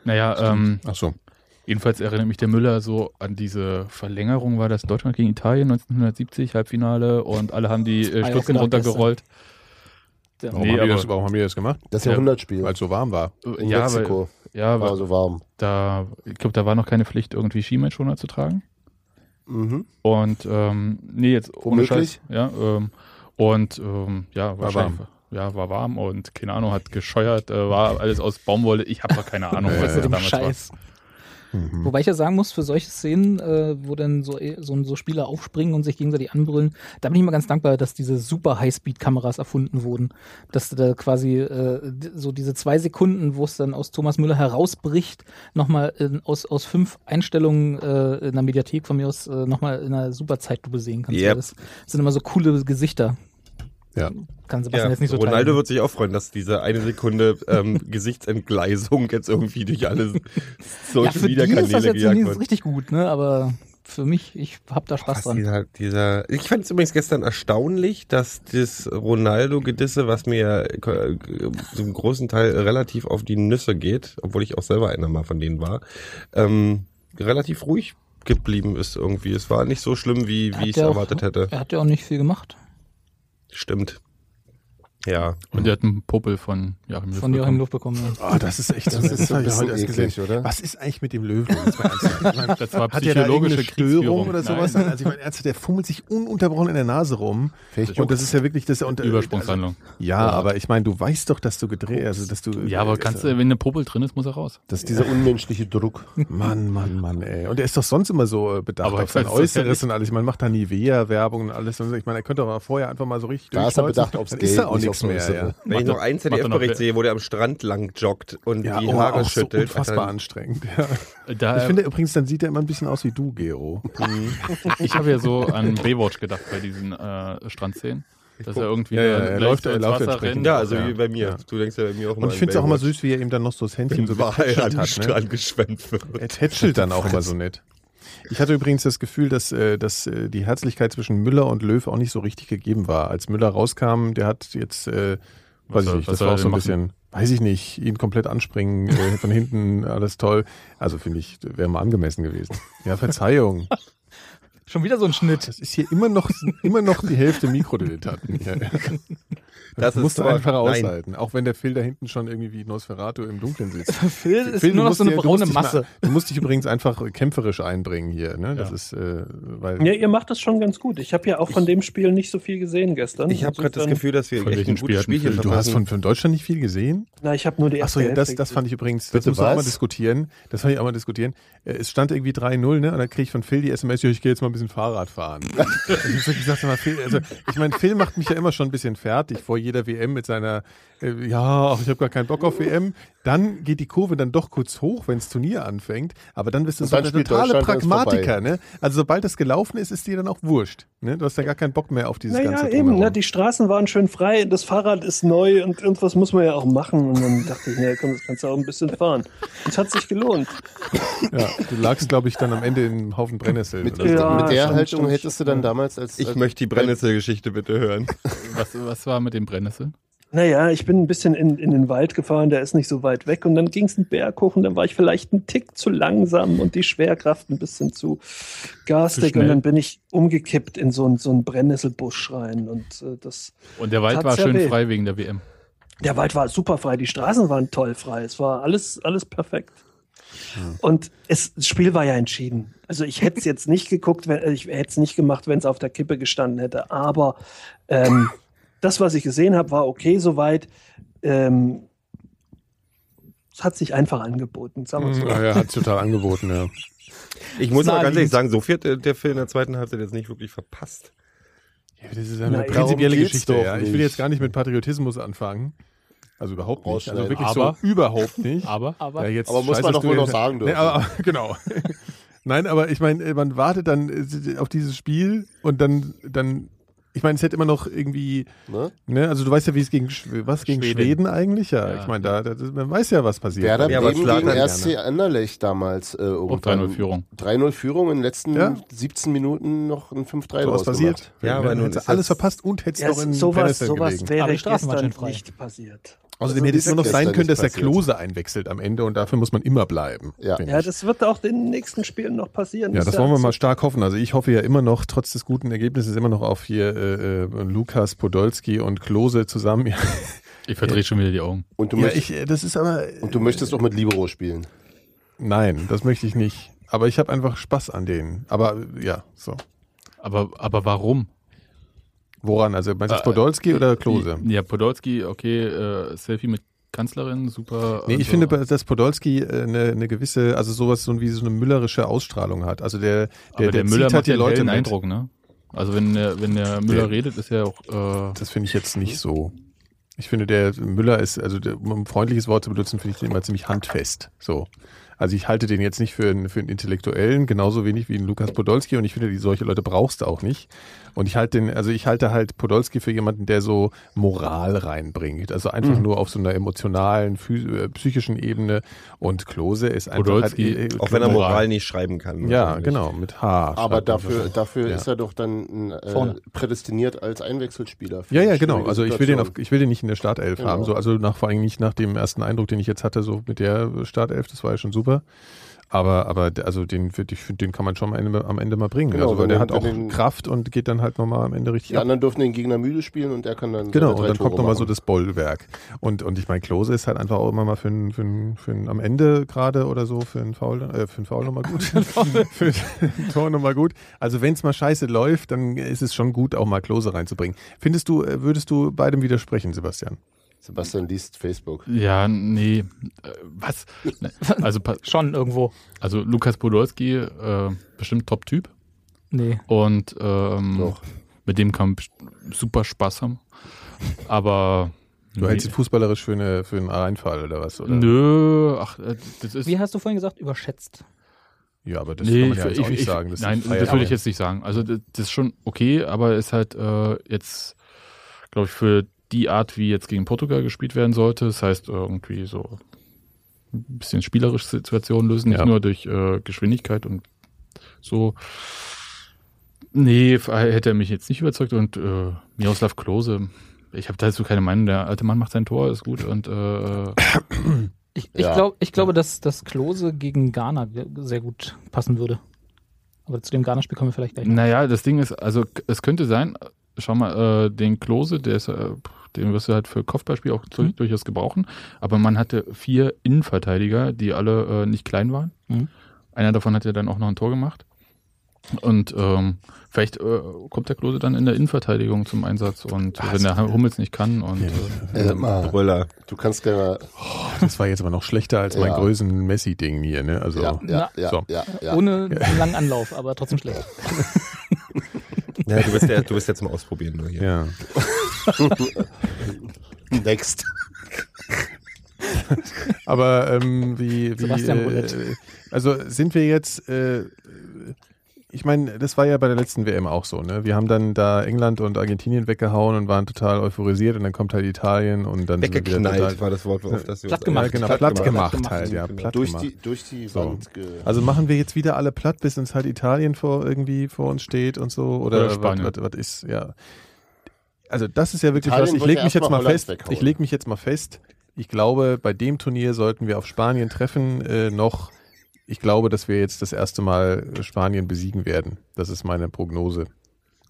S7: naja, ähm,
S4: Achso.
S7: jedenfalls erinnert mich der Müller so an diese Verlängerung, war das Deutschland gegen Italien 1970, Halbfinale und alle haben die äh,
S5: Ah, ja,
S7: Stutzen
S5: genau,
S7: runtergerollt.
S5: Der-
S4: Warum,
S7: Nee,
S4: haben die
S7: aber-
S4: das, warum haben die das gemacht?
S2: Das
S7: Ja.
S2: Jahrhundertspiel
S4: Weil es so warm war.
S2: in
S7: ja, weil,
S2: Mexiko Also.
S7: ja,
S2: war
S7: weil
S2: so warm.
S7: da, ich glaube, da war noch keine Pflicht, irgendwie Schienbeinschoner zu tragen.
S2: Mhm.
S7: Und ähm, nee, jetzt
S2: Womöglich?
S7: ohne Scheiß. Ja, ähm, und ähm, ja,
S4: War
S7: war
S4: warm.
S7: warm. Ja, war warm und keine Ahnung, hat gescheuert, äh, war alles aus Baumwolle. Ich habe keine Ahnung, was
S5: mit
S7: das
S5: dem
S7: damals
S5: Scheiß. Wobei ich ja sagen muss, für solche Szenen, äh, wo dann so, so, so Spieler aufspringen und sich gegenseitig anbrüllen, da bin ich mal ganz dankbar, dass diese super Highspeed-Kameras erfunden wurden. Dass du da quasi äh, d- so diese zwei Sekunden, wo es dann aus Thomas Müller herausbricht, nochmal aus, aus fünf Einstellungen äh, in der Mediathek von mir aus äh, nochmal in einer super Zeitlupe sehen kannst.
S6: Yep.
S5: Weil Das sind immer so coole Gesichter.
S4: Ja.
S5: Kann
S6: Ja.
S5: Sebastian jetzt nicht so
S6: Ronaldo
S5: teilen.
S6: wird sich auch freuen, dass diese eine Sekunde ähm, Gesichtsentgleisung jetzt irgendwie durch alle
S5: ja,
S6: Social
S5: für die
S6: Media
S5: ist das
S6: Kanäle
S5: jetzt
S6: gejagt
S5: nicht
S6: wird.
S5: richtig gut, ne? Aber für mich, ich hab da Spaß
S6: Was
S5: dran.
S6: dieser, dieser, ich fand es übrigens gestern erstaunlich, dass das Ronaldo-Gedisse, was mir äh, zum großen Teil relativ auf die Nüsse geht, obwohl ich auch selber einer mal von denen war, ähm, relativ ruhig geblieben ist irgendwie. Es war nicht so schlimm, wie,
S5: Er
S6: wie
S5: hat
S6: ich es
S5: ja auch-
S6: erwartet hätte.
S5: Er hat ja auch nicht viel gemacht.
S6: Stimmt. Ja.
S7: Und der hat einen Popel von Joachim Löw
S5: Von Joachim
S7: bekommen.
S5: Luft bekommen. Ja.
S4: Oh, das ist echt
S2: Das ist so ein
S4: hab ich
S2: bisschen
S4: heute erst
S2: eklig,
S4: gesehen.
S2: oder?
S4: Was ist eigentlich mit dem Löwen? Jetzt mal ernsthaft. Ich meine,
S7: Das war
S4: Hat der da
S7: psychologische
S4: irgendeine Störung
S7: Kriegsführung.
S4: oder sowas?
S7: Nein,
S4: Also ich meine, ernsthaft, der fummelt sich ununterbrochen in der Nase rum.
S2: Vielleicht
S4: und das ist ja wirklich das und,
S7: Übersprungshandlung.
S4: Also, ja, aber ich meine, du weißt doch, dass du gedreht, also dass du.
S7: Ja, aber kannst du, wenn eine Popel drin ist, muss er raus.
S2: Das ist dieser unmenschliche Druck.
S4: Mann, Mann, Mann, ey. Und er ist doch sonst immer so äh, bedacht
S7: Aber
S4: auf sein
S7: das ist ja
S4: Äußeres
S7: nicht-
S4: und alles. Ich meine, macht da Nivea-Werbung und alles. Und so. Ich meine, er könnte doch mal vorher einfach mal so richtig
S2: Da ist er
S4: durchkreuzen.
S2: bedacht aufs
S4: Dann
S2: Geld,
S4: ist da auch
S2: nicht
S4: nichts
S2: aufs
S4: mehr,
S2: Äußere.
S4: ja.
S6: Wenn ich noch
S7: doch-
S6: einen
S7: mach doch noch
S6: ZDF-Bericht
S7: Bild.
S6: sehe, wo der am Strand lang joggt und
S4: Ja,
S6: die
S4: oh,
S6: Haare
S4: auch so
S6: schüttelt.
S4: unfassbar
S6: Alter,
S4: anstrengend. Ja.
S7: Da,
S4: Ich finde übrigens, dann sieht er immer ein bisschen aus wie du, Gero.
S7: ich habe ja so an Baywatch gedacht bei diesen äh, Strandszenen. Dass er irgendwie
S4: Ja, ja, er
S7: leicht
S4: läuft- er
S7: ins
S4: läuft
S7: Wasser
S4: entsprechend.
S7: rennt.
S6: ja, also
S4: Ja.
S6: wie bei mir.
S4: Ja.
S6: Du denkst ja bei mir auch
S4: Und ich finde es auch immer süß, wie er ihm dann noch so das Händchen
S6: wenn
S4: so
S6: so Wahl an
S4: getätschelt hat.
S6: den
S4: Ne?
S6: Strand geschwemmt wird.
S4: Er tätschelt dann auch immer so nett. Ich hatte übrigens das Gefühl, dass, äh, dass äh, die Herzlichkeit zwischen Müller und Löw auch nicht so richtig gegeben war. Als Müller rauskam, der hat jetzt, äh,
S7: Was
S4: weiß ich
S7: soll-
S4: nicht,
S7: was
S4: das
S7: soll
S4: war
S7: er
S4: auch so ein
S7: denn
S4: bisschen, weiß ich nicht, ihn komplett anspringen, äh, von hinten, alles toll. Also finde ich, wäre mal angemessen gewesen. Ja, Verzeihung.
S5: Schon wieder so ein Schnitt.
S4: Das ist hier immer noch, immer noch die Hälfte Mikrodilettanten. Ja, ja.
S6: Das
S4: Das musst
S6: ist
S4: du einfach
S6: zwar- nein.
S4: aushalten. Auch wenn der Phil da hinten schon irgendwie wie Nosferatu im Dunkeln sitzt.
S5: Phil ist
S4: Phil, du
S5: nur noch
S4: musst
S5: so eine
S4: dir- du musst
S5: braune
S4: dich mal-
S5: Masse.
S4: Du musst dich übrigens einfach kämpferisch einbringen hier. Ne? Das ist, äh, weil
S8: Ja, ihr macht das schon ganz gut. Ich habe ja auch von dem Spiel nicht so viel gesehen gestern.
S6: Ich habe gerade das
S8: Insofern-
S6: Gefühl, dass wir
S7: Von
S6: echt ein
S7: welchem
S6: gutes
S7: Spiel
S6: Spielchen
S7: hatten
S4: du hast
S6: verpassen.
S4: von, von Deutschland nicht viel gesehen.
S8: Na, ich habe nur die erste
S4: Achso, ja, das,
S8: Hälfte
S4: das fand ich übrigens, das
S2: Bitte
S4: muss man auch mal
S2: was?
S4: diskutieren. Das fand ich auch mal diskutieren. Äh, Es stand irgendwie 3-0, ne? Und dann kriege ich von Phil die SMS, ja, ich gehe jetzt mal ein bisschen Fahrrad fahren. Und ich hab gesagt, sag mal, Phil, also ich meine, Phil macht mich ja immer schon ein bisschen fertig vor jeder WM mit seiner, äh, ja, ach, ich habe gar keinen Bock auf WM. Dann geht die Kurve dann doch kurz hoch, wenns Turnier anfängt. Aber dann bist du
S2: Und
S4: so
S2: dann
S4: der
S2: spielt
S4: totale
S2: Deutschland, dann ist
S4: Pragmatiker,
S2: vorbei.
S4: ne? Also sobald das gelaufen ist, ist dir dann auch wurscht. Ne? Du hast dann gar keinen Bock mehr auf dieses
S8: Naja,
S4: ganze um.
S8: eben,
S4: Drumherum.
S8: ne, die Straßen waren schön frei, das Fahrrad ist neu und irgendwas muss man ja auch machen. Und dann dachte ich, naja, komm, das kannst du auch ein bisschen fahren. Und es hat sich gelohnt.
S4: ja, du lagst, glaube ich, dann am Ende in einem Haufen Brennnesseln.
S2: Mit,
S4: oder so.
S8: Ja,
S2: mit der
S8: stimmt,
S2: Haltung
S8: stimmt.
S2: hättest du dann damals als.
S6: Ich
S2: als
S6: möchte die Brennnesselgeschichte bitte hören.
S7: Was, was war mit dem Brennnessel?
S8: Naja, ich bin ein bisschen in, in den Wald gefahren, der ist nicht so weit weg. Und dann ging es einen Berg hoch und dann war ich vielleicht einen Tick zu langsam und die Schwerkraft ein bisschen zu
S7: Zu
S8: garstig.
S7: schnell.
S8: und dann bin ich umgekippt in so einen, so einen Brennnesselbusch rein. Und äh, das,
S7: Und der Wald
S8: Tat's
S7: war
S8: ja
S7: schön
S8: weh.
S7: frei wegen der WM.
S8: Der Wald war super frei, die Straßen waren toll frei, es war alles, alles perfekt. Und es, das Spiel war ja entschieden. Also ich hätte es jetzt nicht geguckt, wenn, ich hätte es nicht gemacht, wenn es auf der Kippe gestanden hätte. Aber ähm, das, was ich gesehen habe, war okay soweit. Ähm, es hat sich einfach angeboten, sagen wir so.
S4: Ah Ja, ja, hat total angeboten, Mhm. ja.
S6: Ich muss aber ganz
S5: Naheliegend.
S6: ehrlich sagen, so viel hat der- der Film in der zweiten Halbzeit jetzt nicht wirklich verpasst.
S4: Das ist eine
S8: Nein,
S4: prinzipielle
S2: darum geht's
S4: Geschichte,
S2: doch
S4: ja. Ich will
S2: nicht.
S4: jetzt gar nicht mit Patriotismus anfangen. Also überhaupt nicht. Also
S2: Rausschneiden.
S4: wirklich
S7: Aber-
S4: so überhaupt nicht.
S7: Aber
S5: Aber
S4: Ja, jetzt
S2: Aber muss
S4: scheiß
S2: man
S4: auf
S2: doch wohl
S4: du-
S2: noch sagen
S4: Nee,
S2: dürfen.
S4: aber, aber- genau. Nein, aber ich meine, äh, man wartet dann äh, auf dieses Spiel und dann, dann ich meine, es hätte immer noch irgendwie,
S2: Ne?
S4: ne, also du weißt ja, wie es gegen, Schw- was gegen Schweden,
S7: Schweden.
S4: eigentlich, ja.
S7: Ja.
S4: Ich meine, da, da, man weiß ja, was passiert.
S2: Werder
S6: Ja, aber
S2: Bremen gegen
S6: Zlatan
S2: RC Anderlecht damals. Äh,
S7: auch
S2: irgendwann.
S7: 3-0 Führung.
S2: 3-0 Führung in den letzten
S4: Ja.
S2: 17 Minuten noch ein 5-3
S4: so was
S2: draus
S4: passiert.
S2: gemacht.
S6: Ja, aber nun
S4: hättest
S6: ist
S4: du alles
S6: das-
S4: verpasst und hättest
S8: Ja,
S4: noch in
S8: sowas
S4: Pennerfeld
S8: sowas
S4: gelegen.
S5: Aber
S8: wäre
S5: die Straßen waren
S8: gestern
S5: schön frei.
S8: nicht passiert.
S4: Außerdem
S2: Also
S4: hätte es
S2: das
S4: nur noch
S2: ist
S4: sein
S2: gestern
S4: können,
S2: nicht
S4: dass der
S2: passiert.
S4: Klose einwechselt am Ende und dafür muss man immer bleiben.
S2: Ja.
S4: finde
S8: Ja,
S4: ich.
S8: das wird auch in den nächsten Spielen noch passieren.
S4: Genau. ja,
S8: Ist
S4: das wollen wir
S8: so.
S4: mal stark hoffen. Also ich hoffe ja immer noch, trotz des guten Ergebnisses, immer noch auf hier äh, äh, Lukas Podolski und Klose zusammen. Ja,
S7: Ich verdrehe schon wieder die Augen.
S2: Und, du
S4: ja,
S2: möchtest,
S4: ich, äh, das ist aber...
S2: und du möchtest auch mit Libero spielen.
S4: Nein, das möchte ich nicht. Aber ich habe einfach Spaß an denen. Aber äh, ja, so.
S7: Aber, aber warum?
S4: Woran? Also meinst du jetzt
S7: Äh,
S4: Podolski oder Klose?
S7: Ja, Podolski, okay, äh, Selfie mit Kanzlerin, super.
S4: Nee, ich
S7: also-
S4: finde, dass Podolski äh, eine, eine gewisse, also sowas so wie so eine müllerische Ausstrahlung hat. Also der,
S7: aber der, Müller
S4: zieht
S7: macht
S4: halt die
S7: ja einen
S4: Leute
S7: hellen
S4: mit.
S7: Eindruck, ne? Also wenn der, wenn der Müller
S4: Der-
S7: redet, ist ja auch. Äh,
S4: Das finde ich jetzt
S6: Mhm.
S4: nicht so. Ich finde, der Müller ist, also der, um ein freundliches Wort zu benutzen, finde ich den immer ziemlich handfest. So. Also ich halte den jetzt nicht für einen, für einen Intellektuellen, genauso wenig wie einen Lukas Podolski und ich finde, die solche Leute brauchst du auch nicht. Und ich halte den, also ich halte halt Podolski für jemanden, der so Moral reinbringt. Also
S6: Mhm.
S4: einfach nur auf so einer emotionalen, phys- äh, psychischen Ebene. Und Klose ist einfach
S7: Podolski,
S4: halt,
S6: Auch wenn er
S4: Moral-
S6: Moral nicht schreiben kann.
S4: Ja,
S6: wahrscheinlich.
S4: genau, mit H.
S2: Aber
S4: schreibt man
S2: dafür,
S4: so.
S2: dafür
S4: Ja.
S2: ist er doch dann äh,
S5: Vorne.
S2: prädestiniert als Einwechselspieler. für
S4: Ja, ja,
S2: eine
S4: genau.
S2: schwierige
S4: Also ich will den auf,
S2: Situation.
S4: ich will den nicht in der Startelf
S2: Genau.
S4: haben. So, also nach vor allem nicht nach dem ersten Eindruck, den ich jetzt hatte, so mit der Startelf, das war ja schon super. Aber, aber d- also den, würd ich finde, den kann man schon am Ende, am Ende mal bringen.
S2: Genau,
S4: also weil
S2: wenn
S4: der
S2: den-
S4: hat auch
S2: wenn den-
S4: Kraft und geht dann halt nochmal am Ende richtig
S2: Die
S4: ab.
S2: anderen dürfen den Gegner müde spielen und er kann dann.
S4: Genau,
S2: seine drei
S4: und dann
S2: Tore
S4: kommt nochmal so
S2: machen.
S4: das Bollwerk. Und, und ich meine, Klose ist halt einfach auch immer mal für ein, für ein, für ein am Ende gerade oder so, für ein Foul, äh, für ein Foul nochmal gut. für ein Tor nochmal gut. Also wenn es mal scheiße läuft, dann ist es schon gut, auch mal Klose reinzubringen. Findest du, äh, würdest du beidem widersprechen, Sebastian?
S2: Sebastian liest Facebook.
S7: Ja, nee. Äh, was? Ne, Also, pa-
S5: Schon irgendwo.
S7: also Lukas Podolski, äh, bestimmt Top-Typ.
S5: Nee.
S7: Und ähm,
S2: Doch.
S7: mit dem kann man best- super Spaß haben. Aber.
S4: Du hältst ihn fußballerisch für, eine, für einen Reinfall oder was? Oder?
S7: Nö, ach, äh, das ist.
S5: Wie hast du vorhin gesagt? Überschätzt.
S4: Ja, aber das
S7: Nee,
S4: kann man ja
S7: ich-
S4: jetzt auch
S7: ich-
S4: nicht
S7: ich-
S4: sagen. Das
S7: nein,
S4: ist ein
S7: das würde ich
S4: Feierabend.
S7: jetzt nicht sagen. Also das, das ist schon okay, aber ist halt äh, jetzt, glaube ich, für die Art, wie jetzt gegen Portugal gespielt werden sollte, das heißt äh, irgendwie so ein bisschen spielerisch Situationen lösen, nicht
S4: Ja.
S7: nur durch äh, Geschwindigkeit und so. Nee, f- äh, hätte er mich jetzt nicht überzeugt und äh, Miroslav Klose, ich habe dazu keine Meinung. Der alte Mann macht sein Tor, ist gut und äh,
S5: Ich, ich,
S2: Ja.
S5: glaub, ich glaube, dass, dass Klose gegen Ghana ge- sehr gut passen würde. Aber zu dem Ghana-Spiel kommen wir vielleicht gleich. noch.
S7: Naja, das Ding ist, also k- es könnte sein, schau mal, äh, den Klose, der ist, äh, den wirst du halt für Kopfballspiel auch durch,
S5: Mhm.
S7: durchaus gebrauchen, aber man hatte vier Innenverteidiger, die alle äh, nicht klein waren.
S5: Mhm.
S7: Einer davon hat ja dann auch noch ein Tor gemacht. Und ähm, vielleicht äh, kommt der Klose dann in der Innenverteidigung zum Einsatz und wenn der Hummels nicht kann und äh,
S4: Ähm,
S2: Emma,
S6: Brüller.
S2: du kannst gerne.
S4: Das war jetzt aber noch schlechter als mein
S2: Ja.
S4: Größen-Messi-Ding hier. Ne? Also,
S2: Ja, ja,
S4: Na.
S2: ja,
S4: So.
S2: ja, ja.
S5: Ohne einen langen Anlauf, aber trotzdem schlecht.
S6: Ja, du, bist ja, du bist ja zum Ausprobieren nur hier.
S4: ja.
S2: Next.
S4: Aber ähm, wie, wie
S5: Sebastian
S4: äh,
S5: Roulette.
S4: also sind wir jetzt, äh, ich meine, das war ja bei der letzten WM auch so, ne? Wir haben dann da England und Argentinien weggehauen und waren total euphorisiert und dann kommt halt Italien und dann sind wir wieder
S6: Weggeknallt
S4: total
S6: war das Wort, auf das wir
S5: Platt
S4: ja,
S5: gemacht.
S4: genau,
S2: Platt
S4: platt,
S2: gemacht.
S4: gemacht,
S5: Platt
S4: halt,
S6: gemacht.
S4: ja, platt
S2: Durch
S4: gemacht.
S2: die, durch die
S4: So.
S2: Wand. Ge
S4: Also machen wir jetzt wieder alle platt, bis uns halt Italien vor irgendwie vor uns steht und so oder,
S7: Oder Spanien.
S4: was, was, was ist ja. Also das ist ja wirklich
S2: Italien
S4: was. Ich
S2: wird
S4: lege
S2: ja erst
S4: mich jetzt
S2: mal
S4: mal
S2: Holland
S4: fest.
S2: weghauen.
S4: Ich lege mich jetzt mal fest. Ich glaube, bei dem Turnier sollten wir auf Spanien treffen äh, noch. Ich glaube, dass wir jetzt das erste Mal äh, Spanien besiegen werden. Das ist meine Prognose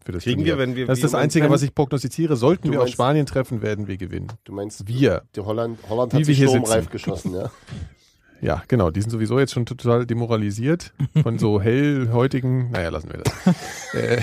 S4: für das
S6: Kriegen
S4: Turnier.
S6: wir, wenn wir-
S4: das ist das
S6: wir-
S4: Einzige,
S6: wenn-
S4: was ich prognostiziere. Sollten
S2: Du
S4: wir auf
S2: meinst-
S4: Spanien treffen, werden wir gewinnen.
S2: du meinst,
S4: Wir.
S2: die Holland, Holland
S4: Wie
S2: hat
S4: wir
S2: sich
S4: hier
S2: sturmreif
S4: sitzen.
S2: geschossen, ja?
S4: Ja, genau. Die sind sowieso jetzt schon total demoralisiert von so hellhäutigen. Naja, lassen wir das. äh,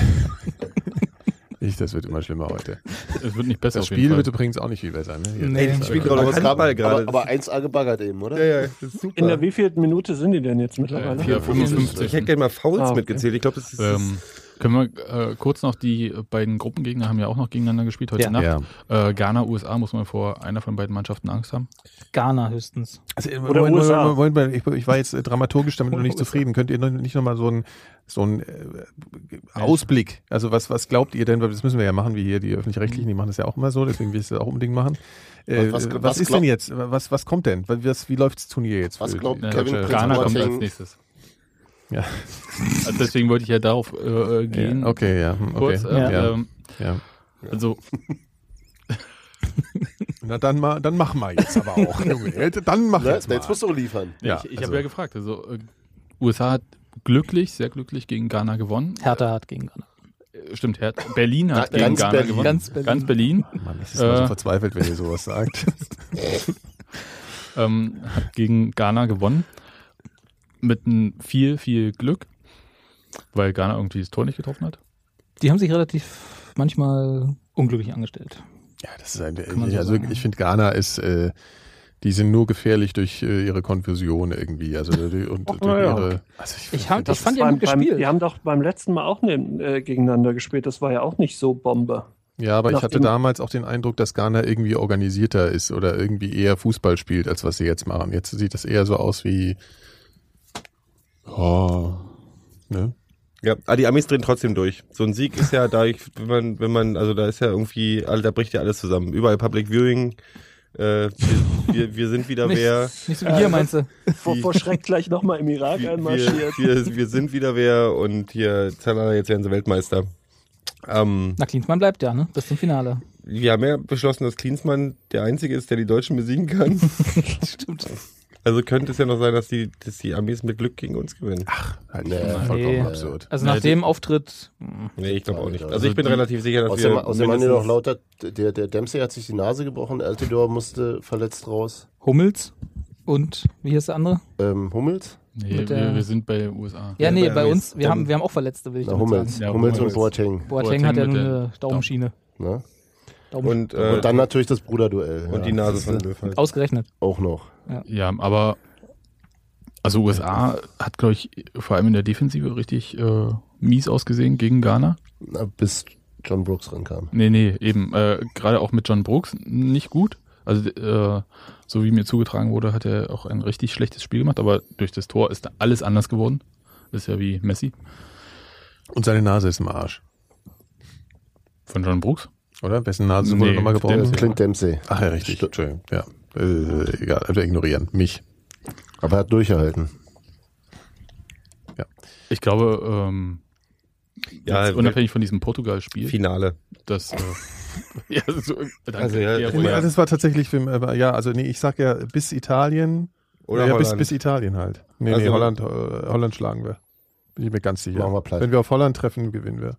S4: ich, das wird immer schlimmer heute.
S7: es wird nicht besser.
S4: Das
S7: auf jeden
S4: Spiel
S7: Fall.
S4: wird übrigens auch nicht viel besser. Ne? Jetzt.
S5: Nee.
S6: Ich bin
S2: Aber,
S6: gerade
S2: es gab,
S6: Handball
S2: aber,
S6: halt gerade.
S2: aber 1A gebaggert eben, oder?
S6: ja, das ist super.
S8: In der wievielten Minute sind die denn jetzt
S7: äh,
S8: mittlerweile?
S7: 4,55.
S6: ich hätte gerne mal Fouls
S8: Ah, okay.
S6: mitgezählt. Ich glaube, das ist.
S7: Ähm, können wir äh, kurz noch die äh, beiden Gruppengegner haben ja auch noch gegeneinander gespielt heute
S5: Ja.
S4: Ja.
S7: Nacht. Äh, Ghana, USA muss man vor einer von beiden Mannschaften Angst haben.
S5: Ghana höchstens.
S4: Also, äh,
S8: Oder
S4: Moment,
S8: USA.
S4: Moment, Moment, Moment, ich, ich war jetzt äh, dramaturgisch damit noch nicht zufrieden. Könnt ihr noch- nicht nochmal so einen so einen, äh, Ausblick, also was, was glaubt ihr denn, weil das müssen wir ja machen, wie hier die Öffentlich-Rechtlichen, die machen das ja auch immer so, deswegen will ich es auch unbedingt machen. Äh,
S2: Was-
S4: was,
S2: was-
S4: was,
S2: was
S4: ist
S2: glaub-
S4: denn jetzt, was, was kommt denn? Was, wie läuft das Turnier jetzt?
S2: Was
S4: für
S2: glaubt
S4: die
S2: Kevin
S4: deutsche-
S2: Prinz
S7: Äh, Ghana kommt
S2: Boateng.
S7: als nächstes.
S4: Ja.
S7: Also deswegen wollte ich ja darauf äh, gehen.
S4: Ja, okay, ja. hm, Okay,
S7: Kurz. äh,
S4: ja.
S7: Ähm,
S4: ja.
S7: also
S4: Na dann mal, dann mach mal jetzt aber auch, Junge. Jetzt- Dann mach
S2: Ne?
S4: jetzt mal.
S2: Jetzt musst du liefern.
S4: Ja,
S7: ich, ich
S4: also-
S7: habe ja gefragt. Also äh, USA hat glücklich, sehr glücklich gegen Ghana gewonnen.
S5: Hertha hat gegen Ghana.
S7: Äh, Stimmt, Her Berlin hat
S2: Na,
S7: gegen
S2: ganz
S7: Ghana
S2: Berlin.
S7: gewonnen.
S5: Ganz Berlin.
S7: Ganz Berlin.
S4: Mann, das ist immer so
S7: Äh.
S4: Also verzweifelt, wenn ihr sowas sagt.
S7: ähm, hat gegen Ghana gewonnen. Mit ein viel, viel Glück, weil Ghana irgendwie das Tor nicht getroffen hat.
S5: Die haben sich relativ manchmal unglücklich angestellt.
S4: Ja, das ist ein,
S5: man so
S4: also
S5: sagen,
S4: ich finde Ghana ist, äh, die sind nur gefährlich durch äh, ihre Konfusion irgendwie, also die, und durch
S8: na ja.
S4: ihre. Also ich,
S5: Ich, hab, ich fand, die haben
S8: Beim,
S5: gut
S8: beim,
S5: gespielt.
S8: die haben doch beim letzten Mal auch ne, äh, gegeneinander gespielt. Das war ja auch nicht so Bombe.
S4: ja, aber ich hatte
S8: nachdem-
S4: damals auch den Eindruck, dass Ghana irgendwie organisierter ist oder irgendwie eher Fußball spielt, als was sie jetzt machen. Jetzt sieht das eher so aus wie Oh. Ne?
S6: Ja, aber Ah, die Amis drehen trotzdem durch. So ein Sieg ist ja da, ich, wenn man, wenn man, also da ist ja irgendwie, alle- da bricht ja alles zusammen. Überall Public Viewing, äh, wir, wir, wir sind wieder
S5: nicht,
S6: wer.
S5: nicht so wie hier, meinst du?
S8: Vor, vor Schreck gleich nochmal im Irak
S6: Wir, wir,
S8: einmarschiert.
S6: wir, wir sind wieder wer und hier, zalala, jetzt werden sie Weltmeister. Ähm,
S5: Na, Klinsmann bleibt ja, ne? Bis zum Finale.
S6: wir haben ja beschlossen, dass Klinsmann der Einzige ist, der die Deutschen besiegen kann.
S5: Stimmt.
S6: Also könnte es ja noch sein, dass die, dass die Amis mit Glück gegen uns gewinnen.
S4: Halt
S2: Nee.
S4: vollkommen
S5: Nee.
S4: absurd.
S5: Also
S7: Nee,
S5: nach
S7: die-
S5: dem Auftritt, hm, mh,
S6: Nee, ich glaube auch nicht. Also
S2: Also
S6: ich bin
S7: die-
S6: relativ sicher, dass
S2: Außerdem
S6: wir
S2: außerdem haben die noch
S6: mindestens-
S2: lauter, der, der Dempsey hat sich die Nase gebrochen, Altidor musste verletzt raus.
S5: Hummels und wie hieß der andere?
S2: Ähm, Hummels?
S7: Nee,
S5: Mit,
S7: wir,
S5: äh,
S7: wir sind bei USA.
S5: Ja,
S6: Ja,
S5: nee,
S6: bei
S5: bei
S6: Amis.
S5: uns, wir
S6: Ähm,
S5: haben, wir haben auch Verletzte, will ich
S2: Na,
S5: damit
S2: Hummels.
S5: sagen.
S7: Ja,
S2: Hummels und
S7: Hummels.
S2: Boateng.
S5: Boateng hat ja nur
S7: Boateng mit
S5: eine Daumenschiene.
S2: Ne?
S5: Daumen
S6: Und, äh,
S2: Und dann natürlich das Bruderduell.
S6: und
S2: ja.
S6: die Nase von
S2: Das ist
S6: Löw halt.
S5: Ausgerechnet.
S2: Auch noch.
S7: Ja, aber also USA hat, glaube ich, vor allem in der Defensive richtig äh, mies ausgesehen gegen Ghana.
S2: Na, bis John Brooks rankam.
S7: Nee, nee, eben. Äh, Gerade auch mit John Brooks nicht gut. Also, äh, so wie mir zugetragen wurde, hat er auch ein richtig schlechtes Spiel gemacht, aber durch das Tor ist alles anders geworden. Ist ja wie Messi
S4: Und seine Nase ist im Arsch,
S7: von John Brooks.
S4: oder? Wessen Nase wurde
S7: Nee,
S4: nochmal
S7: dem-
S4: gebraucht?
S2: Clint Dempsey.
S4: Ach ja, richtig.
S2: Stu-
S4: Entschuldigung. Ja. Äh, egal, einfach ignorieren. Mich.
S2: Aber er hat durchgehalten.
S7: Ich glaube, ähm,
S6: Ja,
S7: jetzt unabhängig von diesem Portugal-Spiel,
S6: Finale.
S7: das. Äh, ja, so, danke.
S6: Also, ja,
S7: ja,
S4: Ja,
S7: ja,
S4: das war tatsächlich, für- äh, ja, also nee, ich sag ja bis Italien.
S6: Oder
S4: ja, bis,
S6: Holland.
S4: bis Italien halt. Nee, nee,
S6: Also-
S4: Holland, äh, Holland schlagen wir. Bin ich mir ganz sicher.
S2: Machen wir platt.
S4: Wenn wir auf Holland treffen, gewinnen wir.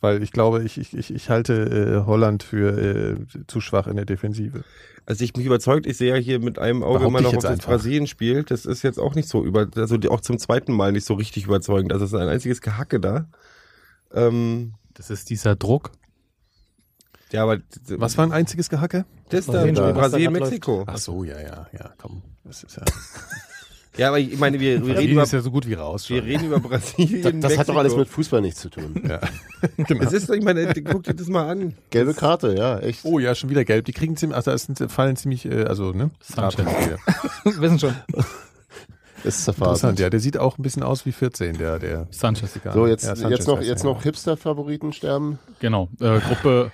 S4: Weil ich glaube, ich, ich, ich, ich halte äh, Holland für äh, zu schwach in der Defensive.
S6: Also ich mich überzeugt, ich sehe ja hier mit einem Auge
S4: Behaupte
S6: immer
S4: ich
S6: noch auf
S4: jetzt
S6: das
S4: einfach.
S6: Brasilien-Spiel. Das ist jetzt auch nicht so über, also die- auch zum zweiten Mal nicht so richtig überzeugend. Also es ist ein einziges Gehacke da. Ähm,
S7: das ist dieser Druck.
S6: ja, aber
S4: Was war ein einziges Gehacke?
S6: das da?
S5: Brasilien-
S2: was da
S6: Brasilien-Mexiko.
S4: Ach so, ja, ja, ja, komm. Das ist ja,
S6: Ja, aber ich meine, wir, wir reden
S4: Brasilien
S6: über,
S4: ist ja so gut wie raus.
S6: wir
S4: schon.
S6: reden über Brasilien.
S2: Das, das hat
S6: Mexiko.
S2: doch alles mit Fußball nichts zu tun.
S4: ja.
S6: Es ist doch, ich meine, guck dir das mal an.
S2: Gelbe Karte, ja, echt.
S4: Oh ja, schon wieder gelb. Die kriegen ziemlich, ach, da ist, ein- fallen ziemlich, äh, also, ne?
S7: Sanchez.
S4: Karten.
S5: Wir wissen schon.
S2: Ah, Ist zerfasert.
S4: Interessant, ja. Der sieht auch ein bisschen aus wie 14, der, der.
S7: Sanchez.
S2: So, jetzt,
S4: Ja, Sanchez
S2: jetzt noch,
S4: heißt
S2: jetzt
S4: er,
S2: noch Hipster-Favoriten sterben.
S7: Genau. Äh, Gruppe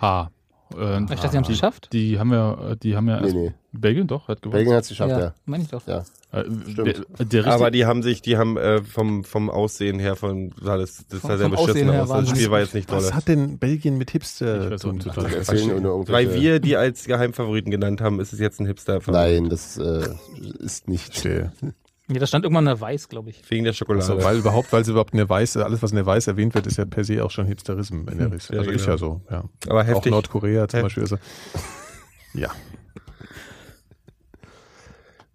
S7: H. Äh,
S5: Ich dachte, sie haben es geschafft.
S7: die haben ja, äh, die haben ja
S2: Nee,
S7: erst-
S2: nee.
S7: Belgien doch, hat gewonnen.
S2: Belgien hat es geschafft, ja.
S5: meine ich doch.
S2: Ja.
S7: Äh,
S2: Stimmt.
S7: Der, der
S6: Aber
S7: aber
S6: die haben sich, die haben äh, vom, vom Aussehen her, von, sah das, das
S5: Vom-
S6: sah sehr
S5: vom Aussehen
S6: beschissen
S5: her
S6: aus. Also Das
S5: wahnsinnig
S6: Spiel war jetzt nicht
S4: Was
S6: dolle.
S4: hat denn Belgien mit Hipster
S7: Ich weiß auch
S4: tun?
S7: nicht, total.
S4: Ach,
S2: Erzählen ohne irgendwelche-
S6: Weil wir die als Geheimfavoriten genannt haben, ist es jetzt ein hipster
S2: Nein, das äh, ist nicht.
S4: Verstehe.
S5: Ja, da stand irgendwann eine Weiß, glaube ich.
S6: Wegen der Schokolade.
S4: Also, weil überhaupt, weil es überhaupt eine weiße, alles was in der Weiß erwähnt wird, ist ja per se auch schon Hipsterismus in der Riss.
S6: ja,
S4: Also ist
S6: genau.
S4: ja so, ja.
S6: Aber
S4: Auch
S6: heftig.
S4: Nordkorea zum
S6: Hef-
S4: Beispiel. Also, ja.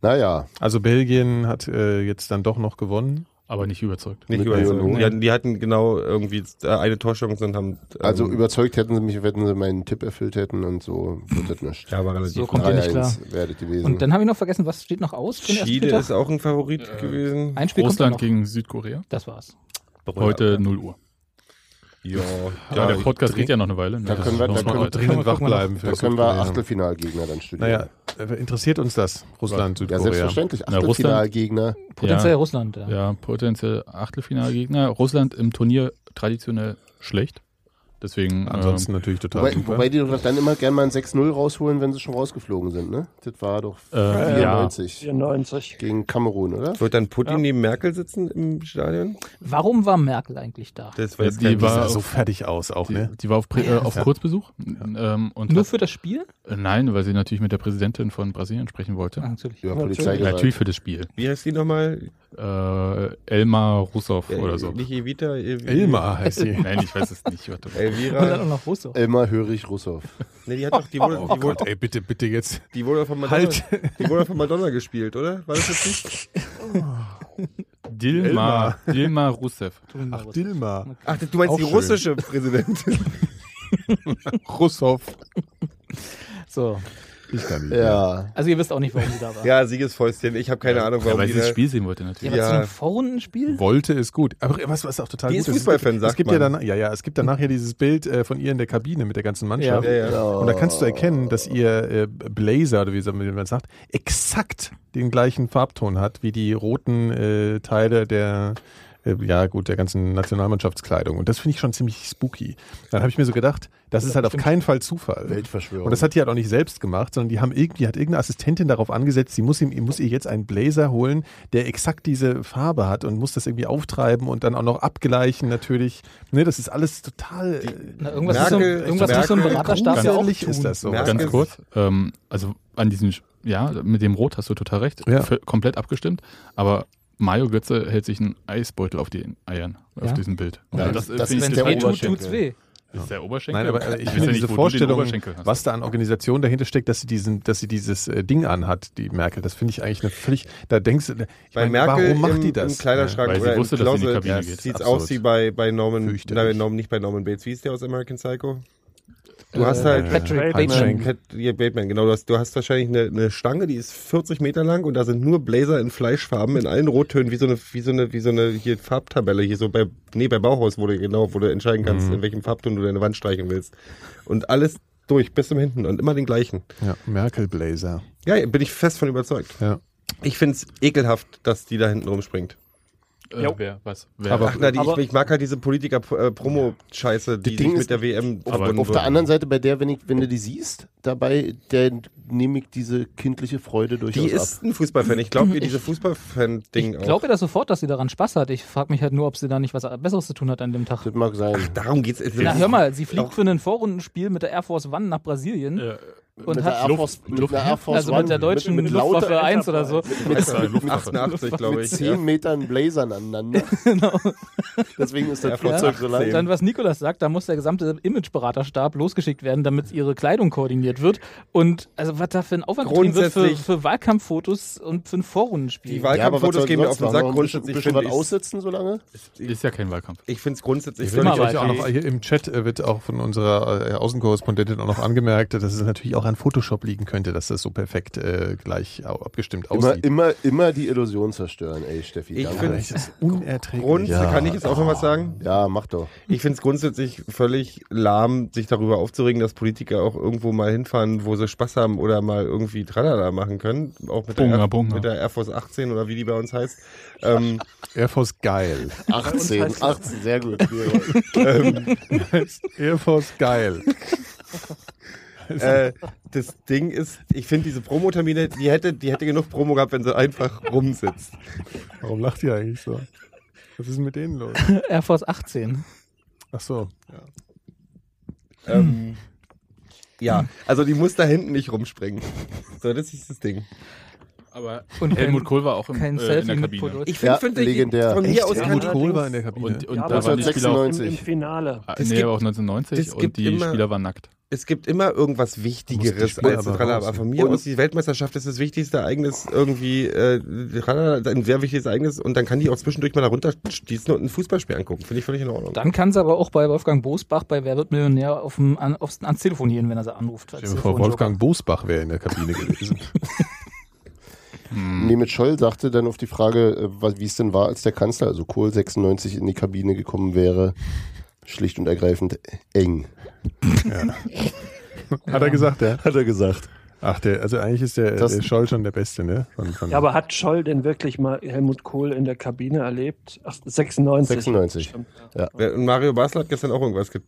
S2: Naja,
S4: Also Belgien hat äh, jetzt dann doch noch gewonnen.
S7: aber nicht überzeugt.
S6: nicht
S2: mit
S6: überzeugt.
S2: Leonor.
S6: Die, hatten- die hatten genau irgendwie äh, eine Torschance und haben. Ähm,
S2: also überzeugt hätten sie mich, wenn sie meinen Tipp erfüllt hätten und so wird das nicht.
S6: Ja, war relativ.
S5: So
S6: klar.
S5: kommt ihr nicht klar.
S2: 3-1 werdet gewesen.
S5: Und dann habe ich noch vergessen, was steht noch aus für den ersten
S6: Chile ist
S5: Spieltag?
S6: auch ein Favorit gewesen.
S5: Ein Spiel kommt ja
S7: Russland
S5: noch.
S7: gegen Südkorea.
S5: Das war's.
S7: Heute 0 Uhr.
S6: Ja,
S7: Ja,
S6: ja,
S7: der Podcast geht ja noch eine Weile. Ne?
S2: Da können wir-
S7: Das
S2: da
S7: ist noch
S2: können wir
S7: heute.
S5: Können wir
S4: Dringend wach
S5: gucken, mal
S4: bleiben.
S2: da
S4: für
S2: können wir
S4: Südkorea.
S2: Achtelfinalgegner dann studieren.
S4: Naja, äh, interessiert uns das, Russland,
S2: ja,
S4: Südkorea?
S2: selbstverständlich.
S7: Na, Russland-
S2: Achtelfinalgegner.
S5: Potenziell
S7: Ja.
S5: Russland. Ja.
S7: Ja, potenziell Achtelfinalgegner. Russland im Turnier traditionell schlecht. Deswegen ähm,
S4: Ansonsten natürlich total
S2: Wobei,
S4: super.
S2: wobei die doch dann immer gerne mal ein 6-0 rausholen, wenn sie schon rausgeflogen sind, ne? Das war doch
S7: ähm, äh, ja,
S2: 94
S8: 94.
S2: gegen Kamerun, oder?
S6: Wird dann Putin neben Merkel sitzen im Stadion?
S5: Warum war Merkel eigentlich da?
S6: Das war jetzt
S7: Die
S6: kein
S4: die sah
S7: war-
S4: so fertig aus auch, ne?
S7: die, die war auf, Prä- äh, auf Kurzbesuch. Ähm, und
S5: Nur
S7: hat,
S5: für das Spiel?
S7: äh, nein, weil sie natürlich mit der Präsidentin von Brasilien sprechen wollte.
S5: Ah, natürlich.
S2: Über
S8: Natürlich.
S2: Polizeigewalt.
S7: Natürlich für das Spiel.
S6: Wie heißt die nochmal?
S7: Äh, Elmar Rousseff oder so.
S6: Nicht Evita. Ev-
S4: Elmar heißt sie.
S7: Nein, ich weiß es nicht. Warte mal.
S5: Und dann auch
S6: Elvira.
S5: noch Russo.
S2: Elmar Hörig-Russow.
S6: Nee, die hat doch, die wurde,
S4: Oh
S6: die wurde,
S4: Gott, ey, bitte, bitte jetzt.
S6: die wurde von Madonna,
S4: Halt.
S6: die wurde von Madonna gespielt, oder? War das jetzt nicht?
S7: Dilma, Dilma Rousseff.
S4: Ach, Dilma.
S6: Ach, du meinst
S4: Auch
S6: die
S4: schön.
S6: russische Präsidentin.
S4: Russow.
S5: So.
S4: Ich kann nicht.
S2: Ja.
S5: Also ihr wisst auch nicht, warum sie da war.
S6: Ja, Siegesfäustchen. Ich habe keine Ahnung,
S7: Ja,
S6: warum
S7: weil
S6: die
S7: sie das
S6: da-
S7: Spiel sehen wollte natürlich.
S5: Ja, aber
S6: Ja.
S5: zu einem Vorrundenspiel?
S4: Wollte ist gut. Aber was, was auch total
S6: Die
S4: gut
S6: ist Fußballfan,
S4: es gibt,
S6: sagt
S4: es gibt ja
S6: man.
S4: danach, ja, ja, es gibt danach ja dieses Bild äh, von ihr in der Kabine mit der ganzen Mannschaft.
S6: Ja, ja.
S5: genau.
S4: Und da kannst du erkennen, dass ihr äh, Blazer, oder wie so- wie man sagt, exakt den gleichen Farbton hat wie die roten äh, Teile der äh, ja gut, der ganzen Nationalmannschaftskleidung. Und das finde ich schon ziemlich spooky. Dann habe ich mir so gedacht, das ist halt auf keinen Fall Zufall.
S2: Weltverschwörung.
S4: Und das hat die halt auch nicht selbst gemacht, sondern die haben irgendwie, hat irgendeine Assistentin darauf angesetzt, sie muss, ihm, muss ihr jetzt einen Blazer holen, der exakt diese Farbe hat und muss das irgendwie auftreiben und dann auch noch abgleichen natürlich. Ne, das ist alles total... äh,
S5: Na, irgendwas
S6: Merkel-
S5: muss so ein, irgendwas muss so ein
S6: Merkel-
S5: Beraterstab ja auch
S4: gruselig
S5: tun.
S4: ist das so.
S6: Merkel-
S7: Ganz
S6: Merkel-
S7: kurz, ähm, also an diesem, Sch- ja, mit dem Rot hast du total recht,
S4: Ja.
S7: F- komplett abgestimmt, aber Mario Götze hält sich einen Eisbeutel auf die Eiern,
S5: Ja.
S7: auf diesem Bild.
S2: Ja,
S7: Also
S2: das-
S7: äh,
S2: das
S7: finde
S2: ist
S7: ich
S2: der
S5: Weh
S7: total-
S5: tut,
S2: Oberschenkel.
S5: tut's weh.
S7: Das ist der Oberschenkel.
S4: Nein, aber äh, ich
S7: weiß
S4: finde
S7: ja nicht,
S4: diese
S7: wo du den
S4: Vorstellung,
S7: Oberschenkel hast.
S4: was da an Organisation dahinter steckt, dass sie diesen, dass sie dieses äh, Ding anhat, die Merkel, das finde ich eigentlich eine völlig, da denkst du, ich
S6: Bei
S4: meine,
S6: Merkel
S4: warum macht
S6: im,
S4: die das?
S6: im Kleiderschrank
S7: Weil sie
S6: oder
S7: wusste,
S6: im
S7: dass sie in die
S6: Closet
S7: Kabine
S6: ja,
S7: geht.
S6: sieht's
S4: Absurd.
S6: aus wie bei, bei Norman,
S4: Fürchterlich.
S6: nein, Norman, nicht bei Norman Bates, wie ist der aus American Psycho? Du
S5: Äh,
S6: hast halt
S5: Patrick
S4: Patrick
S5: Bateman.
S4: Bateman.
S6: Pat, ja, Bateman, genau, du hast, du hast wahrscheinlich eine, eine Stange, die ist 40 Meter lang und da sind nur Blazer in Fleischfarben, in allen Rottönen, wie so eine, wie so eine, wie so eine hier Farbtabelle, hier so bei, nee, bei Bauhaus, wo du genau, wo du entscheiden
S7: Mhm.
S6: kannst, in welchem Farbton du deine Wand streichen willst. Und alles durch, bis zum Hinten und immer den gleichen.
S4: Ja, Merkel Blazer.
S6: Ja, bin ich fest von überzeugt.
S4: Ja.
S6: Ich find's ekelhaft, dass die da hinten rumspringt.
S7: Äh,
S8: Jo.
S7: wer, was, wer,
S6: Ach, na, die, ich,
S8: aber-
S6: ich mag halt diese Politiker-Promo-Scheiße, die,
S2: Das
S6: sich
S2: Ding
S6: mit
S2: ist,
S6: der WM
S2: Auf,
S6: verbunden
S2: auf der
S6: wird.
S2: anderen Seite, bei der, wenn, ich, wenn du die siehst, dabei, der nehme ich diese kindliche Freude durchaus
S6: Die
S2: ab.
S6: ist ein Fußballfan. Ich glaube ihr diese Fußballfan-Ding
S5: Ich
S6: auch.
S5: glaube ja das sofort, dass sie daran Spaß hat. Ich frage mich halt nur, ob sie da nicht was Besseres zu tun hat an dem Tag.
S2: Das mag sein.
S6: Darum geht's. es.
S5: Na, hör mal, sie fliegt für ein Vorrundenspiel mit der Air Force One nach Brasilien
S7: äh,
S5: und
S2: mit der
S5: hat
S2: Air Force, mit einer Air Force
S5: also mit der
S2: One,
S5: deutschen
S2: mit, mit lauter-
S5: Luftwaffe 1 oder so.
S7: Luftwaffe, Luftwaffe.
S6: 88, glaube
S2: mit
S6: ich.
S2: 10 Metern Blazern aneinander. Genau. Deswegen ist
S6: Ja,
S2: das Flugzeug so lang.
S5: Und dann, was Nikolas sagt, da muss der gesamte Imageberaterstab losgeschickt werden, damit ihre Kleidung koordiniert wird. Und also was da für ein Aufwand betrieben wird für,
S6: Grundsätzlich-
S5: für Wahlkampffotos und für ein Vorrundenspiel.
S6: Die
S2: Ja, aber was
S6: Wahlkampffotos
S2: soll
S6: gehen mir auf
S2: sonst
S6: den
S2: machen?
S6: Sack.
S2: Ein bisschen,
S6: Grundsätzlich
S2: bisschen was
S6: finde ich
S2: aussitzen so lange?
S7: ist ja kein Wahlkampf.
S6: ich find's grundsätzlich
S4: Ich will
S5: mal
S4: euch auch
S5: weiter.
S4: noch, hier im Chat äh, wird auch von unserer äh, Außenkorrespondentin auch noch angemerkt, dass es natürlich auch an Photoshop liegen könnte, dass das so perfekt äh, gleich au- abgestimmt
S2: Immer,
S4: aussieht.
S2: immer, immer die Illusion zerstören, ey, Steffi.
S6: Ich
S2: danke.
S6: finde-
S4: Das ist unerträglich.
S6: Grund,
S2: Ja.
S6: kann ich jetzt auch noch was sagen?
S2: ja, mach doch.
S6: Ich find's grundsätzlich völlig lahm, sich darüber aufzuregen, dass Politiker auch irgendwo mal hinfahren, wo sie Spaß haben oder mal irgendwie Tralala machen können. Auch mit,
S7: Bunga,
S6: der, Air,
S7: Bunga.
S6: mit der Air Force 18 oder wie die bei uns heißt. Ähm,
S4: Air Force geil.
S2: 18, 18, sehr gut. Hier.
S4: Air Force geil.
S6: äh, das Ding ist, ich finde diese Promotermine, die hätte, die hätte genug Promo gehabt, wenn sie einfach rumsitzt.
S4: Warum lacht ihr eigentlich so? Was ist denn mit denen los?
S5: Air Force 18.
S4: Ach so.
S6: Ähm, ja, also die muss da hinten nicht rumspringen. So, das ist das Ding.
S7: Aber
S5: Und
S7: Helmut
S5: kein-
S7: Kohl war auch im,
S5: Kein
S7: äh, in
S5: Selfie
S7: der
S5: mit
S7: Kabine.
S5: Podolski.
S6: Ich
S2: Ja,
S6: finde,
S2: legendär.
S6: von hier aus
S8: Echt?
S6: kann
S4: Kohl
S8: Ja. allerdings-
S4: war in der Kabine.
S7: Und, und
S8: Ja,
S7: da waren die Spieler auch,
S2: 1996.
S8: Im, Im Finale.
S7: ah,
S6: Es
S7: nee,
S6: gibt-
S7: aber auch 1990
S6: es
S7: und
S6: gibt
S7: die
S6: immer-
S7: Spieler waren nackt.
S6: es gibt immer irgendwas Wichtigeres
S4: Muss die Spur
S6: als
S4: aber
S6: Tralala.
S4: raus.
S6: Aber von mir
S2: Und-
S6: aus, die Weltmeisterschaft ist das wichtigste Ereignis irgendwie, äh, Tralala, ein sehr wichtiges Ereignis und dann kann die auch zwischendurch mal da runterstießen und ein Fußballspiel angucken. Finde ich völlig in Ordnung.
S5: Dann kann sie aber auch bei Wolfgang Bosbach bei Wer wird Millionär auf dem, an, aufs, ans Telefon gehen, wenn er sie anruft. als
S4: Stell dir mal vor,
S5: Telefonjoker.
S4: Wolfgang Bosbach wäre in der Kabine gewesen.
S2: Mehmet Scholl sagte dann auf die Frage, äh, was- wie es denn war, als der Kanzler, also Kohl 96, in die Kabine gekommen wäre, schlicht und ergreifend eng.
S4: Hat er gesagt, ja?
S2: Hat er gesagt.
S4: Ach, der, also eigentlich ist der,
S2: Das-
S4: der Scholl schon der Beste, ne? Von, von
S8: Ja, aber hat Scholl denn wirklich mal Helmut Kohl in der Kabine erlebt? Ach, 96.
S2: 96.
S8: Stimmt.
S6: Ja, Und Mario Basler hat gestern auch irgendwas ge-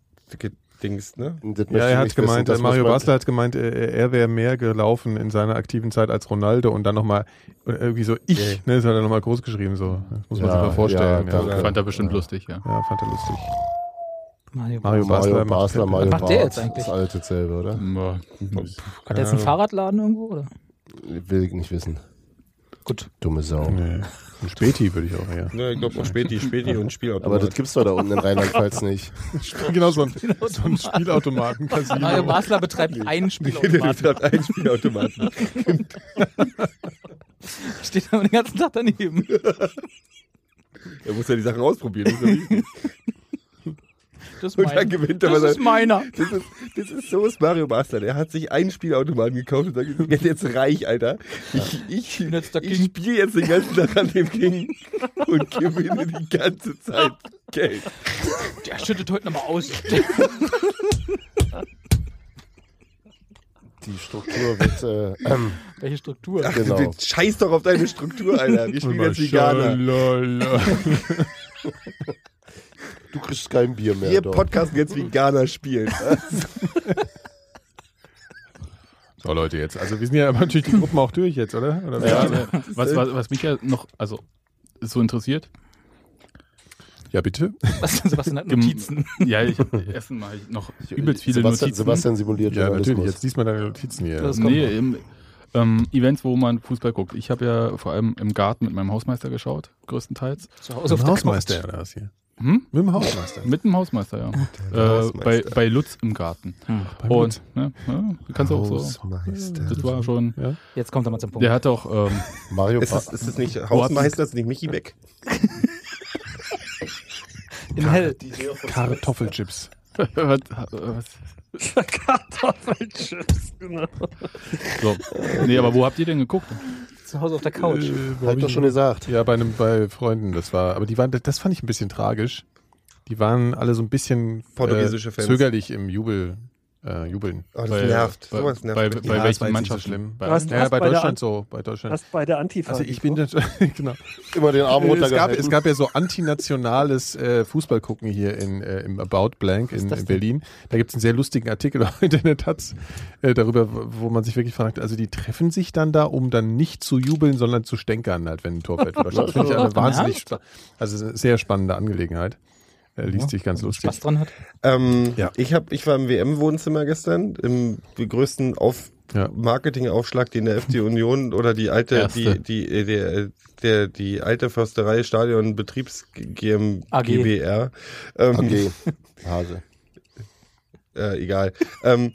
S6: gedingst, ne?
S2: Und das möchte
S4: ja,
S2: ich
S4: er hat
S2: nicht wissen,
S4: gemeint,
S2: das
S4: äh,
S2: muss
S4: Mario
S2: man-
S4: Basler hat gemeint, äh, er, er wäre mehr gelaufen in seiner aktiven Zeit als Ronaldo und dann nochmal irgendwie so ich,
S6: Yeah.
S4: ne? Das hat er nochmal groß geschrieben, so. Das muss man
S2: Ja,
S4: sich mal vorstellen.
S2: ja,
S4: Ja,
S2: danke.
S4: ja.
S7: Fand er bestimmt lustig, ja.
S4: fand er lustig.
S5: Mario
S4: Mario
S5: Basler.
S2: Mario
S4: Basler macht-
S2: Basler, Mario
S5: Was macht der
S2: Barth,
S5: jetzt eigentlich?
S2: Das alte selber, oder?
S7: Ja.
S5: Hat er jetzt einen Fahrradladen irgendwo? Oder?
S2: Will ich nicht wissen.
S5: Gut.
S2: Dumme Sau.
S4: Nee. Ein Späti würde ich auch, ja.
S6: Ne, ich glaube auch Späti, Späti und
S2: Aber
S6: Spielautomat.
S2: das gibt's doch da unten in Rheinland-Pfalz nicht.
S4: genau so ein, so ein Spielautomaten.
S5: Mario Basler betreibt einen Spielautomaten.
S6: hat einen Spielautomaten.
S5: Steht aber den ganzen Tag daneben.
S6: Er muss ja die Sachen ausprobieren. Das ist ja wichtig.
S5: Das ist
S6: Und dann
S5: mein.
S6: gewinnt er.
S5: Das
S6: weil er-
S5: ist meiner.
S6: Das ist, das ist so ist Mario Master. Der hat sich einen Spielautomaten gekauft und sagt, ich bin jetzt reich, Alter. Ich, ich,
S5: bin jetzt der
S6: ich
S5: King.
S6: spiele jetzt den ganzen Tag an dem King und gewinne die ganze Zeit Geld.
S5: Der schüttet heute nochmal aus.
S2: Die Struktur wird. Äh, ähm,
S5: Welche Struktur?
S6: Ach,
S2: Genau.
S6: du- Scheiß doch auf deine Struktur, Alter. Wir spielen jetzt Veganer.
S2: du kriegst kein Bier mehr.
S6: Wir
S2: dort.
S6: podcasten jetzt Veganer spielen.
S4: So, Leute, jetzt. Also, wir sind ja aber natürlich die Gruppen auch durch jetzt, oder? oder ja.
S7: Also, Was, was, was mich ja noch, also, so interessiert.
S4: ja, bitte.
S5: Was Sebastian hat
S7: Gem-
S5: Notizen.
S7: Ja, ich hab erstens mal noch übelst viele
S2: Sebastian,
S7: Notizen.
S2: Sebastian simuliert
S4: Ja, natürlich.
S2: Journalismus.
S4: Jetzt liest mal deine Notizen hier.
S5: Das- Also, kommt
S7: Nee, im, ähm, Events, wo man Fußball guckt. Ich habe ja vor allem im Garten mit meinem Hausmeister geschaut, größtenteils.
S5: Zu
S4: Mit
S5: Hause auf
S4: dem
S5: der
S4: Hausmeister, ja,
S5: Couch.
S4: das hier.
S7: Hm?
S4: Mit dem Hausmeister.
S7: Mit dem Hausmeister, ja. Äh,
S6: Hausmeister.
S7: bei, bei Lutz im Garten.
S6: Hm,
S4: Beim
S7: Und, ne, ne, kannst du auch
S6: Also,
S7: so.
S6: Hausmeister.
S7: Das war schon.
S5: Jetzt kommt er mal zum Punkt.
S7: Der hat auch, ähm,
S2: Mario
S6: Ist das,
S2: Bart.
S6: ist das nicht Hausmeister? Ist das nicht Michi weg?
S5: In hell.
S4: Kartoffelchips.
S7: was, was,
S8: Kartoffelchips, genau.
S7: so. Nee, aber wo habt ihr denn geguckt?
S5: Zu Hause auf der Couch.
S7: Äh,
S2: Hab ich doch schon gesagt.
S4: Äh, Ja, bei einem, bei Freunden, das war, aber die waren, das fand ich ein bisschen tragisch. Die waren alle so ein bisschen äh,
S6: Portugiesische Fans.
S4: zögerlich im Jubel, äh, Jubeln.
S6: Oh, das
S7: Bei-
S6: nervt.
S7: Bei,
S6: Sowas nervt.
S7: bei,
S6: mich.
S4: Ja,
S7: bei
S4: das
S7: welchen
S4: war jetzt nicht so
S7: Mannschaften?
S4: schlimm.
S7: Bei,
S8: Was?
S4: Ja,
S8: hast
S4: bei
S8: bei der
S4: Deutschland
S8: An-
S4: so, bei Deutschland.
S8: Hast bei der Antifa.
S4: Also ich bin,
S8: da.
S4: das, genau.
S2: Immer den Arm
S4: Es gab,
S2: runtergehalten.
S4: es gab ja so antinationales äh, Fußballgucken hier in, äh, im About Blank in, in Berlin. Da gibt es einen sehr lustigen Artikel heute in der Taz äh, darüber, wo- wo man sich wirklich fragt, also die treffen sich dann da, um dann nicht zu jubeln, sondern zu stänkern, halt, wenn ein Tor fällt. Das finde ich eine wahnsinnig spa- also eine sehr spannende Angelegenheit. Äh, liest sich ganz lustig.
S5: Spaß dran hat.
S6: Ähm,
S4: Ja.
S6: ich, hab, ich war im WM-Wohnzimmer gestern, im größten Auf
S4: Ja.
S6: Marketingaufschlag, den der FC Union oder die alte,
S4: Erste.
S6: die, die, äh, der, der, die alte Försterei Stadion Betriebs GM,
S5: AG.
S6: GBR, ähm,
S2: Okay. Hase.
S6: äh, egal. ähm,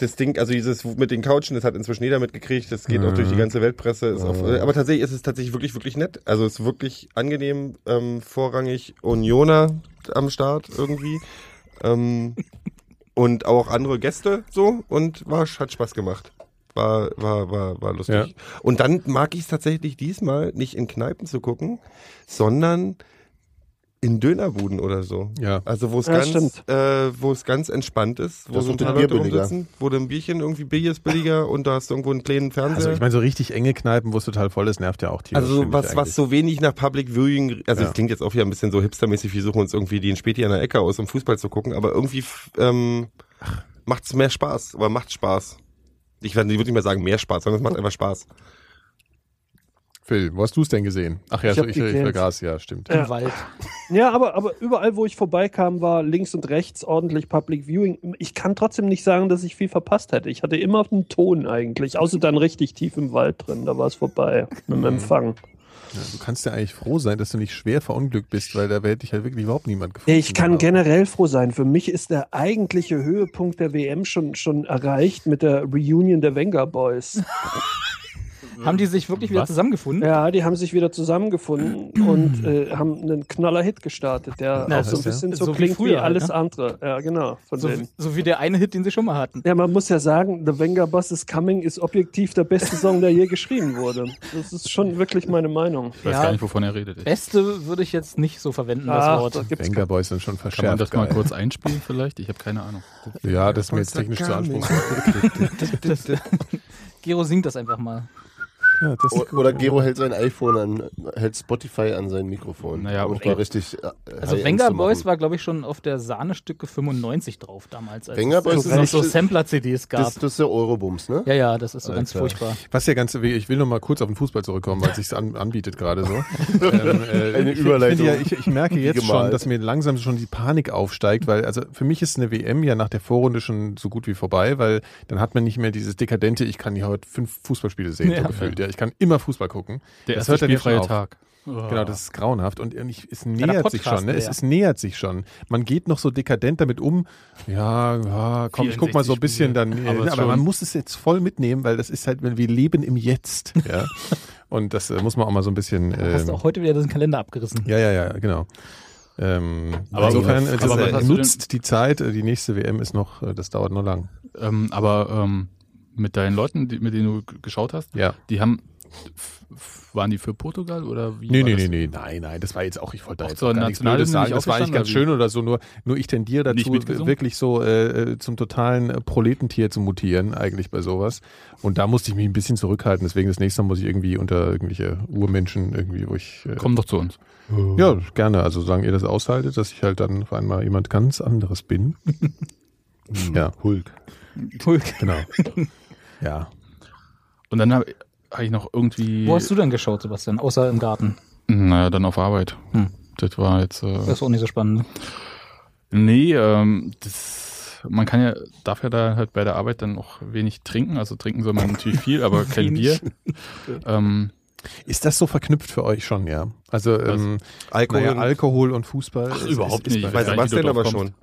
S6: das Ding, also dieses mit den Couchen, das hat inzwischen jeder mitgekriegt, das geht auch durch
S4: Mhm.
S6: die ganze Weltpresse. Ist auf, aber tatsächlich ist es tatsächlich wirklich, wirklich nett. Also es ist wirklich angenehm, ähm, vorrangig Unioner am Start irgendwie. Ähm, und auch andere Gäste so und war, hat Spaß gemacht. War, war, war, war lustig.
S4: Ja.
S6: Und dann mag ich es tatsächlich diesmal nicht in Kneipen zu gucken, sondern in Dönerbuden oder so.
S4: Ja.
S6: Also wo es
S8: Ja,
S6: ganz,
S8: stimmt.
S6: äh, wo es ganz entspannt ist, wo
S2: Das
S6: so ein
S2: wird
S6: paar
S2: ein Bier
S6: Leute
S2: billiger.
S6: rumsitzen, wo du ein Bierchen irgendwie Bier ist billiger und da hast du irgendwo einen kleinen
S4: Also
S6: Fernseher.
S4: ich meine, so richtig enge Kneipen, wo es total voll ist, nervt ja auch tierisch.
S6: äh, Also
S4: finde ich
S6: was, was
S4: eigentlich.
S6: so wenig nach Public Viewing, also
S4: Ja.
S6: es klingt jetzt auch wieder ein bisschen so hipstermäßig, wir suchen uns irgendwie den Späti an der Ecke aus, um Fußball zu gucken, aber irgendwie f- ähm, macht es mehr Spaß, aber macht Spaß. Ich werde würde nicht mehr sagen mehr Spaß, sondern es macht einfach Spaß.
S4: Phil, wo hast du es denn gesehen? Ach ja,
S8: Ich
S4: so,
S8: hab
S4: ich, ich
S8: geklärt.
S4: vergaß, ja, stimmt.
S5: Im
S8: Ja.
S5: Wald.
S8: Ja, aber, aber überall, wo ich vorbeikam, war links und rechts ordentlich Public Viewing. Ich kann trotzdem nicht sagen, dass ich viel verpasst hätte. Ich hatte immer einen Ton eigentlich, außer dann richtig tief im Wald drin. Da war es vorbei mit dem Empfang.
S4: Du kannst ja eigentlich froh sein, dass du nicht schwer verunglückt bist, weil da hätte ich halt wirklich überhaupt niemand gefunden.
S8: Nee, ich kann
S4: Aber-
S8: generell froh sein. Für mich ist der eigentliche Höhepunkt der WM schon, schon erreicht mit der Reunion der Wenger Boys.
S5: Haben die sich wirklich wieder
S7: Was?
S5: zusammengefunden?
S8: Ja, die haben sich wieder zusammengefunden und äh, haben einen Knaller-Hit gestartet, der
S5: Na,
S8: auch so ein
S4: das ist ja-
S8: bisschen so,
S5: so wie
S8: klingt wie,
S5: früher halt,
S8: alles
S5: ne?
S8: andere. Ja, genau. Von
S5: So,
S8: denen.
S5: so wie der eine Hit, den sie schon mal hatten.
S8: Ja, man muss ja sagen, The Wenger Bus is Coming ist objektiv der beste Song, der je geschrieben wurde. Das ist schon wirklich meine Meinung.
S7: Ich weiß
S5: Ja.
S7: gar nicht, wovon er redet. Ich-
S5: Beste würde ich jetzt nicht so verwenden, das
S8: Ach,
S5: Wort.
S8: da gibt's
S4: Wenger Boys sind schon verschärft.
S7: Kann man das mal
S4: geil.
S7: kurz einspielen vielleicht? Ich habe keine Ahnung.
S4: Ja, das ist mir jetzt technisch zu anspruchsvoll.
S5: Gero singt das einfach mal.
S4: Ja, das
S2: O- Oder Gero hält sein iPhone an, hält Spotify an sein Mikrofon.
S7: Naja,
S2: um
S7: aber-
S2: mal richtig. äh,
S5: Also
S2: High-End
S5: Wenger
S2: zu machen.
S5: Boys war, glaube ich, schon auf der Sahnestücke 95 drauf damals. als
S2: Wenger
S5: es-
S2: Boys
S5: als
S2: ist
S5: es noch so
S2: richtig-
S5: Sampler-CDs gab.
S2: Das, das ist der Eurobums, ne?
S5: ja, ja, das ist so ganz
S2: Alter.
S5: furchtbar.
S4: Was ja ganz, ich will noch mal kurz auf den Fußball zurückkommen, weil es sich an, anbietet gerade so. ähm, äh,
S2: Eine
S4: ich- Ich,
S2: Überleitung.
S4: finde ja, ich, ich merke
S2: Wie
S4: jetzt schon,
S2: gemalt.
S4: dass mir langsam schon die Panik aufsteigt, weil also für mich ist eine WM ja nach der Vorrunde schon so gut wie vorbei, weil dann hat man nicht mehr dieses dekadente, ich kann hier heute fünf Fußballspiele sehen,
S5: Ja.
S4: so gefühlt. Ja, ich kann immer Fußball gucken.
S7: Der
S4: Das
S7: erste
S4: hört dann ja schon
S7: spielfreie
S4: auf.
S7: Tag.
S4: Genau, das ist grauenhaft und irgendwie- es
S5: der
S4: nähert sich
S5: Podcast
S4: schon. Ne? Es,
S5: leer.
S4: es nähert sich schon. Man geht noch so dekadent damit um. Ja, ja komm, ich guck mal so ein
S7: 64
S4: bisschen dann.
S7: Spiele.
S4: äh,
S7: Aber
S4: Aber,
S7: es schon-
S4: man muss es jetzt voll mitnehmen, weil das ist halt, wenn wir leben im Jetzt. Ja? und das äh, muss man auch mal so ein bisschen.
S5: Hast
S4: ähm,
S5: du auch heute wieder diesen Kalender abgerissen.
S4: ja, ja, ja, genau. Ähm,
S7: Aber-
S4: insofern
S7: aber
S4: es ist-
S7: was hast du
S4: nutzt die Zeit. äh, Die nächste WM ist noch, äh, das dauert noch lang.
S7: Ähm, aber ähm, mit deinen Leuten, die, mit denen du g- geschaut hast,
S4: Ja.
S7: die haben, f- f- waren die für Portugal oder wie?
S4: Nee,
S7: war
S4: nee, nee,
S7: das?
S4: nee, nein, nein, das war jetzt auch, ich wollte da
S7: Auch
S4: jetzt
S7: zur
S4: auch gar nichts
S7: Nationalen
S4: Blödes sagen,
S7: nicht
S4: das war eigentlich ganz
S7: aufgestanden,
S4: schön oder so, nur, nur ich tendiere
S7: Nicht
S4: dazu,
S7: mitgesungen?
S4: wirklich so äh, äh, zum totalen äh, Proletentier zu mutieren, eigentlich bei sowas. Und da musste ich mich ein bisschen zurückhalten, deswegen das nächste Mal muss ich irgendwie unter irgendwelche Urmenschen irgendwie, wo ich... Äh,
S7: Komm doch zu uns.
S4: Ja, gerne, also solange ihr das aushaltet, dass ich halt dann auf einmal jemand ganz anderes bin.
S7: Hm,
S4: ja, Hulk.
S5: Hulk.
S4: Genau. ja.
S7: Und dann habe hab ich noch irgendwie.
S5: Wo hast du denn geschaut, Sebastian? Außer im Garten.
S7: Naja, dann auf Arbeit.
S5: Hm.
S7: Das war jetzt. Äh,
S5: Das ist auch nicht so spannend. ne?
S7: Nee, ähm, das, man kann ja, darf ja da halt bei der Arbeit dann auch wenig trinken. Also trinken soll man natürlich viel, aber kein Bier. ähm,
S4: Ist das so verknüpft für euch schon, ja? Also ähm,
S6: Alkohol.
S4: naja, Alkohol und Fußball.
S7: Ach, überhaupt nicht.
S4: bei-
S6: Bei
S7: Ja,
S6: Sebastian
S7: die
S6: aber
S7: dort
S6: schon.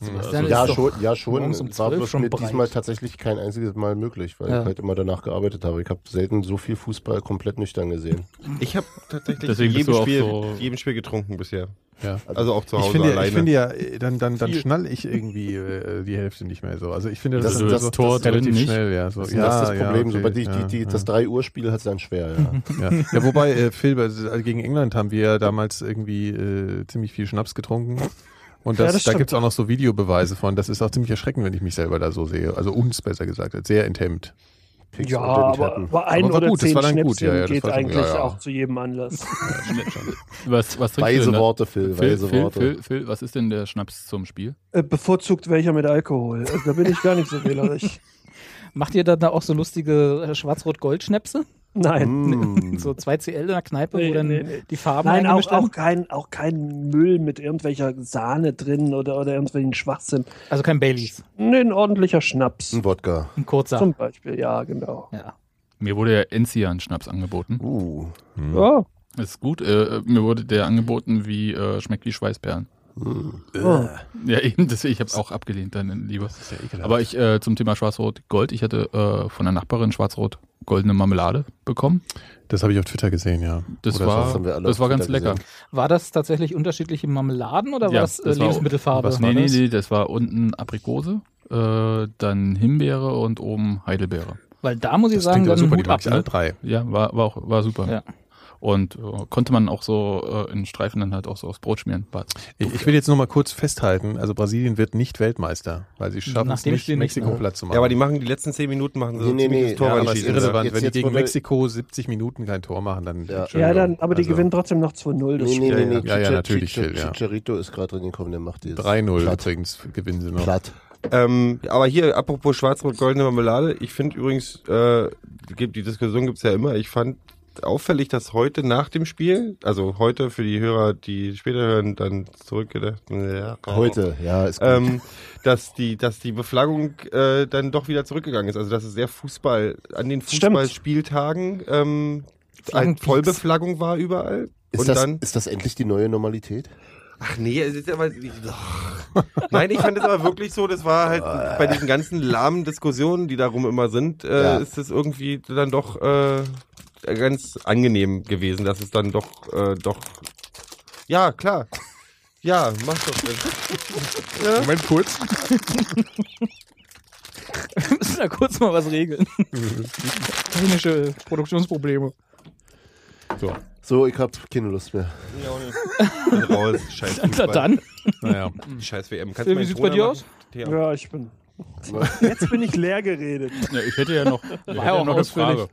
S5: Sebastian
S2: Also Ja,
S5: ist doch-
S2: schon, ja, schon.
S5: morgens um
S2: war
S5: 12
S2: bloß
S5: schon
S2: mir
S5: breit.
S2: diesmal tatsächlich kein einziges Mal möglich, weil
S5: Ja.
S2: ich halt immer danach gearbeitet habe. Ich habe selten so viel Fußball komplett nüchtern gesehen.
S6: Ich habe tatsächlich
S7: Deswegen bist
S6: jedem
S7: du auch
S6: Spiel,
S7: so-
S6: jedem Spiel getrunken bisher.
S4: Ja.
S6: Also auch zu Hause
S4: Ich finde, ja,
S6: alleine.
S4: ich finde ja, äh, dann, dann, dann schnall ich irgendwie äh, die Hälfte nicht mehr so. Also ich finde,
S2: Das-
S4: ist
S2: das
S4: so
S7: Tor drin
S4: relativ
S7: nicht.
S4: schnell, ja. So.
S2: Das,
S4: ja,
S2: das ist das
S4: ja,
S2: Problem.
S4: okay,
S2: Sobald die,
S4: ja,
S2: die, die,
S4: ja.
S2: das 3-Uhr-Spiel hat es dann schwer, ja.
S4: Ja. ja, wobei, äh, Phil, also gegen England haben wir ja damals irgendwie äh, ziemlich viel Schnaps getrunken. Und das,
S8: Ja, das
S4: da
S8: stimmt.
S4: gibt's auch noch so Videobeweise von. Das ist auch ziemlich erschreckend, wenn ich mich selber da so sehe. Also uns besser gesagt, als sehr enthemmt.
S2: Pigs
S8: Ja,
S2: unter den
S8: aber,
S2: Teppen.
S8: aber ein
S4: Aber war
S8: oder
S4: gut, das
S8: zehn
S4: war dann gut,
S8: Schnäpschen
S4: ja, ja, das
S8: geht
S4: war schon-
S8: eigentlich
S4: ja, ja.
S8: auch zu jedem Anlass.
S7: was, was trinkst du
S2: Weise
S4: ne?
S7: denn da?
S2: Worte, Phil,
S7: Phil,
S2: weise
S7: Phil,
S2: Worte.
S7: Phil, Phil, was ist denn der Schnaps zum Spiel?
S8: Äh, bevorzugt welcher mit Alkohol. Also, da bin ich gar nicht so wählerisch.
S5: Macht ihr dann da auch so lustige äh, Schwarz-Rot-Gold-Schnäpse?
S8: Nein.
S4: Hm.
S2: Mm.
S5: So 2CL in der Kneipe,
S8: Nee,
S5: wo dann
S8: nee, nee.
S5: die Farben
S8: Nein, auch,
S5: eingemischt
S8: auch,
S5: werden?
S8: kein, auch kein Müll mit irgendwelcher Sahne drin oder, oder irgendwelchen Schwachsinn.
S5: Also kein Baileys,
S8: Nee, ein ordentlicher Schnaps.
S2: Ein Wodka.
S5: ein kurzer.
S8: Zum Beispiel, ja, genau.
S5: Ja.
S7: Mir wurde ja Enzian-Schnaps angeboten.
S2: Uh.
S4: Hm.
S8: Ja.
S7: Das ist gut. Äh, mir wurde der angeboten, wie äh, schmeckt wie Schweißperlen.
S4: Äh,
S8: Oh.
S7: Ja, eben, deswegen, ich habe es auch abgelehnt dann lieber. Aber ich äh, zum Thema Schwarz-Rot-Gold, ich hatte äh, von der Nachbarin Schwarz-Rot-Goldene Marmelade bekommen.
S4: Das habe ich auf Twitter gesehen, ja.
S7: Das
S4: Oder
S7: war,
S2: das haben wir alle
S7: das
S2: auf
S7: war ganz
S2: Twitter
S7: lecker.
S2: gesehen.
S5: War das tatsächlich unterschiedliche Marmeladen oder
S7: Ja,
S5: war das, äh,
S7: das war-
S5: Lebensmittelfarbe?
S7: nee, nee, nee, das war unten Aprikose, äh, dann Himbeere und oben Heidelbeere.
S5: Weil da muss ich
S4: Das
S5: sagen,
S4: klingt aber
S5: dann
S4: super, die
S5: Hut
S4: mag
S5: ab.
S4: ich alle
S5: Ne?
S4: drei.
S7: Ja, war, war auch war super.
S5: Ja.
S7: Und äh, konnte man auch so äh, in Streifen dann halt auch so aufs Brot schmieren. War
S4: Ich, ich will jetzt nur mal kurz festhalten, also Brasilien wird nicht Weltmeister, weil sie schaffen
S5: Nach
S4: es
S5: dem
S4: nicht,
S5: Spiel nicht,
S4: Mexiko
S5: ne?
S4: platt zu machen.
S6: Ja, aber die machen die letzten 10 Minuten machen so
S2: Nee,
S6: ein
S2: nee,
S6: ziemliches ne?
S2: nee,
S6: Tor
S2: ja,
S4: ja,
S6: weil
S4: aber ist
S6: die schießen.
S4: irrelevant,
S2: Jetzt-
S4: wenn die
S2: jetzt
S4: gegen
S2: wurde-
S4: Mexiko 70 Minuten kein Tor machen, dann
S2: Ja.
S8: Ja, dann, aber die
S4: Also
S8: gewinnen trotzdem noch 2-0. das
S2: Nee, nee,
S8: Spiel.
S2: nee, nee.
S4: Ja, ja,
S2: Chicha-
S4: natürlich,
S2: Chicha-
S4: Phil, ja.
S2: Chicharito ist gerade reingekommen, der macht dieses.
S4: 3-0
S2: Platt.
S4: übrigens gewinnen sie noch.
S2: Platt.
S6: Ähm, aber hier, apropos schwarz-rot-goldene Marmelade, ich finde übrigens, äh, gibt, die Diskussion gibt's ja immer, ich fand auffällig, dass heute nach dem Spiel, also heute für die Hörer, die später hören, dann zurückgedacht, ja,
S4: Oh.
S2: Heute, ja, ist gut.
S6: ähm, dass die, dass die Beflaggung äh, dann doch wieder zurückgegangen ist. Also dass es sehr Fußball an den
S8: Stimmt.
S6: Fußballspieltagen ähm, eine
S5: Flaggenpieks.
S6: Vollbeflaggung war überall.
S2: ist,
S6: und
S2: das,
S6: dann,
S2: ist das endlich die neue Normalität?
S6: ach nee, es ist aber, doch. nein, ich fand es aber wirklich so, das war halt bei diesen ganzen lahmen Diskussionen, die darum immer sind, äh,
S2: Ja.
S6: ist es irgendwie dann doch äh, ganz angenehm gewesen, dass es dann doch, äh, doch, ja klar, ja, mach doch.
S4: Moment kurz.
S5: Wir müssen da kurz mal was regeln. Technische Produktionsprobleme.
S2: So, ich hab keine Lust mehr.
S6: Bin raus, scheiß
S5: Na
S6: Fußball. Hm.
S5: dann,
S4: Naja.
S6: Scheiß WM. Kannst
S5: Wie
S6: meinen
S5: sieht's
S6: Toner
S5: bei dir
S6: machen?
S5: aus?
S6: Ja.
S8: Ja, ich bin. Jetzt bin ich leer geredet.
S7: ja, ich hätte ja noch, ich hätte
S5: ja auch
S7: ja noch eine
S5: ausführlich.
S7: Frage.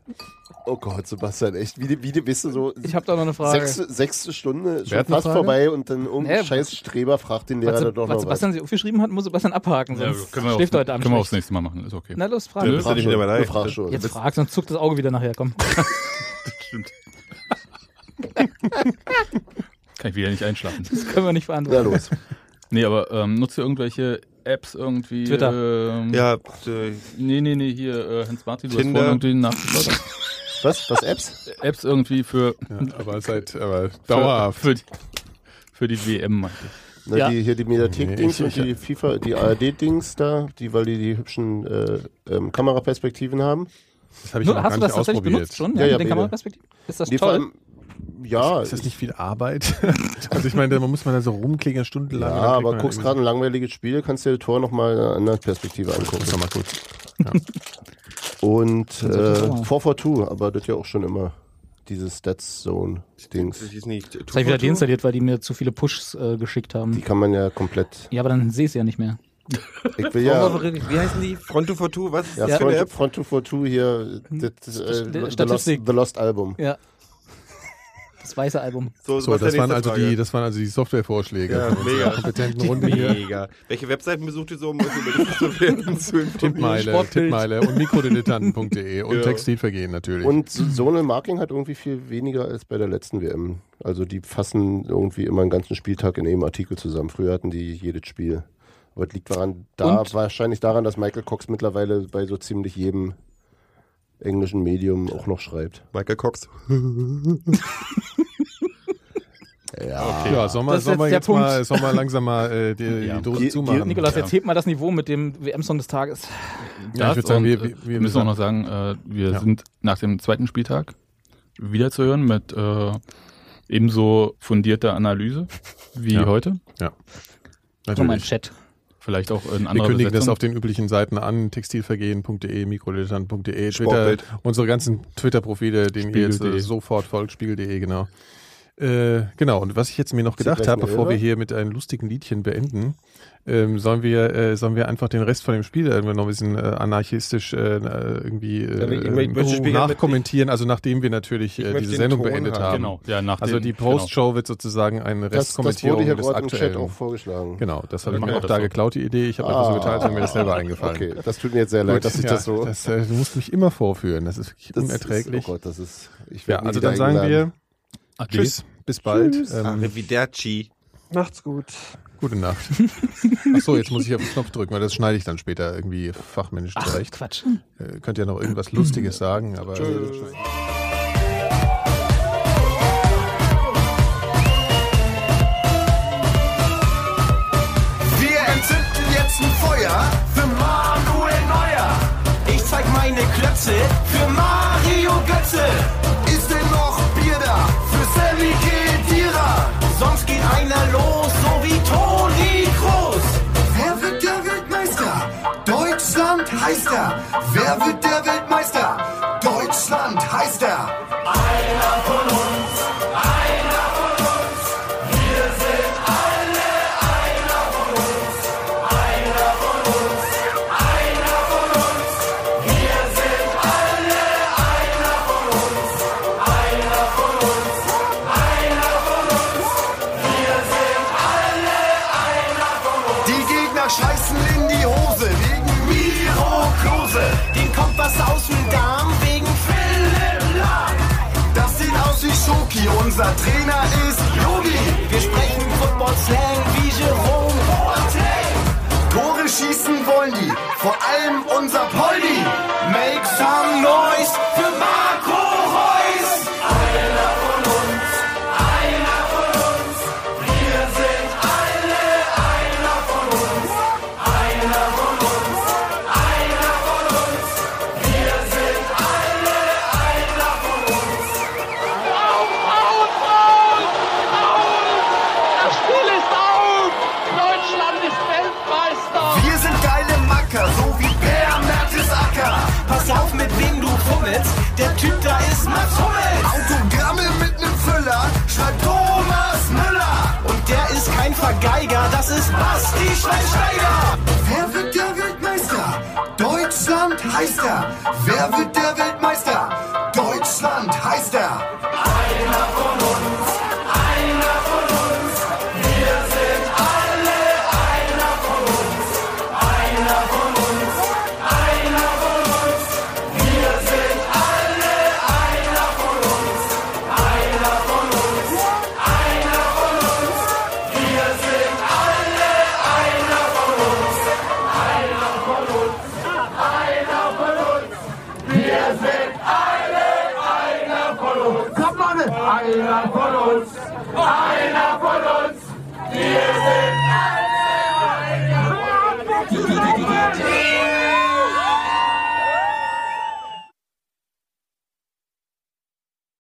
S2: Oh Gott, Sebastian, echt. Wie, wie bist du so.
S5: ich habe da noch eine Frage.
S2: Sechste, sechste Stunde ist schon
S4: Wer hat eine
S2: fast
S4: Frage?
S2: vorbei und dann irgendein
S5: Nee,
S2: scheiß Streber fragt den Lehrer
S5: was,
S2: dann
S5: Se-
S2: doch
S5: was
S2: noch was.
S5: Sebastian sich aufgeschrieben hat, muss Sebastian abhaken,
S7: Ja,
S5: sonst
S7: können wir,
S5: schläft
S7: aufs,
S5: heute Abend
S7: können wir aufs
S5: schlecht.
S7: nächste Mal machen, ist okay.
S5: Na los,
S6: Ja,
S5: Frage.
S6: das- Bist du nicht dabei?
S2: Du fragst schon.
S5: Jetzt frag, sonst zuckt das Auge wieder nachher. Komm.
S7: Kann ich wieder nicht einschlafen.
S5: Das können wir nicht
S2: Na
S5: verantworten.
S2: los.
S7: Nee, aber ähm, nutzt ihr irgendwelche Apps irgendwie?
S5: Twitter.
S7: Ähm,
S6: Ja, äh,
S7: Nee, nee, nee, hier, äh, Hans Martin, du
S6: Tinder.
S7: hast vorhin irgendwie nachgeschaut.
S2: Was? Was Apps?
S7: Apps irgendwie für,
S4: Ja, aber seit aber dauerhaft.
S7: für, die, für die WM, meinte ich.
S2: Na,
S5: Ja.
S2: die, hier die Mediathek-Dings
S4: Nee,
S2: und
S4: ich-
S2: die FIFA, die ARD-Dings da, die, weil die die hübschen äh, ähm, Kameraperspektiven haben.
S4: Das habe ich
S5: Nur,
S4: noch gar
S5: hast du
S4: nicht
S5: das tatsächlich
S4: ausprobiert.
S5: benutzt schon?
S2: Ja, ja,
S5: mit den
S2: beide.
S5: Kameraperspektiven? Ist das
S2: Nee, vor
S5: toll?
S2: allem, ja,
S4: Ist das
S2: ich-
S4: nicht viel Arbeit? also ich meine, da muss man da so rumklicken,
S2: ja,
S4: stundenlang.
S2: aber guckst gerade ein langweiliges Spiel, kannst dir das Tor nochmal in einer anderen Perspektive angucken.
S4: Guck's doch mal kurz.
S2: Und äh,
S5: das machen.
S2: 442, aber das ja auch schon immer. Dieses Stats-Zone-Dings.
S6: ist nicht.
S5: Das habe ich wieder deinstalliert, weil die mir zu viele Pushs äh, geschickt
S2: Die
S5: haben.
S2: kann man ja komplett.
S5: Ja, aber dann sehe ich es ja nicht mehr.
S2: Ich will
S6: Ja.
S2: ja.
S6: Wie heißen die? Fronto for Two? Was?
S2: Ja,
S5: Ja.
S2: Front, Front 242 hier,
S4: Hm.
S2: das, äh, the, Lost,
S5: Statistik.
S2: the Lost Album.
S5: Ja. Das weiße Album.
S4: So, das waren, also die,
S6: das
S4: das waren also die Softwarevorschläge.
S6: Ja,
S4: von
S6: mega.
S4: unserer kompetenten Runde hier.
S6: Mega. Welche Webseiten besucht ihr so, um euch über das zu werden? Zu informieren?
S4: Tippmeile,
S5: Sportbild.
S4: Tippmeile und mikrodilettanten.de und
S6: Ja.
S4: Textilvergehen natürlich.
S2: Und so- so eine Marking hat irgendwie viel weniger als bei der letzten WM. Also die fassen irgendwie immer einen ganzen Spieltag in einem Artikel zusammen. Früher hatten die jedes Spiel. Aber das liegt daran, da
S5: Und?
S2: wahrscheinlich daran, dass Michael Cox mittlerweile bei so ziemlich jedem englischen Medium auch noch schreibt.
S6: Michael Cox.
S4: okay. Ja, sollen wir,
S5: Das ist
S4: sollen wir
S5: jetzt der
S4: jetzt mal,
S5: Punkt.
S4: sollen wir langsam mal äh, die, die Dose
S2: Die-
S4: zumachen.
S2: die-
S5: Nikolas, jetzt hebt mal das Niveau mit dem WM-Song des Tages.
S4: Ja, ich
S7: Das
S4: würde sagen,
S7: und,
S4: wir,
S7: äh,
S4: wir, wir
S7: müssen auch noch sagen, äh, wir
S4: Ja.
S7: sind nach dem zweiten Spieltag wieder zu hören mit äh, ebenso fundierter Analyse wie
S4: Ja.
S7: heute.
S5: Komm mal in den
S4: natürlich.
S5: Chat.
S7: Vielleicht auch in
S4: Wir
S7: anderer
S4: kündigen das
S7: Besetzung.
S4: auf den üblichen Seiten an, textilvergehen.de, mikrodilettanten.de, Twitter,
S6: Sportbild.
S4: unsere ganzen Twitter-Profile, denen ihr jetzt äh,
S7: Spiegel.de.
S4: sofort folgt, spiegel.de, genau. Äh, genau, und was ich jetzt mir noch
S2: Ist
S4: gedacht
S2: das
S4: habe,
S2: eine
S4: bevor wir
S2: Elbe?
S4: hier mit einem lustigen Liedchen beenden, ähm, sollen, wir, äh, sollen wir einfach den Rest von dem Spiel irgendwie noch ein bisschen äh, anarchistisch äh, irgendwie
S6: Ja,
S4: äh,
S6: ich- ich möchte das
S4: äh,
S6: Spiel gerne mit-
S4: nachkommentieren, also nachdem wir natürlich äh,
S6: möchte
S4: diese
S6: den
S4: Sendung
S6: Ton
S4: beendet
S6: haben.
S4: haben.
S7: Genau, ja, nach
S4: Also
S7: den- genau.
S4: die Post-Show wird sozusagen eine
S2: Das, das wurde
S4: Restkommentierung
S2: hier
S4: des
S2: gerade im Chat
S4: aktuellen.
S2: auch vorgeschlagen.
S4: Genau, das habe ich mir
S7: Dann machen
S4: auch
S7: wir
S4: da
S7: das so.
S4: geklaut, die Idee. Ich habe einfach so getan, als wäre mir Genau, das selber eingefallen.
S2: Ah, Okay, das tut mir jetzt sehr leid, dass ich
S4: ja,
S2: das so.
S4: äh, du musst mich immer vorführen. Das ist wirklich
S2: das ist-
S4: unerträglich.
S2: oh Gott, das ist. Ich
S4: ja,
S2: werd nie
S4: also
S2: wieder
S4: dann sagen
S2: eingeladen.
S4: wir
S7: Ade.
S4: Tschüss, bis bald.
S6: Ah,
S4: Ähm,
S6: Arrivederci.
S8: Macht's gut.
S4: gute Nacht. Achso, jetzt muss ich auf den Knopf drücken, weil das schneide ich dann später irgendwie fachmännisch zurecht.
S5: Quatsch.
S4: Äh, könnt ihr noch irgendwas Lustiges sagen, aber.
S9: Wir entzünden jetzt ein Feuer für Manuel Neuer. Ich zeig meine Klötze für Mario Götze. Ist denn noch Bier da für Sammy Kedira? Sonst geht einer los, so wie Toni Kroos. Wer wird der Weltmeister? Deutschland heißt er. Wer wird der Weltmeister? Deutschland heißt er. Einer von uns, einer von uns. Wir sind alle einer von uns, einer von uns, einer von uns. Wir sind alle einer von uns, einer von uns, einer von uns. Wir sind alle einer von uns. Die Gegner scheißen in die Hose wegen Miro Klose. Den kommt was aus dem Darm wegen Philipp Lahm. Das sieht aus wie Schoki, unser Trainer ist Yogi. Wir sprechen Football-Slang wie Jerome Boateng. Tore schießen wollen die, vor allem unser Poldi. Make some noise für Marco Reus. Einer von uns, einer von uns. Wir sind alle einer von uns, einer von uns, einer von uns. Wir sind alle einer von uns.
S10: Das Spiel ist auf! Deutschland ist Weltmeister!
S9: Wir sind geile Macker, so wie Per Mertesacker. Pass auf, mit wem du fummelst, der Typ da ist Mats Hummels. Autogramme mit nem Füller, schreibt Thomas Müller. Und der ist kein Vergeiger, das ist Basti Schweinsteiger. Wer wird der Weltmeister? Deutschland heißt er. Wer wird der Weltmeister? Deutschland heißt er. Einer von uns, einer von uns. Wir sind alle einer von uns. Einer von uns, einer von uns, wir sind alle einer von uns. Einer von uns, einer von uns, wir sind alle einer von uns. Einer von uns, einer von uns, wir sind alle einer von uns. Komm, Mann! Einer von uns, einer von uns, wir sind